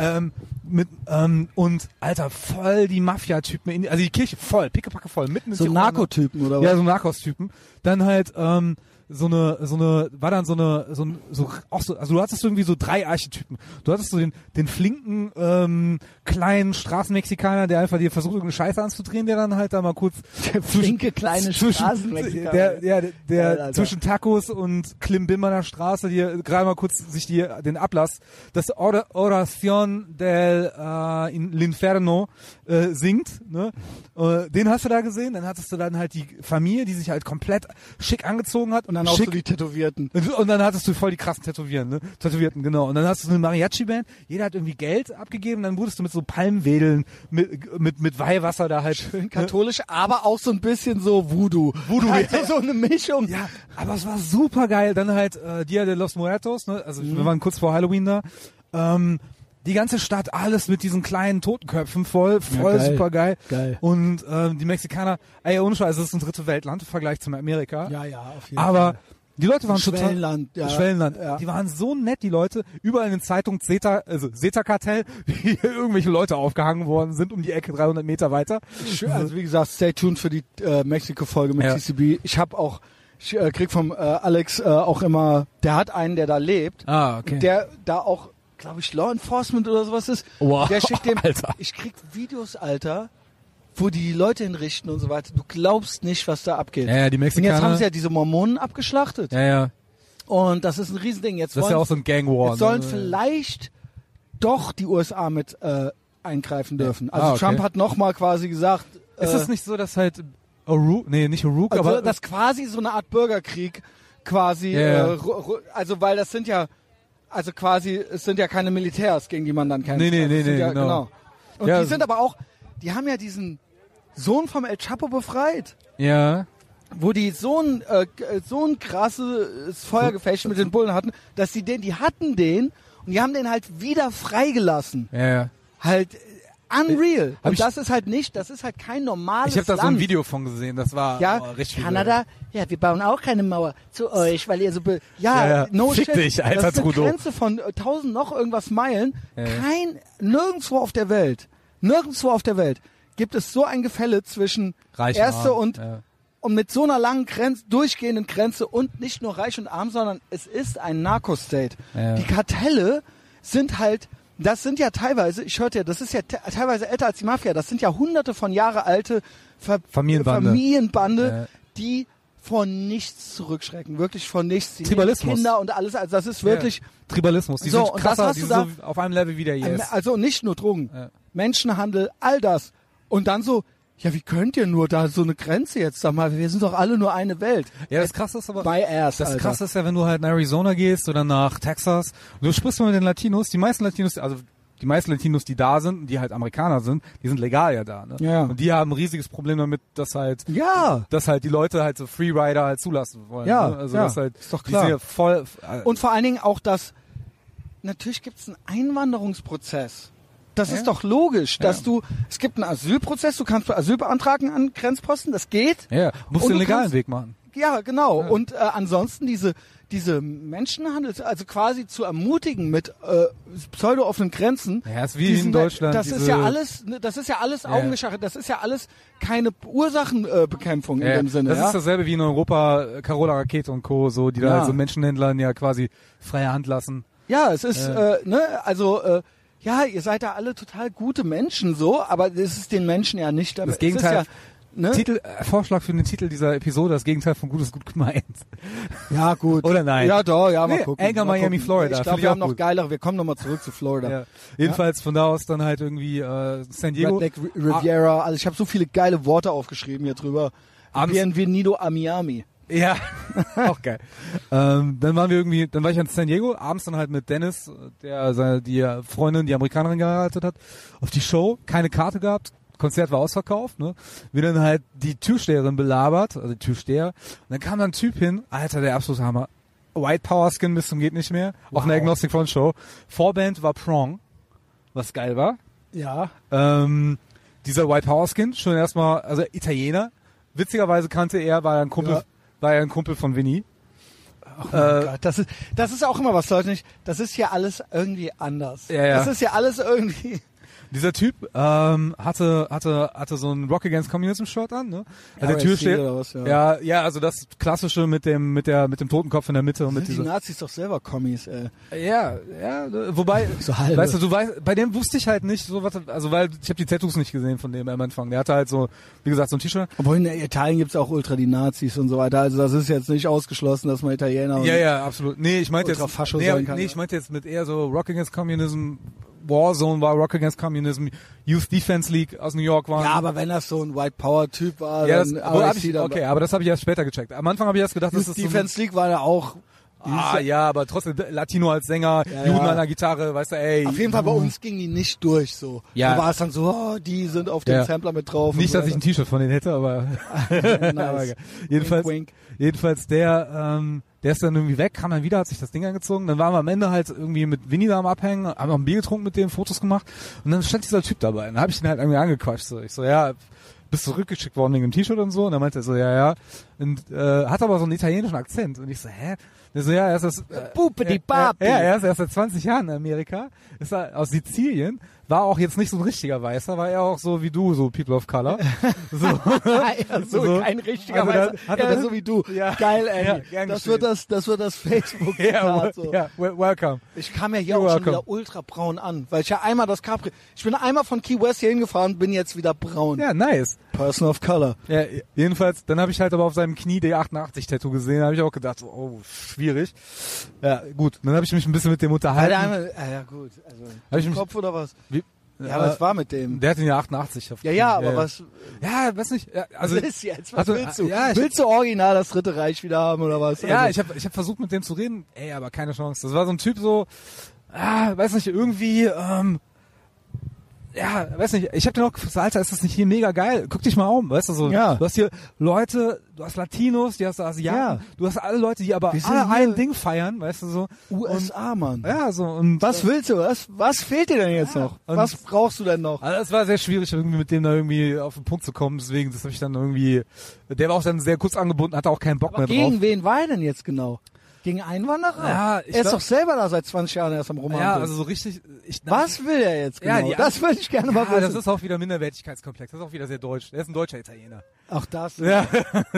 [SPEAKER 2] Ähm, mit, ähm, und, Alter, voll die Mafia-Typen, in- also die Kirche voll, pickepacke voll, mitten in
[SPEAKER 1] So
[SPEAKER 2] Tijuana.
[SPEAKER 1] Narkotypen oder
[SPEAKER 2] Ja,
[SPEAKER 1] was?
[SPEAKER 2] so Narcos-Typen. Dann halt, ähm, so eine, so eine, war dann so eine, so ein, so, auch so, also du hattest irgendwie so drei Archetypen. Du hattest so den, den flinken, ähm, kleinen Straßenmexikaner, der einfach dir versucht, irgendeine Scheiße anzudrehen, der dann halt da mal kurz. Der
[SPEAKER 1] flinke kleine Straßenmexikaner.
[SPEAKER 2] Der, ja, der,
[SPEAKER 1] Geil,
[SPEAKER 2] der
[SPEAKER 1] Alter.
[SPEAKER 2] zwischen Tacos und Klimbimmerner Straße, dir gerade mal kurz sich dir den Ablass, das Ora- Oración del, äh, in L'Inferno, äh, singt, ne? Äh, den hast du da gesehen, dann hattest du dann halt die Familie, die sich halt komplett schick angezogen hat.
[SPEAKER 1] Und dann auch
[SPEAKER 2] schick
[SPEAKER 1] so die Tätowierten.
[SPEAKER 2] und und dann hattest du voll die krassen Tätowieren, ne? Tätowierten, genau. Und dann hast du so eine Mariachi-Band, jeder hat irgendwie Geld abgegeben, dann wurdest du mit so Palmwedeln, mit, mit, mit Weihwasser da halt.
[SPEAKER 1] Schön katholisch, aber auch so ein bisschen so Voodoo.
[SPEAKER 2] Voodoo,
[SPEAKER 1] also
[SPEAKER 2] ja.
[SPEAKER 1] so eine Mischung.
[SPEAKER 2] Ja, aber es war super geil. Dann halt äh, Dia de los Muertos, ne? also wir waren kurz vor Halloween da. Ähm, die ganze Stadt, alles mit diesen kleinen Totenköpfen voll, voll
[SPEAKER 1] geil.
[SPEAKER 2] super geil.
[SPEAKER 1] Geil.
[SPEAKER 2] Und ähm, die Mexikaner, ey, ohne Scheiß, es ist ein dritte Weltland im Vergleich zum Amerika.
[SPEAKER 1] ja, ja, auf jeden
[SPEAKER 2] Aber die Leute waren total...
[SPEAKER 1] Schwellenland, ja.
[SPEAKER 2] Schwellenland.
[SPEAKER 1] Ja.
[SPEAKER 2] Die waren so nett, die Leute. Überall in den Zeitungen Zeta, also Zeta-Kartell, wie hier irgendwelche Leute aufgehangen worden sind, um die Ecke 300 Meter weiter.
[SPEAKER 1] Schön, also wie gesagt, stay tuned für die äh, Mexiko-Folge mit
[SPEAKER 2] Ja.
[SPEAKER 1] TCB. Ich habe auch, Ich äh, krieg vom äh, Alex äh, auch immer, der hat einen, der da lebt,
[SPEAKER 2] Ah, okay.
[SPEAKER 1] der da auch, glaube ich, Law Enforcement oder sowas ist.
[SPEAKER 2] Wow,
[SPEAKER 1] Der schickt dem,
[SPEAKER 2] Alter.
[SPEAKER 1] ich krieg Videos, Alter, wo die Leute hinrichten und so weiter. Du glaubst nicht, was da abgeht.
[SPEAKER 2] ja, ja, die
[SPEAKER 1] und
[SPEAKER 2] Mexikaner.
[SPEAKER 1] jetzt haben sie ja diese Mormonen abgeschlachtet.
[SPEAKER 2] ja, ja.
[SPEAKER 1] Und das ist ein Riesending. Jetzt
[SPEAKER 2] Das ist
[SPEAKER 1] wollen
[SPEAKER 2] ja auch so ein Gang War.
[SPEAKER 1] Jetzt sollen
[SPEAKER 2] ne?
[SPEAKER 1] vielleicht doch die USA mit äh, eingreifen dürfen. Also
[SPEAKER 2] Ah, okay.
[SPEAKER 1] Trump hat nochmal quasi gesagt,
[SPEAKER 2] Ist
[SPEAKER 1] äh,
[SPEAKER 2] es nicht so, dass halt O'Rourke, nee, nicht O'Rourke,
[SPEAKER 1] also,
[SPEAKER 2] aber
[SPEAKER 1] das quasi so eine Art Bürgerkrieg quasi,
[SPEAKER 2] Ja, ja.
[SPEAKER 1] äh, ru- ru- also weil das sind ja, also quasi, es sind ja keine Militärs, gegen die man dann kämpft.
[SPEAKER 2] Nee, nee,
[SPEAKER 1] also, es
[SPEAKER 2] nee,
[SPEAKER 1] sind
[SPEAKER 2] nee,
[SPEAKER 1] ja,
[SPEAKER 2] genau.
[SPEAKER 1] Und
[SPEAKER 2] Ja,
[SPEAKER 1] die
[SPEAKER 2] so-
[SPEAKER 1] sind aber auch, die haben ja diesen Sohn vom El Chapo befreit.
[SPEAKER 2] ja,
[SPEAKER 1] wo die so ein, äh, so ein krasses Feuergefecht mit den Bullen hatten, dass sie den, die hatten den und die haben den halt wieder freigelassen.
[SPEAKER 2] ja, ja.
[SPEAKER 1] Halt äh, unreal.
[SPEAKER 2] hab
[SPEAKER 1] und
[SPEAKER 2] ich-
[SPEAKER 1] das ist halt nicht, das ist halt kein normales
[SPEAKER 2] Ich habe da
[SPEAKER 1] Land.
[SPEAKER 2] so ein Video von gesehen, das war
[SPEAKER 1] Ja,
[SPEAKER 2] boah, richtig
[SPEAKER 1] Kanada, ja, wir bauen auch keine Mauer zu euch, weil ihr so be ja,
[SPEAKER 2] Ja, ja.
[SPEAKER 1] no
[SPEAKER 2] Fick
[SPEAKER 1] shit.
[SPEAKER 2] dich, alter
[SPEAKER 1] das ist eine
[SPEAKER 2] Trudeau.
[SPEAKER 1] Grenze von äh, 1000 noch irgendwas Meilen.
[SPEAKER 2] Ja.
[SPEAKER 1] Kein nirgendwo auf der Welt, nirgendwo auf der Welt gibt es so ein Gefälle zwischen
[SPEAKER 2] Reich
[SPEAKER 1] erste
[SPEAKER 2] arm,
[SPEAKER 1] und
[SPEAKER 2] ja.
[SPEAKER 1] und mit so einer langen Grenze, durchgehenden Grenze und nicht nur reich und arm, sondern es ist ein Narco-State.
[SPEAKER 2] Ja.
[SPEAKER 1] Die Kartelle sind halt, das sind ja teilweise, ich hörte ja, das ist ja te teilweise älter als die Mafia, das sind ja hunderte von Jahre alte Ver
[SPEAKER 2] Familienbande.
[SPEAKER 1] Familienbande,
[SPEAKER 2] Ja.
[SPEAKER 1] die vor nichts zurückschrecken, wirklich vor nichts. Die
[SPEAKER 2] Tribalismus.
[SPEAKER 1] nehmen Kinder und alles, also das ist wirklich,
[SPEAKER 2] Ja. Tribalismus, die
[SPEAKER 1] So,
[SPEAKER 2] sind
[SPEAKER 1] und
[SPEAKER 2] krasser,
[SPEAKER 1] das hast
[SPEAKER 2] die
[SPEAKER 1] du
[SPEAKER 2] sind so auf einem Level wie der IS.
[SPEAKER 1] also nicht nur Drogen,
[SPEAKER 2] Ja.
[SPEAKER 1] Menschenhandel, all das. Und dann so, ja, wie könnt ihr nur da so eine Grenze jetzt, sag mal, wir sind doch alle nur eine Welt.
[SPEAKER 2] ja, das krasse ist aber
[SPEAKER 1] My ass,
[SPEAKER 2] Das
[SPEAKER 1] Alter.
[SPEAKER 2] krasse ist ja, wenn du halt nach Arizona gehst oder nach Texas, und du sprichst mal mit den Latinos, die meisten Latinos, also die meisten Latinos, die da sind, und die halt Amerikaner sind, die sind legal ja da, ne?
[SPEAKER 1] Ja.
[SPEAKER 2] Und die haben ein riesiges Problem damit, dass halt
[SPEAKER 1] Ja.
[SPEAKER 2] dass halt die Leute halt so Freerider halt zulassen wollen.
[SPEAKER 1] Ja,
[SPEAKER 2] ne? also
[SPEAKER 1] ja,
[SPEAKER 2] das halt,
[SPEAKER 1] ist doch
[SPEAKER 2] die
[SPEAKER 1] klar.
[SPEAKER 2] sind ja voll. Äh,
[SPEAKER 1] Und vor allen Dingen auch das, natürlich gibt es einen Einwanderungsprozess. Das ist doch logisch, dass
[SPEAKER 2] Ja.
[SPEAKER 1] du, es gibt einen Asylprozess, du kannst Asyl beantragen an Grenzposten, das geht.
[SPEAKER 2] äh, ja, musst
[SPEAKER 1] Und
[SPEAKER 2] den
[SPEAKER 1] du
[SPEAKER 2] legalen
[SPEAKER 1] kannst-
[SPEAKER 2] Weg machen.
[SPEAKER 1] Ja, genau. Und äh, ansonsten diese, diese Menschenhandel, also quasi zu ermutigen mit äh, pseudo-offenen Grenzen.
[SPEAKER 2] Ja, ist wie
[SPEAKER 1] die
[SPEAKER 2] in
[SPEAKER 1] sind-
[SPEAKER 2] Deutschland,
[SPEAKER 1] Das ist
[SPEAKER 2] diese-
[SPEAKER 1] ja alles, ne, das ist ja alles
[SPEAKER 2] Ja.
[SPEAKER 1] Augengeschache, das ist ja alles keine Ursachenbekämpfung in dem Sinne.
[SPEAKER 2] das
[SPEAKER 1] ja?
[SPEAKER 2] ist dasselbe wie in Europa, äh, Carola Rakete und Co., so, die da
[SPEAKER 1] Ja.
[SPEAKER 2] halt so Menschenhändlern ja quasi freie Hand lassen.
[SPEAKER 1] Ja, es ist,
[SPEAKER 2] Ja.
[SPEAKER 1] äh, ne, also, äh, ja, ihr seid da alle total gute Menschen so, aber es ist den Menschen ja nicht damit.
[SPEAKER 2] Das Gegenteil-
[SPEAKER 1] Es ist ja, ne?
[SPEAKER 2] Titel, äh, Vorschlag für den Titel dieser Episode, das Gegenteil von gut ist gut gemeint.
[SPEAKER 1] ja, gut.
[SPEAKER 2] Oder nein?
[SPEAKER 1] Ja, doch, ja, mal
[SPEAKER 2] Nee,
[SPEAKER 1] gucken.
[SPEAKER 2] Anger
[SPEAKER 1] mal
[SPEAKER 2] Miami,
[SPEAKER 1] gucken.
[SPEAKER 2] Florida,
[SPEAKER 1] Ich
[SPEAKER 2] find
[SPEAKER 1] glaube,
[SPEAKER 2] ich
[SPEAKER 1] wir
[SPEAKER 2] auch
[SPEAKER 1] haben noch
[SPEAKER 2] gut.
[SPEAKER 1] geilere, wir kommen nochmal zurück zu Florida.
[SPEAKER 2] Ja. Jedenfalls von da aus dann halt irgendwie äh, San Diego.
[SPEAKER 1] Redneck Ri- Riviera, also ich habe so viele geile Worte aufgeschrieben hier drüber.
[SPEAKER 2] Abends-
[SPEAKER 1] Bienvenido a Miami.
[SPEAKER 2] Ja, auch geil. ähm, dann waren wir irgendwie, dann war ich in San Diego, abends dann halt mit Dennis, der seine, die Freundin, die Amerikanerin geheiratet hat, auf die Show, keine Karte gehabt, Konzert war ausverkauft, ne? Wir dann halt die Türsteherin belabert, also die Türsteher, und dann kam da ein Typ hin, Alter, der absolute Hammer. White Power Skin bis zum geht nicht mehr, auf einer Agnostic Front Show. Vorband war Prong, was geil war.
[SPEAKER 1] Ja.
[SPEAKER 2] Ähm, dieser White Power Skin, schon erstmal, also Italiener. Witzigerweise kannte er, war er ein Kumpel,
[SPEAKER 1] Ja.
[SPEAKER 2] war er ein Kumpel von Vinny. Äh,
[SPEAKER 1] Oh Gott, das ist, das ist auch immer was, Leute nicht. Das ist hier alles irgendwie anders.
[SPEAKER 2] Ja, ja.
[SPEAKER 1] Das ist hier alles irgendwie.
[SPEAKER 2] Dieser Typ ähm, hatte hatte hatte so ein Rock Against Communism Shirt an, ne? Also der
[SPEAKER 1] RSC
[SPEAKER 2] Türsteher.
[SPEAKER 1] oder was, ja.
[SPEAKER 2] ja, ja, also das klassische mit dem mit der mit dem Totenkopf in der Mitte und mit
[SPEAKER 1] Sind die
[SPEAKER 2] dieser.
[SPEAKER 1] Nazis doch selber Kommis, ey.
[SPEAKER 2] Ja, ja, ne, wobei
[SPEAKER 1] So halbe.
[SPEAKER 2] weißt du, du weißt, bei dem wusste ich halt nicht so was also weil ich habe die Tattoos nicht gesehen von dem am Anfang. Der hatte halt so wie gesagt so ein T-Shirt
[SPEAKER 1] Obwohl in Italien gibt's auch ultra die Nazis und so weiter. Also das ist jetzt nicht ausgeschlossen, dass man Italiener und
[SPEAKER 2] Ja, ja, absolut. Nee, ich meinte jetzt,
[SPEAKER 1] Ultrafascho
[SPEAKER 2] nee,
[SPEAKER 1] sein
[SPEAKER 2] aber-
[SPEAKER 1] kann,
[SPEAKER 2] nee,
[SPEAKER 1] ja.
[SPEAKER 2] ich meinte jetzt mit eher so Rock Against Communism, Warzone war Rock Against Communism, Youth Defense League aus New York waren.
[SPEAKER 1] Ja, aber wenn das so ein White Power Typ war,
[SPEAKER 2] Ja, das,
[SPEAKER 1] dann
[SPEAKER 2] aber hab
[SPEAKER 1] RSC
[SPEAKER 2] ich,
[SPEAKER 1] dann-
[SPEAKER 2] okay, aber das habe ich erst später gecheckt. Am Anfang habe ich erst gedacht, das
[SPEAKER 1] Youth
[SPEAKER 2] ist
[SPEAKER 1] Defense League war da auch.
[SPEAKER 2] so ein, Ah, ja, aber trotzdem Latino als Sänger,
[SPEAKER 1] Ja,
[SPEAKER 2] Juden
[SPEAKER 1] ja.
[SPEAKER 2] an der Gitarre, weißt du, ey.
[SPEAKER 1] Auf jeden Fall bei uns ging die nicht durch so.
[SPEAKER 2] Ah. Ja.
[SPEAKER 1] Da war es dann so, oh, die sind auf dem
[SPEAKER 2] Ja.
[SPEAKER 1] Sampler mit drauf.
[SPEAKER 2] Nicht,
[SPEAKER 1] und
[SPEAKER 2] dass
[SPEAKER 1] so
[SPEAKER 2] ich ein T-Shirt von denen hätte, aber
[SPEAKER 1] weiter.
[SPEAKER 2] Aber
[SPEAKER 1] nice.
[SPEAKER 2] geil. jedenfalls,
[SPEAKER 1] wink.
[SPEAKER 2] jedenfalls der, ähm, der ist dann irgendwie weg, kam dann wieder, hat sich das Ding angezogen, dann waren wir am Ende halt irgendwie mit Winnie da am Abhängen, haben noch ein Bier getrunken mit dem, Fotos gemacht und dann stand dieser Typ dabei und dann habe ich ihn halt irgendwie angequatscht, so ich so, ja, bist zurückgeschickt worden wegen dem T-Shirt und so und dann meinte er so, ja, ja und äh, hat aber so einen italienischen Akzent und ich so, hä? Der so, ja, er ist das, äh,
[SPEAKER 1] Bubidi
[SPEAKER 2] ja,
[SPEAKER 1] Babi.
[SPEAKER 2] ja, er ist erst seit 20 Jahren in Amerika, ist er aus Sizilien, war auch jetzt nicht so ein richtiger Weißer, war er auch so wie du, so People of Color. So.
[SPEAKER 1] Ja, so,
[SPEAKER 2] So.
[SPEAKER 1] kein richtiger
[SPEAKER 2] Also
[SPEAKER 1] Weißer.
[SPEAKER 2] dann hat
[SPEAKER 1] ja,
[SPEAKER 2] er-
[SPEAKER 1] so wie du.
[SPEAKER 2] Ja.
[SPEAKER 1] Geil, ey.
[SPEAKER 2] Ja, gern
[SPEAKER 4] Das
[SPEAKER 2] geschehen.
[SPEAKER 4] wird das, das wird das Facebook.
[SPEAKER 2] Ja,
[SPEAKER 4] Zitat,
[SPEAKER 2] wel-
[SPEAKER 4] so.
[SPEAKER 2] ja, wel- welcome.
[SPEAKER 1] Ich kam ja hier
[SPEAKER 2] You're
[SPEAKER 1] auch schon
[SPEAKER 2] welcome.
[SPEAKER 1] wieder ultra braun an, weil ich ja einmal das Capri. Ich bin einmal von Key West hier hingefahren, bin jetzt wieder braun.
[SPEAKER 2] Ja, nice.
[SPEAKER 4] Person of Color.
[SPEAKER 2] Ja, jedenfalls, dann habe ich halt aber auf seinem Knie D88-Tattoo gesehen, habe ich auch gedacht, so, oh, schwierig. Ja, gut, dann habe ich mich ein bisschen mit dem
[SPEAKER 1] Weil
[SPEAKER 2] unterhalten.
[SPEAKER 1] der einmal, ah, ja gut, also
[SPEAKER 2] Hab ich mich,
[SPEAKER 1] Kopf oder was?
[SPEAKER 2] Halt Hm. wie,
[SPEAKER 1] Ja, was
[SPEAKER 2] äh,
[SPEAKER 1] war mit dem?
[SPEAKER 2] der hat ihn ja 88 auf
[SPEAKER 1] Ja,
[SPEAKER 2] dem
[SPEAKER 1] ja,
[SPEAKER 2] Knie,
[SPEAKER 1] aber was
[SPEAKER 2] Ja, weiß nicht. Ja, also,
[SPEAKER 1] was ist jetzt? Was
[SPEAKER 2] also,
[SPEAKER 1] willst du?
[SPEAKER 2] ja, ich-
[SPEAKER 1] willst du original das dritte Reich wieder haben oder was?
[SPEAKER 2] Ja,
[SPEAKER 1] Also-
[SPEAKER 2] ich habe ich hab versucht mit dem zu reden, ey, aber keine Chance. Das war so ein Typ so, ah, weiß nicht, irgendwie, ähm, ja, weiß nicht, ich habe den auch gefragt, Alter, ist das nicht hier mega geil? Guck dich mal um, weißt du so.
[SPEAKER 4] Ja.
[SPEAKER 2] Du hast hier Leute, du hast Latinos, die hast du Asiaten,
[SPEAKER 4] Ja.
[SPEAKER 2] du hast alle Leute, die aber
[SPEAKER 4] Wir sind
[SPEAKER 2] alle
[SPEAKER 4] hier-
[SPEAKER 2] ein Ding feiern, weißt du so.
[SPEAKER 4] USA, Mann.
[SPEAKER 2] Ja, so und
[SPEAKER 4] Was willst du? Was, was fehlt dir denn jetzt noch?
[SPEAKER 2] und-
[SPEAKER 4] Was brauchst du denn noch?
[SPEAKER 2] Also es war sehr schwierig, irgendwie mit dem da irgendwie auf den Punkt zu kommen, deswegen, das habe ich dann irgendwie, der war auch dann sehr kurz angebunden, hatte auch keinen Bock
[SPEAKER 1] aber
[SPEAKER 2] mehr drauf.
[SPEAKER 1] gegen wen war er denn jetzt genau? Gegen Einwanderer?
[SPEAKER 2] Ja,
[SPEAKER 1] er
[SPEAKER 2] ich
[SPEAKER 1] ist
[SPEAKER 2] glaub-
[SPEAKER 1] doch selber da seit 20 Jahren erst am Roman.
[SPEAKER 2] Ja, also so richtig, ich,
[SPEAKER 1] was will er jetzt
[SPEAKER 2] Ja,
[SPEAKER 1] genau?
[SPEAKER 2] die-
[SPEAKER 1] das würde ich gerne mal
[SPEAKER 2] Ja, das
[SPEAKER 1] wissen.
[SPEAKER 2] ist auch wieder Minderwertigkeitskomplex. Das ist auch wieder sehr deutsch. Er ist ein deutscher Italiener.
[SPEAKER 4] Auch das.
[SPEAKER 2] Ja.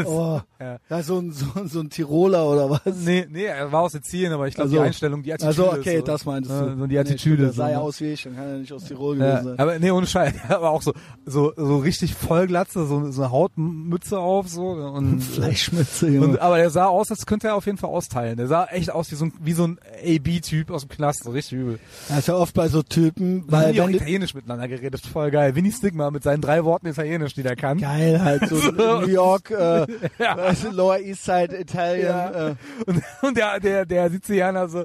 [SPEAKER 4] Oh.
[SPEAKER 2] Ja.
[SPEAKER 4] ja so, ein, so, ein- so ein Tiroler oder was?
[SPEAKER 2] Nee, nee, er war aus Sizilien, aber ich glaube, die
[SPEAKER 4] Also-
[SPEAKER 2] Einstellung, die Attitüde.
[SPEAKER 4] Also okay,
[SPEAKER 2] ist so,
[SPEAKER 4] das meintest
[SPEAKER 2] äh,
[SPEAKER 4] du.
[SPEAKER 2] So die Attitüde.
[SPEAKER 4] Nee,
[SPEAKER 2] so,
[SPEAKER 4] stimmt, er
[SPEAKER 2] ne?
[SPEAKER 4] sah ja aus wie ich, dann kann er nicht aus Tirol
[SPEAKER 2] ja,
[SPEAKER 4] gewesen sein.
[SPEAKER 2] aber nee, ohne Scheiß. Aber auch so, so, so richtig Vollglatze, so, so eine Hautmütze auf, so, und,
[SPEAKER 4] Fleischmütze,
[SPEAKER 2] und,
[SPEAKER 4] Junge.
[SPEAKER 2] aber der sah aus, als könnte er auf jeden Fall austeilen. Der sah echt aus wie so ein, wie so ein AB-Typ aus dem Knast, so richtig übel.
[SPEAKER 4] Das ist ja Also oft bei so Typen,
[SPEAKER 2] Weil
[SPEAKER 4] weil
[SPEAKER 2] die auch
[SPEAKER 4] wenn die,
[SPEAKER 2] Italienisch miteinander geredet, voll geil. Winnie Stigma mit seinen drei Worten Italienisch, die der kann.
[SPEAKER 4] geil halt so, New York, äh,
[SPEAKER 2] Ja.
[SPEAKER 4] weißt du, Lower East Side, Italien.
[SPEAKER 2] Ja.
[SPEAKER 4] Äh,
[SPEAKER 2] Und, und der, der, der Sizilianer so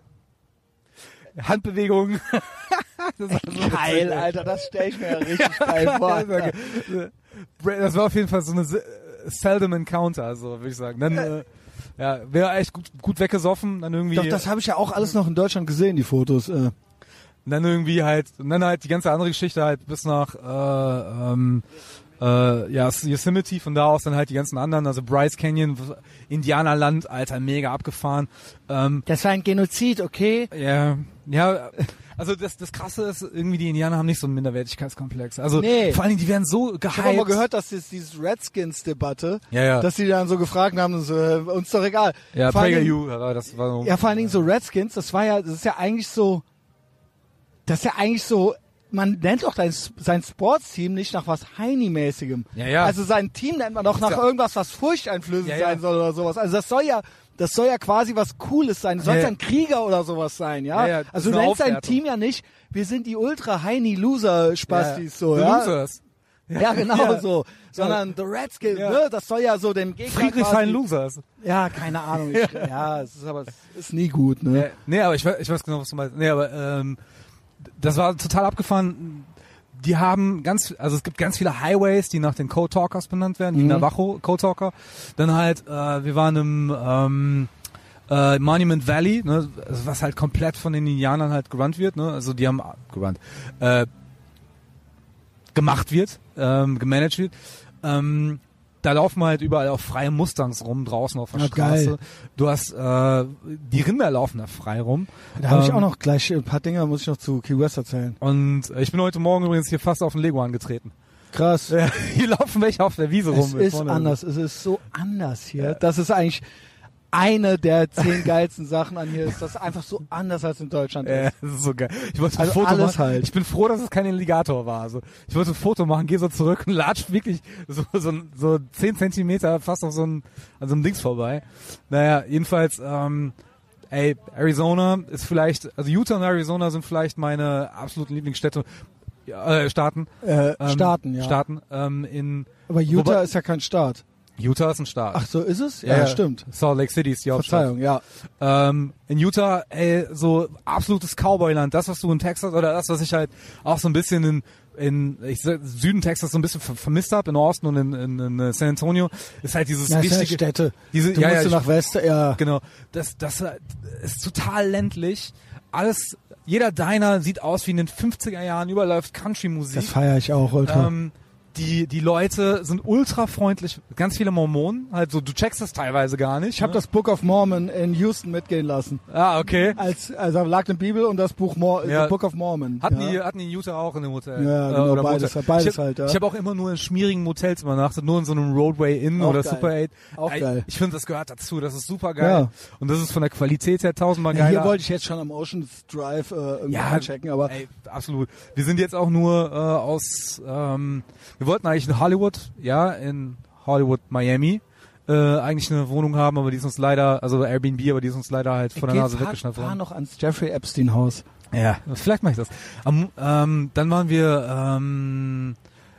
[SPEAKER 2] Handbewegungen. das war so
[SPEAKER 4] geil,
[SPEAKER 2] witzig.
[SPEAKER 4] Alter, das stelle ich mir ja richtig geil vor.
[SPEAKER 2] Das war
[SPEAKER 4] Alter.
[SPEAKER 2] ge- Bra- Das war auf jeden Fall so eine se- äh, seldom encounter, so würde ich sagen. Dann, äh, ja, wäre echt gut, gut weggesoffen, dann irgendwie,
[SPEAKER 4] Doch, das habe ich ja auch alles noch in Deutschland gesehen, die Fotos. Äh.
[SPEAKER 2] dann irgendwie halt, und dann halt die ganze andere Geschichte halt bis nach, äh, ähm, äh, ja, Yosemite, von da aus dann halt die ganzen anderen, also Bryce Canyon, w- Indianerland, Alter, mega abgefahren. Ähm,
[SPEAKER 1] das war ein Genozid, okay?
[SPEAKER 2] Ja, ja. Also das, das Krasse ist, irgendwie die Indianer haben nicht so einen Minderwertigkeitskomplex. Also
[SPEAKER 1] Nee.
[SPEAKER 2] vor allen Dingen, die werden so
[SPEAKER 4] Ich habe
[SPEAKER 2] gehypt.
[SPEAKER 4] mal gehört, dass jetzt dieses Redskins-Debatte,
[SPEAKER 2] Ja, ja.
[SPEAKER 4] dass die dann so gefragt haben, so, äh, uns doch egal.
[SPEAKER 2] ja,
[SPEAKER 4] Vor allen
[SPEAKER 2] Prager
[SPEAKER 4] Dingen-
[SPEAKER 2] You, aber das war so.
[SPEAKER 4] Ja, vor allen Dingen so Redskins, das war ja, das ist ja eigentlich so,
[SPEAKER 1] Das ist ja eigentlich so, man nennt doch dein, sein Sportsteam nicht nach was Heini-mäßigem.
[SPEAKER 2] Ja, ja.
[SPEAKER 1] Also sein Team nennt man doch nach
[SPEAKER 2] Ja.
[SPEAKER 1] irgendwas, was furchteinflößend
[SPEAKER 2] Ja, ja.
[SPEAKER 1] sein soll oder sowas. Also das soll ja, das soll ja quasi was Cooles sein. Das soll
[SPEAKER 2] Ja, ja.
[SPEAKER 1] ein Krieger oder sowas sein, ja?
[SPEAKER 2] Ja, ja, das
[SPEAKER 1] also
[SPEAKER 2] ist
[SPEAKER 1] du
[SPEAKER 2] eine
[SPEAKER 1] nennst dein
[SPEAKER 2] Aufwertung.
[SPEAKER 1] Team ja nicht, wir sind die Ultra-Heini-Loser-Spastis, so,
[SPEAKER 2] The
[SPEAKER 1] ja?
[SPEAKER 2] Losers.
[SPEAKER 1] Ja, genau
[SPEAKER 2] Ja.
[SPEAKER 1] so. Sondern The Redskins,
[SPEAKER 2] Ja.
[SPEAKER 1] ne? Das soll ja so dem Gegner
[SPEAKER 2] Friedrich
[SPEAKER 1] quasi,
[SPEAKER 2] Fein Losers.
[SPEAKER 1] Ja, keine Ahnung. Ich, ja. es ist aber, es ist nie gut, ne?
[SPEAKER 2] Ja, nee, aber ich, we- ich weiß genau, was du meinst. Nee, aber ähm, das war total abgefahren. Die haben ganz, also es gibt ganz viele Highways, die nach den Code Talkers benannt werden, die Navajo Code Talker. Dann halt, äh, wir waren im ähm, äh, Monument Valley, ne, was halt komplett von den Indianern halt gerannt wird. Ne? Also die haben gerannt, äh, gemacht wird, ähm, gemanagt wird. Ähm, da laufen halt überall auch freie Mustangs rum draußen auf der
[SPEAKER 4] Ja,
[SPEAKER 2] Straße.
[SPEAKER 4] Ah, geil.
[SPEAKER 2] Du hast äh, die Rinder laufen da frei rum.
[SPEAKER 4] da habe ich
[SPEAKER 2] Ähm,
[SPEAKER 4] auch noch gleich ein paar Dinge, muss ich noch zu Key West erzählen.
[SPEAKER 2] Und äh, ich bin heute Morgen übrigens hier fast auf den Lego angetreten.
[SPEAKER 4] Krass.
[SPEAKER 2] Ja, hier laufen welche auf der Wiese
[SPEAKER 4] Äh, Es
[SPEAKER 2] rum.
[SPEAKER 4] ist
[SPEAKER 2] Vorne.
[SPEAKER 4] anders, es ist so anders hier. Das ist eigentlich eine der zehn geilsten Sachen an hier, ist, dass es einfach so anders als in Deutschland
[SPEAKER 2] Ja,
[SPEAKER 4] ist.
[SPEAKER 2] Äh, das ist so geil. Ich wollte
[SPEAKER 4] Also
[SPEAKER 2] ein Foto
[SPEAKER 4] alles
[SPEAKER 2] machen.
[SPEAKER 4] halt.
[SPEAKER 2] Ich bin froh, dass es kein Alligator war. Also ich wollte ein Foto machen, gehe so zurück und latsch wirklich so, so, so 10 Zentimeter fast auf so einem, an so einem Dings vorbei. Naja, jedenfalls, ähm, ey, Arizona ist vielleicht, also Utah und Arizona sind vielleicht meine absoluten Lieblingsstädte, ja, äh, Staaten.
[SPEAKER 4] Äh,
[SPEAKER 2] Ähm,
[SPEAKER 4] Staaten, ja.
[SPEAKER 2] Staaten. Ähm, in
[SPEAKER 4] Aber Utah
[SPEAKER 2] Wobei-
[SPEAKER 4] ist ja kein Staat.
[SPEAKER 2] Utah ist ein Staat.
[SPEAKER 4] Ach, so ist es? Ja, stimmt.
[SPEAKER 2] Salt Lake City ist die Hauptstadt.
[SPEAKER 4] Verzeihung, ja.
[SPEAKER 2] Ähm, in Utah, ey, so absolutes Cowboyland. Das, was du in Texas oder das, was ich halt auch so ein bisschen in, in ich sag, Süden Texas so ein bisschen ver vermisst habe, in Austin und in, in, in San Antonio, ist halt dieses
[SPEAKER 4] Ja, es sind
[SPEAKER 2] richtige
[SPEAKER 4] halt Städte.
[SPEAKER 2] Diese,
[SPEAKER 4] Du
[SPEAKER 2] ja,
[SPEAKER 4] musst
[SPEAKER 2] ja,
[SPEAKER 4] du
[SPEAKER 2] ich-
[SPEAKER 4] nach West, ja.
[SPEAKER 2] Genau. Das, das äh, ist total ländlich. Alles, jeder Diner sieht aus wie in den 50er Jahren, überläuft Country-Musik.
[SPEAKER 4] Das feiere ich auch, Ultra.
[SPEAKER 2] Ähm, die, die Leute sind ultra freundlich, ganz viele Mormonen, halt so, du checkst das teilweise gar nicht. ne?
[SPEAKER 1] Ich habe das Book of Mormon in Houston mitgehen lassen.
[SPEAKER 2] Ah, okay.
[SPEAKER 1] Als, also da lag eine Bibel und das Buch Mor
[SPEAKER 2] Ja.
[SPEAKER 1] The Book of Mormon.
[SPEAKER 2] Hatten,
[SPEAKER 1] ja.
[SPEAKER 2] die, hatten die in Utah auch in dem Hotel.
[SPEAKER 1] Ja,
[SPEAKER 2] Äh,
[SPEAKER 1] genau,
[SPEAKER 2] oder im
[SPEAKER 1] beides-
[SPEAKER 2] Hotel.
[SPEAKER 1] beides
[SPEAKER 2] ich hab,
[SPEAKER 1] halt, ja.
[SPEAKER 2] Ich habe auch immer nur in schmierigen Hotels übernachtet, nur in so einem Roadway Inn
[SPEAKER 1] Auch
[SPEAKER 2] oder
[SPEAKER 1] geil.
[SPEAKER 2] Super 8.
[SPEAKER 1] Auch
[SPEAKER 2] Ey,
[SPEAKER 1] geil.
[SPEAKER 2] Ich finde, das gehört dazu, das ist super geil.
[SPEAKER 1] Ja.
[SPEAKER 2] Und das ist von der Qualität her tausendmal
[SPEAKER 1] Ja,
[SPEAKER 2] geiler.
[SPEAKER 1] hier wollte ich jetzt schon am Ocean Drive äh, irgendwie einchecken, aber
[SPEAKER 2] ey, absolut. Wir sind jetzt auch nur äh, aus, ähm, wir wollten eigentlich in Hollywood, ja, in Hollywood, Miami, äh, eigentlich eine Wohnung haben, aber die ist uns leider, also Airbnb, aber die ist uns leider halt von der
[SPEAKER 1] Geht,
[SPEAKER 2] Nase
[SPEAKER 1] fahr-
[SPEAKER 2] weggeschnappt
[SPEAKER 1] fahr
[SPEAKER 2] worden.
[SPEAKER 1] noch ans Jeffrey Epstein Haus.
[SPEAKER 2] Ja, vielleicht mache ich das. Am, ähm, dann waren wir, ähm,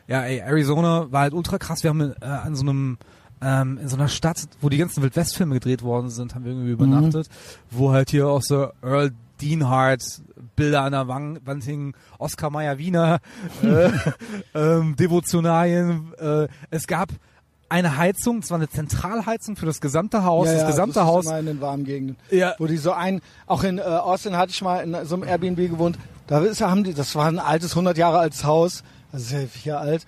[SPEAKER 2] ja, ey, Arizona war halt ultra krass. Wir haben äh, an so einem, ähm, in so einer Stadt, wo die ganzen Wildwest-Filme gedreht worden sind, haben wir irgendwie
[SPEAKER 1] Mhm.
[SPEAKER 2] übernachtet, wo halt hier auch so Earl Dean Hart Bilder an der Wang- Wand hingen, Oscar Mayer Wiener, äh, ähm, Devotionalien. Äh, es gab eine Heizung, es war eine Zentralheizung für das gesamte Haus. das gesamte
[SPEAKER 1] ist
[SPEAKER 2] Haus
[SPEAKER 1] Immer in den warmen Gegenden.
[SPEAKER 2] Ja.
[SPEAKER 1] Wo die so ein, auch in äh, Austin hatte ich mal in so einem Airbnb gewohnt. Da ist, haben die, das war ein altes, 100 Jahre altes Haus. Also sehr viel alt.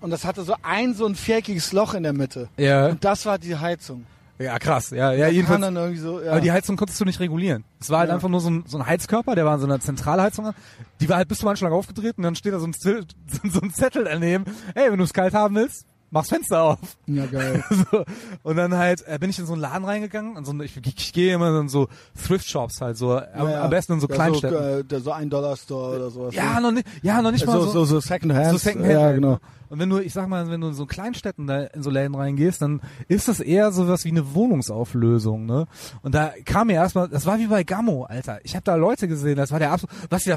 [SPEAKER 1] Und das hatte so ein, so ein viereckiges Loch in der Mitte.
[SPEAKER 2] Ja.
[SPEAKER 1] Und das war die Heizung.
[SPEAKER 2] ja, krass. Ja, ja,
[SPEAKER 1] Die kann
[SPEAKER 2] jedenfalls.
[SPEAKER 1] dann irgendwie so, ja.
[SPEAKER 2] Aber die Heizung konntest du nicht regulieren. Es war halt
[SPEAKER 1] Ja.
[SPEAKER 2] einfach nur so ein, so ein Heizkörper, der war an so einer Zentralheizung. an. Die war halt bis zum Anschlag aufgedreht und dann steht da so ein, Zettel- so ein Zettel daneben. Hey, wenn du es kalt haben willst, mach's Fenster auf.
[SPEAKER 1] ja, geil.
[SPEAKER 2] So. Und dann halt äh, bin ich in so einen Laden reingegangen. an so eine- ich, ich gehe immer in so Thrift-Shops halt so. am,
[SPEAKER 1] Ja, ja.
[SPEAKER 2] am besten in so
[SPEAKER 1] Ja,
[SPEAKER 2] Kleinstädten.
[SPEAKER 1] So, äh, der- so ein Dollar Store oder sowas. Also
[SPEAKER 2] ja, noch nicht, ja, noch nicht mal
[SPEAKER 1] so, so, so Secondhand.
[SPEAKER 2] so Secondhand.
[SPEAKER 1] Ja, genau.
[SPEAKER 2] Und wenn du, ich sag mal, wenn du in so Kleinstädten da in so Läden reingehst, dann ist das eher sowas wie eine Wohnungsauflösung, ne? Und da kam mir erstmal, das war wie bei Gammo, Alter. Ich habe da Leute gesehen, das war der absolut, was die da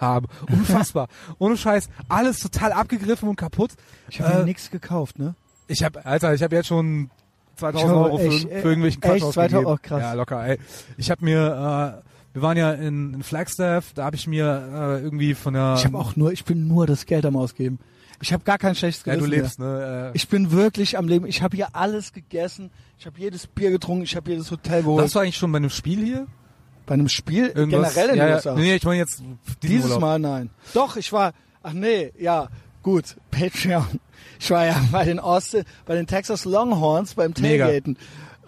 [SPEAKER 2] haben. Unfassbar. Ohne Scheiß, alles total abgegriffen und kaputt.
[SPEAKER 1] Ich habe
[SPEAKER 2] Äh,
[SPEAKER 1] äh, nichts gekauft, ne?
[SPEAKER 2] ich hab, Alter, ich habe jetzt schon 2000
[SPEAKER 1] Ich hoffe,
[SPEAKER 2] Euro für,
[SPEAKER 1] echt,
[SPEAKER 2] für irgendwelchen Quatsch
[SPEAKER 1] echt, 2000
[SPEAKER 2] ausgegeben.
[SPEAKER 1] Euro, krass.
[SPEAKER 2] Ja, locker, ey. Ich habe mir, äh, wir waren ja in, in Flagstaff, da habe ich mir äh, irgendwie von der...
[SPEAKER 1] Ich habe auch nur, ich bin nur das Geld am Ausgeben. Ich habe gar kein schlechtes
[SPEAKER 2] ja,
[SPEAKER 1] Gewissen.
[SPEAKER 2] du
[SPEAKER 1] mehr.
[SPEAKER 2] lebst, ne? Äh,
[SPEAKER 1] Ich bin wirklich am Leben. Ich habe hier alles gegessen. Ich habe jedes Bier getrunken. Ich habe jedes Hotel geholt.
[SPEAKER 2] warst du eigentlich schon bei einem Spiel hier?
[SPEAKER 1] Bei einem Spiel
[SPEAKER 2] Irgendwas?
[SPEAKER 1] generell in
[SPEAKER 2] ja,
[SPEAKER 1] den
[SPEAKER 2] ja.
[SPEAKER 1] USA.
[SPEAKER 2] Nee, ich meine jetzt diesen
[SPEAKER 1] Dieses
[SPEAKER 2] Urlaub.
[SPEAKER 1] Mal nein. Doch, ich war. Ach nee, ja, gut. Patreon. Ich war ja bei den Austin, bei den Texas Longhorns beim
[SPEAKER 2] Mega.
[SPEAKER 1] Tailgaten.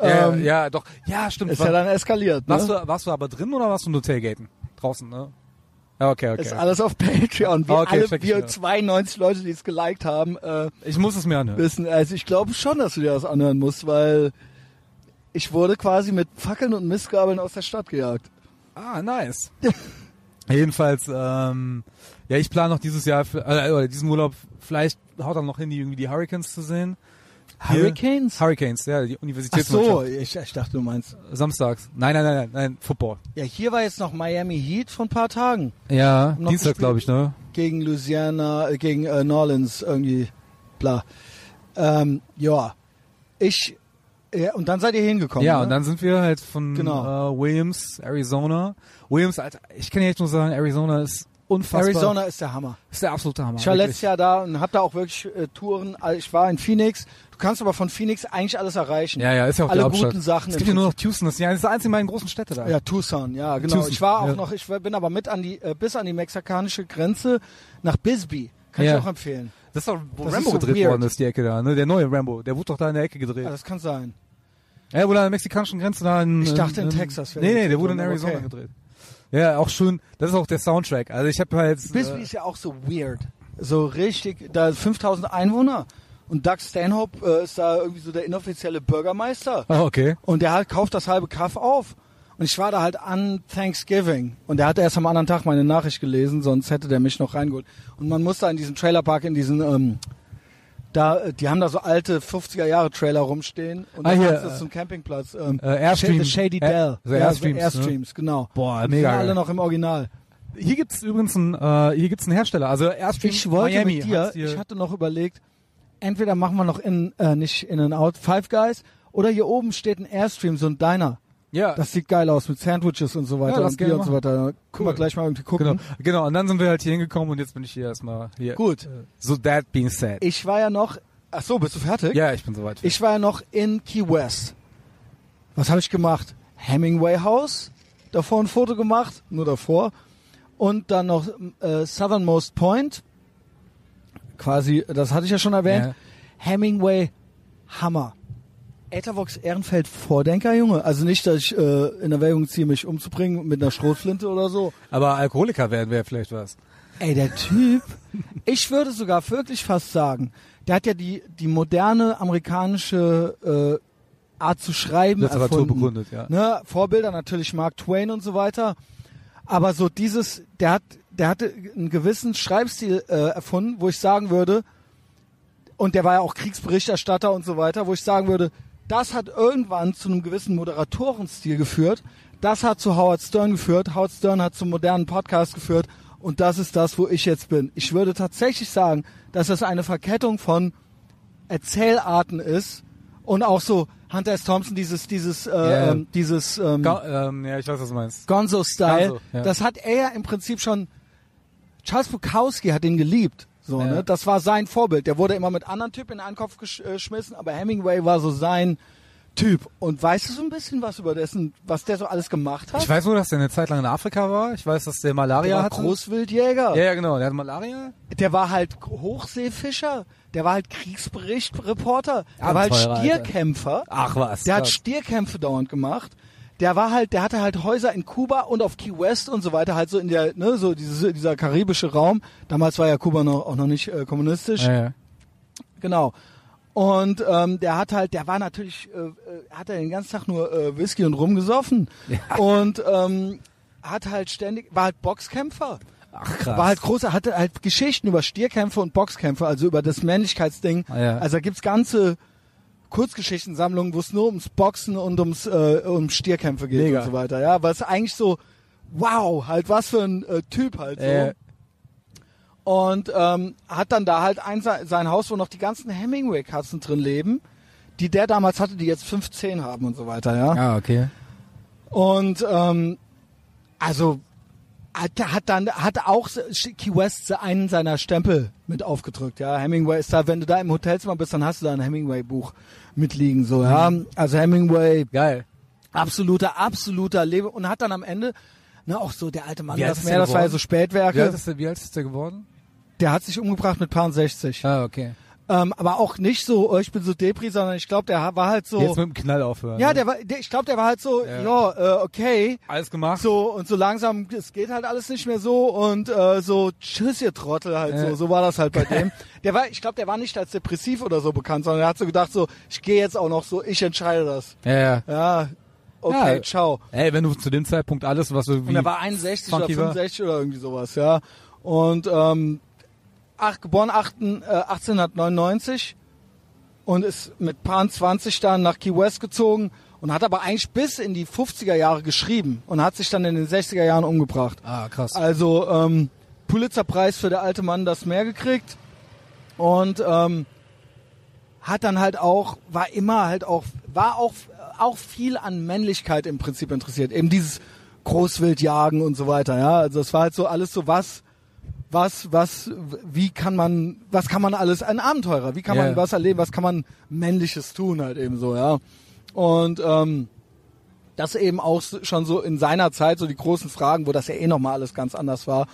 [SPEAKER 2] Ja,
[SPEAKER 1] Ähm,
[SPEAKER 2] ja, doch. Ja, stimmt.
[SPEAKER 1] Ist
[SPEAKER 2] War,
[SPEAKER 1] ja dann eskaliert. Ne?
[SPEAKER 2] warst, du, warst du aber drin oder warst du nur Tailgaten? Draußen, ne? Ja, okay, okay.
[SPEAKER 1] Ist alles auf Patreon. Wir
[SPEAKER 2] Ah, okay,
[SPEAKER 1] alle,
[SPEAKER 2] check ich
[SPEAKER 1] wir
[SPEAKER 2] wieder.
[SPEAKER 1] 92 Leute, die es geliked haben, äh,
[SPEAKER 2] ich muss es mir anhören.
[SPEAKER 1] wissen. Also ich glaube schon, dass du dir das anhören musst, weil ich wurde quasi mit Fackeln und Missgabeln aus der Stadt gejagt.
[SPEAKER 2] Ah, nice. Jedenfalls, ähm, ja, ich plane noch dieses Jahr, für, äh, oder diesen Urlaub, vielleicht haut er noch hin, die, irgendwie die Hurricanes zu sehen. Hier- Hurricanes, ja, die
[SPEAKER 1] Ach so,
[SPEAKER 2] Universitätsmannschaft.
[SPEAKER 1] ich, ich dachte, du meinst.
[SPEAKER 2] Samstags. Nein, nein, nein, nein, nein, Football.
[SPEAKER 1] Ja, hier war jetzt noch Miami Heat vor ein paar Tagen
[SPEAKER 2] Ja,
[SPEAKER 1] noch
[SPEAKER 2] Dienstag,
[SPEAKER 1] gespielt?
[SPEAKER 2] glaube ich, ne?
[SPEAKER 1] gegen Louisiana, äh, gegen äh, New Orleans irgendwie, bla. Ähm, ja, ich ja, und dann seid ihr hingekommen.
[SPEAKER 2] Ja,
[SPEAKER 1] ne?
[SPEAKER 2] und dann sind wir halt von
[SPEAKER 1] Genau.
[SPEAKER 2] äh, Williams, Arizona. Williams, Alter, ich kann ja echt nur sagen, Arizona ist unfassbar.
[SPEAKER 1] Arizona ist der Hammer.
[SPEAKER 2] ist der absolute Hammer.
[SPEAKER 1] Ich war
[SPEAKER 2] wirklich.
[SPEAKER 1] letztes Jahr da und hab da auch wirklich äh, Touren. Also Ich war in Phoenix. Du kannst aber von Phoenix eigentlich alles erreichen.
[SPEAKER 2] Ja, ja, ist ja auch
[SPEAKER 1] Alle
[SPEAKER 2] die Hauptstadt.
[SPEAKER 1] guten Sachen
[SPEAKER 2] Es
[SPEAKER 1] im
[SPEAKER 2] gibt ja nur noch Houston, das ist ja das einzige meiner großen Städte da.
[SPEAKER 1] Ja, Tucson, ja, genau.
[SPEAKER 2] Tucson,
[SPEAKER 1] ich war auch
[SPEAKER 2] ja.
[SPEAKER 1] noch, ich war- bin aber mit an die, äh, bis an die mexikanische Grenze nach Bisbee. Kann
[SPEAKER 2] Ja.
[SPEAKER 1] ich auch empfehlen.
[SPEAKER 2] Das ist doch, wo
[SPEAKER 1] Das
[SPEAKER 2] Rambo
[SPEAKER 1] ist so
[SPEAKER 2] gedreht
[SPEAKER 1] weird.
[SPEAKER 2] worden ist, die Ecke da, ne? Der neue Rambo, der wurde doch da in der Ecke gedreht.
[SPEAKER 1] Ja, das kann sein.
[SPEAKER 2] Ja, wurde an der mexikanischen Grenze da in.
[SPEAKER 1] Ich dachte in
[SPEAKER 2] in
[SPEAKER 1] Texas wäre
[SPEAKER 2] Nee,
[SPEAKER 1] der
[SPEAKER 2] nee, der wurde in
[SPEAKER 1] gedreht worden,
[SPEAKER 2] Arizona
[SPEAKER 1] aber
[SPEAKER 2] gedreht. Ja, auch schön. Das ist auch der Soundtrack. Also ich habe halt.
[SPEAKER 1] Bisbee
[SPEAKER 2] äh,
[SPEAKER 1] ist ja auch so weird. So richtig, da 5000 Einwohner und Doug Stanhope äh, ist da irgendwie so der inoffizielle Bürgermeister
[SPEAKER 2] Ah, okay.
[SPEAKER 1] und der halt kauft das halbe Kaff auf. Und ich war da halt an Thanksgiving und der hat erst am anderen Tag meine Nachricht gelesen, sonst hätte der mich noch reingeholt. Und man muss da in diesem Trailerpark, in diesen, ähm, da, äh, die haben da so alte 50er Jahre Trailer rumstehen und
[SPEAKER 2] Ah,
[SPEAKER 1] dann
[SPEAKER 2] hier,
[SPEAKER 1] kannst du
[SPEAKER 2] äh,
[SPEAKER 1] zum Campingplatz. Ähm,
[SPEAKER 2] äh, Airstream.
[SPEAKER 1] Sh- The Shady
[SPEAKER 2] Air-
[SPEAKER 1] Dell.
[SPEAKER 2] so
[SPEAKER 1] Ja,
[SPEAKER 2] Airstreams, ne?
[SPEAKER 1] Airstreams, genau.
[SPEAKER 2] Boah,
[SPEAKER 1] Die sind
[SPEAKER 2] mega.
[SPEAKER 1] alle
[SPEAKER 2] geil.
[SPEAKER 1] noch im Original.
[SPEAKER 2] Hier gibt's übrigens einen, äh, hier gibt's einen Hersteller. Also Airstream
[SPEAKER 1] Ich wollte
[SPEAKER 2] Miami
[SPEAKER 1] mit dir,
[SPEAKER 2] hat's dir-
[SPEAKER 1] ich hatte noch überlegt, entweder machen wir noch in, äh, nicht in and out Five Guys oder hier oben steht ein Airstream, so ein Diner.
[SPEAKER 2] ja,
[SPEAKER 1] Das sieht geil aus mit Sandwiches und so weiter
[SPEAKER 2] lass
[SPEAKER 1] und
[SPEAKER 2] gerne
[SPEAKER 1] Bier und so weiter. Gucken wir
[SPEAKER 2] Cool.
[SPEAKER 1] gleich mal irgendwie gucken.
[SPEAKER 2] Genau, genau. Und dann sind wir halt hier hingekommen und jetzt bin ich hier erstmal hier.
[SPEAKER 1] Gut.
[SPEAKER 2] So that being said.
[SPEAKER 1] Ich war ja noch, ach so, bist du fertig?
[SPEAKER 2] ja, ich bin soweit.
[SPEAKER 1] Ich war ja noch in Key West. Was habe ich gemacht? Hemingway House, davor ein Foto gemacht, nur davor. Und dann noch äh, Southernmost Point, quasi, das hatte ich ja schon erwähnt.
[SPEAKER 2] Ja.
[SPEAKER 1] Hemingway, Hammer. Ethervox Ehrenfeld Vordenker, Junge. Also nicht, dass ich äh, in Erwägung ziehe, mich umzubringen mit einer Schrotflinte oder so.
[SPEAKER 2] Aber Alkoholiker werden wäre vielleicht was.
[SPEAKER 1] Ey, der Typ, ich würde sogar wirklich fast sagen, der hat ja die, die moderne amerikanische äh, Art zu schreiben
[SPEAKER 2] Literatur
[SPEAKER 1] erfunden.
[SPEAKER 2] begründet, ja.
[SPEAKER 1] Ne? Vorbilder natürlich Mark Twain und so weiter. Aber so dieses, der hat, der hatte einen gewissen Schreibstil äh, erfunden, wo ich sagen würde, und der war ja auch Kriegsberichterstatter und so weiter, wo ich sagen würde, das hat irgendwann zu einem gewissen Moderatorenstil geführt. Das hat zu Howard Stern geführt. Howard Stern hat zum modernen Podcast geführt. Und das ist das, wo ich jetzt bin. Ich würde tatsächlich sagen, dass das eine Verkettung von Erzählarten ist und auch so Hunter S. Thompson dieses dieses äh,
[SPEAKER 2] Ja.
[SPEAKER 1] ähm, dieses ähm,
[SPEAKER 2] Ga ähm, ja, ich weiß, was du meinst.
[SPEAKER 1] Gonzo-Style.
[SPEAKER 2] Gonzo, ja.
[SPEAKER 1] Das hat er ja im Prinzip schon. Charles Bukowski hat ihn geliebt. So,
[SPEAKER 2] Ja.
[SPEAKER 1] ne? Das war sein Vorbild. Der wurde immer mit anderen Typen in einen Kopf gesch- äh, geschmissen, aber Hemingway war so sein Typ. Und weißt du so ein bisschen was über dessen, was der so alles gemacht hat?
[SPEAKER 2] Ich weiß nur, dass der eine Zeit lang in Afrika war. Ich weiß, dass der Malaria
[SPEAKER 1] der war
[SPEAKER 2] hatte.
[SPEAKER 1] Großwildjäger.
[SPEAKER 2] Ja, ja, genau. Der hatte Malaria.
[SPEAKER 1] Der war halt Hochseefischer. Der war halt Kriegsberichtreporter. Der war halt
[SPEAKER 2] Abenteurer, Alter.
[SPEAKER 1] Stierkämpfer.
[SPEAKER 2] Ach was.
[SPEAKER 1] Der hat
[SPEAKER 2] krass.
[SPEAKER 1] Stierkämpfe dauernd gemacht. Der war halt, der hatte halt Häuser in Kuba und auf Key West und so weiter, halt so in der, ne, so dieses, dieser karibische Raum. Damals war ja Kuba noch, auch noch nicht äh, kommunistisch.
[SPEAKER 2] ja, ja.
[SPEAKER 1] Genau. Und ähm, der hat halt, der war natürlich, äh, äh, hat er den ganzen Tag nur äh, Whisky und rumgesoffen. Und ähm, hat halt ständig, war halt Boxkämpfer.
[SPEAKER 2] Ach krass.
[SPEAKER 1] War halt groß, er hatte halt Geschichten über Stierkämpfe und Boxkämpfe, also über das Männlichkeitsding.
[SPEAKER 2] Ah, ja.
[SPEAKER 1] Also da gibt's ganze Kurzgeschichtensammlungen, wo es nur ums Boxen und ums äh, um Stierkämpfe geht
[SPEAKER 2] Mega.
[SPEAKER 1] und so weiter. Ja, was eigentlich so, wow, halt was für ein äh, Typ halt so.
[SPEAKER 2] Äh,
[SPEAKER 1] Und ähm, hat dann da halt ein, sein Haus, wo noch die ganzen Hemingway-Katzen drin leben, die der damals hatte, die jetzt 15 haben und so weiter, ja.
[SPEAKER 2] ah, okay.
[SPEAKER 1] Und ähm, also hat, hat dann hat auch Key West einen seiner Stempel mit aufgedrückt. Ja, Hemingway ist da, wenn du da im Hotelzimmer bist, dann hast du da ein Hemingway-Buch mitliegen. So, ja,
[SPEAKER 2] Mhm.
[SPEAKER 1] also Hemingway
[SPEAKER 2] Geil.
[SPEAKER 1] absoluter, absoluter Lebe und hat dann am Ende ne, auch so der alte Mann,
[SPEAKER 2] Wie alt
[SPEAKER 1] das
[SPEAKER 2] ist
[SPEAKER 1] mehr,
[SPEAKER 2] der
[SPEAKER 1] das war ja
[SPEAKER 2] geworden?
[SPEAKER 1] so
[SPEAKER 2] Wie alt
[SPEAKER 1] Spätwerke.
[SPEAKER 2] ist der, wie alt ist der geworden?
[SPEAKER 1] Der hat sich umgebracht mit paar 60.
[SPEAKER 2] Ah, okay.
[SPEAKER 1] Ähm, aber auch nicht so, oh, ich bin so Depri, sondern ich glaube, der war halt so.
[SPEAKER 2] Jetzt mit dem Knall aufhören.
[SPEAKER 1] ja,
[SPEAKER 2] ne?
[SPEAKER 1] der war, der, ich glaube, der war halt so, ja,
[SPEAKER 2] Ja.
[SPEAKER 1] äh, okay,
[SPEAKER 2] Alles gemacht.
[SPEAKER 1] So, und so langsam, es geht halt alles nicht mehr so und äh, so, tschüss, ihr Trottel, halt so.
[SPEAKER 2] Ja.
[SPEAKER 1] So war das halt bei dem. Der war, ich glaube, der war nicht als depressiv oder so bekannt, sondern er hat so gedacht, so, ich gehe jetzt auch noch so, ich entscheide das.
[SPEAKER 2] Ja, ja.
[SPEAKER 1] Ja, okay,
[SPEAKER 2] Ja.
[SPEAKER 1] ciao.
[SPEAKER 2] Ey, wenn du zu dem Zeitpunkt alles, was irgendwie...
[SPEAKER 1] Und er war 61 oder
[SPEAKER 2] funky war.
[SPEAKER 1] 65 oder irgendwie sowas, ja. Und ähm, ach, geboren 18, äh, 1899 und ist mit Pan 20 dann nach Key West gezogen und hat aber eigentlich bis in die 50er Jahre geschrieben und hat sich dann in den 60er Jahren umgebracht.
[SPEAKER 2] ah, krass.
[SPEAKER 1] Also ähm, Pulitzerpreis für der alte Mann das Meer gekriegt und ähm, hat dann halt auch war immer halt auch war auch auch viel an Männlichkeit im Prinzip interessiert. Eben dieses Großwildjagen und so weiter. Ja, also es war halt so alles so was was was wie kann man was kann man alles ein Abenteurer? Wie kann
[SPEAKER 2] Ja.
[SPEAKER 1] man was erleben? Was kann man Männliches tun halt eben so ja und ähm, das eben auch s- schon so in seiner Zeit so die großen Fragen, wo das ja eh nochmal alles ganz anders war.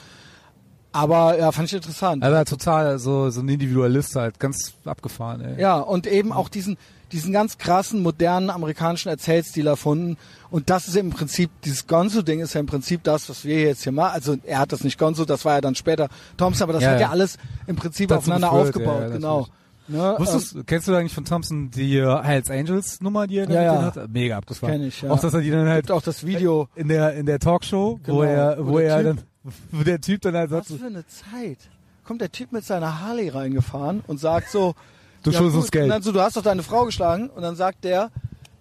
[SPEAKER 1] Aber ja, fand ich interessant.
[SPEAKER 2] Er war total so, so ein Individualist halt. Ganz abgefahren, ey.
[SPEAKER 1] Ja, und eben auch diesen, diesen ganz krassen, modernen amerikanischen Erzählstil erfunden. Und das ist im Prinzip, dieses Gonzo-Ding ist ja im Prinzip das, was wir jetzt hier machen. Also er hat das nicht Gonzo, das war ja dann später Thompson, aber das
[SPEAKER 2] Ja,
[SPEAKER 1] hat ja
[SPEAKER 2] ja.
[SPEAKER 1] alles im Prinzip
[SPEAKER 2] Dazu
[SPEAKER 1] aufeinander
[SPEAKER 2] geführt,
[SPEAKER 1] aufgebaut,
[SPEAKER 2] ja, ja,
[SPEAKER 1] genau. Ne?
[SPEAKER 2] Wusstest, kennst du eigentlich von Thompson die äh, Hells Angels Nummer, die er da
[SPEAKER 1] Ja,
[SPEAKER 2] mit
[SPEAKER 1] ja.
[SPEAKER 2] denen hat? Mega abgefahren.
[SPEAKER 1] Kenn ich, ja.
[SPEAKER 2] Auch dass er die dann
[SPEAKER 1] ähm,
[SPEAKER 2] halt
[SPEAKER 1] gibt auch das Video.
[SPEAKER 2] in der in der Talkshow,
[SPEAKER 1] Genau,
[SPEAKER 2] wo er
[SPEAKER 1] wo
[SPEAKER 2] wo
[SPEAKER 1] der
[SPEAKER 2] er
[SPEAKER 1] Typ-
[SPEAKER 2] dann wo der Typ dann halt sagt,
[SPEAKER 1] Was
[SPEAKER 2] so,
[SPEAKER 1] für eine Zeit. Kommt der Typ mit seiner Harley reingefahren und sagt so,
[SPEAKER 2] Du schuldest
[SPEAKER 1] gut.
[SPEAKER 2] uns Geld.
[SPEAKER 1] Und dann so, du hast doch deine Frau geschlagen. Und dann sagt der,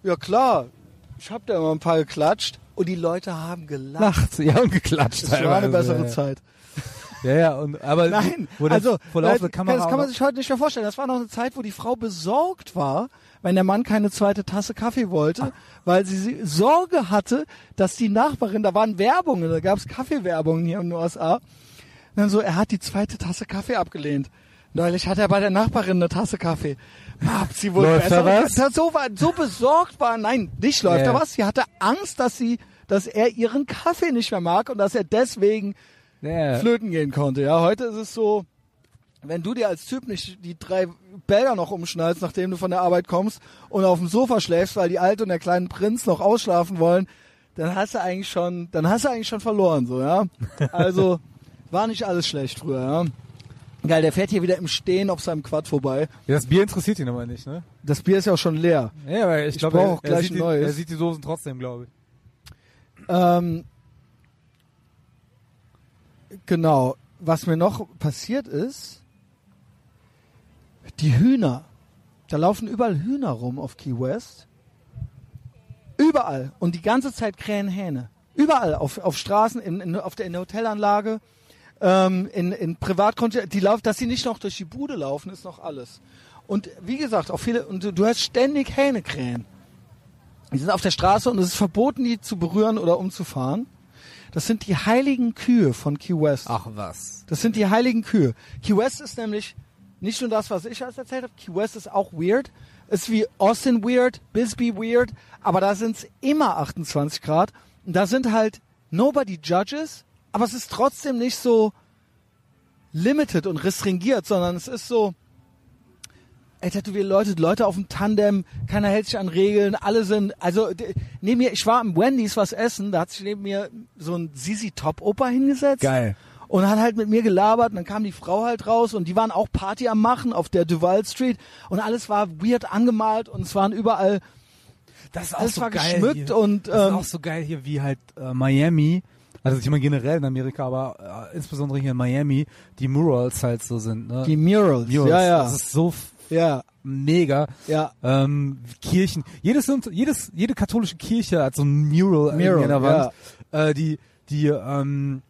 [SPEAKER 1] ja klar, ich hab da immer ein paar geklatscht. Und die Leute haben gelacht.
[SPEAKER 2] lacht, ja und geklatscht.
[SPEAKER 1] Das war eine
[SPEAKER 2] teilweise,
[SPEAKER 1] bessere
[SPEAKER 2] ja, ja.
[SPEAKER 1] Zeit.
[SPEAKER 2] Ja, ja, und aber
[SPEAKER 1] Nein,
[SPEAKER 2] wo der
[SPEAKER 1] also
[SPEAKER 2] vor laufender
[SPEAKER 1] nein,
[SPEAKER 2] Kamera
[SPEAKER 1] das kann man
[SPEAKER 2] auch-
[SPEAKER 1] sich heute nicht mehr vorstellen. Das war noch eine Zeit, wo die Frau besorgt war, wenn der Mann keine zweite Tasse Kaffee wollte,
[SPEAKER 2] Ah.
[SPEAKER 1] weil sie sie Sorge hatte, dass die Nachbarin, da waren Werbungen, da gab es Kaffeewerbungen hier in den USA. Und dann so, er hat die zweite Tasse Kaffee abgelehnt. Neulich hat er bei der Nachbarin eine Tasse Kaffee. Habt sie wohl
[SPEAKER 2] Läuft da
[SPEAKER 1] besser?
[SPEAKER 2] was?
[SPEAKER 1] So, war, so besorgt war, nein, nicht läuft
[SPEAKER 2] Ja.
[SPEAKER 1] da was. Sie hatte Angst, dass sie, dass er ihren Kaffee nicht mehr mag und dass er deswegen
[SPEAKER 2] ja, ja.
[SPEAKER 1] flöten gehen konnte. Ja, heute ist es so, wenn du dir als Typ nicht die drei Bäder noch umschnallst, nachdem du von der Arbeit kommst und auf dem Sofa schläfst, weil die Alte und der kleine Prinz noch ausschlafen wollen, dann hast du eigentlich schon, dann hast du eigentlich schon verloren, so, ja. Also, war nicht alles schlecht früher, ja. Geil, der fährt hier wieder im Stehen auf seinem Quad vorbei.
[SPEAKER 2] Ja, das Bier interessiert ihn aber nicht, ne?
[SPEAKER 1] Das Bier ist ja auch schon leer.
[SPEAKER 2] Ja, aber ich,
[SPEAKER 1] Ich
[SPEAKER 2] glaub,
[SPEAKER 1] brauch
[SPEAKER 2] er-
[SPEAKER 1] auch gleich
[SPEAKER 2] er sieht
[SPEAKER 1] ein
[SPEAKER 2] die,
[SPEAKER 1] neues.
[SPEAKER 2] Er sieht die Dosen trotzdem, glaube ich.
[SPEAKER 1] Ähm, genau. Was mir noch passiert ist, die Hühner. Da laufen überall Hühner rum auf Key West. Überall. Und die ganze Zeit krähen Hähne. Überall. Auf, auf Straßen, in, in, auf der, in der Hotelanlage, ähm, in, in Privatkonto. Die laufen, dass sie nicht noch durch die Bude laufen, ist noch alles. Und wie gesagt, auch viele, und du, du hörst ständig Hähne krähen. Die sind auf der Straße und es ist verboten, die zu berühren oder umzufahren. Das sind die heiligen Kühe von Key West.
[SPEAKER 2] Ach was.
[SPEAKER 1] Das sind die heiligen Kühe. Key West ist nämlich nicht nur das, was ich alles erzählt habe. Key West ist auch weird. Ist wie Austin weird, Bisbee weird, aber da sind es immer 28 Grad. Und da sind halt nobody judges, aber es ist trotzdem nicht so limited und restringiert, sondern es ist so, ey, tätowierte Leute, Leute auf dem Tandem, keiner hält sich an Regeln, alle sind, also d- neben mir, ich war im Wendy's was essen, da hat sich neben mir so ein Sisi-Top-Opa hingesetzt
[SPEAKER 2] Geil.
[SPEAKER 1] und hat halt mit mir gelabert und dann kam die Frau halt raus und die waren auch Party am machen auf der Duval Street und alles war weird angemalt und es waren überall
[SPEAKER 2] Das ist
[SPEAKER 1] Alles war geschmückt
[SPEAKER 2] hier.
[SPEAKER 1] und,
[SPEAKER 2] das ist
[SPEAKER 1] ähm,
[SPEAKER 2] auch so geil hier, wie halt äh, Miami, also ich meine generell in Amerika, aber äh, insbesondere hier in Miami, die Murals halt so sind. Ne?
[SPEAKER 1] die Murals.
[SPEAKER 2] Murals.
[SPEAKER 1] Ja, ja.
[SPEAKER 2] Das ist so f-
[SPEAKER 1] ja,
[SPEAKER 2] mega.
[SPEAKER 1] ja.
[SPEAKER 2] Ähm, Kirchen, jedes, jedes, jede katholische Kirche hat so ein Mural,
[SPEAKER 1] Mural,
[SPEAKER 2] irgendwie an der Wand. Äh, die, die, ähm,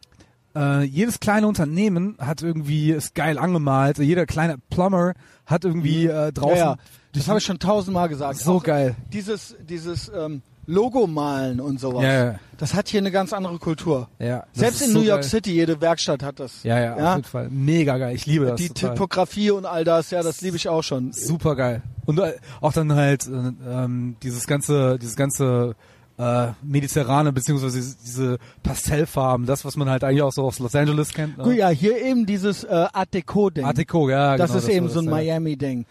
[SPEAKER 2] äh, jedes kleine Unternehmen hat irgendwie ist geil angemalt. Jeder kleine Plumber hat irgendwie äh, draußen.
[SPEAKER 1] Mhm. ja, ja.
[SPEAKER 2] durch-
[SPEAKER 1] Das habe ich schon tausendmal gesagt.
[SPEAKER 2] so
[SPEAKER 1] Auch
[SPEAKER 2] geil.
[SPEAKER 1] Dieses, dieses ähm, Logo malen und sowas.
[SPEAKER 2] Ja, ja.
[SPEAKER 1] Das hat hier eine ganz andere Kultur.
[SPEAKER 2] Ja, das
[SPEAKER 1] Selbst
[SPEAKER 2] ist
[SPEAKER 1] in
[SPEAKER 2] so
[SPEAKER 1] New York
[SPEAKER 2] geil.
[SPEAKER 1] City, jede Werkstatt hat das.
[SPEAKER 2] Ja, ja, auf jeden Fall. Mega geil. Ich liebe das.
[SPEAKER 1] Die
[SPEAKER 2] total.
[SPEAKER 1] Typografie und all das, ja, das liebe ich auch schon.
[SPEAKER 2] Super geil. Und äh, auch dann halt äh, ähm, dieses ganze, dieses ganze äh, mediterrane beziehungsweise diese- diese Pastellfarben, das was man halt eigentlich auch so aus Los Angeles kennt. Ne?
[SPEAKER 1] Gut, ja, hier eben dieses äh, Art Deco-Ding.
[SPEAKER 2] Art Deco, ja.
[SPEAKER 1] das
[SPEAKER 2] genau,
[SPEAKER 1] ist eben
[SPEAKER 2] war
[SPEAKER 1] so ein
[SPEAKER 2] das, ja.
[SPEAKER 1] Miami-Ding.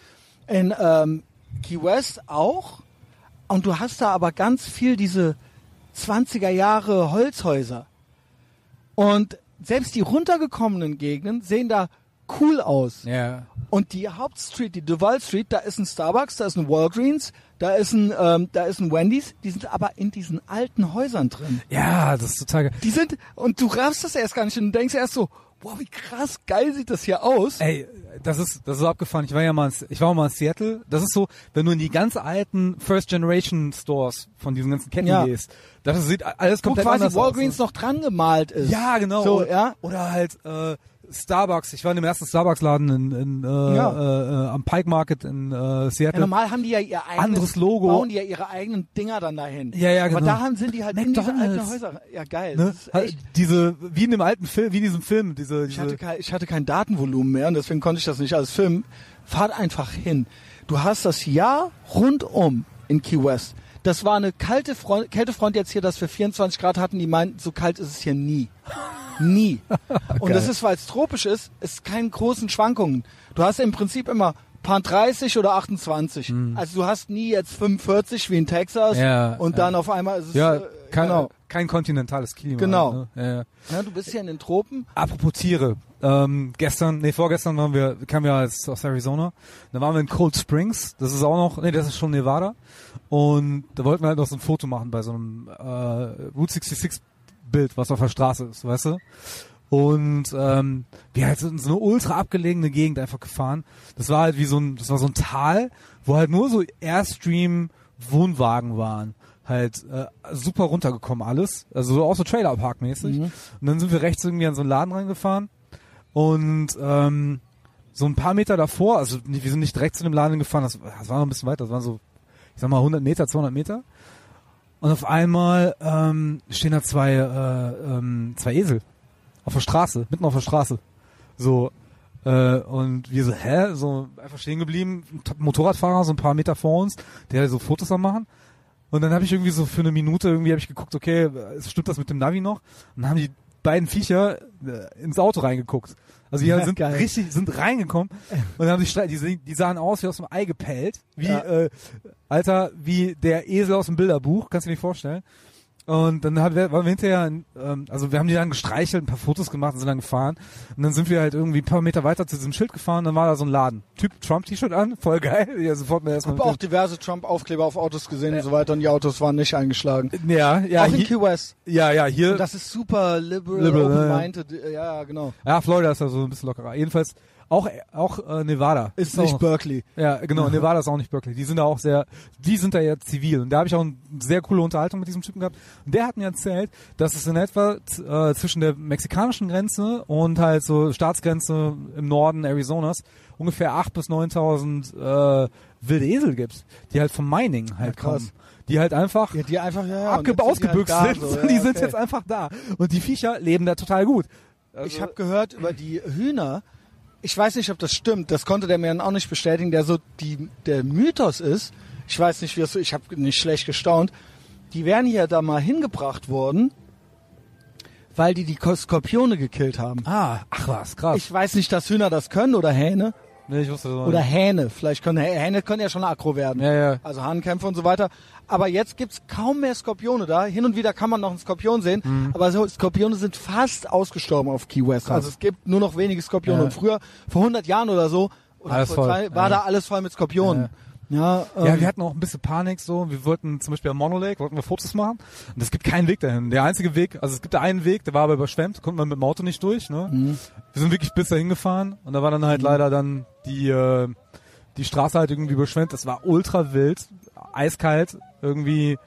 [SPEAKER 1] In ähm, Key West auch. Und du hast da aber ganz viel diese 20er Jahre Holzhäuser. Und selbst die runtergekommenen Gegenden sehen da cool aus.
[SPEAKER 2] Ja.
[SPEAKER 1] Und die Hauptstreet, die Duval Street, da ist ein Starbucks, da ist ein Walgreens, da ist ein, ähm, da ist ein Wendy's. Die sind aber in diesen alten Häusern drin.
[SPEAKER 2] ja, das ist total geil.
[SPEAKER 1] Die sind, und du raffst das erst gar nicht und denkst erst so, wow, wie krass geil sieht das hier aus.
[SPEAKER 2] Ey, das ist das ist so abgefahren. Ich war ja mal in, ich war mal in Seattle. Das ist so, wenn du in die ganz alten First Generation Stores von diesen ganzen Ketten
[SPEAKER 1] Ja.
[SPEAKER 2] gehst, das sieht alles
[SPEAKER 1] wo
[SPEAKER 2] komplett
[SPEAKER 1] quasi
[SPEAKER 2] anders aus.
[SPEAKER 1] Walgreens noch dran gemalt ist.
[SPEAKER 2] Ja, genau.
[SPEAKER 1] So,
[SPEAKER 2] oder,
[SPEAKER 1] ja.
[SPEAKER 2] oder halt äh, Starbucks. Ich war in dem ersten Starbucks-Laden in, in, äh,
[SPEAKER 1] Ja.
[SPEAKER 2] äh, äh, am Pike Market in äh,
[SPEAKER 1] ja.
[SPEAKER 2] Seattle.
[SPEAKER 1] Normal haben die ja ihr eigenes
[SPEAKER 2] Anderes Logo.
[SPEAKER 1] bauen die ja ihre eigenen Dinger dann dahin.
[SPEAKER 2] Ja, ja,
[SPEAKER 1] Aber
[SPEAKER 2] genau.
[SPEAKER 1] da haben, sind die halt in diese alten
[SPEAKER 2] McDonald's.
[SPEAKER 1] Häuser. Ja, geil.
[SPEAKER 2] ne?
[SPEAKER 1] Das ist
[SPEAKER 2] Halt
[SPEAKER 1] echt.
[SPEAKER 2] Diese, wie in dem alten Film, wie in diesem Film, diese,
[SPEAKER 1] Ich hatte,
[SPEAKER 2] diese
[SPEAKER 1] kein, ich hatte kein Datenvolumen mehr und deswegen konnte ich das nicht alles filmen. Fahrt einfach hin. Du hast das Jahr rundum in Key West. Das war eine kalte Front, Kältefront jetzt hier, dass wir 24 Grad hatten. Die meinten, so kalt ist es hier nie. Nie. Und das ist, weil es tropisch ist, ist keine großen Schwankungen. Du hast im Prinzip immer paar 30 oder 28. Also du hast nie jetzt 45 wie in Texas
[SPEAKER 2] Hm. Ja,
[SPEAKER 1] und
[SPEAKER 2] ja.
[SPEAKER 1] dann auf einmal ist es...
[SPEAKER 2] ja,
[SPEAKER 1] äh,
[SPEAKER 2] kein,
[SPEAKER 1] genau.
[SPEAKER 2] kein kontinentales Klima.
[SPEAKER 1] Genau.
[SPEAKER 2] Ne? Ja, ja.
[SPEAKER 1] Ja, du bist hier in den Tropen.
[SPEAKER 2] Apropos Tiere. Ähm, gestern, nee, vorgestern waren wir, kamen wir als, aus Arizona. Da waren wir in Cold Springs. Das ist auch noch, nee, das ist schon Nevada. Und da wollten wir halt noch so ein Foto machen bei so einem äh, Route 66 Bild, was auf der Straße ist, weißt du? Und ähm, wir halt sind in so eine ultra abgelegene Gegend einfach gefahren. Das war halt wie so ein, das war so ein Tal, wo halt nur so Airstream Wohnwagen waren. Halt äh, super runtergekommen alles. Also so- auch so Trailerpark-mäßig. Und dann sind wir rechts irgendwie an so einen Laden reingefahren und ähm, so ein paar Meter davor, also nicht- wir sind nicht direkt zu dem Laden gefahren, das, das war noch ein bisschen weiter, das waren so, ich sag mal 100 Meter, 200 Meter. Und auf einmal ähm, stehen da zwei, äh, ähm, zwei Esel auf der Straße, mitten auf der Straße. So, äh, und wir so, hä? So einfach stehen geblieben, ein Top- Motorradfahrer so ein paar Meter vor uns, der so Fotos am machen. Und dann habe ich irgendwie so für eine Minute irgendwie habe ich geguckt, okay, äh, stimmt das mit dem Navi noch? Und dann haben die beiden Viecher äh, ins Auto reingeguckt. Also die
[SPEAKER 1] Ja,
[SPEAKER 2] sind
[SPEAKER 1] geil.
[SPEAKER 2] richtig, sind reingekommen und haben sich streit- die, sehen- die sahen aus wie aus dem Ei gepellt, wie
[SPEAKER 1] Ja.
[SPEAKER 2] äh, Alter, wie der Esel aus dem Bilderbuch, kannst du dir nicht vorstellen. Und dann hat, waren wir hinterher, in, ähm, also wir haben die dann gestreichelt, ein paar Fotos gemacht und sind dann gefahren. Und dann sind wir halt irgendwie ein paar Meter weiter zu diesem Schild gefahren, dann war da so ein Laden. Typ Trump-T-Shirt an, voll geil. Ja, sofort mir erstmal
[SPEAKER 1] Hab auch diverse Trump-Aufkleber auf Autos gesehen und so weiter und die Autos waren nicht eingeschlagen.
[SPEAKER 2] ja, ja,
[SPEAKER 1] auch in
[SPEAKER 2] hier,
[SPEAKER 1] Key West.
[SPEAKER 2] ja, ja, hier,
[SPEAKER 1] Und das ist super Äh, liberal,
[SPEAKER 2] Liberal, ja, ja.
[SPEAKER 1] open-minded. Ja, ja, genau.
[SPEAKER 2] Ja, Florida ist da so ein bisschen lockerer. Jedenfalls auch auch äh, Nevada
[SPEAKER 1] Ist
[SPEAKER 2] auch
[SPEAKER 1] nicht Mhm.
[SPEAKER 2] noch-
[SPEAKER 1] Berkeley.
[SPEAKER 2] Ja, genau, Nevada ist auch nicht Berkeley. Die sind da auch sehr die sind da ja zivil und da habe ich auch eine sehr coole Unterhaltung mit diesem Typen gehabt. Und der hat mir erzählt, dass es in etwa z- äh, zwischen der mexikanischen Grenze und halt so Staatsgrenze im Norden Arizonas ungefähr 8 bis 9000 äh, wilde Esel gibt, die halt vom Mining halt
[SPEAKER 1] Ja, krass.
[SPEAKER 2] kommen. Die halt einfach
[SPEAKER 1] Ja, die einfach, ja, ja. und
[SPEAKER 2] abge
[SPEAKER 1] jetzt sind die halt
[SPEAKER 2] ausgebüxt
[SPEAKER 1] da,
[SPEAKER 2] sind.
[SPEAKER 1] so, ja,
[SPEAKER 2] die sind
[SPEAKER 1] okay.
[SPEAKER 2] jetzt einfach da. Und die Viecher leben da total gut.
[SPEAKER 1] Ich habe gehört über die Hühner. Ich weiß nicht, ob das stimmt. Das konnte der mir dann auch nicht bestätigen, der so die, der Mythos ist. Ich weiß nicht, wie das so. Ich habe nicht schlecht gestaunt. Die wären hier da mal hingebracht worden, weil die die Ko- Skorpione gekillt haben.
[SPEAKER 2] Ah, ach was, krass.
[SPEAKER 1] Ich weiß nicht, dass Hühner das können oder Hähne
[SPEAKER 2] Nee, ich wusste das auch
[SPEAKER 1] oder
[SPEAKER 2] nicht.
[SPEAKER 1] Hähne. Vielleicht können Hä- Hähne können ja schon aggro werden.
[SPEAKER 2] Ja, ja.
[SPEAKER 1] Also Hahnkämpfe und so weiter. Aber jetzt gibt's kaum mehr Skorpione da. Hin und wieder kann man noch einen Skorpion sehen.
[SPEAKER 2] Mhm.
[SPEAKER 1] Aber so, Skorpione sind fast ausgestorben auf Key West. Also es gibt nur noch wenige Skorpione.
[SPEAKER 2] Ja.
[SPEAKER 1] Und früher, vor 100 Jahren oder so, oder
[SPEAKER 2] Alles
[SPEAKER 1] vor
[SPEAKER 2] voll.
[SPEAKER 1] zwei, war
[SPEAKER 2] Ja.
[SPEAKER 1] da alles voll mit Skorpionen. Ja,
[SPEAKER 2] Ja,
[SPEAKER 1] ähm,
[SPEAKER 2] wir hatten auch ein bisschen Panik so. Wir wollten zum Beispiel am Monolake, wollten wir Fotos machen. Und es gibt keinen Weg dahin. Der einzige Weg, also es gibt da einen Weg, der war aber überschwemmt, konnten wir mit dem Auto nicht durch. Ne?
[SPEAKER 1] Mhm.
[SPEAKER 2] Wir sind wirklich bis dahin gefahren und da war dann halt leider dann die, äh, die Straße halt irgendwie überschwemmt. Das war ultra wild, eiskalt, irgendwie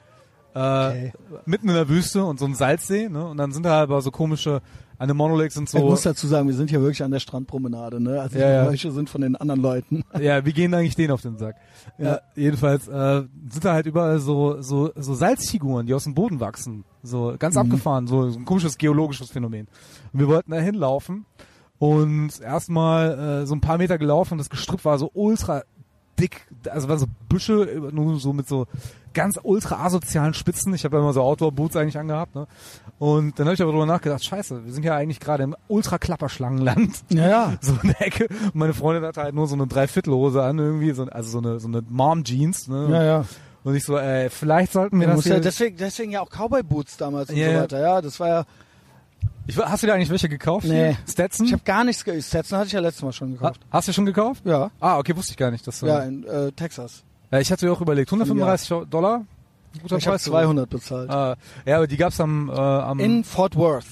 [SPEAKER 2] äh,
[SPEAKER 1] Okay.
[SPEAKER 2] mitten in der Wüste und so ein Salzsee. Ne? Und dann sind da halt aber so komische, an dem Monolake sind
[SPEAKER 1] Ich
[SPEAKER 2] so,
[SPEAKER 1] muss dazu sagen, wir sind hier wirklich an der Strandpromenade, ne? Also
[SPEAKER 2] Ja,
[SPEAKER 1] die
[SPEAKER 2] ja.
[SPEAKER 1] Geräusche sind von den anderen Leuten.
[SPEAKER 2] ja, wir gehen eigentlich denen auf den Sack. Ja, jedenfalls äh, sind da halt überall so, so, so Salzfiguren, die aus dem Boden wachsen. So ganz abgefahren, so ein komisches geologisches Phänomen. Und wir wollten da hinlaufen und erstmal äh, so ein paar Meter gelaufen und das Gestrüpp war so ultra dick, also waren so Büsche, über- nur so mit so ganz ultra asozialen Spitzen. Ich habe ja immer so Outdoor-Boots eigentlich angehabt. Ne? Und dann habe ich aber drüber nachgedacht, scheiße, wir sind ja eigentlich gerade im Ultra-Klapperschlangenland
[SPEAKER 1] Ja, ja.
[SPEAKER 2] so in der Ecke. Und meine Freundin hatte halt nur so eine Dreiviertelhose an irgendwie, so, also so eine, so eine Mom-Jeans. Ne?
[SPEAKER 1] Ja, ja.
[SPEAKER 2] Und ich so, ey, vielleicht sollten wir
[SPEAKER 1] Du
[SPEAKER 2] das
[SPEAKER 1] musst ja
[SPEAKER 2] hier...
[SPEAKER 1] deswegen, deswegen ja auch Cowboy-Boots damals und
[SPEAKER 2] Ja,
[SPEAKER 1] so
[SPEAKER 2] ja.
[SPEAKER 1] weiter. Ja, das war ja.
[SPEAKER 2] ich, hast du dir eigentlich welche gekauft?
[SPEAKER 1] Nee.
[SPEAKER 2] hier? Stetson?
[SPEAKER 1] Ich habe gar nichts ge- Stetson hatte ich ja letztes Mal schon
[SPEAKER 2] ha,
[SPEAKER 1] gekauft.
[SPEAKER 2] hast du schon gekauft?
[SPEAKER 1] Ja.
[SPEAKER 2] Ah, okay, wusste ich gar nicht. Dass du,
[SPEAKER 1] Ja, in äh, Texas.
[SPEAKER 2] ja, ich hatte mir auch überlegt, 135 Dollar? Guter
[SPEAKER 1] Ich habe
[SPEAKER 2] Preis.
[SPEAKER 1] 200 bezahlt.
[SPEAKER 2] Ah, ja, aber die gab's am... Äh, am
[SPEAKER 1] In Fort Worth.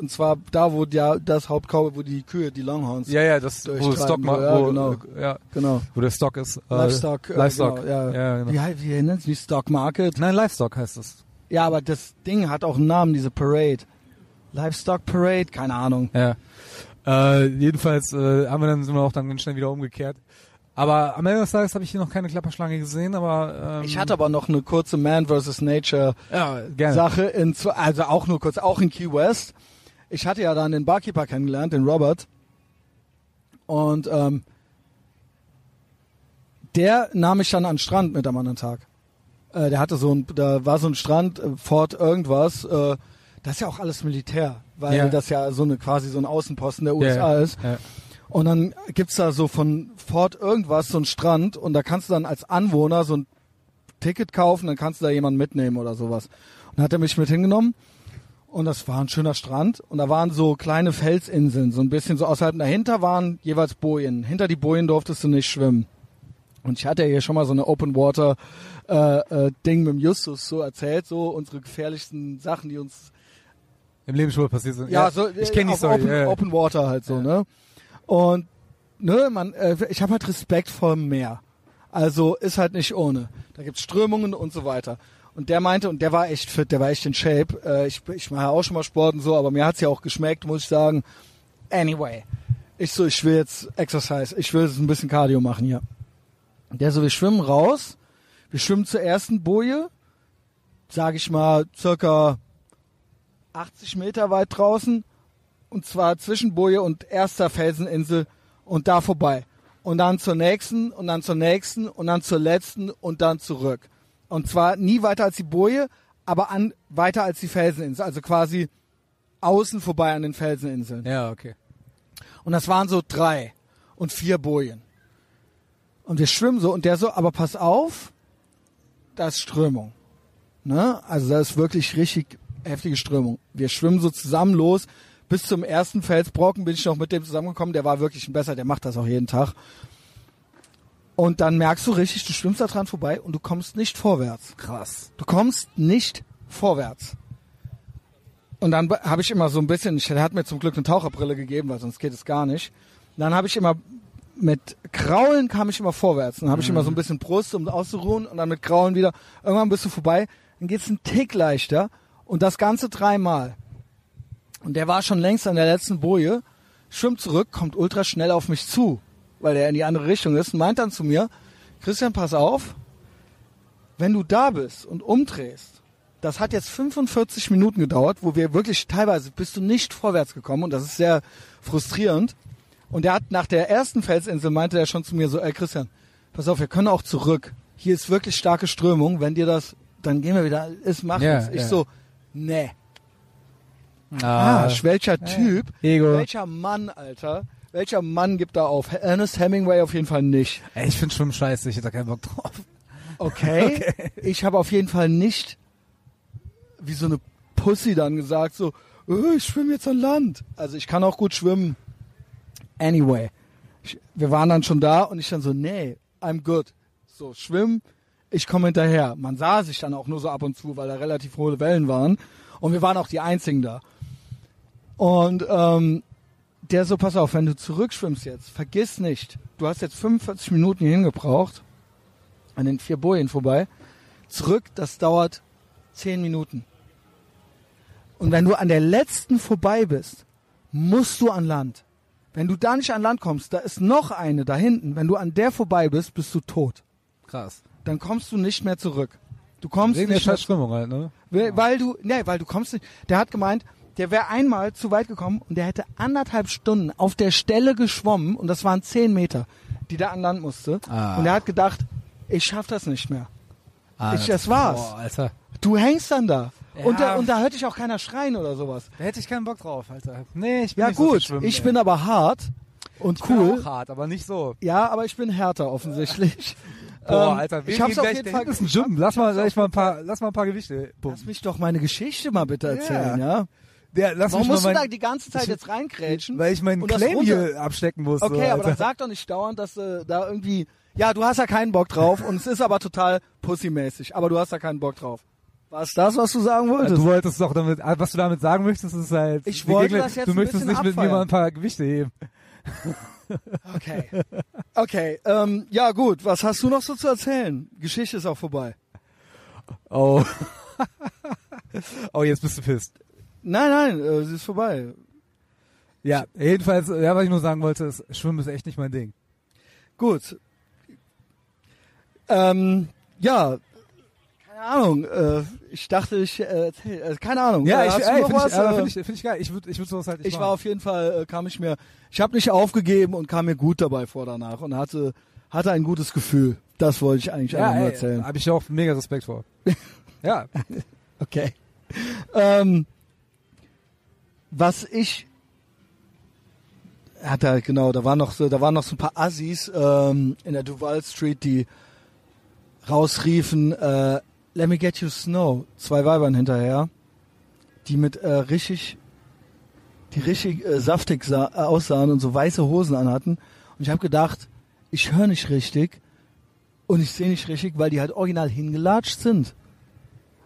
[SPEAKER 1] Und zwar da, wo der, das Hauptcowboy, wo die Kühe, die Longhorns.
[SPEAKER 2] ja, ja, das, wo,
[SPEAKER 1] durchtreiben,
[SPEAKER 2] Stock,
[SPEAKER 1] so, ja,
[SPEAKER 2] wo, äh,
[SPEAKER 1] genau.
[SPEAKER 2] ja,
[SPEAKER 1] Genau.
[SPEAKER 2] wo der Stock ist. Äh,
[SPEAKER 1] Livestock. Äh,
[SPEAKER 2] Livestock.
[SPEAKER 1] Genau, ja.
[SPEAKER 2] Ja, genau.
[SPEAKER 1] Wie, hei- wie nennt es? Wie Stock Market?
[SPEAKER 2] Nein, Livestock heißt es.
[SPEAKER 1] Ja, aber das Ding hat auch einen Namen, diese Parade. Livestock Parade? Keine Ahnung.
[SPEAKER 2] Ja. Äh, jedenfalls äh, haben wir dann sind wir auch dann ganz schnell wieder umgekehrt. Aber am Ende des Tages habe ich hier noch keine Klapperschlange gesehen, aber ähm,
[SPEAKER 1] Ich hatte aber noch eine kurze Man vs. Nature
[SPEAKER 2] ja, gerne.
[SPEAKER 1] Sache in, zwei- also auch nur kurz, auch in Key West. Ich hatte ja dann den Barkeeper kennengelernt, den Robert. Und ähm, der nahm mich dann an den Strand mit am anderen Tag. Äh, der hatte so ein, da war so ein Strand, äh, Fort irgendwas. Äh, das ist ja auch alles Militär, weil
[SPEAKER 2] Ja.
[SPEAKER 1] das ja so eine quasi so ein Außenposten der
[SPEAKER 2] Ja,
[SPEAKER 1] USA
[SPEAKER 2] ja,
[SPEAKER 1] ist.
[SPEAKER 2] Ja.
[SPEAKER 1] Und dann gibt's da so von Fort irgendwas, so einen Strand und da kannst du dann als Anwohner so ein Ticket kaufen, dann kannst du da jemanden mitnehmen oder sowas. Und hat er mich mit hingenommen und das war ein schöner Strand und da waren so kleine Felsinseln, so ein bisschen so außerhalb. Und dahinter waren jeweils Bojen. Hinter die Bojen durftest du nicht schwimmen. Und ich hatte ja hier schon mal so eine Open Water äh, äh, Ding mit dem Justus so erzählt, so unsere gefährlichsten Sachen, die uns
[SPEAKER 2] Im Leben schon mal passiert sind.
[SPEAKER 1] ja, so
[SPEAKER 2] ich kenne
[SPEAKER 1] äh,
[SPEAKER 2] die
[SPEAKER 1] auf
[SPEAKER 2] Story.
[SPEAKER 1] Open,
[SPEAKER 2] ja, ja.
[SPEAKER 1] Open Water halt so, ne? Und ne, man, äh, ich habe halt Respekt vor dem Meer. Also ist halt nicht ohne. Da gibt's Strömungen und so weiter. Und der meinte, und der war echt fit, der war echt in Shape. Äh, ich ich mache ja auch schon mal Sport und so, aber mir hat's ja auch geschmeckt, muss ich sagen. Anyway, ich so, ich will jetzt Exercise, ich will jetzt ein bisschen Cardio machen hier. Und Der so, wir schwimmen raus, wir schwimmen zur ersten Boje, sage ich mal, circa 80 Meter weit draußen und zwar zwischen Boje und erster Felseninsel und da vorbei. Und dann zur nächsten und dann zur nächsten und dann zur letzten und dann zurück. Und zwar nie weiter als die Boje, aber an, weiter als die Felseninsel. Also quasi außen vorbei an den Felseninseln.
[SPEAKER 2] Ja, okay.
[SPEAKER 1] Und das waren so drei und vier Bojen. Und wir schwimmen so und der so, aber pass auf, da ist Strömung. Ne? Also da ist wirklich richtig heftige Strömung. Wir schwimmen so zusammen los. Bis zum ersten Felsbrocken bin ich noch mit dem zusammengekommen. Der war wirklich ein besser, der macht das auch jeden Tag. Und dann merkst du richtig, du schwimmst da dran vorbei und du kommst nicht vorwärts.
[SPEAKER 2] Krass.
[SPEAKER 1] Du kommst nicht vorwärts. Und dann be- habe ich immer so ein bisschen, ich, er hat mir zum Glück eine Taucherbrille gegeben, weil sonst geht es gar nicht. Und dann habe ich immer mit Kraulen kam ich immer vorwärts. Dann habe ich immer so ein bisschen Brust, um auszuruhen und dann mit Kraulen wieder. Irgendwann bist du vorbei, dann geht's einen Tick leichter und das Ganze dreimal. Und der war schon längst an der letzten Boje, schwimmt zurück, kommt ultra schnell auf mich zu, weil der in die andere Richtung ist und meint dann zu mir, Christian, pass auf, wenn du da bist und umdrehst, das hat jetzt 45 Minuten gedauert, wo wir wirklich teilweise bist du nicht vorwärts gekommen und das ist sehr frustrierend. Und er hat nach der ersten Felsinsel meinte er schon zu mir so, ey Christian, pass auf, wir können auch zurück. Hier ist wirklich starke Strömung. Wenn dir das, dann gehen wir wieder. Ist macht
[SPEAKER 2] Ja,
[SPEAKER 1] es. Ich
[SPEAKER 2] ja.
[SPEAKER 1] so, nee.
[SPEAKER 2] Ah,
[SPEAKER 1] Ah, welcher Typ,
[SPEAKER 2] Ego.
[SPEAKER 1] welcher Mann, Alter, welcher Mann gibt da auf? Ernest Hemingway auf jeden Fall nicht.
[SPEAKER 2] Ey, ich finde Schwimmen scheiße, ich hätte da keinen Bock drauf.
[SPEAKER 1] Okay, ich habe auf jeden Fall nicht wie so eine Pussy dann gesagt, so, "Äh, ich schwimme jetzt an Land. Also ich kann auch gut schwimmen. Anyway, ich, wir waren dann schon da und ich dann so, nee, I'm good. So, schwimmen, ich komme hinterher. Man sah sich dann auch nur so ab und zu, weil da relativ hohe Wellen waren. Und wir waren auch die Einzigen da. Und ähm, der so, pass auf, wenn du zurückschwimmst jetzt, vergiss nicht, du hast jetzt 45 Minuten hierhin gebraucht, an den vier Bojen vorbei. Zurück, das dauert 10 Minuten. Und wenn du an der letzten vorbei bist, musst du an Land. Wenn du da nicht an Land kommst, da ist noch eine da hinten. Wenn du an der vorbei bist, bist du tot.
[SPEAKER 2] Krass.
[SPEAKER 1] Dann kommst du nicht mehr zurück. Du kommst
[SPEAKER 2] Wegen der
[SPEAKER 1] nicht mehr
[SPEAKER 2] scheiß Strömung halt, ne?
[SPEAKER 1] weil, weil du, nee, weil du kommst nicht. Der hat gemeint, der wäre einmal zu weit gekommen und der hätte anderthalb Stunden auf der Stelle geschwommen und das waren zehn Meter, die der an Land musste.
[SPEAKER 2] Ah.
[SPEAKER 1] Und er hat gedacht, ich schaff das nicht mehr.
[SPEAKER 2] Ah,
[SPEAKER 1] Ich- das war's.
[SPEAKER 2] Boah, Alter.
[SPEAKER 1] Du hängst dann da. Und,
[SPEAKER 2] Ja.
[SPEAKER 1] da. und da hört dich auch keiner schreien oder sowas.
[SPEAKER 2] Da hätte ich keinen Bock drauf, Alter. Nee, ich bin
[SPEAKER 1] Ja
[SPEAKER 2] nicht so
[SPEAKER 1] gut,
[SPEAKER 2] viel schwimmen,
[SPEAKER 1] ich
[SPEAKER 2] ey.
[SPEAKER 1] bin aber hart und
[SPEAKER 2] Ich bin
[SPEAKER 1] cool.
[SPEAKER 2] auch hart, aber nicht so.
[SPEAKER 1] Ja, aber ich bin härter offensichtlich.
[SPEAKER 2] Boah,
[SPEAKER 1] Ähm,
[SPEAKER 2] Alter,
[SPEAKER 1] ich hab's auf jeden Fall.
[SPEAKER 2] Das ist ein Gym. Lass mal, lass mal ein paar, lass mal ein paar Gewichte.
[SPEAKER 1] Lass mich doch meine Geschichte mal bitte erzählen, ja?
[SPEAKER 2] Ja, lass
[SPEAKER 1] Warum musst
[SPEAKER 2] mal
[SPEAKER 1] du da die ganze Zeit
[SPEAKER 2] ich-
[SPEAKER 1] jetzt reinkrätschen?
[SPEAKER 2] weil ich meinen
[SPEAKER 1] und das
[SPEAKER 2] Claim
[SPEAKER 1] runter-
[SPEAKER 2] hier abstecken muss. so,
[SPEAKER 1] Okay, aber
[SPEAKER 2] Alter.
[SPEAKER 1] dann sag doch nicht dauernd, dass äh, da irgendwie. Ja, du hast ja keinen Bock drauf und es ist aber total pussymäßig, aber du hast da keinen Bock drauf. War es das, was du sagen wolltest?
[SPEAKER 2] Du wolltest doch damit, ah, was du damit sagen möchtest, ist halt,
[SPEAKER 1] Ich
[SPEAKER 2] die
[SPEAKER 1] wollte
[SPEAKER 2] Gegner-
[SPEAKER 1] das jetzt
[SPEAKER 2] du
[SPEAKER 1] ein
[SPEAKER 2] möchtest
[SPEAKER 1] bisschen
[SPEAKER 2] nicht mit mir
[SPEAKER 1] abfeiern.
[SPEAKER 2] mal ein paar Gewichte heben.
[SPEAKER 1] Okay. Okay, ähm, ja gut, was hast du noch so zu erzählen? Geschichte ist auch vorbei.
[SPEAKER 2] Oh. oh, jetzt bist du pisst.
[SPEAKER 1] Nein, nein, äh, sie ist vorbei.
[SPEAKER 2] Ja, jedenfalls, ja, was ich nur sagen wollte, ist, Schwimmen ist echt nicht mein Ding.
[SPEAKER 1] Gut. Ähm, ja. Keine Ahnung, äh, ich dachte, ich äh, erzähl, äh, keine Ahnung.
[SPEAKER 2] Ja,
[SPEAKER 1] Äh,
[SPEAKER 2] ich,
[SPEAKER 1] hast du
[SPEAKER 2] ey,
[SPEAKER 1] noch
[SPEAKER 2] finde
[SPEAKER 1] was,
[SPEAKER 2] ich, aber
[SPEAKER 1] äh,
[SPEAKER 2] find ich, find ich geil. Ich würde ich würd sowas halt nicht
[SPEAKER 1] Ich war
[SPEAKER 2] machen.
[SPEAKER 1] auf jeden Fall, äh, kam ich mir, ich habe nicht aufgegeben und kam mir gut dabei vor danach und hatte, hatte ein gutes Gefühl. Das wollte ich eigentlich
[SPEAKER 2] ja,
[SPEAKER 1] einfach nur
[SPEAKER 2] ey,
[SPEAKER 1] erzählen.
[SPEAKER 2] Hab ich auch mega Respekt vor. ja,
[SPEAKER 1] Okay. Ähm, was ich hat er genau, da waren noch so, da waren noch so ein paar Assis ähm, in der Duval Street, die rausriefen, äh, "Let me get you snow", zwei Weibern hinterher, die mit äh, richtig, die richtig äh, saftig sah, äh, aussahen und so weiße Hosen anhatten. Und ich habe gedacht, ich höre nicht richtig und ich sehe nicht richtig, weil die halt original hingelatscht sind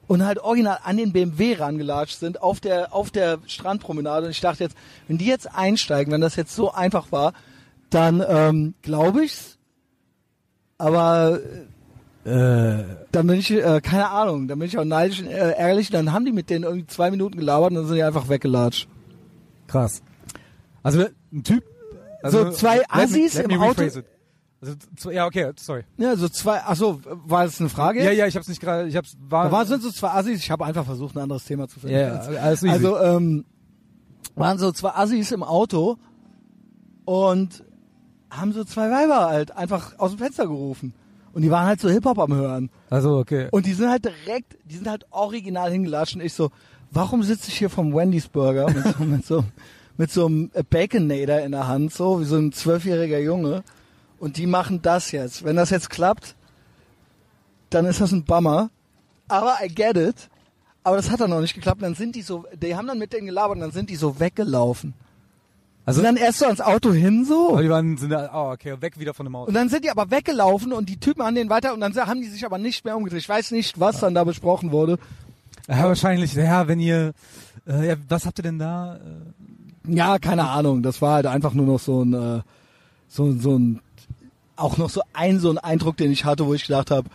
[SPEAKER 1] und halt original an den BMW rangelatscht sind auf der auf der Strandpromenade und ich dachte jetzt, wenn die jetzt einsteigen, wenn das jetzt so einfach war, dann ähm, glaube ich's. Aber
[SPEAKER 2] äh,
[SPEAKER 1] dann bin ich äh, keine Ahnung, dann bin ich auch neidisch und äh, ehrlich, dann haben die mit denen irgendwie zwei Minuten gelabert und dann sind die einfach weggelatscht.
[SPEAKER 2] krass. Also, ein Typ. Also,
[SPEAKER 1] So zwei
[SPEAKER 2] let me-
[SPEAKER 1] Assis
[SPEAKER 2] let me
[SPEAKER 1] im Auto-
[SPEAKER 2] rephrase it. Also, zwei- ja, okay, sorry.
[SPEAKER 1] Ja, so zwei. Ach so, war das eine Frage?
[SPEAKER 2] Ja, ja, ich hab's nicht gerade, ich hab's, war,
[SPEAKER 1] Da waren sind so zwei Assis. Ich habe einfach versucht, ein anderes Thema zu finden.
[SPEAKER 2] Ja, ja, alles easy.
[SPEAKER 1] Also ähm, waren so zwei Assis im Auto und haben so zwei Weiber halt einfach aus dem Fenster gerufen. Und die waren halt so Hip-Hop am Hören.
[SPEAKER 2] also okay.
[SPEAKER 1] Und die sind halt direkt, die sind halt original hingelatscht. Und ich so, warum sitze ich hier vom Wendy's Burger mit so, mit so, mit so einem Baconator in der Hand, so wie so ein zwölfjähriger Junge. Und die machen das jetzt. Wenn das jetzt klappt, dann ist das ein Bummer. Aber I get it. Aber das hat dann noch nicht geklappt. Und dann sind die so, die haben dann mit denen gelabert und dann sind die so weggelaufen. Also
[SPEAKER 2] Also-
[SPEAKER 1] sind dann erst so ans Auto hin so.
[SPEAKER 2] Aber die waren, sind da, oh, okay, weg wieder von dem Auto.
[SPEAKER 1] Und dann sind die aber weggelaufen und die Typen haben den weiter und dann haben die sich aber nicht mehr umgedreht. Ich weiß nicht, was dann da besprochen wurde.
[SPEAKER 2] Ja, wahrscheinlich, ja, wenn ihr, äh, ja, was habt ihr denn da? Äh,
[SPEAKER 1] Ja, keine Ahnung. Das war halt einfach nur noch so ein, äh, so, so ein, auch noch so ein, so ein Eindruck, den ich hatte, wo ich gedacht habe,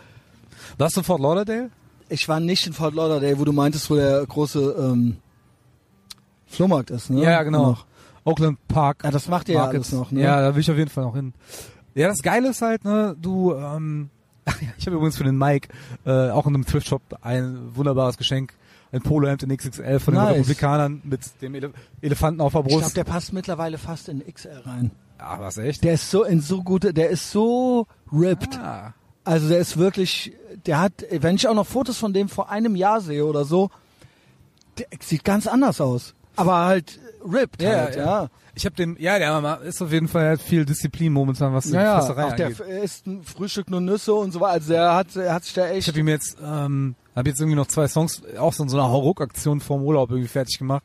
[SPEAKER 2] warst du in Fort Lauderdale?
[SPEAKER 1] ich war nicht in Fort Lauderdale, wo du meintest, wo der große ähm, Flohmarkt ist, ne? Noch.
[SPEAKER 2] genau. Oakland Park.
[SPEAKER 1] Ja, das macht ihr ja alles noch, ne?
[SPEAKER 2] Ja, da will ich auf jeden Fall noch hin. Ja, das Geile ist halt, ne, du, ähm, ich habe übrigens für den Mike äh, auch in einem Thrift-Shop ein wunderbares Geschenk, ein Polohemd in XXL von den
[SPEAKER 1] Nice.
[SPEAKER 2] Republikanern mit dem Elef Elefanten auf der
[SPEAKER 1] Ich glaube,
[SPEAKER 2] Brust.
[SPEAKER 1] der passt mittlerweile fast in XL rein.
[SPEAKER 2] ah, was echt?
[SPEAKER 1] Der ist so in so gute, der ist so ripped.
[SPEAKER 2] Ah.
[SPEAKER 1] Also der ist wirklich, der hat, wenn ich auch noch Fotos von dem vor einem Jahr sehe oder so, der sieht ganz anders aus. Aber halt ripped
[SPEAKER 2] Ja,
[SPEAKER 1] halt,
[SPEAKER 2] ja.
[SPEAKER 1] ja.
[SPEAKER 2] Ich habe dem, ja, der ist auf jeden Fall viel Disziplin momentan, was die
[SPEAKER 1] Ja,
[SPEAKER 2] Fresserei
[SPEAKER 1] auch der
[SPEAKER 2] angeht.
[SPEAKER 1] isst ein Frühstück nur Nüsse und so weiter. Also er hat, er hat sich da
[SPEAKER 2] Ich
[SPEAKER 1] echt.
[SPEAKER 2] habe ihm jetzt, ähm, habe jetzt irgendwie noch zwei Songs auch so in so einer Hauruck-Aktion vorm Urlaub irgendwie fertig gemacht.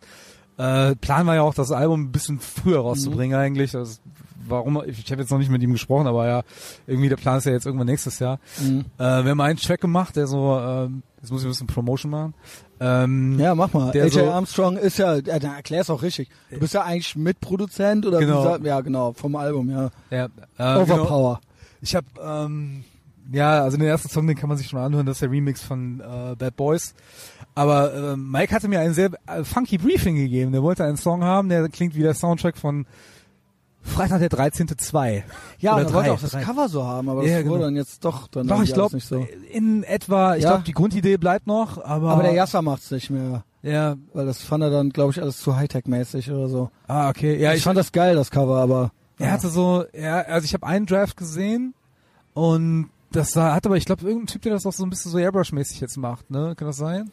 [SPEAKER 2] Äh, Plan war ja auch, das Album ein bisschen früher rauszubringen
[SPEAKER 1] Mhm.
[SPEAKER 2] eigentlich. Das, warum? Ich, ich habe jetzt noch nicht mit ihm gesprochen, aber ja, irgendwie der Plan ist ja jetzt irgendwann nächstes Jahr.
[SPEAKER 1] Hm.
[SPEAKER 2] Äh, wir haben einen Track gemacht, der so, ähm, jetzt muss ich ein bisschen Promotion machen. Ähm,
[SPEAKER 1] Ja, mach mal.
[SPEAKER 2] Der
[SPEAKER 1] AJ
[SPEAKER 2] so-
[SPEAKER 1] Armstrong ist ja, ja, dann erklär's auch richtig. Du bist ja eigentlich Mitproduzent oder
[SPEAKER 2] Genau.
[SPEAKER 1] wie sagt, ja genau, vom Album, ja.
[SPEAKER 2] ja, äh, genau.
[SPEAKER 1] Overpower.
[SPEAKER 2] Ich habe, ähm, ja, also den ersten Song, den kann man sich schon anhören, das ist der Remix von äh, Bad Boys. Aber äh, Mike hatte mir ein sehr äh, funky Briefing gegeben. Der wollte einen Song haben, der klingt wie der Soundtrack von Freitag der 13.2.
[SPEAKER 1] Ja,
[SPEAKER 2] Oder
[SPEAKER 1] und er
[SPEAKER 2] drei,
[SPEAKER 1] wollte auch das
[SPEAKER 2] drei.
[SPEAKER 1] Cover so haben, aber das
[SPEAKER 2] Ja, genau.
[SPEAKER 1] wurde dann jetzt doch dann
[SPEAKER 2] Doch, ich äh,
[SPEAKER 1] irgendwie alles
[SPEAKER 2] glaube,
[SPEAKER 1] nicht so.
[SPEAKER 2] in etwa, ich
[SPEAKER 1] Ja.
[SPEAKER 2] glaube, die Grundidee bleibt noch, aber...
[SPEAKER 1] Aber der Yasser macht's nicht mehr,
[SPEAKER 2] Ja,
[SPEAKER 1] weil das fand er dann, glaube ich, alles zu Hightech-mäßig oder so.
[SPEAKER 2] ah, okay. Ja,
[SPEAKER 1] ich, fand das geil, das Cover, aber
[SPEAKER 2] Er hatte so, er, also ich habe einen Draft gesehen und das sah, hat aber, ich glaube, irgendein Typ, der das auch so ein bisschen so Airbrush-mäßig jetzt macht, ne? Kann das sein?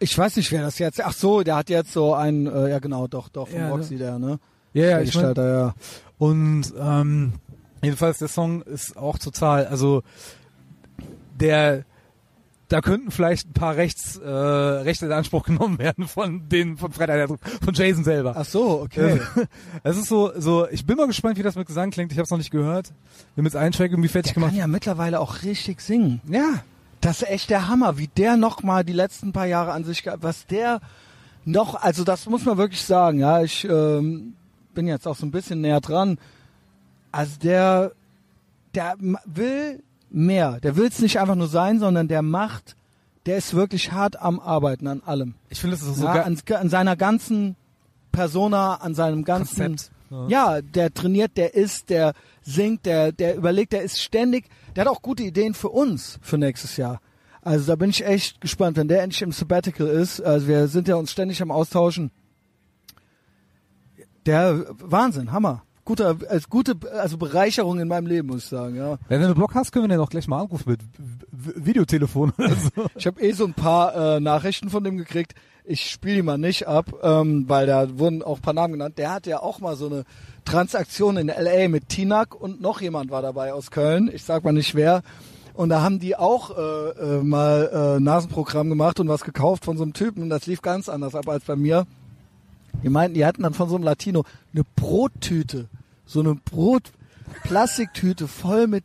[SPEAKER 1] ich weiß nicht, wer das jetzt. Ach so, der hat jetzt so einen, äh, ja genau, doch, doch, vom
[SPEAKER 2] Ja, ne?
[SPEAKER 1] Roxy der, ne?
[SPEAKER 2] Ja,
[SPEAKER 1] der Gestalter, ja.
[SPEAKER 2] Und ähm, jedenfalls der Song ist auch total, also der da könnten vielleicht ein paar Rechts, äh, Rechte in Anspruch genommen werden von den von Freitag der- von Jason selber.
[SPEAKER 1] Ach so, okay.
[SPEAKER 2] Es ist so, so ich bin mal gespannt, wie das mit Gesang klingt. Ich habe es noch nicht gehört. Wir haben jetzt einen Track irgendwie fertig
[SPEAKER 1] Der
[SPEAKER 2] gemacht.
[SPEAKER 1] kann ja mittlerweile auch richtig singen.
[SPEAKER 2] Ja,
[SPEAKER 1] Das ist echt der Hammer, wie der nochmal die letzten paar Jahre an sich, ge- was der noch, also das muss man wirklich sagen, ja, ich ähm, bin jetzt auch so ein bisschen näher dran. Also der, der m- will mehr, der will es nicht einfach nur sein, sondern der macht, der ist wirklich hart am Arbeiten an allem.
[SPEAKER 2] ich finde, es ist so
[SPEAKER 1] ja,
[SPEAKER 2] geil.
[SPEAKER 1] an, an seiner ganzen Persona, an seinem ganzen
[SPEAKER 2] Konzept. Ja.
[SPEAKER 1] ja, der trainiert, der isst, der singt, der, der überlegt, der ist ständig, der hat auch gute Ideen für uns für nächstes Jahr. Also da bin ich echt gespannt, wenn der endlich im Sabbatical ist. Also wir sind ja uns ständig am Austauschen. Der Wahnsinn, Hammer. Guter, als gute, also Bereicherung in meinem Leben, muss ich sagen, ja.
[SPEAKER 2] Wenn du Bock hast, können wir den auch gleich mal anrufen mit V- V- Videotelefon oder so.
[SPEAKER 1] Ich habe eh so ein paar äh, Nachrichten von dem gekriegt. Ich spiele die mal nicht ab, ähm, weil da wurden auch ein paar Namen genannt. Der hatte ja auch mal so eine Transaktion in LA mit Tinak und noch jemand war dabei aus Köln. Ich sag mal nicht wer. Und da haben die auch äh, äh, mal äh, Nasenprogramm gemacht und was gekauft von so einem Typen. Und das lief ganz anders ab als bei mir. Die meinten, die hatten dann von so einem Latino eine Brottüte, so eine Brot-Plastiktüte voll mit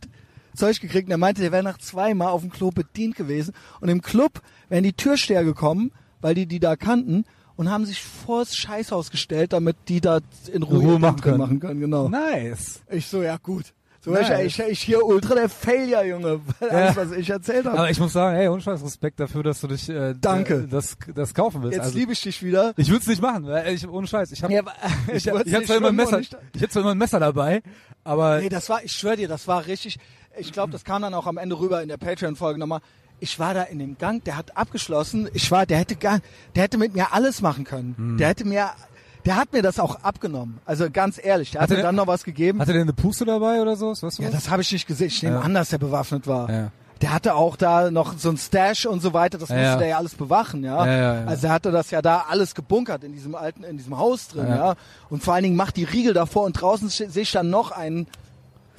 [SPEAKER 1] Zeug gekriegt. Und er meinte, der wäre nach zweimal auf dem Klo bedient gewesen. Und im Club wären die Türsteher gekommen, weil die die da kannten und haben sich vors Scheißhaus gestellt, damit die da in Ruhe,
[SPEAKER 2] Ruhe
[SPEAKER 1] ihren
[SPEAKER 2] machen
[SPEAKER 1] Ding
[SPEAKER 2] können.
[SPEAKER 1] machen können. Genau.
[SPEAKER 2] Nice.
[SPEAKER 1] Ich so, ja gut. So
[SPEAKER 2] Nice.
[SPEAKER 1] war ich, ich, ich hier ultra der Failure, Junge. Weil Alles, was ich erzählt habe.
[SPEAKER 2] Aber ich muss sagen, hey, unscheiß Respekt dafür, dass du dich äh,
[SPEAKER 1] Danke.
[SPEAKER 2] d- das, das kaufen willst.
[SPEAKER 1] Jetzt
[SPEAKER 2] also,
[SPEAKER 1] liebe ich dich wieder.
[SPEAKER 2] ich würde es nicht machen, weil ich ohne Scheiß. Ich habe
[SPEAKER 1] Ja,
[SPEAKER 2] ich, ich,
[SPEAKER 1] wollt's
[SPEAKER 2] ich hab
[SPEAKER 1] nicht
[SPEAKER 2] zwar immer
[SPEAKER 1] schwimmen
[SPEAKER 2] ein
[SPEAKER 1] und
[SPEAKER 2] Messer,
[SPEAKER 1] nicht-
[SPEAKER 2] ich hab zwar immer ein Messer dabei, aber
[SPEAKER 1] Nee, das war, ich schwöre dir, das war richtig. Ich glaube, das kam dann auch am Ende rüber in der Patreon-Folge nochmal. Ich war da in dem Gang, der hat abgeschlossen. Ich war, der hätte gar, der hätte mit mir alles machen können.
[SPEAKER 2] Hm.
[SPEAKER 1] Der hätte mir, der hat mir das auch abgenommen. Also ganz ehrlich, der hat,
[SPEAKER 2] Hat er
[SPEAKER 1] mir
[SPEAKER 2] denn-
[SPEAKER 1] dann noch was gegeben.
[SPEAKER 2] hat er denn eine Puste dabei oder so? Weißt du
[SPEAKER 1] ja,
[SPEAKER 2] was?
[SPEAKER 1] das habe ich nicht gesehen. Ich nehme
[SPEAKER 2] Ja.
[SPEAKER 1] an, dass der bewaffnet war.
[SPEAKER 2] Ja.
[SPEAKER 1] der hatte auch da noch so ein Stash und so weiter, das
[SPEAKER 2] Ja,
[SPEAKER 1] musste
[SPEAKER 2] ja.
[SPEAKER 1] der ja alles bewachen, ja.
[SPEAKER 2] Ja, ja, ja.
[SPEAKER 1] Also er hatte das ja da alles gebunkert in diesem alten, in diesem Haus drin,
[SPEAKER 2] Ja.
[SPEAKER 1] ja. Und vor allen Dingen macht die Riegel davor und draußen se- sehe ich dann noch einen,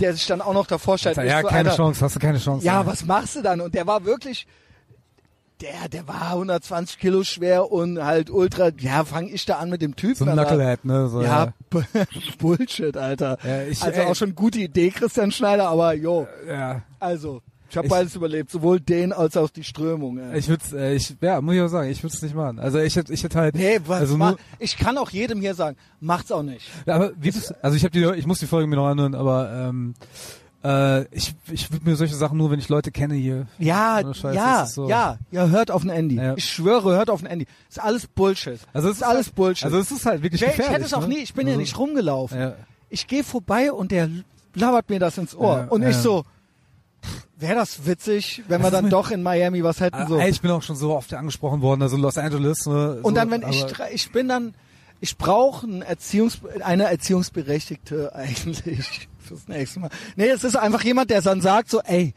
[SPEAKER 1] der sich dann auch noch davor stellt. Ich
[SPEAKER 2] ja,
[SPEAKER 1] so,
[SPEAKER 2] keine
[SPEAKER 1] Alter,
[SPEAKER 2] Chance, hast du keine Chance.
[SPEAKER 1] ja, was machst du dann? Und der war wirklich, der, der war 120 Kilo schwer und halt ultra, ja, fang ich da an mit dem Typen.
[SPEAKER 2] So ein
[SPEAKER 1] Alter.
[SPEAKER 2] Knucklehead, ne? So,
[SPEAKER 1] Ja, Bullshit, Alter.
[SPEAKER 2] Ja, ich-
[SPEAKER 1] also
[SPEAKER 2] ey.
[SPEAKER 1] auch schon gute Idee, Christian Schneider, aber jo,
[SPEAKER 2] ja.
[SPEAKER 1] also, ich habe
[SPEAKER 2] Ich-
[SPEAKER 1] beides überlebt, sowohl den als auch die Strömung. Ey.
[SPEAKER 2] Ich würd's, äh, ich, ja, muss ich auch sagen, ich würd's nicht machen. Also ich hätte, ich hätte halt,
[SPEAKER 1] nee, was
[SPEAKER 2] also
[SPEAKER 1] ma-
[SPEAKER 2] nur,
[SPEAKER 1] ich kann auch jedem hier sagen, macht's auch nicht.
[SPEAKER 2] Ja, aber wie bist, also ich habe die, ich muss die Folge mir noch anhören, aber ähm, äh, ich, ich würde mir solche Sachen nur, wenn ich Leute kenne hier.
[SPEAKER 1] Ja,
[SPEAKER 2] Oh, scheiße,
[SPEAKER 1] ja,
[SPEAKER 2] das ist so.
[SPEAKER 1] ja, ja, hört auf ein Andy.
[SPEAKER 2] Ja.
[SPEAKER 1] Ich schwöre, hört auf ein Andy. Ist alles Bullshit.
[SPEAKER 2] Also es
[SPEAKER 1] ist alles
[SPEAKER 2] halt,
[SPEAKER 1] Bullshit.
[SPEAKER 2] Also es ist halt wirklich
[SPEAKER 1] Wer- ich
[SPEAKER 2] gefährlich.
[SPEAKER 1] hätte es auch
[SPEAKER 2] ne?
[SPEAKER 1] nie, ich bin ja
[SPEAKER 2] also,
[SPEAKER 1] nicht rumgelaufen.
[SPEAKER 2] Ja,
[SPEAKER 1] ich gehe vorbei und der labert mir das ins Ohr.
[SPEAKER 2] Ja,
[SPEAKER 1] und ich
[SPEAKER 2] ja.
[SPEAKER 1] so, wäre das witzig, wenn wir
[SPEAKER 2] Das ist
[SPEAKER 1] dann
[SPEAKER 2] mir-
[SPEAKER 1] doch in Miami was hätten.
[SPEAKER 2] also,
[SPEAKER 1] So.
[SPEAKER 2] ey, ich bin auch schon so oft angesprochen worden, also Los Angeles. Ne, so,
[SPEAKER 1] Und dann, wenn ich,
[SPEAKER 2] aber-
[SPEAKER 1] dra- ich bin dann, ich brauche ein Erziehungs, eine Erziehungsberechtigte eigentlich fürs nächste Mal. Nee, es ist einfach jemand, der dann sagt so, ey,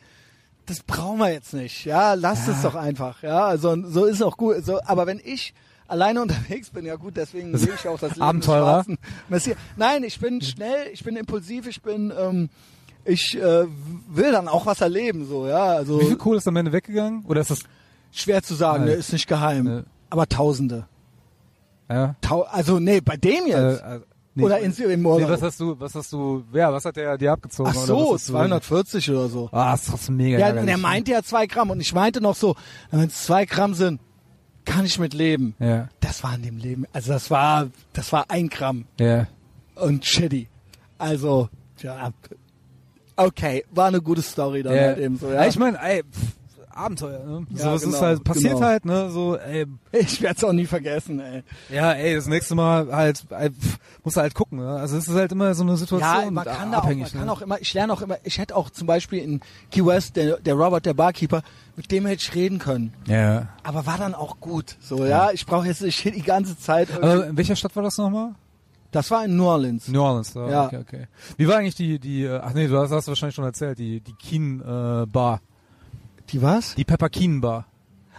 [SPEAKER 1] das brauchen wir jetzt nicht. Ja, lasst es doch einfach. Ja, also so ist auch gut. So, aber wenn ich alleine unterwegs bin, ja gut, deswegen sehe ich auch das Leben des
[SPEAKER 2] Abenteurer.
[SPEAKER 1] schwarzen Messias. Nein, ich bin schnell, ich bin impulsiv, ich bin, ähm, ich äh, will dann auch was erleben. So, ja, also
[SPEAKER 2] Wie viel Kohle ist am Ende weggegangen? Oder ist das,
[SPEAKER 1] schwer zu sagen,
[SPEAKER 2] Nee.
[SPEAKER 1] ne, ist nicht geheim,
[SPEAKER 2] Nee.
[SPEAKER 1] aber Tausende.
[SPEAKER 2] ja?
[SPEAKER 1] Tau also nee, bei dem jetzt.
[SPEAKER 2] Äh, äh, nee,
[SPEAKER 1] oder in, in Moral.
[SPEAKER 2] nee, was hast du, was hast du, ja, was hat der dir abgezogen?
[SPEAKER 1] Ach
[SPEAKER 2] oder
[SPEAKER 1] so,
[SPEAKER 2] was hast du-
[SPEAKER 1] 240 oder so.
[SPEAKER 2] Ah, ist trotzdem mega
[SPEAKER 1] Ja,
[SPEAKER 2] ärgerlich,
[SPEAKER 1] und er
[SPEAKER 2] ne?
[SPEAKER 1] meinte ja zwei Gramm und ich meinte noch so, wenn es zwei Gramm sind, kann ich mit leben.
[SPEAKER 2] Ja,
[SPEAKER 1] Das war in dem Leben, also das war, das war ein Gramm
[SPEAKER 2] ja.
[SPEAKER 1] und shitty. Also, ja, okay, war eine gute Story dann halt eben so, ja.
[SPEAKER 2] Ich meine, ey, pff, Abenteuer, ne?
[SPEAKER 1] Ja,
[SPEAKER 2] Sowas
[SPEAKER 1] genau,
[SPEAKER 2] ist halt, passiert
[SPEAKER 1] genau.
[SPEAKER 2] halt, ne? So, ey,
[SPEAKER 1] Ich werde es auch nie vergessen, ey.
[SPEAKER 2] ja, ey, das nächste Mal halt, ey, pff, musst du halt gucken, ne? Also es ist halt immer so eine Situation
[SPEAKER 1] Ja, man kann da auch, man
[SPEAKER 2] abhängig.
[SPEAKER 1] kann
[SPEAKER 2] ne?
[SPEAKER 1] auch immer, ich lerne auch immer, ich hätte auch zum Beispiel in Key West, der, der Robert, der Barkeeper, mit dem hätte ich reden können.
[SPEAKER 2] ja.
[SPEAKER 1] aber war dann auch gut. So, ja, ich brauche jetzt nicht die ganze Zeit. irgendwie-
[SPEAKER 2] Aber Äh, in welcher Stadt war das nochmal?
[SPEAKER 1] das war in New Orleans.
[SPEAKER 2] New Orleans, ja,
[SPEAKER 1] Ja.
[SPEAKER 2] okay, okay. Wie war eigentlich die, die, äh, ach nee, du hast, hast du wahrscheinlich schon erzählt, die, die Keen äh, Bar,
[SPEAKER 1] Die was?
[SPEAKER 2] die Pepper Keen Bar.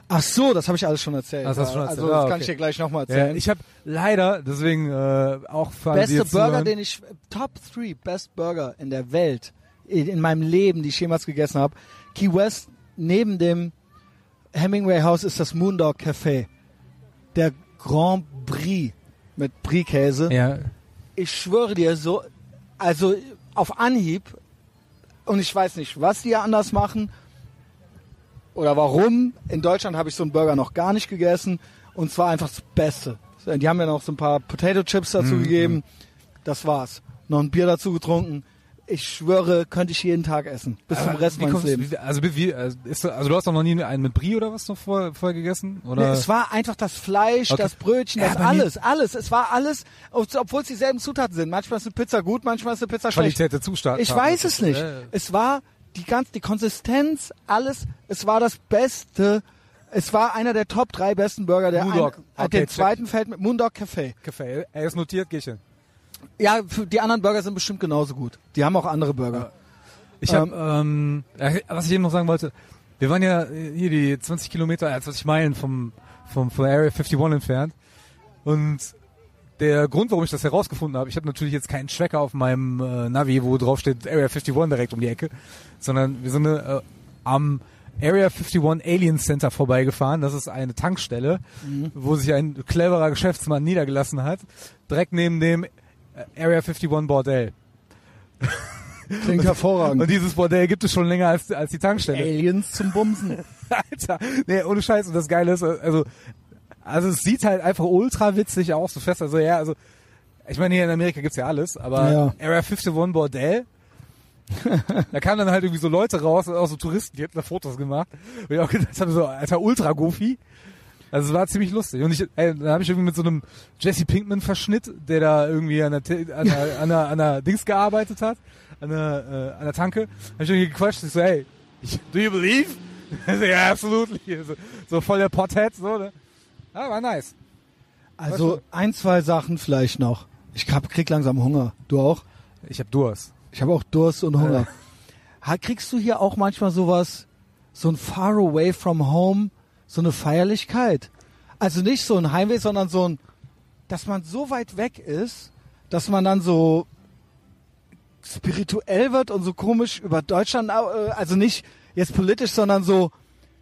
[SPEAKER 1] Ach so, das habe ich alles schon erzählt.
[SPEAKER 2] Das hast du schon
[SPEAKER 1] Ja,
[SPEAKER 2] erzählt.
[SPEAKER 1] Also, das
[SPEAKER 2] Ah,
[SPEAKER 1] kann
[SPEAKER 2] okay.
[SPEAKER 1] ich dir gleich nochmal
[SPEAKER 2] Ja,
[SPEAKER 1] erzählen.
[SPEAKER 2] ich habe leider, deswegen äh, auch für alle, die
[SPEAKER 1] beste
[SPEAKER 2] jetzt
[SPEAKER 1] Burger,
[SPEAKER 2] zuhören-
[SPEAKER 1] den ich, Top 3 Best Burger in der Welt, in, in meinem Leben, die ich jemals gegessen habe. Key West, neben dem Hemingway House ist das Moondog Café. Der Grand Prix mit Brie-Käse.
[SPEAKER 2] ja,
[SPEAKER 1] ich schwöre dir, so, also auf Anhieb, und ich weiß nicht, was die anders machen oder warum. In Deutschland habe ich so einen Burger noch gar nicht gegessen und zwar einfach das Beste. Die haben ja noch so ein paar Potato Chips dazu
[SPEAKER 2] Mhm,
[SPEAKER 1] gegeben. Das war's. Noch ein Bier dazu getrunken. Ich schwöre, könnte ich jeden Tag essen. Bis zum
[SPEAKER 2] Aber
[SPEAKER 1] Rest
[SPEAKER 2] Äh, wie
[SPEAKER 1] meines
[SPEAKER 2] kommst-
[SPEAKER 1] Lebens.
[SPEAKER 2] Wie, also, wie- wie, also, ist, also du hast doch noch nie einen mit Brie oder was noch vorher, vorher gegessen?
[SPEAKER 1] Nee,
[SPEAKER 2] Oder?
[SPEAKER 1] es war einfach das Fleisch,
[SPEAKER 2] Okay.
[SPEAKER 1] das Brötchen,
[SPEAKER 2] Ja,
[SPEAKER 1] das
[SPEAKER 2] bei mir-
[SPEAKER 1] alles, alles. Es war alles, obwohl es dieselben Zutaten sind. Manchmal ist eine Pizza gut, manchmal ist eine Pizza schlecht.
[SPEAKER 2] Qualität der Zustand.
[SPEAKER 1] Ich weiß es nicht.
[SPEAKER 2] Äh,
[SPEAKER 1] Es war die ganz die Konsistenz, alles. Es war das Beste. Es war einer der Top drei besten Burger. Der
[SPEAKER 2] Moondog.
[SPEAKER 1] einen-
[SPEAKER 2] Okay,
[SPEAKER 1] hat den
[SPEAKER 2] check.
[SPEAKER 1] zweiten fällt mit Moondog Café.
[SPEAKER 2] Gefällt. Er ist notiert, geh ich hin.
[SPEAKER 1] Ja, für die anderen Burger sind bestimmt genauso gut. Die haben auch andere Burger.
[SPEAKER 2] Ich hab, ähm, äh, was ich eben noch sagen wollte, wir waren ja äh, hier die 20 Kilometer, äh, 20 Meilen vom, vom, von Area 51 entfernt. Und der Grund, warum ich das herausgefunden habe, ich habe natürlich jetzt keinen Tracker auf meinem äh, Navi, wo drauf steht Area 51 direkt um die Ecke, sondern wir sind äh, am Area 51 Alien Center vorbeigefahren. Das ist eine Tankstelle, wo sich ein cleverer Geschäftsmann niedergelassen hat, direkt neben dem äh, Area 51 Bordell.
[SPEAKER 1] Klingt hervorragend.
[SPEAKER 2] Und dieses Bordell gibt es schon länger als, als die Tankstelle.
[SPEAKER 1] Aliens zum Bumsen.
[SPEAKER 2] Alter, nee, ohne Scheiß. Und das Geile ist, also, also es sieht halt einfach ultra witzig aus, so fest. Also ja, also, ich meine, hier in Amerika gibt's ja alles, aber
[SPEAKER 1] Ja.
[SPEAKER 2] Area 51 Bordell, da kamen dann halt irgendwie so Leute raus, auch so Touristen, die hatten da Fotos gemacht. Und ich auch gedacht habe, so, alter, ultra goofy. Also es war ziemlich lustig. Und ich, ey, dann habe ich irgendwie mit so einem Jesse Pinkman-Verschnitt, der da irgendwie an der, Te- an der, an der, an der Dings gearbeitet hat, an der, äh, an der Tanke, habe ich irgendwie gequatscht. Ich so, ey, do you believe? Also, ja, absolutely. So, so voll der Pothead, so, ne? Ja, war nice.
[SPEAKER 1] Also ein, zwei Sachen vielleicht noch. Ich hab, krieg langsam Hunger. Du auch?
[SPEAKER 2] Ich hab Durst.
[SPEAKER 1] Ich habe auch Durst und Hunger. Ha, Kriegst du hier auch manchmal sowas, so ein Far Away from Home, so eine Feierlichkeit. Also nicht so ein Heimweh, sondern so ein, dass man so weit weg ist, dass man dann so spirituell wird und so komisch über Deutschland, äh, also nicht jetzt politisch, sondern so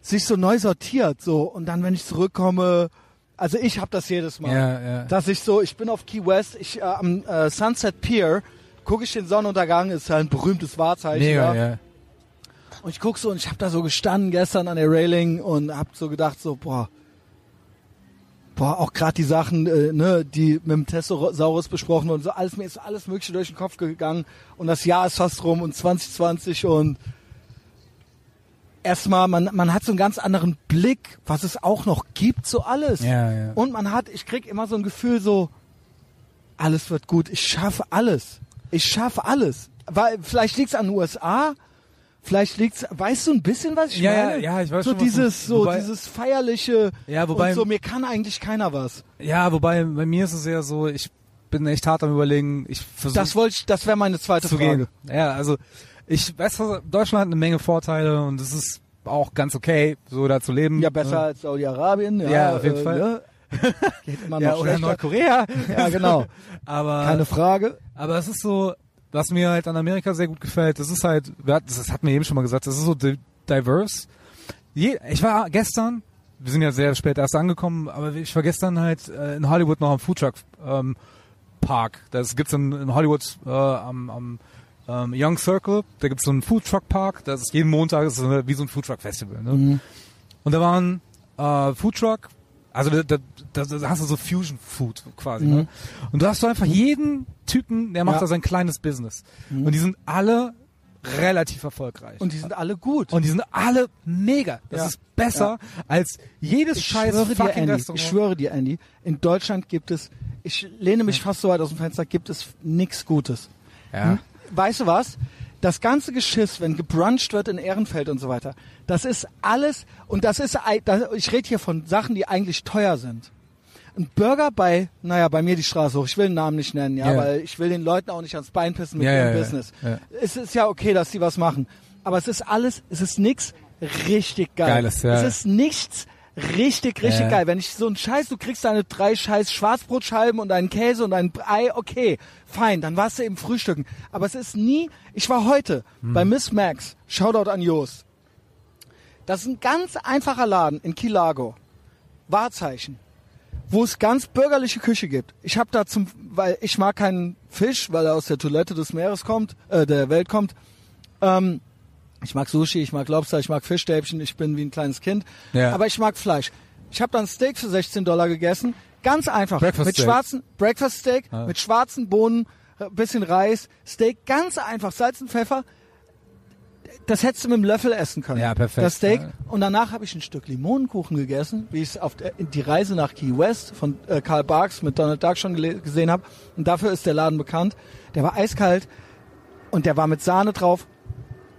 [SPEAKER 1] sich so neu sortiert, so. Und dann, wenn ich zurückkomme, also ich habe das jedes Mal,
[SPEAKER 2] Ja, ja.
[SPEAKER 1] dass ich so, ich bin auf Key West, ich äh, am äh, Sunset Pier gucke ich den Sonnenuntergang, ist ja ein berühmtes Wahrzeichen.
[SPEAKER 2] Mega,
[SPEAKER 1] ja.
[SPEAKER 2] ja.
[SPEAKER 1] Und ich guck so und ich hab da so gestanden gestern an der Railing und hab so gedacht so, boah, boah, auch gerade die Sachen, äh, ne, die mit dem Tessosaurus besprochen wurden, so alles mir ist alles mögliche durch den Kopf gegangen und das Jahr ist fast rum und 2020 und erstmal man man hat so einen ganz anderen Blick, was es auch noch gibt, so alles.
[SPEAKER 2] Ja, ja.
[SPEAKER 1] Und man hat, ich krieg immer so ein Gefühl so, alles wird gut, ich schaffe alles. Ich schaffe alles. Weil, vielleicht liegt's an den USA, vielleicht liegt's, weißt du ein bisschen, was ich
[SPEAKER 2] Ja, ja,
[SPEAKER 1] meine?
[SPEAKER 2] ja, ich weiß
[SPEAKER 1] so
[SPEAKER 2] schon, was du-
[SPEAKER 1] dieses, so
[SPEAKER 2] wobei-
[SPEAKER 1] dieses feierliche,
[SPEAKER 2] Ja, wobei-
[SPEAKER 1] und so, mir kann eigentlich keiner was.
[SPEAKER 2] ja, wobei bei mir ist es eher so, ich bin echt hart am überlegen, ich versuche
[SPEAKER 1] Das wollte ich, das wäre meine zweite
[SPEAKER 2] zu
[SPEAKER 1] Frage.
[SPEAKER 2] gehen. Ja, also ich weiß, was- Deutschland hat eine Menge Vorteile und es ist auch ganz okay, so da zu leben.
[SPEAKER 1] Ja, besser als Saudi-Arabien, ja.
[SPEAKER 2] Ja, auf jeden
[SPEAKER 1] äh,
[SPEAKER 2] Fall.
[SPEAKER 1] Ne? Geht immer noch
[SPEAKER 2] Ja, oder
[SPEAKER 1] schlechter.
[SPEAKER 2] Nordkorea.
[SPEAKER 1] Ja, genau.
[SPEAKER 2] Aber
[SPEAKER 1] Keine Frage.
[SPEAKER 2] Aber es ist so, was mir halt an Amerika sehr gut gefällt, das ist halt, wir hatten- das hat mir eben schon mal gesagt, das ist so di- diverse. Je, ich war gestern, wir sind ja sehr spät erst angekommen, aber ich war gestern halt äh, in Hollywood noch am Foodtruck ähm, Park. Das gibt's in, in Hollywood äh, am, am ähm, Young Circle, da gibt's so einen Foodtruck Park, das ist jeden Montag das ist so eine, wie so ein Foodtruck Festival. Ne?
[SPEAKER 1] Mhm.
[SPEAKER 2] Und da waren äh, Foodtruck, also da, da, da, da hast du so Fusion Food quasi. Ne? Und da hast du einfach jeden Typen, der macht
[SPEAKER 1] Mhm. Ja. Mhm.
[SPEAKER 2] da sein kleines Business. Und die sind alle relativ erfolgreich.
[SPEAKER 1] Und die sind alle gut.
[SPEAKER 2] Und die sind alle mega. Das
[SPEAKER 1] Ja.
[SPEAKER 2] ist besser als jedes
[SPEAKER 1] ich
[SPEAKER 2] scheiß
[SPEAKER 1] schwöre dir,
[SPEAKER 2] fucking
[SPEAKER 1] Andy,
[SPEAKER 2] Restaurant.
[SPEAKER 1] ich schwöre dir, Andy, in Deutschland gibt es, ich lehne mich fast so weit aus dem Fenster, gibt es nichts Gutes. Hm?
[SPEAKER 2] ja.
[SPEAKER 1] Weißt du was? Das ganze Geschiss, wenn gebruncht wird in Ehrenfeld und so weiter, das ist alles, und das ist, ei- das- ich rede hier von Sachen, die eigentlich teuer sind. Ein Burger bei, naja, bei mir die Straße hoch, ich will den Namen nicht nennen, ja,
[SPEAKER 2] Ja.
[SPEAKER 1] weil ich will den Leuten auch nicht ans Bein pissen mit
[SPEAKER 2] Ja,
[SPEAKER 1] ihrem
[SPEAKER 2] ja, ja.
[SPEAKER 1] Business.
[SPEAKER 2] Ja.
[SPEAKER 1] Es ist ja okay, dass die was machen, aber es ist alles, es ist nix richtig geil.
[SPEAKER 2] Geiles, ja.
[SPEAKER 1] Es ist nichts richtig, richtig
[SPEAKER 2] Ja.
[SPEAKER 1] geil. Wenn ich so einen Scheiß, du kriegst deine drei scheiß Schwarzbrotscheiben und einen Käse und ein Ei, okay, fein, dann warst du eben frühstücken. Aber es ist nie, ich war heute
[SPEAKER 2] Hm.
[SPEAKER 1] bei Miss Max, Shoutout an Joost. Das ist ein ganz einfacher Laden in Kilago. Wahrzeichen. Wo es ganz bürgerliche Küche gibt. Ich habe da zum, weil ich mag keinen Fisch, weil er aus der Toilette des Meeres kommt, äh, der Welt kommt. Ähm, ich mag Sushi, ich mag Lobster, ich mag Fischstäbchen, ich bin wie ein kleines Kind.
[SPEAKER 2] Ja.
[SPEAKER 1] Aber ich mag Fleisch. Ich habe dann Steak für 16 Dollar gegessen. Ganz einfach.
[SPEAKER 2] Breakfast
[SPEAKER 1] mit
[SPEAKER 2] Steak.
[SPEAKER 1] schwarzen Breakfast Steak,
[SPEAKER 2] Ah.
[SPEAKER 1] mit schwarzen Bohnen, äh, bisschen Reis, Steak, ganz einfach, Salz und Pfeffer. Das hättest du mit dem Löffel essen können.
[SPEAKER 2] Ja, perfekt.
[SPEAKER 1] Das Steak.
[SPEAKER 2] Ja.
[SPEAKER 1] Und danach habe ich ein Stück Limonenkuchen gegessen, wie ich es auf der, in die Reise nach Key West von äh, Karl Barks mit Donald Duck schon gele- gesehen habe. Und dafür ist der Laden bekannt. Der war eiskalt und der war mit Sahne drauf.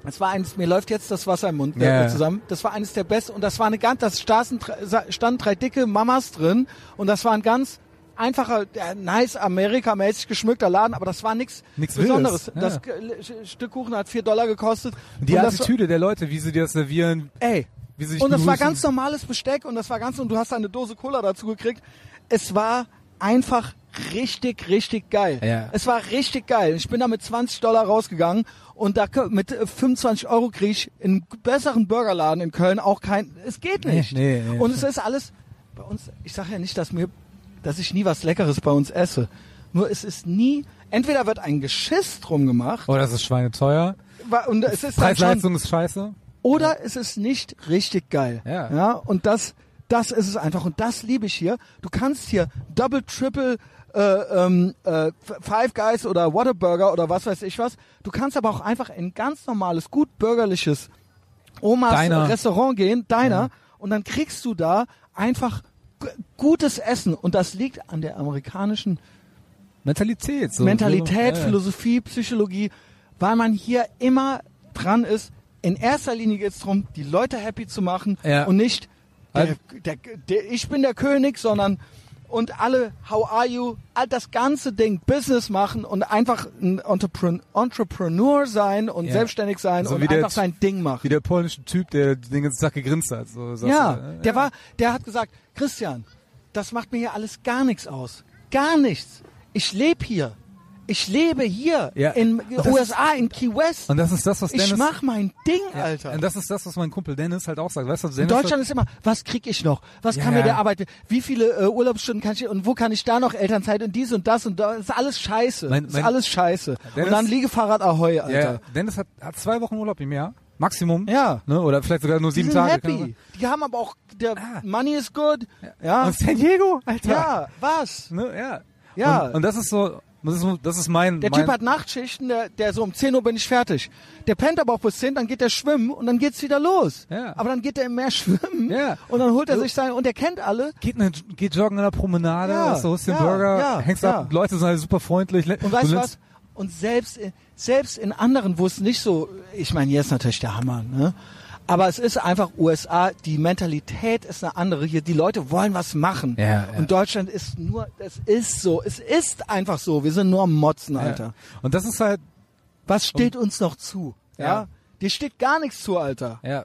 [SPEAKER 1] Das war eines, mir läuft jetzt das Wasser im Mund äh,
[SPEAKER 2] Ja.
[SPEAKER 1] zusammen. Das war eines der besten und das war eine ganz, das saßen, drei- sa- standen drei dicke Mamas drin und das war ein ganz einfacher, äh, nice Amerika-mäßig geschmückter Laden, aber das war nichts
[SPEAKER 2] Nix
[SPEAKER 1] Besonderes.
[SPEAKER 2] Wildes, ja.
[SPEAKER 1] Das äh, Stück Kuchen hat vier Dollar gekostet.
[SPEAKER 2] Die
[SPEAKER 1] und das war,
[SPEAKER 2] Attitüde der Leute, wie sie dir das servieren,
[SPEAKER 1] ey,
[SPEAKER 2] wie sie sich
[SPEAKER 1] und das war
[SPEAKER 2] begrüßen.
[SPEAKER 1] ganz normales Besteck und das war ganz und du hast da eine Dose Cola dazu gekriegt. Es war einfach richtig, richtig geil.
[SPEAKER 2] Ja.
[SPEAKER 1] Es war richtig geil. Ich bin da mit 20 Dollar rausgegangen und da kö- mit äh, 25 Euro krieg ich in besseren Burgerladen in Köln auch kein. Es geht nicht.
[SPEAKER 2] nee, nee.
[SPEAKER 1] und es ist alles bei uns. Ich sage ja nicht, dass mir, dass ich nie was Leckeres bei uns esse. Nur es ist nie. Entweder wird ein Geschiss drum gemacht
[SPEAKER 2] Oh, das ist schweineteuer.
[SPEAKER 1] wa- und es ist dann schon
[SPEAKER 2] Preis-Leistung ist scheiße.
[SPEAKER 1] oder es ist nicht richtig geil.
[SPEAKER 2] Ja.
[SPEAKER 1] ja und das, das ist es einfach. Und das liebe ich hier. Du kannst hier Double, Triple, äh, ähm, äh, Five Guys oder Whataburger oder was weiß ich was. Du kannst aber auch einfach in ganz normales, gut bürgerliches Omas
[SPEAKER 2] Diner.
[SPEAKER 1] Restaurant gehen, deiner, und dann kriegst du da einfach g- gutes Essen. Und das liegt an der amerikanischen
[SPEAKER 2] Mentalität. So.
[SPEAKER 1] Mentalität,
[SPEAKER 2] Ja, ja.
[SPEAKER 1] Philosophie, Psychologie, weil man hier immer dran ist. In erster Linie geht es darum, die Leute happy zu machen
[SPEAKER 2] Ja.
[SPEAKER 1] und nicht, der,
[SPEAKER 2] Also-
[SPEAKER 1] der, der, ich bin der König, sondern und alle How are you, all das ganze Ding Business machen und einfach ein Entrepren Entrepreneur sein und
[SPEAKER 2] Ja.
[SPEAKER 1] selbstständig sein
[SPEAKER 2] So
[SPEAKER 1] und
[SPEAKER 2] wie der
[SPEAKER 1] einfach
[SPEAKER 2] Typ-
[SPEAKER 1] sein Ding machen.
[SPEAKER 2] Wie der polnische Typ, der den ganzen Tag gegrinst hat. So, sagst
[SPEAKER 1] Ja,
[SPEAKER 2] du, ne?
[SPEAKER 1] der war, der hat gesagt, Christian, das macht mir hier alles gar nichts aus. Gar nichts. Ich lebe hier. Ich lebe hier
[SPEAKER 2] Ja.
[SPEAKER 1] in
[SPEAKER 2] Und das
[SPEAKER 1] USA, in Key West.
[SPEAKER 2] Und das ist das, was Dennis.
[SPEAKER 1] Ich mach mein Ding,
[SPEAKER 2] Ja,
[SPEAKER 1] Alter.
[SPEAKER 2] Und das ist das, was mein Kumpel Dennis halt auch sagt. Weißt du, Dennis
[SPEAKER 1] in Deutschland ist immer, was krieg ich noch? Was
[SPEAKER 2] Ja,
[SPEAKER 1] kann mir
[SPEAKER 2] ja.
[SPEAKER 1] der Arbeit? Wie viele äh, Urlaubsstunden kann ich und wo kann ich da noch Elternzeit und dies und das und das ist alles scheiße.
[SPEAKER 2] Mein- mein-
[SPEAKER 1] ist alles scheiße.
[SPEAKER 2] Dennis-
[SPEAKER 1] und dann Liegefahrrad Ahoi,
[SPEAKER 2] Ja,
[SPEAKER 1] Alter.
[SPEAKER 2] Dennis hat, hat zwei Wochen Urlaub im Jahr. Maximum.
[SPEAKER 1] Ja.
[SPEAKER 2] Ne? Oder vielleicht sogar nur
[SPEAKER 1] Die
[SPEAKER 2] sieben
[SPEAKER 1] sind
[SPEAKER 2] Tage. kann
[SPEAKER 1] happy.
[SPEAKER 2] sein.
[SPEAKER 1] Die haben aber auch der
[SPEAKER 2] Ah.
[SPEAKER 1] Money is good.
[SPEAKER 2] Ja.
[SPEAKER 1] Ja.
[SPEAKER 2] Und San Diego, Alter.
[SPEAKER 1] Ja, was?
[SPEAKER 2] Ne? ja.
[SPEAKER 1] Ja.
[SPEAKER 2] Und, und das ist so, das ist, so- das ist mein.
[SPEAKER 1] Der
[SPEAKER 2] mein,
[SPEAKER 1] Typ hat Nachtschichten, der, der so um 10 Uhr bin ich fertig. Der pennt aber auch bis 10, dann geht er schwimmen und dann geht's wieder los.
[SPEAKER 2] Ja.
[SPEAKER 1] Aber dann geht er im Meer schwimmen
[SPEAKER 2] Ja.
[SPEAKER 1] und dann holt er
[SPEAKER 2] So-
[SPEAKER 1] sich sein, und er kennt alle.
[SPEAKER 2] Geht, ne, geht joggen an der Promenade,
[SPEAKER 1] Ja,
[SPEAKER 2] so holst dir einen
[SPEAKER 1] ja,
[SPEAKER 2] Burger,
[SPEAKER 1] ja,
[SPEAKER 2] hängst
[SPEAKER 1] ja.
[SPEAKER 2] ab, Leute sind alle super freundlich. le-
[SPEAKER 1] Und weißt du was?
[SPEAKER 2] lernst-
[SPEAKER 1] Und selbst, in- selbst in anderen, wo es nicht so, ich meine, hier ist natürlich der Hammer, ne? Aber es ist einfach USA, die Mentalität ist eine andere hier. Die Leute wollen was machen.
[SPEAKER 2] Ja, ja.
[SPEAKER 1] Und Deutschland ist nur, es ist so, es ist einfach so. Wir sind nur am Motzen, Alter.
[SPEAKER 2] Ja. Und das ist halt,
[SPEAKER 1] Was steht uns noch zu? Ja?
[SPEAKER 2] Ja.
[SPEAKER 1] Dir steht gar nichts zu, Alter.
[SPEAKER 2] ja.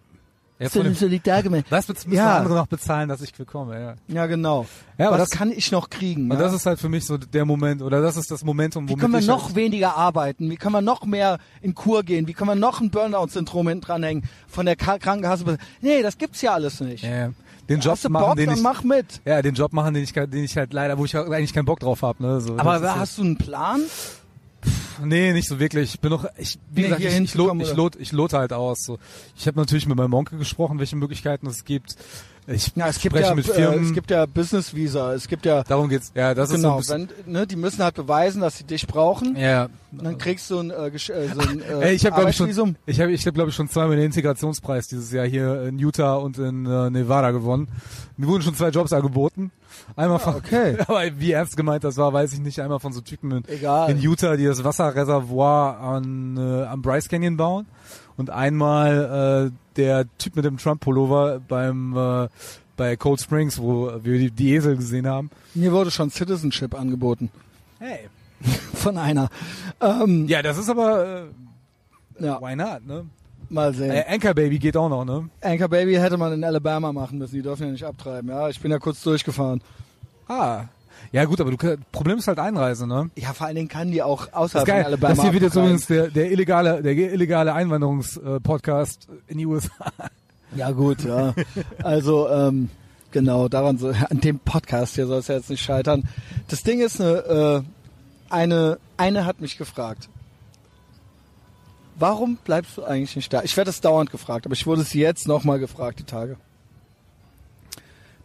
[SPEAKER 2] ja von dem,
[SPEAKER 1] Solidargemeinschaft.
[SPEAKER 2] was müssen
[SPEAKER 1] Ja.
[SPEAKER 2] andere noch bezahlen, dass ich bekomme, ja.
[SPEAKER 1] Ja, genau.
[SPEAKER 2] Ja, aber
[SPEAKER 1] Was
[SPEAKER 2] das-
[SPEAKER 1] kann ich noch kriegen?
[SPEAKER 2] Und
[SPEAKER 1] ja?
[SPEAKER 2] das ist halt für mich so der Moment, oder das ist das Momentum,
[SPEAKER 1] wie
[SPEAKER 2] womit
[SPEAKER 1] können wir
[SPEAKER 2] ich halt-
[SPEAKER 1] noch weniger arbeiten? Wie können wir noch mehr in Kur gehen? Wie können wir noch ein Burnout-Syndrom hinten dranhängen? Von der Ka- Krankenkasse. bis- Nee, das gibt's ja alles nicht.
[SPEAKER 2] ja, ja. den Job
[SPEAKER 1] Hast du
[SPEAKER 2] machen,
[SPEAKER 1] Bock,
[SPEAKER 2] den
[SPEAKER 1] dann
[SPEAKER 2] ich,
[SPEAKER 1] mach mit.
[SPEAKER 2] ja, den Job machen, den ich, den ich halt leider, wo ich eigentlich keinen Bock drauf habe, ne, so.
[SPEAKER 1] Aber
[SPEAKER 2] Das ist so-
[SPEAKER 1] hast du einen Plan?
[SPEAKER 2] Nee, nicht so wirklich. Ich bin noch, ich, wie
[SPEAKER 1] Nee,
[SPEAKER 2] gesagt,
[SPEAKER 1] hier
[SPEAKER 2] ich, ich, lot,
[SPEAKER 1] hinzukommen,
[SPEAKER 2] ich,
[SPEAKER 1] oder?
[SPEAKER 2] lot, ich lote halt aus. So. Ich habe natürlich mit meinem Onkel gesprochen, welche Möglichkeiten es gibt. Ich
[SPEAKER 1] Ja, es gibt
[SPEAKER 2] spreche
[SPEAKER 1] ja,
[SPEAKER 2] mit
[SPEAKER 1] äh,
[SPEAKER 2] Firmen.
[SPEAKER 1] es gibt ja Business Visa. Es gibt ja,
[SPEAKER 2] Darum geht's. Ja, das
[SPEAKER 1] genau,
[SPEAKER 2] ist so ein
[SPEAKER 1] wenn, ne, die müssen halt beweisen, dass sie dich brauchen.
[SPEAKER 2] bisschen, ja.
[SPEAKER 1] Und dann kriegst du ein, äh, Gesch- äh, so ein äh,
[SPEAKER 2] Ey, ich habe glaube ich
[SPEAKER 1] Arbeitsvisum.
[SPEAKER 2] schon, ich habe, ich hab, glaube ich schon zweimal den Integrationspreis dieses Jahr hier in Utah und in äh, Nevada gewonnen. Mir wurden schon zwei Jobs angeboten. Einmal von,
[SPEAKER 1] Ah, okay.
[SPEAKER 2] aber wie ernst gemeint das war, weiß ich nicht. Einmal von so Typen in,
[SPEAKER 1] Egal.
[SPEAKER 2] in Utah, die das Wasserreservoir an, äh, am Bryce Canyon bauen. Und einmal äh, der Typ mit dem Trump-Pullover beim äh, bei Cold Springs, wo wir die, die Esel gesehen haben.
[SPEAKER 1] Mir wurde schon Citizenship angeboten.
[SPEAKER 2] Hey.
[SPEAKER 1] Von einer. Ähm,
[SPEAKER 2] Ja, das ist aber äh,
[SPEAKER 1] ja,
[SPEAKER 2] why not, ne?
[SPEAKER 1] mal sehen.
[SPEAKER 2] Äh, Anchor Baby geht auch noch, ne?
[SPEAKER 1] Anchor Baby hätte man in Alabama machen müssen. Die dürfen ja nicht abtreiben. Ja, ich bin ja kurz durchgefahren.
[SPEAKER 2] Ah. Ja gut, aber du kann- Problem ist halt Einreise, ne?
[SPEAKER 1] Ja, vor allen Dingen kann die auch
[SPEAKER 2] Das
[SPEAKER 1] außerhalb
[SPEAKER 2] ist geil.
[SPEAKER 1] von Alabama
[SPEAKER 2] Das hier wird jetzt
[SPEAKER 1] abtreiben.
[SPEAKER 2] übrigens der, der illegale, der illegale Einwanderungs-Podcast in die USA.
[SPEAKER 1] Ja gut, ja. Also ähm, genau daran so an dem Podcast hier soll es ja jetzt nicht scheitern. Das Ding ist eine äh, eine eine hat mich gefragt. Warum bleibst du eigentlich nicht da? Ich werde es dauernd gefragt, aber ich wurde es jetzt nochmal gefragt die Tage.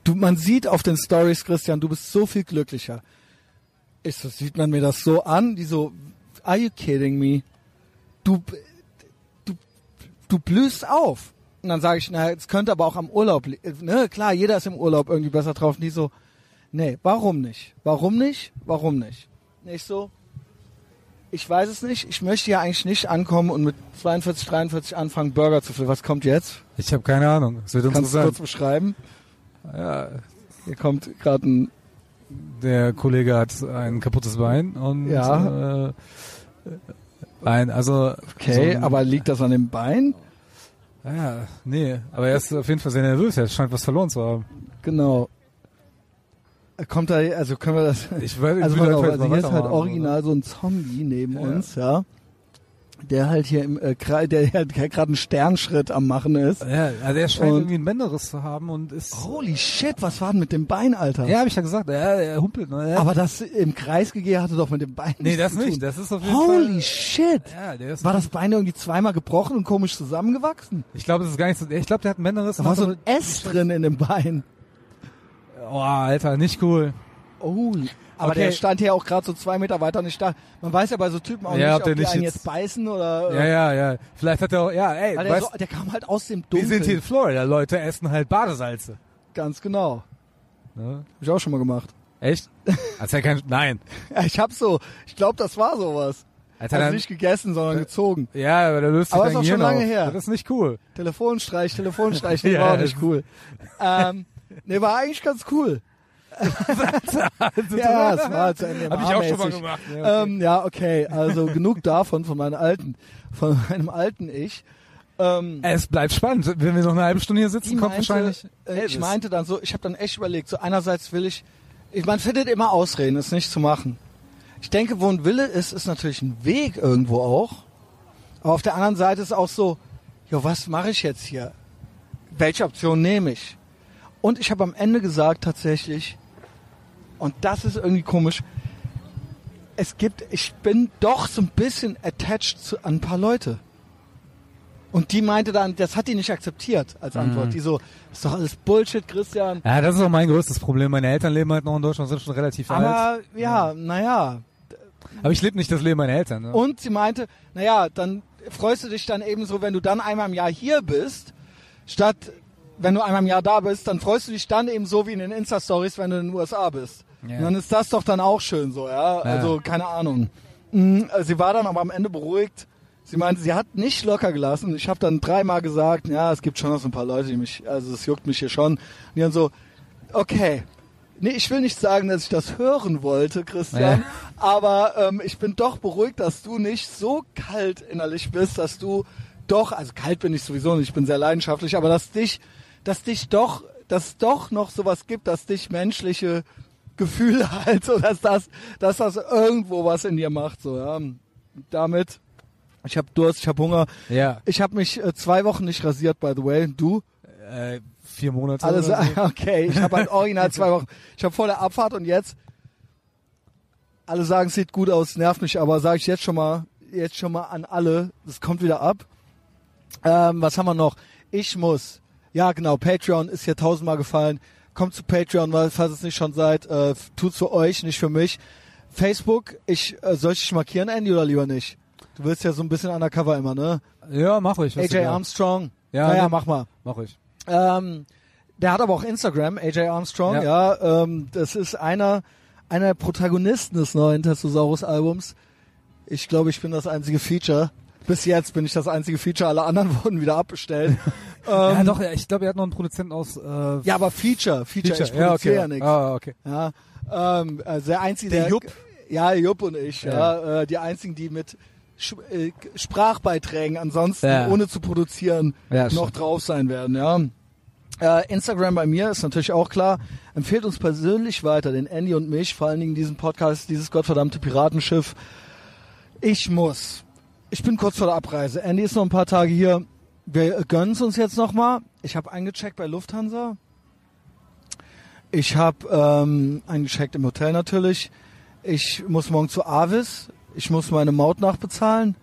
[SPEAKER 1] Du, man sieht auf den Stories, Christian, du bist so viel glücklicher. Ist das sieht man mir das so an? Die so, are you kidding me? Du du blühst auf. Und dann sage ich, na, es könnte aber auch am Urlaub, li- äh, ne, klar, jeder ist im Urlaub irgendwie besser drauf. Und die so, nee, warum nicht? Warum nicht? Warum nicht? Nicht so, ich weiß es nicht, ich möchte ja eigentlich nicht ankommen und mit 42, 43 anfangen, Burger zu füllen. Was kommt jetzt?
[SPEAKER 2] Ich habe keine Ahnung. Es wird
[SPEAKER 1] Kannst du kurz
[SPEAKER 2] interessant.
[SPEAKER 1] beschreiben?
[SPEAKER 2] Ja,
[SPEAKER 1] Hier kommt gerade ein,
[SPEAKER 2] der Kollege hat ein kaputtes Bein und
[SPEAKER 1] Ja.
[SPEAKER 2] äh, ein, also
[SPEAKER 1] okay,
[SPEAKER 2] so ein, Ah
[SPEAKER 1] aber liegt das an dem Bein?
[SPEAKER 2] ja, nee, aber er ist auf jeden Fall sehr nervös. Er scheint was verloren zu haben.
[SPEAKER 1] Genau. Kommt da, also können wir das...
[SPEAKER 2] Ich weiß,
[SPEAKER 1] Also
[SPEAKER 2] ich
[SPEAKER 1] pass
[SPEAKER 2] würde
[SPEAKER 1] auf,
[SPEAKER 2] einfach
[SPEAKER 1] also
[SPEAKER 2] mal
[SPEAKER 1] hier ist halt
[SPEAKER 2] weitermachen,
[SPEAKER 1] original so ein Zombie neben
[SPEAKER 2] Ja.
[SPEAKER 1] uns, ja. Der halt hier im, äh, gra- der halt gerade einen Sternschritt am machen ist.
[SPEAKER 2] oder? Ja, also er scheint
[SPEAKER 1] Und- Oh.
[SPEAKER 2] irgendwie ein Bänderriss zu haben und ist.
[SPEAKER 1] Holy shit, was war denn mit dem Bein, Alter?
[SPEAKER 2] Ja, habe ich ja gesagt. Er, er humpelt. Ne?
[SPEAKER 1] Aber das im Kreis gegeben hatte doch mit dem Bein
[SPEAKER 2] nee,
[SPEAKER 1] nichts
[SPEAKER 2] das
[SPEAKER 1] zu
[SPEAKER 2] nicht.
[SPEAKER 1] Tun.
[SPEAKER 2] Das ist auf jeden
[SPEAKER 1] Holy
[SPEAKER 2] Fall.
[SPEAKER 1] shit.
[SPEAKER 2] Ja, der ist.
[SPEAKER 1] War das Bein irgendwie zweimal gebrochen und komisch zusammengewachsen?
[SPEAKER 2] Ich glaube, das ist gar nicht so. Ich glaube, der hat einen Bänderriss.
[SPEAKER 1] Da war so
[SPEAKER 2] und
[SPEAKER 1] ein
[SPEAKER 2] hat
[SPEAKER 1] S drin in dem Bein.
[SPEAKER 2] so- Oh, Alter, nicht cool.
[SPEAKER 1] Oh, aber
[SPEAKER 2] Okay.
[SPEAKER 1] der stand hier auch gerade so zwei Meter weiter nicht da. Man weiß ja bei so Typen auch nicht,
[SPEAKER 2] Ja, ob
[SPEAKER 1] ob
[SPEAKER 2] der
[SPEAKER 1] die
[SPEAKER 2] nicht
[SPEAKER 1] einen
[SPEAKER 2] jetzt-
[SPEAKER 1] jetzt, beißen oder... äh,
[SPEAKER 2] Ja, ja, ja. Vielleicht hat er auch. Ja, ey,
[SPEAKER 1] Weil der,
[SPEAKER 2] weißt,
[SPEAKER 1] so, der kam halt aus dem
[SPEAKER 2] wir
[SPEAKER 1] Dunkeln.
[SPEAKER 2] sind hier in Florida. Leute essen halt Badesalze.
[SPEAKER 1] Ganz genau.
[SPEAKER 2] Ne?
[SPEAKER 1] Hab ich auch schon mal gemacht.
[SPEAKER 2] Echt? Als er kein. Nein.
[SPEAKER 1] Ja, ich hab so, ich glaube, das war sowas.
[SPEAKER 2] Als er
[SPEAKER 1] Also
[SPEAKER 2] dann,
[SPEAKER 1] nicht gegessen,
[SPEAKER 5] Äh.
[SPEAKER 1] sondern gezogen.
[SPEAKER 2] ja, aber der löst sich
[SPEAKER 1] Aber
[SPEAKER 2] dein
[SPEAKER 1] ist auch schon
[SPEAKER 2] Gehirn
[SPEAKER 1] lange
[SPEAKER 2] auf.
[SPEAKER 1] her.
[SPEAKER 2] Das ist nicht cool.
[SPEAKER 1] Telefonstreich, Telefonstreich, das
[SPEAKER 2] Ja,
[SPEAKER 1] war auch
[SPEAKER 2] das
[SPEAKER 1] nicht cool. Ähm, nee, war eigentlich ganz cool. ja, es war zu Ende.
[SPEAKER 5] Hab ich auch schon mal gemacht.
[SPEAKER 1] Ähm, ja, okay, also genug davon, von meinem alten, von meinem alten Ich. Ähm,
[SPEAKER 2] Es bleibt spannend. Wenn wir noch eine halbe Stunde hier
[SPEAKER 1] die
[SPEAKER 2] sitzen, kommt
[SPEAKER 1] meinte,
[SPEAKER 2] wahrscheinlich.
[SPEAKER 1] Äh,
[SPEAKER 2] Elvis.
[SPEAKER 1] ich meinte dann so, ich habe dann echt überlegt, so einerseits will ich, ich man findet immer Ausreden, es nicht zu machen. Ich denke, wo ein Wille ist, ist natürlich ein Weg irgendwo auch. Aber auf der anderen Seite ist auch so, jo, was mache ich jetzt hier? Welche Option nehme ich? Und ich habe am Ende gesagt tatsächlich, und das ist irgendwie komisch, es gibt, ich bin doch so ein bisschen attached zu, an ein paar Leute. Und die meinte dann, das hat die nicht akzeptiert als Antwort. Die so, ist doch alles Bullshit, Christian.
[SPEAKER 2] Mhm. Ja, das ist auch mein größtes Problem. Meine Eltern leben halt noch in Deutschland, sind schon relativ alt.
[SPEAKER 1] Aber ja, naja.
[SPEAKER 2] Aber ich lebe nicht das Leben meiner Eltern. Ne?
[SPEAKER 1] Und sie meinte, naja, dann freust du dich dann eben so, wenn du dann einmal im Jahr hier bist, statt wenn du einmal im Jahr da bist, dann freust du dich dann eben so wie in den Insta-Stories, wenn du in den USA bist.
[SPEAKER 2] Ja.
[SPEAKER 1] Und dann ist das doch dann auch schön so, ja. Also keine Ahnung. Mhm, äh, Sie war dann aber am Ende beruhigt. Sie meinte, sie hat nicht locker gelassen. Ich habe dann dreimal gesagt, ja, es gibt schon noch so ein paar Leute, die mich, also es juckt mich hier schon. Und die dann so, okay. Nee, ich will nicht sagen, dass ich das hören wollte, Christian,
[SPEAKER 2] Ja.
[SPEAKER 1] aber ähm, ich bin doch beruhigt, dass du nicht so kalt innerlich bist, dass du doch, also kalt bin ich sowieso nicht, ich bin sehr leidenschaftlich, aber dass dich, dass dich doch, dass es doch noch sowas gibt, dass dich menschliche Gefühle halt so, dass das, dass das irgendwo was in dir macht, so, ja. Damit, ich habe Durst, ich habe Hunger.
[SPEAKER 2] Ja,
[SPEAKER 1] Ich habe mich äh, zwei Wochen nicht rasiert, by the way. Du?
[SPEAKER 2] äh, vier Monate.
[SPEAKER 1] Alles
[SPEAKER 2] oder so.
[SPEAKER 1] okay. Ich habe halt original zwei Wochen. Ich habe vor der Abfahrt und jetzt. Alle sagen, es sieht gut aus, nervt mich, aber sage ich jetzt schon mal, jetzt schon mal an alle, es kommt wieder ab. Ähm, was haben wir noch? Ich muss. Ja, genau. Patreon ist hier tausendmal gefallen. Kommt zu Patreon, weil, falls es nicht schon seid. Äh, tut's für euch, nicht für mich. Facebook, ich äh, soll ich dich markieren, Andy, oder lieber nicht? Du willst ja so ein bisschen undercover immer, ne?
[SPEAKER 2] Ja, mach ich. was
[SPEAKER 1] AJ
[SPEAKER 2] du glaubst.
[SPEAKER 1] Armstrong.
[SPEAKER 2] Ja,
[SPEAKER 1] naja,
[SPEAKER 2] ne?
[SPEAKER 1] mach mal.
[SPEAKER 2] Mach ich.
[SPEAKER 1] Ähm, der hat aber auch Instagram, AJ Armstrong, ja. ähm, das ist einer, einer der Protagonisten des neuen Testosaurus-Albums. Ich glaube, ich bin das einzige Feature. Bis jetzt bin ich das einzige Feature, alle anderen wurden wieder abbestellt. ähm,
[SPEAKER 2] Ja,
[SPEAKER 1] ja,
[SPEAKER 2] doch, ja, ich glaube, er hat noch einen Produzenten aus. Äh, ja,
[SPEAKER 1] aber Feature, Feature, ich produziere ja, nichts.
[SPEAKER 2] Ah, okay.
[SPEAKER 1] Ja, ähm, also der einzige,
[SPEAKER 2] Der
[SPEAKER 1] der
[SPEAKER 2] Jupp.
[SPEAKER 1] Ja, Jupp und ich, ja.
[SPEAKER 2] Ja.
[SPEAKER 1] äh, die einzigen, die mit Sch äh, Sprachbeiträgen ansonsten,
[SPEAKER 2] Ja.
[SPEAKER 1] ohne zu produzieren,
[SPEAKER 2] Ja,
[SPEAKER 1] noch
[SPEAKER 2] stimmt.
[SPEAKER 1] drauf sein werden, ja. Äh, Instagram bei mir ist natürlich auch klar. Empfehlt uns persönlich weiter, den Andy und mich, vor allen Dingen diesen Podcast, dieses gottverdammte Piratenschiff. Ich muss. Ich bin kurz vor der Abreise. Andy ist noch ein paar Tage hier. Wir gönnen's uns jetzt nochmal. Ich habe eingecheckt bei Lufthansa. Ich habe ähm, eingecheckt im Hotel natürlich. Ich muss morgen zu Avis. Ich muss meine Maut nachbezahlen.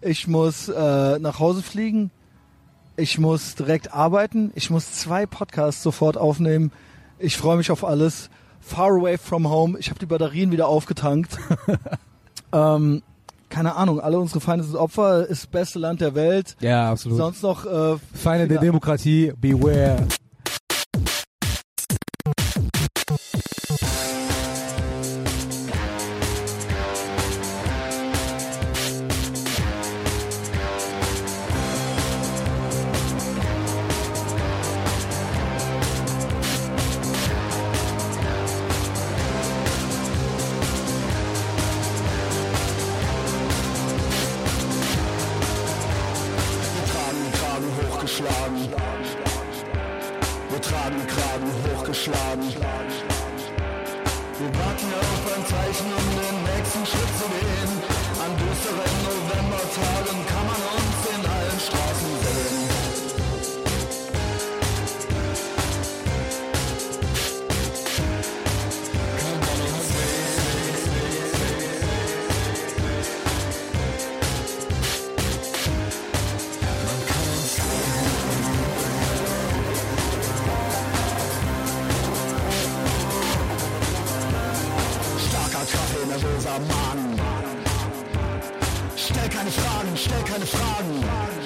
[SPEAKER 1] Ich muss äh, nach Hause fliegen. Ich muss direkt arbeiten. Ich muss zwei Podcasts sofort aufnehmen. Ich freue mich auf alles. Far away from home. Ich habe die Batterien wieder aufgetankt. ähm, keine Ahnung. Alle unsere Feinde sind Opfer. Ist das beste Land der Welt.
[SPEAKER 2] Ja, absolut.
[SPEAKER 1] Sonst noch äh,
[SPEAKER 2] Feinde der
[SPEAKER 1] Ja.
[SPEAKER 2] Demokratie, beware.
[SPEAKER 6] tragen Kragen hochgeschlagen. Wir tragen Kragen hochgeschlagen. Wir warten auf ein Zeichen, um den nächsten Schritt zu gehen. An düsteren Novembertagen kann man uns in allen Straßen sehen. Kann man uns sehen. Starker Kaffee, nervöser Magen. Stell keine Fragen, stell keine Fragen.